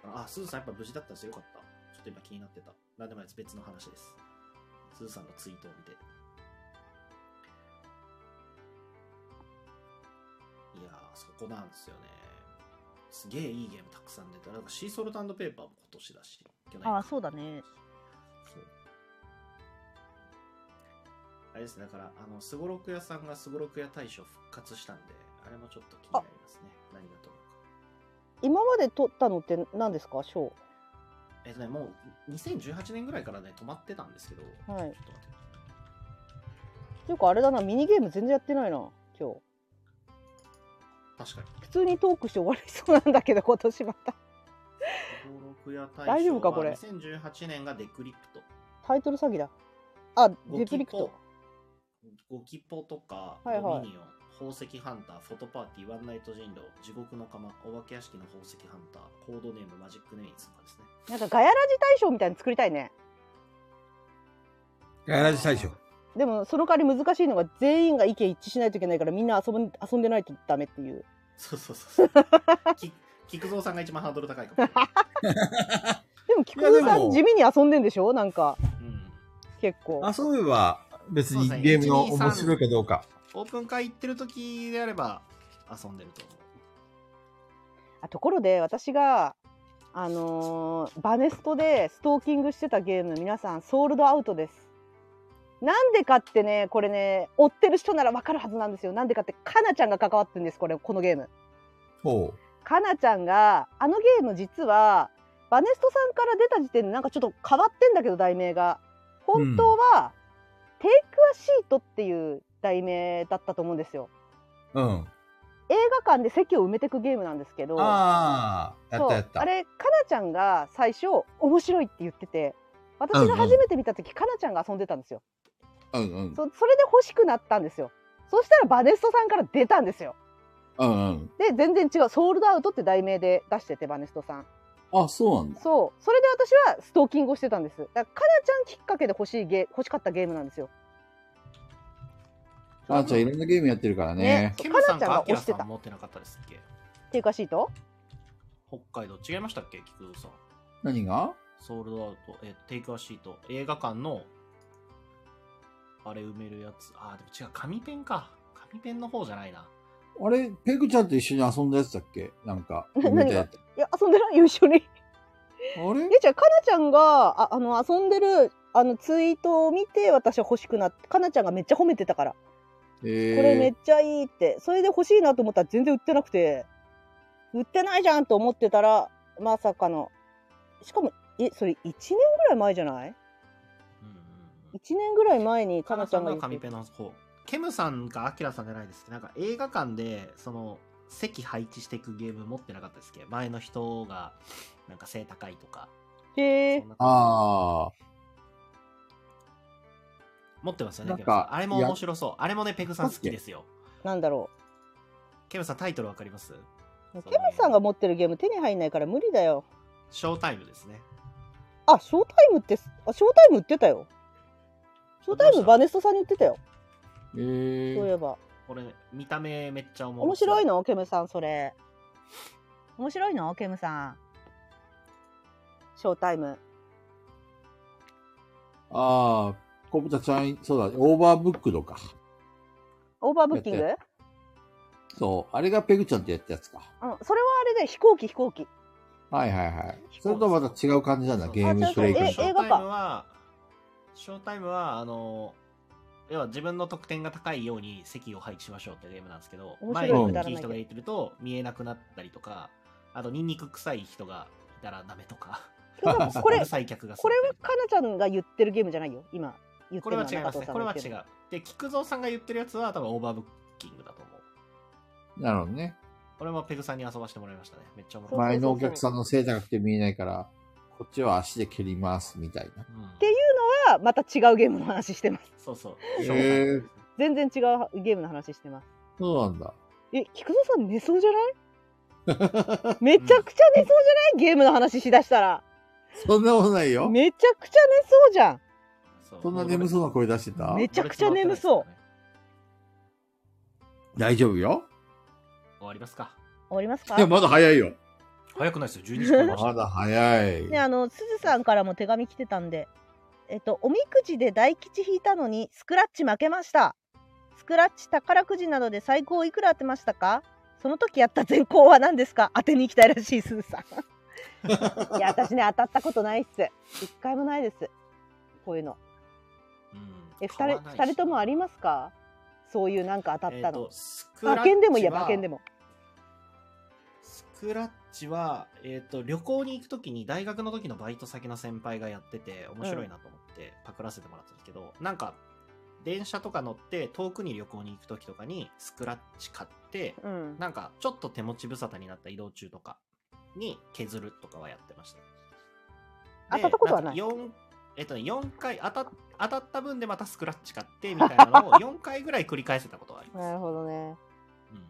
Speaker 2: あ、すずさんやっぱ無事だったんですよかった。ちょっと今気になってた。なんでもないです別の話です。すずさんのツイートを見て。いやー、そこなんですよね。すげえいいゲームたくさん出た。なんかシーソルトペーパーも今年だし、去年か
Speaker 1: あそうだね。
Speaker 2: そうあれですね、だから、あの、すごろく屋さんがすごろく屋大賞復活したんで、あれもちょっと気になりますね。何がと思う
Speaker 1: 今まで取ったのって何ですか、賞。
Speaker 2: か。えっとね、もう2018年ぐらいからね、止まってたんですけど、
Speaker 1: はい
Speaker 2: ちょっと待って。
Speaker 1: っていうか、あれだな、ミニゲーム全然やってないな、今日。
Speaker 2: 確かに。
Speaker 1: 普通にトークして終わりそうなんだけど、今 年また。
Speaker 2: すごろく屋大賞は
Speaker 1: 大丈夫かこれ
Speaker 2: 2018年がデクリプト。
Speaker 1: タイトル詐欺だ。あ、デ
Speaker 2: ゴ
Speaker 1: プ
Speaker 2: キ
Speaker 1: リクト
Speaker 2: ポ。。ゴキポとか、
Speaker 1: はいはい
Speaker 2: ドミニオン、宝石ハンター、フォトパーティー、ワンナイト人狼、地獄の釜、お化け屋敷の宝石ハンター、コードネーム、マジックネイズとかですね。
Speaker 1: なんかガヤラジ大賞みたいに作りたいね。
Speaker 5: ガヤラジ最初。
Speaker 1: でも、その代わり難しいのが、全員が意見一致しないといけないから、みんな遊ぶん遊んでないとダメっていう。
Speaker 2: そうそうそうそう。き菊蔵さんが一番ハードル高いかもしれない。
Speaker 1: でも、菊蔵さ
Speaker 5: いやで
Speaker 1: ん、
Speaker 5: も
Speaker 1: 地味に遊んでんでしょなんか、
Speaker 2: うん。
Speaker 1: 結構。
Speaker 5: 遊べば別にゲームの面白いかどうか。
Speaker 2: オープン会行ってる時であれば遊んでると思う。
Speaker 1: あところで私があのーバネストでストーキングしてたゲーム皆さんソールドアウトですなんでかってねこれね追ってる人ならわかるはずなんですよなんでかってかなちゃんが関わってるんですこれこのゲーム
Speaker 5: ほ
Speaker 1: かなちゃんがあのゲーム実はバネストさんから出た時点でなんかちょっと変わってんだけど題名が本当は、テイクアシートっていう題名だったと思うんですよ
Speaker 5: う。うん。
Speaker 1: 映画館で席を埋めてくゲームなんですけど
Speaker 5: ああ、や
Speaker 1: そ
Speaker 5: っ
Speaker 1: う
Speaker 5: たやった。
Speaker 1: あれかなちゃんが最初面白いって言ってて私が初めて見た時、かなちゃんが遊んでたんですよ
Speaker 6: うんうん。
Speaker 1: そそれで欲しくなったんですよそしたらバネストさんから出たんですよ
Speaker 6: うんうん。
Speaker 1: で全然違うソールドアウトって題名で出しててバネストさん
Speaker 6: あ、そうなんだ。
Speaker 1: そうそれで私はストーキングをしてたんですだからかなちゃんきっかけで欲しいゲー欲しかったゲームなんですよ
Speaker 6: あーちゃんいろんなゲームやってるからね。
Speaker 1: そ
Speaker 2: ケ
Speaker 1: う
Speaker 2: ム
Speaker 1: か
Speaker 2: さ
Speaker 1: なんちゃん
Speaker 2: か
Speaker 1: が
Speaker 2: アキ
Speaker 1: 押
Speaker 2: ラ
Speaker 1: して
Speaker 2: さ
Speaker 1: た
Speaker 2: ん持ってなかったですっけ
Speaker 1: テイクアシート
Speaker 2: 北海道違いましたっけ菊蔵さん。
Speaker 6: 何が
Speaker 2: ソールドアウト、えテイクアシート、映画館のあれ埋めるやつ。あ、でも違う、紙ペンか。紙ペンの方じゃないな。
Speaker 6: あれ、ペグちゃんと一緒に遊んだやつだっけなんか。
Speaker 1: 何
Speaker 6: 見たやつ
Speaker 1: いや遊んでないよ一緒に
Speaker 6: あれ
Speaker 1: えじゃあかなちゃんがああの遊んでるあのツイートを見て私は欲しくなってかなちゃんがめっちゃ褒めてたから
Speaker 6: えー、
Speaker 1: これめっちゃいいってそれで欲しいなと思ったら全然売ってなくて売ってないじゃんと思ってたらまさかのしかもえそれ1年ぐらい前じゃない
Speaker 2: うんうんうん
Speaker 1: ?1 年ぐらい前にか
Speaker 2: か
Speaker 1: な
Speaker 2: な
Speaker 1: ち
Speaker 2: ち
Speaker 1: ゃ
Speaker 2: ゃ
Speaker 1: ん
Speaker 2: ん
Speaker 1: が
Speaker 2: が
Speaker 1: 言っ
Speaker 2: 紙
Speaker 1: て
Speaker 2: ペンの方。ケムさんかアキラさんじゃないですけど、なんか映画館で、その、席配置していくゲーム持ってなかったですっけ前の人が、なんか背高いとか。
Speaker 1: へ
Speaker 2: そ
Speaker 1: え
Speaker 2: んな感
Speaker 6: あ
Speaker 2: じ持ってますよ
Speaker 6: な
Speaker 2: ね、
Speaker 6: ん
Speaker 2: ケ
Speaker 6: か
Speaker 2: ムさん。あれも
Speaker 6: いや
Speaker 2: 面白そう。あれもね、ペグさん好きですよ。
Speaker 1: なんだろ
Speaker 2: ケムさんタイトルわかります
Speaker 1: う
Speaker 2: そう
Speaker 1: ケムさんが持ってるゲーム手に入んないから無理だよ
Speaker 2: ショータイムですね。
Speaker 1: あショータイムってあショータイム売ってたよショータイムバネストさんに売ってたよ
Speaker 6: ー。え
Speaker 1: そうい
Speaker 6: ー、
Speaker 1: えば
Speaker 2: これ、見た目めっちゃ面白い。
Speaker 1: 面白いのケムさんそれ面白いのケムさんショータイム
Speaker 6: あー、コブタちゃん、そうだ、オーバーブックドか。
Speaker 1: オーバーブッキング
Speaker 6: やそう、あれがペグちゃんってやったやつか。
Speaker 1: うん、それはあれで飛行機飛行機
Speaker 6: はいはいはい。それとはまた違う感じなんだ、
Speaker 2: そう
Speaker 6: ゲーム
Speaker 1: あ
Speaker 6: ストレイク
Speaker 1: え
Speaker 6: に
Speaker 2: ショ
Speaker 1: 映
Speaker 2: ー
Speaker 1: 画
Speaker 2: タ
Speaker 1: か
Speaker 2: イムは、ショータイムは、あの、要は自分の得点が高いように席を配置しましょうっていうゲームなんですけど、
Speaker 1: 面白
Speaker 2: 前
Speaker 1: い
Speaker 2: に
Speaker 6: く
Speaker 1: だら
Speaker 2: 大き
Speaker 1: ないけ
Speaker 2: い
Speaker 1: ど
Speaker 2: 人がいてると見えなくなったりとか、あとニンニク臭い人がいたらダメとか、
Speaker 1: でもこれ
Speaker 2: 臭い客が
Speaker 1: これは
Speaker 2: 座ったりとか
Speaker 1: かなちゃんが言ってるゲームじゃないよ今言っ
Speaker 2: こ
Speaker 1: て
Speaker 2: れ
Speaker 1: る
Speaker 2: は
Speaker 1: の
Speaker 2: 違いますね。これは違
Speaker 1: う
Speaker 2: う。で、菊蔵さんが言ってるやつは多分オーバーブッキングだと思う。
Speaker 6: なるほどね。
Speaker 2: これもペグさんに遊ばせてもらいましたね。めっちゃ面白い。
Speaker 6: 前のお客さんの背高くて見えないから、こっちは足で蹴ります、みたいな。
Speaker 2: うん
Speaker 1: ていうのはまた違うゲームの話してます
Speaker 2: そうそう。
Speaker 6: へー
Speaker 2: ショータイムですね
Speaker 1: 全然違うゲームの話してます
Speaker 6: そうなんだ。
Speaker 1: え菊蔵さん寝そうじゃないめちゃくちゃ寝そうじゃないゲームの話しだしたら
Speaker 6: そんなことないよ。
Speaker 1: めちゃくちゃ寝そうじゃん
Speaker 2: そう
Speaker 6: そんな眠そうな声出してた
Speaker 1: めちゃくちゃ眠そう
Speaker 2: う。
Speaker 6: 大丈夫よ。
Speaker 2: 終わりますか。
Speaker 1: 終わりますか
Speaker 6: いや、まだ早いよ。
Speaker 2: 早くないですよ、12時間。
Speaker 6: まだ早い。
Speaker 1: ね、あの、すずさんからも手紙来てたんで、えっと、おみくじで大吉引いたのに、スクラッチ負けました。スクラッチ宝くじなどで最高いくら当てましたかその時やった全行は何ですか当てに行きたいらしい、すずさん。いや、私ね、当たったことないっす。一回もないです。こういうの。
Speaker 2: うん
Speaker 1: え、二人、二人ともありますかそういうなんか当たったの。。馬
Speaker 2: 馬
Speaker 1: 券でもいいや、馬券で
Speaker 2: も。
Speaker 1: も。
Speaker 2: スクラッチは、えっ、と、旅行に行くときに大学の時のバイト先の先輩がやってて、面白いなと思ってパクらせてもらったんですけど、なんか、電車とか乗って遠くに旅行に行くときとかにスクラッチ買って、
Speaker 1: うん。
Speaker 2: なんか、ちょっと手持ち無沙汰になった移動中とかに削るとかはやってました。
Speaker 1: 当
Speaker 2: で
Speaker 1: たったことはない
Speaker 2: んか四えっとね、4回当たっ、当たった分でまたスクラッチ買ってみたいなのを 4回ぐらい繰り返せたことはあります。
Speaker 1: なるほどね。
Speaker 2: うんい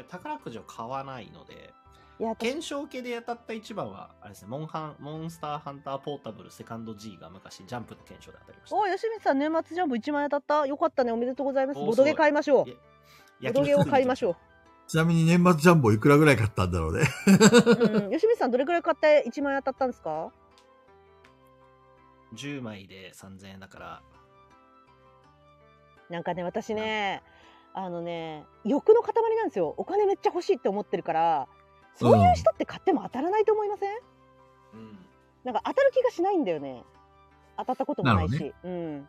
Speaker 2: や宝くじを買わないので、
Speaker 1: いや、私
Speaker 2: 検証系で当たった一番は、あれですね、モンハン、モンスターハンターポータブルセカンド G が昔、ジャンプの検証で当たりました。
Speaker 1: お、吉光さん、年末ジャンボ1万円当たった。よかったね、おめでとうございます。
Speaker 2: おー
Speaker 1: ボドゲ買いましょう。
Speaker 2: いや
Speaker 1: ボドゲを買いましょう。
Speaker 6: ちなみに年末ジャンボいくらぐらい買ったんだろうね。
Speaker 1: うん、吉光さん、どれくらい買って1万円当たったんですか
Speaker 2: 10枚で3000円だから、
Speaker 1: なんかね、私ね、あのね、欲の塊なんですよ。お金めっちゃ欲しいって思ってるから、そういう人って買っても当たらないと思いません、
Speaker 2: うん、
Speaker 1: なんか当たる気がしないんだよね。当たったこともないし。
Speaker 6: な
Speaker 1: うん。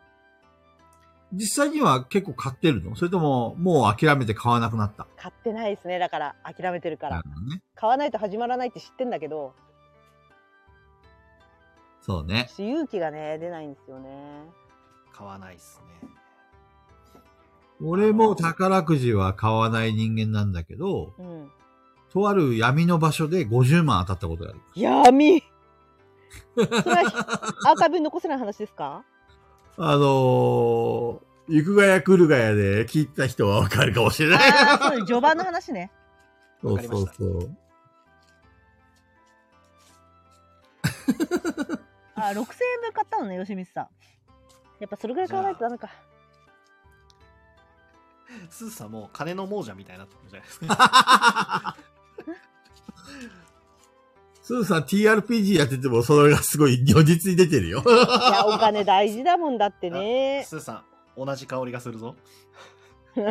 Speaker 6: 実際には結構買ってるのそれとも、もう諦めて買わなくなった。
Speaker 1: 買ってないですね。だから、諦めてるから。
Speaker 6: ほどね。
Speaker 1: 買わないと始まらないって知ってんだけど、
Speaker 6: そうね。
Speaker 1: 私勇気がね、出ないんですよね。
Speaker 2: 買わないですね。
Speaker 6: 俺も宝くじは買わない人間なんだけど、
Speaker 1: うん。
Speaker 6: とある闇の場所で50万当たったことがある。
Speaker 1: 闇それはアーカイブに残せない話ですか
Speaker 6: あのー、行くがや来るがやで聞いた人はわかるかもしれない。
Speaker 1: ああ、そうね序盤の話ね。
Speaker 6: そ
Speaker 2: わ
Speaker 6: う
Speaker 2: かりま
Speaker 6: そう
Speaker 2: した
Speaker 6: そう。
Speaker 1: あ、六千円分買ったのね、吉光さん。やっぱそれぐらい買わないとダメか。
Speaker 2: スーさんもう金の亡者みたいになってるじゃないですか。
Speaker 6: スーさん TRPG やっててもそれがすごい如実に出てるよ。
Speaker 1: いや、お金大事だもんだってね。
Speaker 2: スーさん、同じ香りがするぞ。
Speaker 1: でも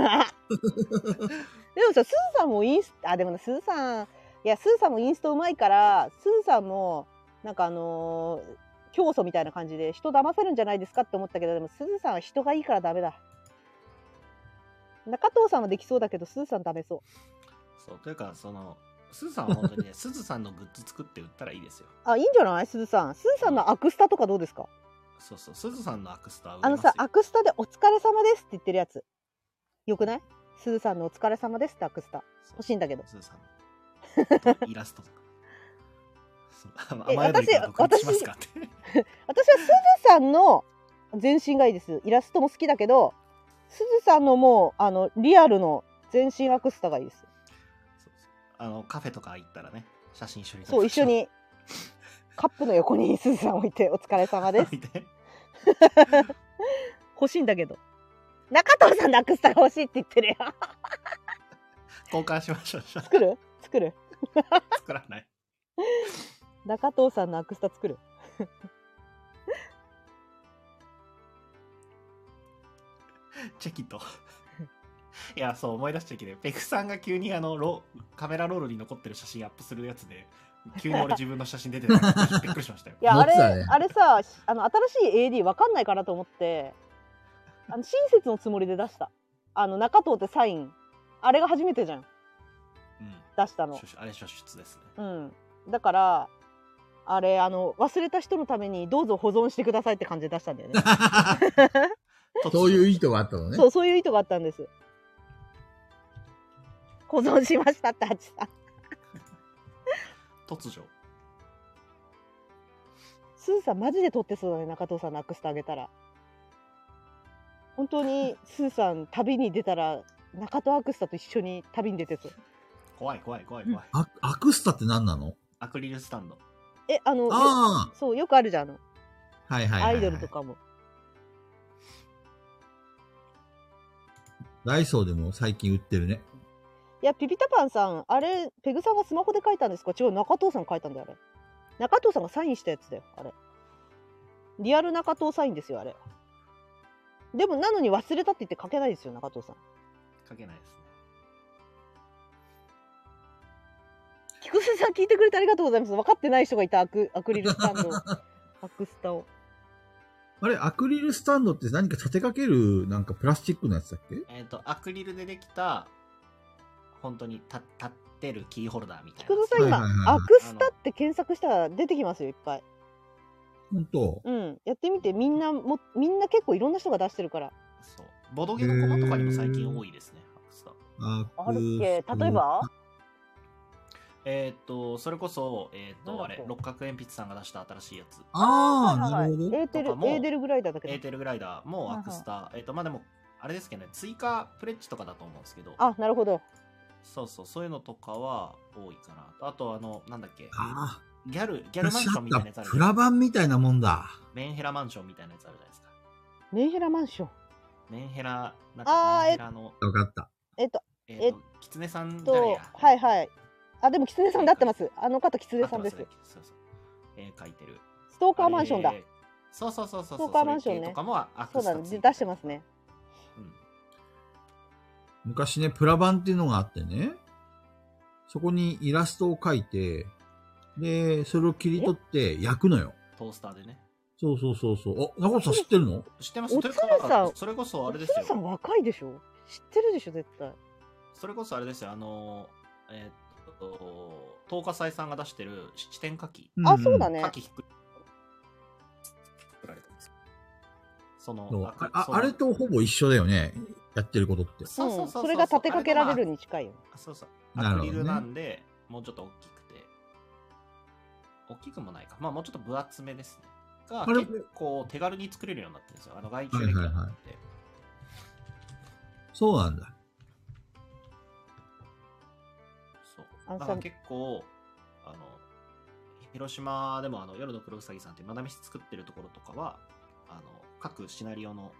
Speaker 1: さ、すずさんもインスあ、でもな、すずさん、いや、すずさんもインストうまいから、すずさんも、なんかあのー教祖みたいな感じで人騙せるんじゃないですかって思ったけどでもすずさんは人がいいからダメだ中藤さんはできそうだけどすずさんダメそう
Speaker 2: そう、というか、その、スーさんは本当にね、スズさんのグッズ作って売ったらいいですよ。
Speaker 1: あいいんじゃないすずさんすずさんのアクスタとかどうですか
Speaker 2: そうそう、スズさんのアクスター売
Speaker 1: あ
Speaker 2: れ
Speaker 1: の
Speaker 2: ます
Speaker 1: さ
Speaker 2: よ、
Speaker 1: アクスタで「お疲れ様です」って言ってるやつよくないすずさんの「お疲れ様です」ってアクスタ欲しいんだけど
Speaker 2: スーさんのイラストとか。そう
Speaker 1: え
Speaker 2: 雨宿りから独立しますかって。
Speaker 1: 私はすずさんの全身がいいですイラストも好きだけどすずさんのもうあのリアルの全身アクスタがいいです
Speaker 2: そうそうあの、カフェとか行ったらね、写真一緒に撮り
Speaker 1: そう
Speaker 2: ま
Speaker 1: 一
Speaker 2: しょ
Speaker 1: 緒。にカップの横にすずさん置いて「お疲れ様です
Speaker 2: 置いて」
Speaker 1: 欲しいんだけど中藤さんのアクスタが欲しいって言ってるよ
Speaker 2: 交換しましょう。
Speaker 1: 作る作る
Speaker 2: 作らない。
Speaker 1: 中藤さんのアクスタ作る
Speaker 2: チェキと。 いや、そう思い出したけど、ペクさんが急にあのロ、カメラロールに残ってる写真アップするやつで、急に俺自分の写真出て たからびっくりしましたよ
Speaker 1: い。や
Speaker 6: 持
Speaker 1: あ
Speaker 6: っ
Speaker 1: れ
Speaker 6: てたね
Speaker 1: あれさあの新しい AD わかんないかなと思ってあの親切のつもりで出したあの中藤ってサインあれが初めてじゃん
Speaker 2: うん。
Speaker 1: 出したの
Speaker 2: 初出あれ初出ですね。
Speaker 1: うんだからあれあの忘れた人のためにどうぞ保存してくださいって感じで出したんだよね
Speaker 6: そういう意図があったのね
Speaker 1: そ。うそういう意図があったんです保存しましたってハチさん
Speaker 2: 突如。
Speaker 1: すずさんマジで撮ってそうだね中藤さんなくしてあげたら本当にすずさん旅に出たら中藤アクスタと一緒に旅に出てそう
Speaker 2: 怖い怖い怖い怖い。
Speaker 6: アアクスタって何なの
Speaker 2: アクリルスタンド。
Speaker 1: えあの
Speaker 6: あ
Speaker 1: そうよくあるじゃんあの
Speaker 6: あはいはいはいはい。
Speaker 1: アイドルとかも
Speaker 6: ダイソーでも最近売ってるね。
Speaker 1: いや、ピピタパンさん、あれ、ペグさんがスマホで書いたんですか違う、中藤さんが書いたんだよ、あれ。中藤さんがサインしたやつだよ、あれ。リアル中藤サインですよ、あれ。でも、なのに忘れたって言って書けないですよ、中藤さん。
Speaker 2: 書けないですね。
Speaker 1: 菊池さん聞いてくれてありがとうございます。分かってない人がいた、アクアクリルスタン ドを。アクスタを。
Speaker 6: あれ、アクリルスタンドって何か立てかける、なんかプラスチックのやつだっけ
Speaker 2: えっ、と、アクリルでできた、本当にた立ってるキーホルダーみたい
Speaker 1: 菊
Speaker 2: な。
Speaker 1: 池さん、今、
Speaker 6: はいはいはい
Speaker 1: アクスタって検索したら出てきますよ、いっぱい。
Speaker 6: 本当
Speaker 1: うん。やってみて、みんなも、みんな結構いろんな人が出してるから。
Speaker 2: そう。ボドゲのコマとかにも最近多いですね、アクスタ。
Speaker 6: あ
Speaker 1: あるっけ例えば
Speaker 2: えっ、と、それこそ、えっ、
Speaker 1: なん
Speaker 2: と、
Speaker 1: だ
Speaker 2: あ
Speaker 1: っけ
Speaker 2: れ、六角鉛筆さんが出した新しいやつ。
Speaker 6: ああ、
Speaker 1: は
Speaker 6: ない
Speaker 1: はい
Speaker 6: るほ
Speaker 1: はい
Speaker 6: ど。
Speaker 1: エーテル、エ
Speaker 2: とかも
Speaker 1: ーデルグライダーだけ
Speaker 2: エー
Speaker 1: ど。
Speaker 2: テルグライダーもアクスター。えっ、と、まあ、でも、あれですけどね、追加プレッチとかだと思うんですけど、
Speaker 1: あ、なるほど。
Speaker 2: そうそう、そういうのとかは多いかなと。あと、あの、なんだっけ、
Speaker 6: あ
Speaker 2: ギャル、ギ
Speaker 6: あ、
Speaker 2: ャルマンションみたいなやつあるじ
Speaker 6: プ
Speaker 2: ゃない
Speaker 6: ラ
Speaker 2: ですか。
Speaker 6: 版みたいなもんだ。
Speaker 2: メンヘラマンションみたいなやつあるじゃないですか。
Speaker 1: メンヘラマンション。
Speaker 2: メンヘラ、なん
Speaker 1: あ
Speaker 2: か
Speaker 1: ー
Speaker 2: メンヘラの、
Speaker 6: わかった。
Speaker 1: えっと、
Speaker 2: えっ、
Speaker 1: えっ
Speaker 2: と、キツネさんじゃない
Speaker 1: と
Speaker 2: や。、
Speaker 1: はいはい。あ、でも、キツネさんだってます。あの方、キツネさんです。
Speaker 2: あとはそれそうそう。絵描いてる。
Speaker 1: ストーカーマンションだ
Speaker 2: あ。れ。そうそうそうそうそう。
Speaker 1: ストーカーマンションね
Speaker 2: そういう系とかもア
Speaker 1: そ
Speaker 2: ク
Speaker 1: う
Speaker 2: スタ
Speaker 1: だ
Speaker 2: つ
Speaker 1: ね。
Speaker 2: いて
Speaker 1: で
Speaker 2: る
Speaker 1: 出してますね。
Speaker 2: うん
Speaker 6: 昔ね、プラ版っていうのがあってね、そこにイラストを描いて、で、それを切り取って焼くのよ。
Speaker 2: トースターでね。
Speaker 6: そうそうそうそう。あ、中本さん知ってるの
Speaker 2: 知ってます
Speaker 1: お
Speaker 2: という
Speaker 1: つる
Speaker 2: か
Speaker 1: さん
Speaker 2: それこそあれ
Speaker 1: キ
Speaker 2: で
Speaker 1: ツ
Speaker 2: す
Speaker 1: ネさん
Speaker 2: よ。
Speaker 1: 若いでしょ知ってるでしょ、絶対。
Speaker 2: それこそあれですよ。あの、えっと、東華祭さんが出してる七点書き。
Speaker 1: あ、そうだね。
Speaker 2: 書きひっくり。作られたんですよその
Speaker 6: そう、
Speaker 2: か
Speaker 6: ああ
Speaker 2: その
Speaker 6: あれとほぼ一緒だよね。やってることって。
Speaker 2: そうそうそうそう
Speaker 1: うんそれが立てかけられる
Speaker 2: あ
Speaker 1: に近いよ。
Speaker 2: まあそうそう。
Speaker 6: な
Speaker 2: ア
Speaker 6: る
Speaker 2: ク
Speaker 6: ほどね
Speaker 2: リルなんで、もうちょっと大きくて。大きくもないか。まあもうちょっと分厚めですね。が
Speaker 6: あれ
Speaker 2: 結構手軽に作れるようになってるんですよ。あの外注できるようになって。
Speaker 6: そうなんだ。
Speaker 2: そ
Speaker 1: あ
Speaker 2: う。
Speaker 1: の
Speaker 2: だから
Speaker 1: さ
Speaker 2: 結構、あの、広島でもあの夜の黒うさぎさんっていうマダミス作ってるところとかは、あの、各シナリオの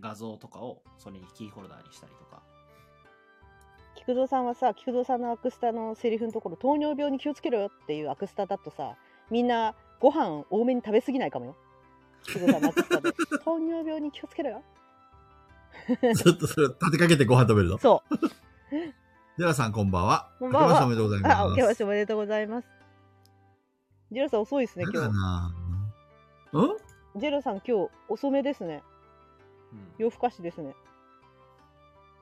Speaker 2: 画像とかをそれにキーホルダーにしたりとか。
Speaker 1: 菊蔵さんはさ、菊蔵さんのアクスタのセリフのところ、糖尿病に気をつけろよっていうアクスタだとさ、みんなご飯多めに食べ過ぎないかもよ。菊蔵さんのアクスタ で。糖尿病に気をつけろよ。
Speaker 6: ちょっとそれ立てかけてご飯食べるの。
Speaker 1: そう。
Speaker 6: ジェラさんこんばんは。
Speaker 1: こんばんは
Speaker 6: 明けましておめでとうございます。
Speaker 1: あ、おけましておめでとうございます。ジェロさん遅いですね、
Speaker 6: や
Speaker 1: 今
Speaker 6: だなぁん
Speaker 1: 日。ジェロさん今日遅めですね。
Speaker 2: うん
Speaker 1: 夜更かしです ね。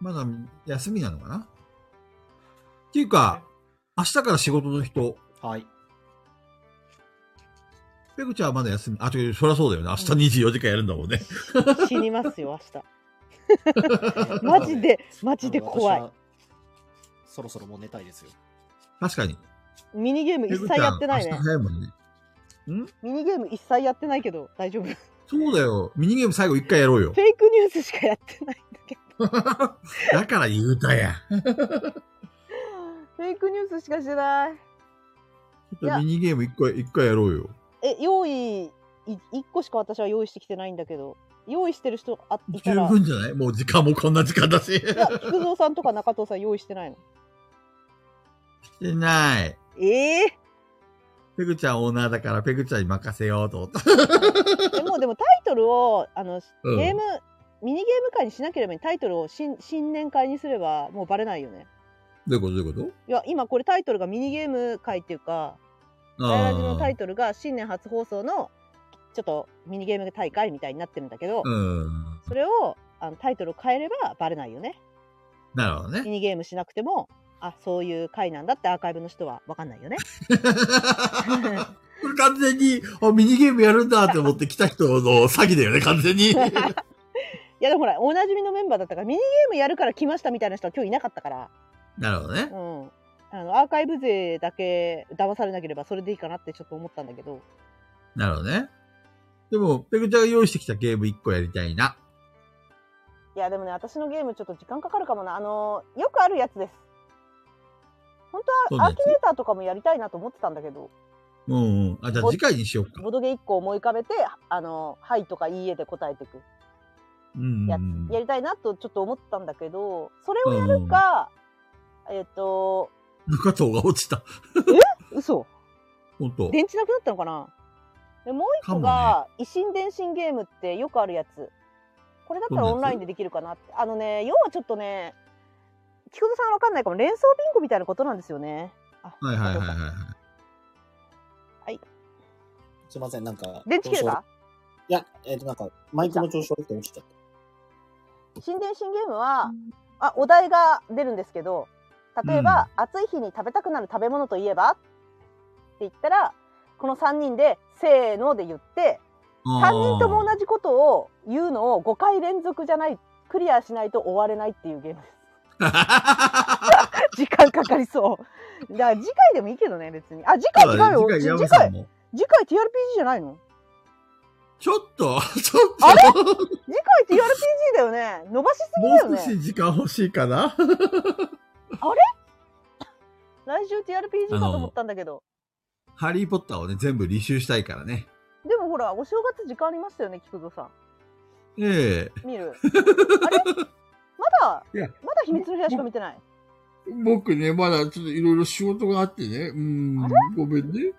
Speaker 6: まだ休みなのかなっていうか、明日から仕事の人、
Speaker 2: はい。
Speaker 6: ペグちゃんはまだ休み。あ、というそりゃそうだよね。明日24時間やるんだもんね。
Speaker 1: 死にますよ、明日。 マジ で、マジで怖い。。
Speaker 2: そろそろもう寝たいですよ。
Speaker 6: 確かに。
Speaker 1: ミニゲーム
Speaker 6: ペ
Speaker 1: 一
Speaker 6: グ
Speaker 1: 切
Speaker 6: ちゃ
Speaker 1: や
Speaker 6: ん、
Speaker 1: ってないね
Speaker 6: 明日。早いもんね。
Speaker 1: ミニゲーム一切やってないけど、大丈夫。 フ
Speaker 6: そうだよ。ミニゲーム最後一回やろ うよ。
Speaker 1: ェイクニュースしかやってないんだけど。
Speaker 6: だから言うたやん。
Speaker 1: フェイクニュースしかしてない。
Speaker 6: ちょっとミニゲーム一回、一回やろうよ。
Speaker 1: え、用意、い一個しか私は用意してきてないんだけど、用意してる人あい
Speaker 6: 十
Speaker 1: たら、
Speaker 6: 分じゃないもう時間もこんな時間だし。
Speaker 1: いや、菊蔵さんとか中藤さん用意してないの。
Speaker 6: してない。
Speaker 1: ええ
Speaker 6: ペグちゃんオーナーだからペグちゃんに任せようと思った。
Speaker 1: でも、でもタイトルを、あの、
Speaker 6: うん
Speaker 1: ゲーム、ミニゲーム会にしなければいいタイトルを新新年会にすればもうバレないよね。
Speaker 6: どういうことどういうこ
Speaker 1: いや、今これタイトルがミニゲーム会っていうか、
Speaker 6: と
Speaker 1: ガヤラジのタイ
Speaker 6: ト
Speaker 1: トルが新年初放送のちょっとミニゲーム大会みたいになってるんだけど、
Speaker 6: うん。
Speaker 1: それをあのタイトルを変えればバレないよね。
Speaker 6: なるほど
Speaker 1: ミ
Speaker 6: ね。
Speaker 1: ニゲームしなくても、あ、そういう回なんだってアーカイブの人はわかんないよね。
Speaker 6: これ完全に、あ、ミニゲームやるんだって思って来た人の詐欺だよね、完 全に。
Speaker 1: いやでもほら、おなじみのメンバーだったから、ミニゲームやるから来ましたみたいな人は今日いなかったから、
Speaker 6: なるほどね
Speaker 1: う。ん。あの、アーカイブ勢だけ騙されなければそれでいいかなってちょっと思ったんだけど、
Speaker 6: なるほどね。でも、ペグちゃんが用意してきたゲーム一個やりたいな。
Speaker 1: いやでもね、私のゲームちょっと時間かかるかもな。あの、よくあるやつです。本当
Speaker 6: どん
Speaker 1: は
Speaker 6: な
Speaker 1: ア
Speaker 6: や
Speaker 1: ー
Speaker 6: つ
Speaker 1: キネーターとかもやりたいなと思ってたんだけど、
Speaker 6: うんうん。あ、じゃあ次回にしようか。
Speaker 1: ボドゲ1個思い浮かべて、あの、はいとかいいえで答えていく。
Speaker 6: うん
Speaker 1: ややりたいなとちょっと思ったんだけど、それをやるか、えっ、と、
Speaker 6: 中藤が落ちた。
Speaker 1: 嘘
Speaker 6: 本当。
Speaker 1: 電池なくなったのかなでもう一個が、維新伝心ゲームってよくあるやつ。これだったら
Speaker 6: どんなやつ
Speaker 1: オンラインでできるかなって。あのね、要はちょっとね、菊田さんわかんないかも、連想ビンゴみたいなことなんですよね。あ
Speaker 6: はいはいはいはいはい。
Speaker 2: すいません、なんか。
Speaker 1: 電池切れ
Speaker 2: 調子悪
Speaker 1: た
Speaker 2: いいや、えっ、と、なんか、マイクの調子悪くて落ちちゃっ
Speaker 1: 新電信ゲームは、あお題が出るんですけど例えば、暑い日に食べたくなる食べ物といえばって言ったらこの3人で「せーの」で言って3人とも同じことを言うのを5回連続じゃないクリアしないと終われないっていうゲームです。時間かかりそう。だから次回でもいいけどね別 に。あ次回違うよ。次回
Speaker 6: 次回、
Speaker 1: 次
Speaker 6: 山本さ
Speaker 1: 回
Speaker 6: んも。
Speaker 1: TRPG じゃないの
Speaker 6: ちょっと、 ちょっと、
Speaker 1: 次回 TRPG だよね。伸ばしすぎだよ
Speaker 6: もう
Speaker 1: ね
Speaker 6: 少。し時間欲しいかな。
Speaker 1: 来週 TRPG かと思ったんだけど。
Speaker 6: ハリーポッターをね、全部履修したいからね。
Speaker 1: でもほらお正月時間ありましたよね菊蔵さん。
Speaker 6: え
Speaker 1: 見 る。あれまだ、
Speaker 6: いや
Speaker 1: まだ秘密の部屋しか見てない。
Speaker 6: え僕ね、まだちょっといろいろ仕事があってね。うん
Speaker 1: あれ、
Speaker 6: ごめんね。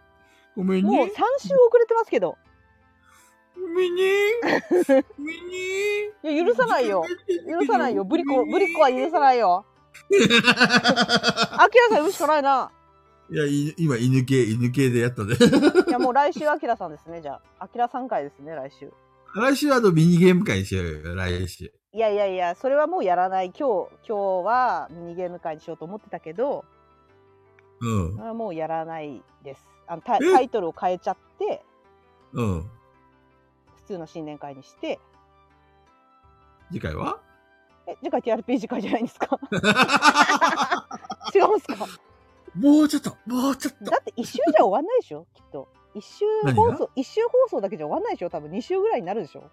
Speaker 6: ごめん
Speaker 1: もう
Speaker 6: ね
Speaker 1: 3。週遅れてますけど。
Speaker 6: ミ ニーミニ
Speaker 1: いや、許さないよ。
Speaker 6: ー
Speaker 1: 許さないよ。ブリコ、ブリコは許さないよ。アキラさん呼ぶしかないな。
Speaker 6: いや、い今、犬系、犬系でや ったね。
Speaker 1: いや、もう来週アキラさんですね、じゃあ。アキラさん回ですね、来週。
Speaker 6: 来週はあのミニゲーム会にしようよ、来週。
Speaker 1: いやいやいや、それはもうやらない。今日、今日はミニゲーム会にしようと思ってたけど、
Speaker 6: うん
Speaker 1: そ。れはもうやらないです。あのタ
Speaker 6: え
Speaker 1: タイトルを変えちゃって、
Speaker 6: うん。
Speaker 1: 普通の新年会にして、
Speaker 6: 次回は
Speaker 1: え、次回 TRPG 会じゃないんです か違うんですか
Speaker 6: もうちょっと、もうちょっと
Speaker 1: だ。って一周じゃ終わんないでしょきっと一周放
Speaker 6: 何
Speaker 1: 送一周放送だけじゃ終わんないでしょ多分二周ぐらいになるでしょ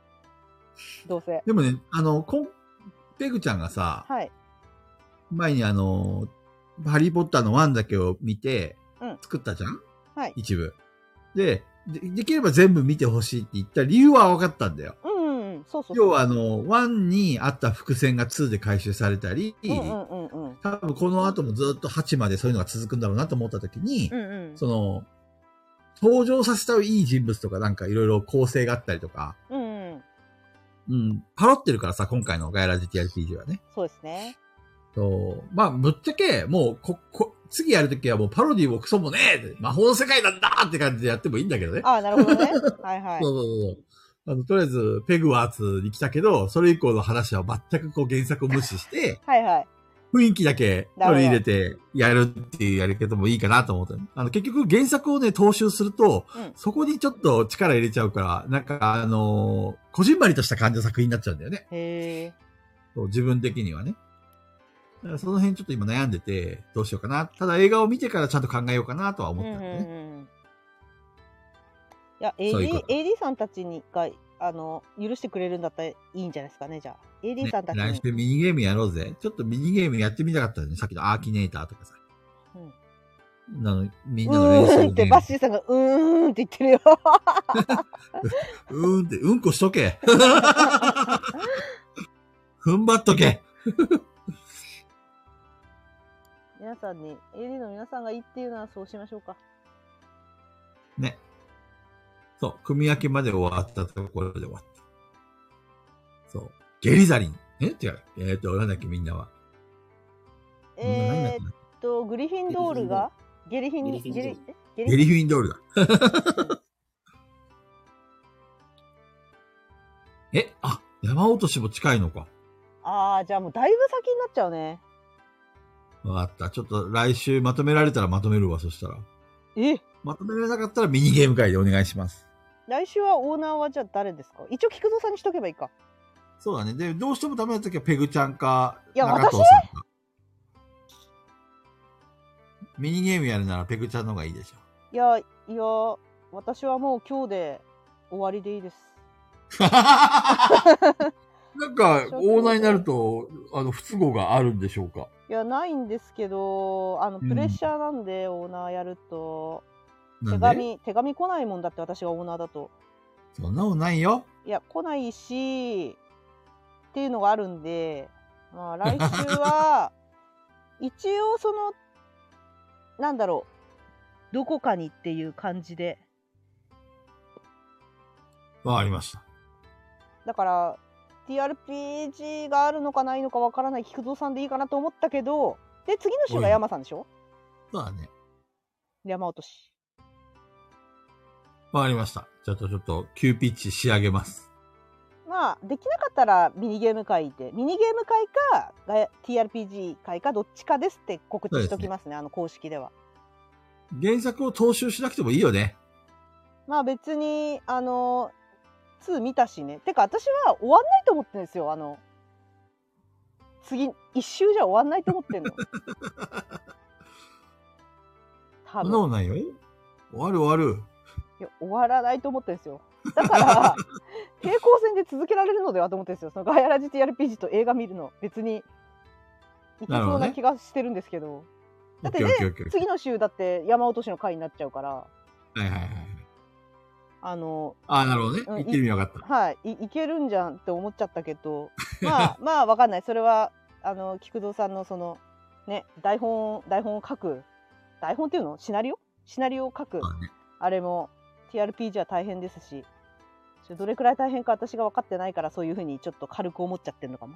Speaker 1: どうせ
Speaker 6: でもね、あの、こん、ペグちゃんがさ、
Speaker 1: はい
Speaker 6: 前にあの、ハリーポッターの1だけを見て
Speaker 1: うん、
Speaker 6: 作ったじゃん、
Speaker 1: はい
Speaker 6: 一部。で、で、できれば全部見てほしいって言った理由は分かったんだよ。
Speaker 1: うんうんうんそうそうそう
Speaker 6: 要はあの、1にあった伏線が2で回収されたり、
Speaker 1: うんうんうんうん
Speaker 6: 多分この後もずっと8までそういうのが続くんだろうなと思った時に
Speaker 1: う、んうん
Speaker 6: その、登場させたいい人物とかなんかいろいろ構成があったりとか、
Speaker 1: うんうん
Speaker 6: うん、パロってるからさ、今回のガイラジ TRPG はね。
Speaker 1: そうですね
Speaker 6: そう。まあ、ぶっちゃけ、もう、こ、こ、次やるときはもうパロディもクソもねえ魔法の世界なんだって感じでやってもいいんだけどね。
Speaker 1: ああなるほ どねはいはい
Speaker 6: そうそうそうそう。あの、とりあえず、ペグワーツに来たけど、それ以降の話は全くこう原作を無視して、
Speaker 1: はいはい
Speaker 6: 雰囲気だけ取り入れてやるっていうやり方もいいかなと思った。あの、結局原作をね、踏襲すると、
Speaker 1: うん
Speaker 6: そこにちょっと力入れちゃうから、なんか、あのーこじんまりとした感じの作品になっちゃうんだよね。
Speaker 1: へえ
Speaker 6: そう自分的にはね。だからその辺ちょっと今悩んでて、どうしようかな。ただ映画を見てからちゃんと考えようかなとは
Speaker 1: う
Speaker 6: 思
Speaker 1: ん
Speaker 6: っ
Speaker 1: う
Speaker 6: た
Speaker 1: ん
Speaker 6: んだ
Speaker 1: う
Speaker 6: よね。
Speaker 1: んいや
Speaker 6: そういう
Speaker 1: AD,
Speaker 6: こと
Speaker 1: AD さんたちに一回あの許してくれるんだったらいいんじゃないですかねじゃあ AD
Speaker 6: ね
Speaker 1: さんたちに、
Speaker 6: 来週ミニゲームやろうぜ。ちょっとミニゲームやってみたかったよね。さっきのアーキネーターとかさ。なのみん
Speaker 1: う
Speaker 6: なの練習
Speaker 1: ーんっ
Speaker 6: で
Speaker 1: てバッシーさんがうーんって言ってるよ
Speaker 6: うーんって、うんこしとけ。 踏ん張っとけ。
Speaker 1: 皆さんに AD の皆さんがいいっていうのはそうしましょうか
Speaker 6: ね。そう、組み分けまで終わったところで終わった。そう。ゲリザリン。え違う。えっ、と、なんだっけ、みんなは。
Speaker 1: えー、っとグリフィンドールがゲリフィン
Speaker 2: ゲリフィン
Speaker 1: ゲ
Speaker 6: ゲリフィンドールだ。 え、あ、山落としも近いのか。
Speaker 1: ああじゃあもうだいぶ先になっちゃうね
Speaker 6: わかった。ちょっと来週まとめられたらまとめるわ、そしたら。
Speaker 1: え
Speaker 6: まとめられなかったらミニゲーム会でお願いします。
Speaker 1: 来週はオーナーはじゃあ誰ですか一応菊蔵さんにしとけばいいか
Speaker 6: そうだね。で、どうしてもダメな時はペグちゃんか、
Speaker 1: いや
Speaker 6: 中藤さんか。ミニゲームやるならペグちゃんの方がい いでしょ。
Speaker 1: いやいや私はもう今日で終わりでいいです
Speaker 6: なんか、オーナーになると、あの、不都合があるんでしょうか。
Speaker 1: いやないんですけどあの
Speaker 6: うん
Speaker 1: プレッシャーなんで、オーナーやると
Speaker 6: な
Speaker 1: 手
Speaker 6: んで
Speaker 1: 紙手紙来ないもんだって私がオーナーだと
Speaker 6: そんなことないよ。
Speaker 1: いや来ないしっていうのがあるんで、まあ、来週 は一応そのなんだろうどこかにっていう感じで
Speaker 6: わかりました。
Speaker 1: だから TRPG があるのかないのかわからない菊蔵さんでいいかなと思ったけどで次の週が山さんでしょ
Speaker 6: まあね。
Speaker 1: 山落とし
Speaker 6: わかりました。ちょっとちょっと、急ピッチ仕上げます。
Speaker 1: まあできなかったらミニゲーム会でミニゲーム会かが TRPG 会かどっちかですって告知しときますねあの公式では。
Speaker 6: 原作を踏襲しなくてもいいよね。
Speaker 1: まあ別にあの2見たしねてか私は終わんないと思ってるんですよあの次一周じゃ終わんないと思って んの多
Speaker 6: そんなこ
Speaker 1: 分
Speaker 6: とないよ。終わる終わる。
Speaker 1: いや終わらないと思ってるんですよだから平行線で続けられるのではと思ってるんですよそのガイアラジ TRPG と映画見るの別にいけそうな気がしてるんですけどだってね
Speaker 6: オッケーオッケーオッケ
Speaker 1: 次の週だって山落としの回になっちゃうから
Speaker 6: ー。はいはいはい。
Speaker 1: あの
Speaker 6: ああ、なるほどね。
Speaker 1: うん
Speaker 6: 言ってみようかった。
Speaker 1: はい、いいけるんじゃんって思っちゃったけ どまあまあわかんないそれはあの菊蔵さんのそのね台本台本を書く台本っていうのシナリオシナリオを書く
Speaker 6: まあね
Speaker 1: あれも TRPG は大変ですしそれどれくらい大変か私が分かってないからそういうふうにちょっと軽く思っちゃってるのかも、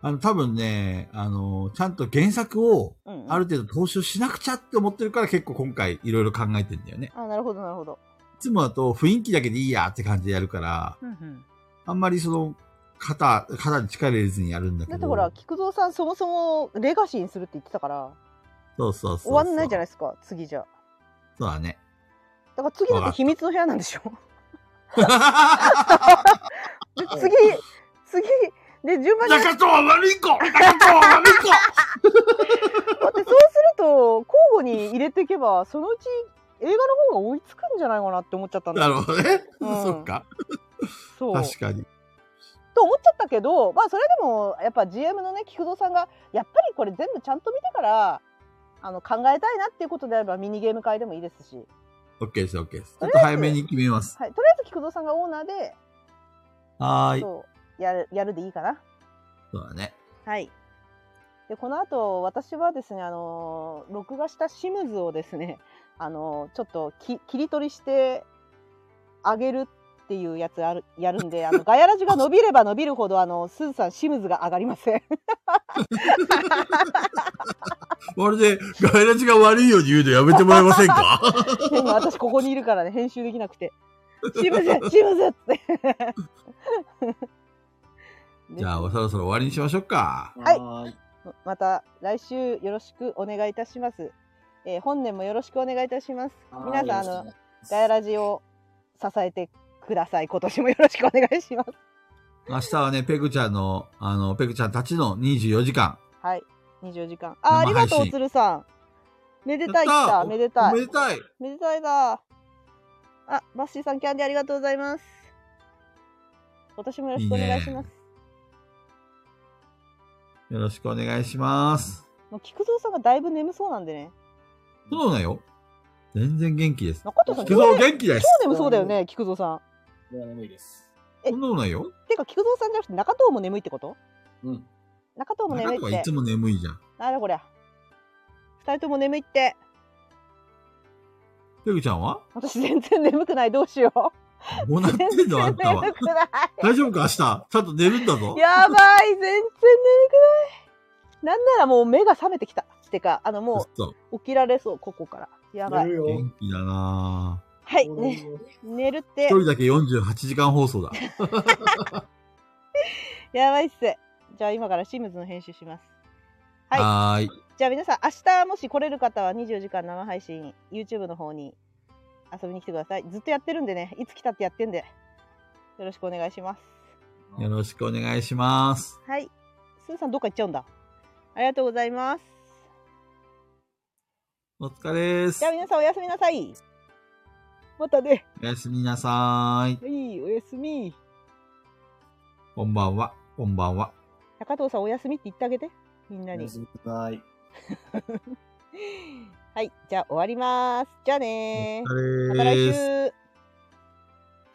Speaker 6: あの、多分ね、あの、ちゃんと原作を、
Speaker 1: うんうん
Speaker 6: ある程度踏襲しなくちゃって思ってるから結構今回いろいろ考えてんだよね。
Speaker 1: あなるほどなるほど、
Speaker 6: いつもだと雰囲気だけでいいやって感じでやるから、
Speaker 1: うんうん、
Speaker 6: あんまりその、肩、肩に力入れずにやるんだけど。
Speaker 1: だってほら菊蔵さんそもそもレガシーにするって言ってたから
Speaker 6: そうそうそうそう。
Speaker 1: 終わんないじゃない
Speaker 6: い
Speaker 1: ですか次じゃ
Speaker 6: そうだね。
Speaker 1: だから次だって秘密の部屋なんでしょで次次で順番に
Speaker 6: 中とは悪い子中とは悪い子
Speaker 1: だってそうすると交互に入れていけばそのうち映画の方が追いつくんじゃないかなって思っちゃ ったんだ
Speaker 6: なるほどね。
Speaker 1: うん
Speaker 6: そっか。
Speaker 1: そう
Speaker 6: 確かに。
Speaker 1: と思っちゃったけどまあそれでもやっぱ GM のね菊蔵さんがやっぱりこれ全部ちゃんと見てからあの考えたいなっていうことであればミニゲーム会でもいいですし、
Speaker 6: オッケーです、オッケーです。ち
Speaker 1: と
Speaker 6: ょ
Speaker 1: り
Speaker 6: っと
Speaker 1: あえず
Speaker 6: 早めに決めます。
Speaker 1: はい、とりあえず菊蔵さんがオーナーで、
Speaker 6: はーい。そ
Speaker 1: そうやるやるでいいかな。
Speaker 6: うだね。
Speaker 1: はいでこの後私はですねあのー録画したシムズをですね あのーちょっとき切り取りしてあげるっていうやつあるやるん であのガヤラジが伸びれば伸びるほどあのすずさんシムズが上がりま せん
Speaker 6: まるで、ガイラジが悪いように言うのやめてもらえませんか
Speaker 1: 今私ここにいるからね編集できなくてシ ムズシムズって
Speaker 6: じゃあ、そろそろ終わりにしましょうか。
Speaker 1: はい
Speaker 7: はーい。
Speaker 1: また来週よろしくお願いいたします、えー本年もよろしくお願いいたします皆さんあのガヤラジを支えてください。今年もよろしくお願いします。
Speaker 6: 明日はね、ペグちゃんの、あの、ペグちゃんたちの24時間。
Speaker 1: はい。24時間。あ、あり
Speaker 6: 生
Speaker 1: が
Speaker 6: 配
Speaker 1: と
Speaker 6: 信
Speaker 1: う、鶴さん。めでたい来
Speaker 6: やった
Speaker 1: た。
Speaker 6: ー
Speaker 1: めで
Speaker 6: お
Speaker 1: た
Speaker 6: め
Speaker 1: い
Speaker 6: で。たい。
Speaker 1: めでたいだ。あ、バッシーさん、キャンディーありがとうございます。今年もよろしくお願いします。
Speaker 6: いいねよろしくお願いします。
Speaker 1: もう菊蔵さんがだいぶ眠そうなんでね。
Speaker 6: そうだよ。全然元気です。
Speaker 1: 中藤さん、
Speaker 6: 菊
Speaker 1: 今日
Speaker 6: 蔵
Speaker 1: ね
Speaker 6: 元気で
Speaker 1: 今
Speaker 6: す。
Speaker 1: 日眠そうだよね、菊蔵さん。
Speaker 7: もう眠いです。
Speaker 1: え
Speaker 6: そんなことないよ。
Speaker 1: てか、菊蔵さんじゃなくて中藤も眠いってこと
Speaker 7: うん。
Speaker 1: 中藤も
Speaker 6: 中
Speaker 1: 眠い
Speaker 6: 藤は
Speaker 1: っ
Speaker 6: い
Speaker 1: て
Speaker 6: つ。も眠いじゃん。
Speaker 1: なんだこりゃ。二人とも眠いって。
Speaker 6: ペグちゃんは
Speaker 1: 私全然眠くない。どうしよう。
Speaker 6: どうなってんのあんたは
Speaker 1: 全然眠。くない。
Speaker 6: 大丈夫か明日。ちゃんと寝るんだぞ。
Speaker 1: やばい、全然眠くない。なんならもう目が覚めてきた。てか、あのも
Speaker 6: そう
Speaker 1: 起きられそう、ここから。やば
Speaker 7: 寝
Speaker 1: い。
Speaker 7: るよ。
Speaker 6: 元気だなぁ。
Speaker 1: はい、ね、 寝るっ
Speaker 6: 一
Speaker 1: て、
Speaker 6: 人だけ48時間放送だ。
Speaker 1: やばいっす。じゃあ今からシムズの編集します。はい
Speaker 6: はーい。
Speaker 1: じゃあ皆さん、明日もし来れる方は24時間生配信、YouTube の方に遊びに来てください。ずっとやってるんでね、いつ来たってやってんで、よろしくお願いします。
Speaker 6: よろしくお願いします。
Speaker 1: はい。すーさん、どっか行っちゃうんだ。ありがとうございます。
Speaker 6: お疲れです
Speaker 1: じゃあ。皆さん、おやすみなさい。またね。
Speaker 6: おやすみなさーい。
Speaker 1: はい、おやすみ。
Speaker 6: こんばんは。こんばんは。
Speaker 1: 高藤さんお休みって言ってあげてみんな
Speaker 7: お
Speaker 1: に
Speaker 7: やすみなさい。
Speaker 1: はいじゃあ終わりますじゃあね
Speaker 6: お
Speaker 1: ーま
Speaker 6: 疲
Speaker 1: た
Speaker 6: れ
Speaker 1: 来
Speaker 6: です。
Speaker 1: 週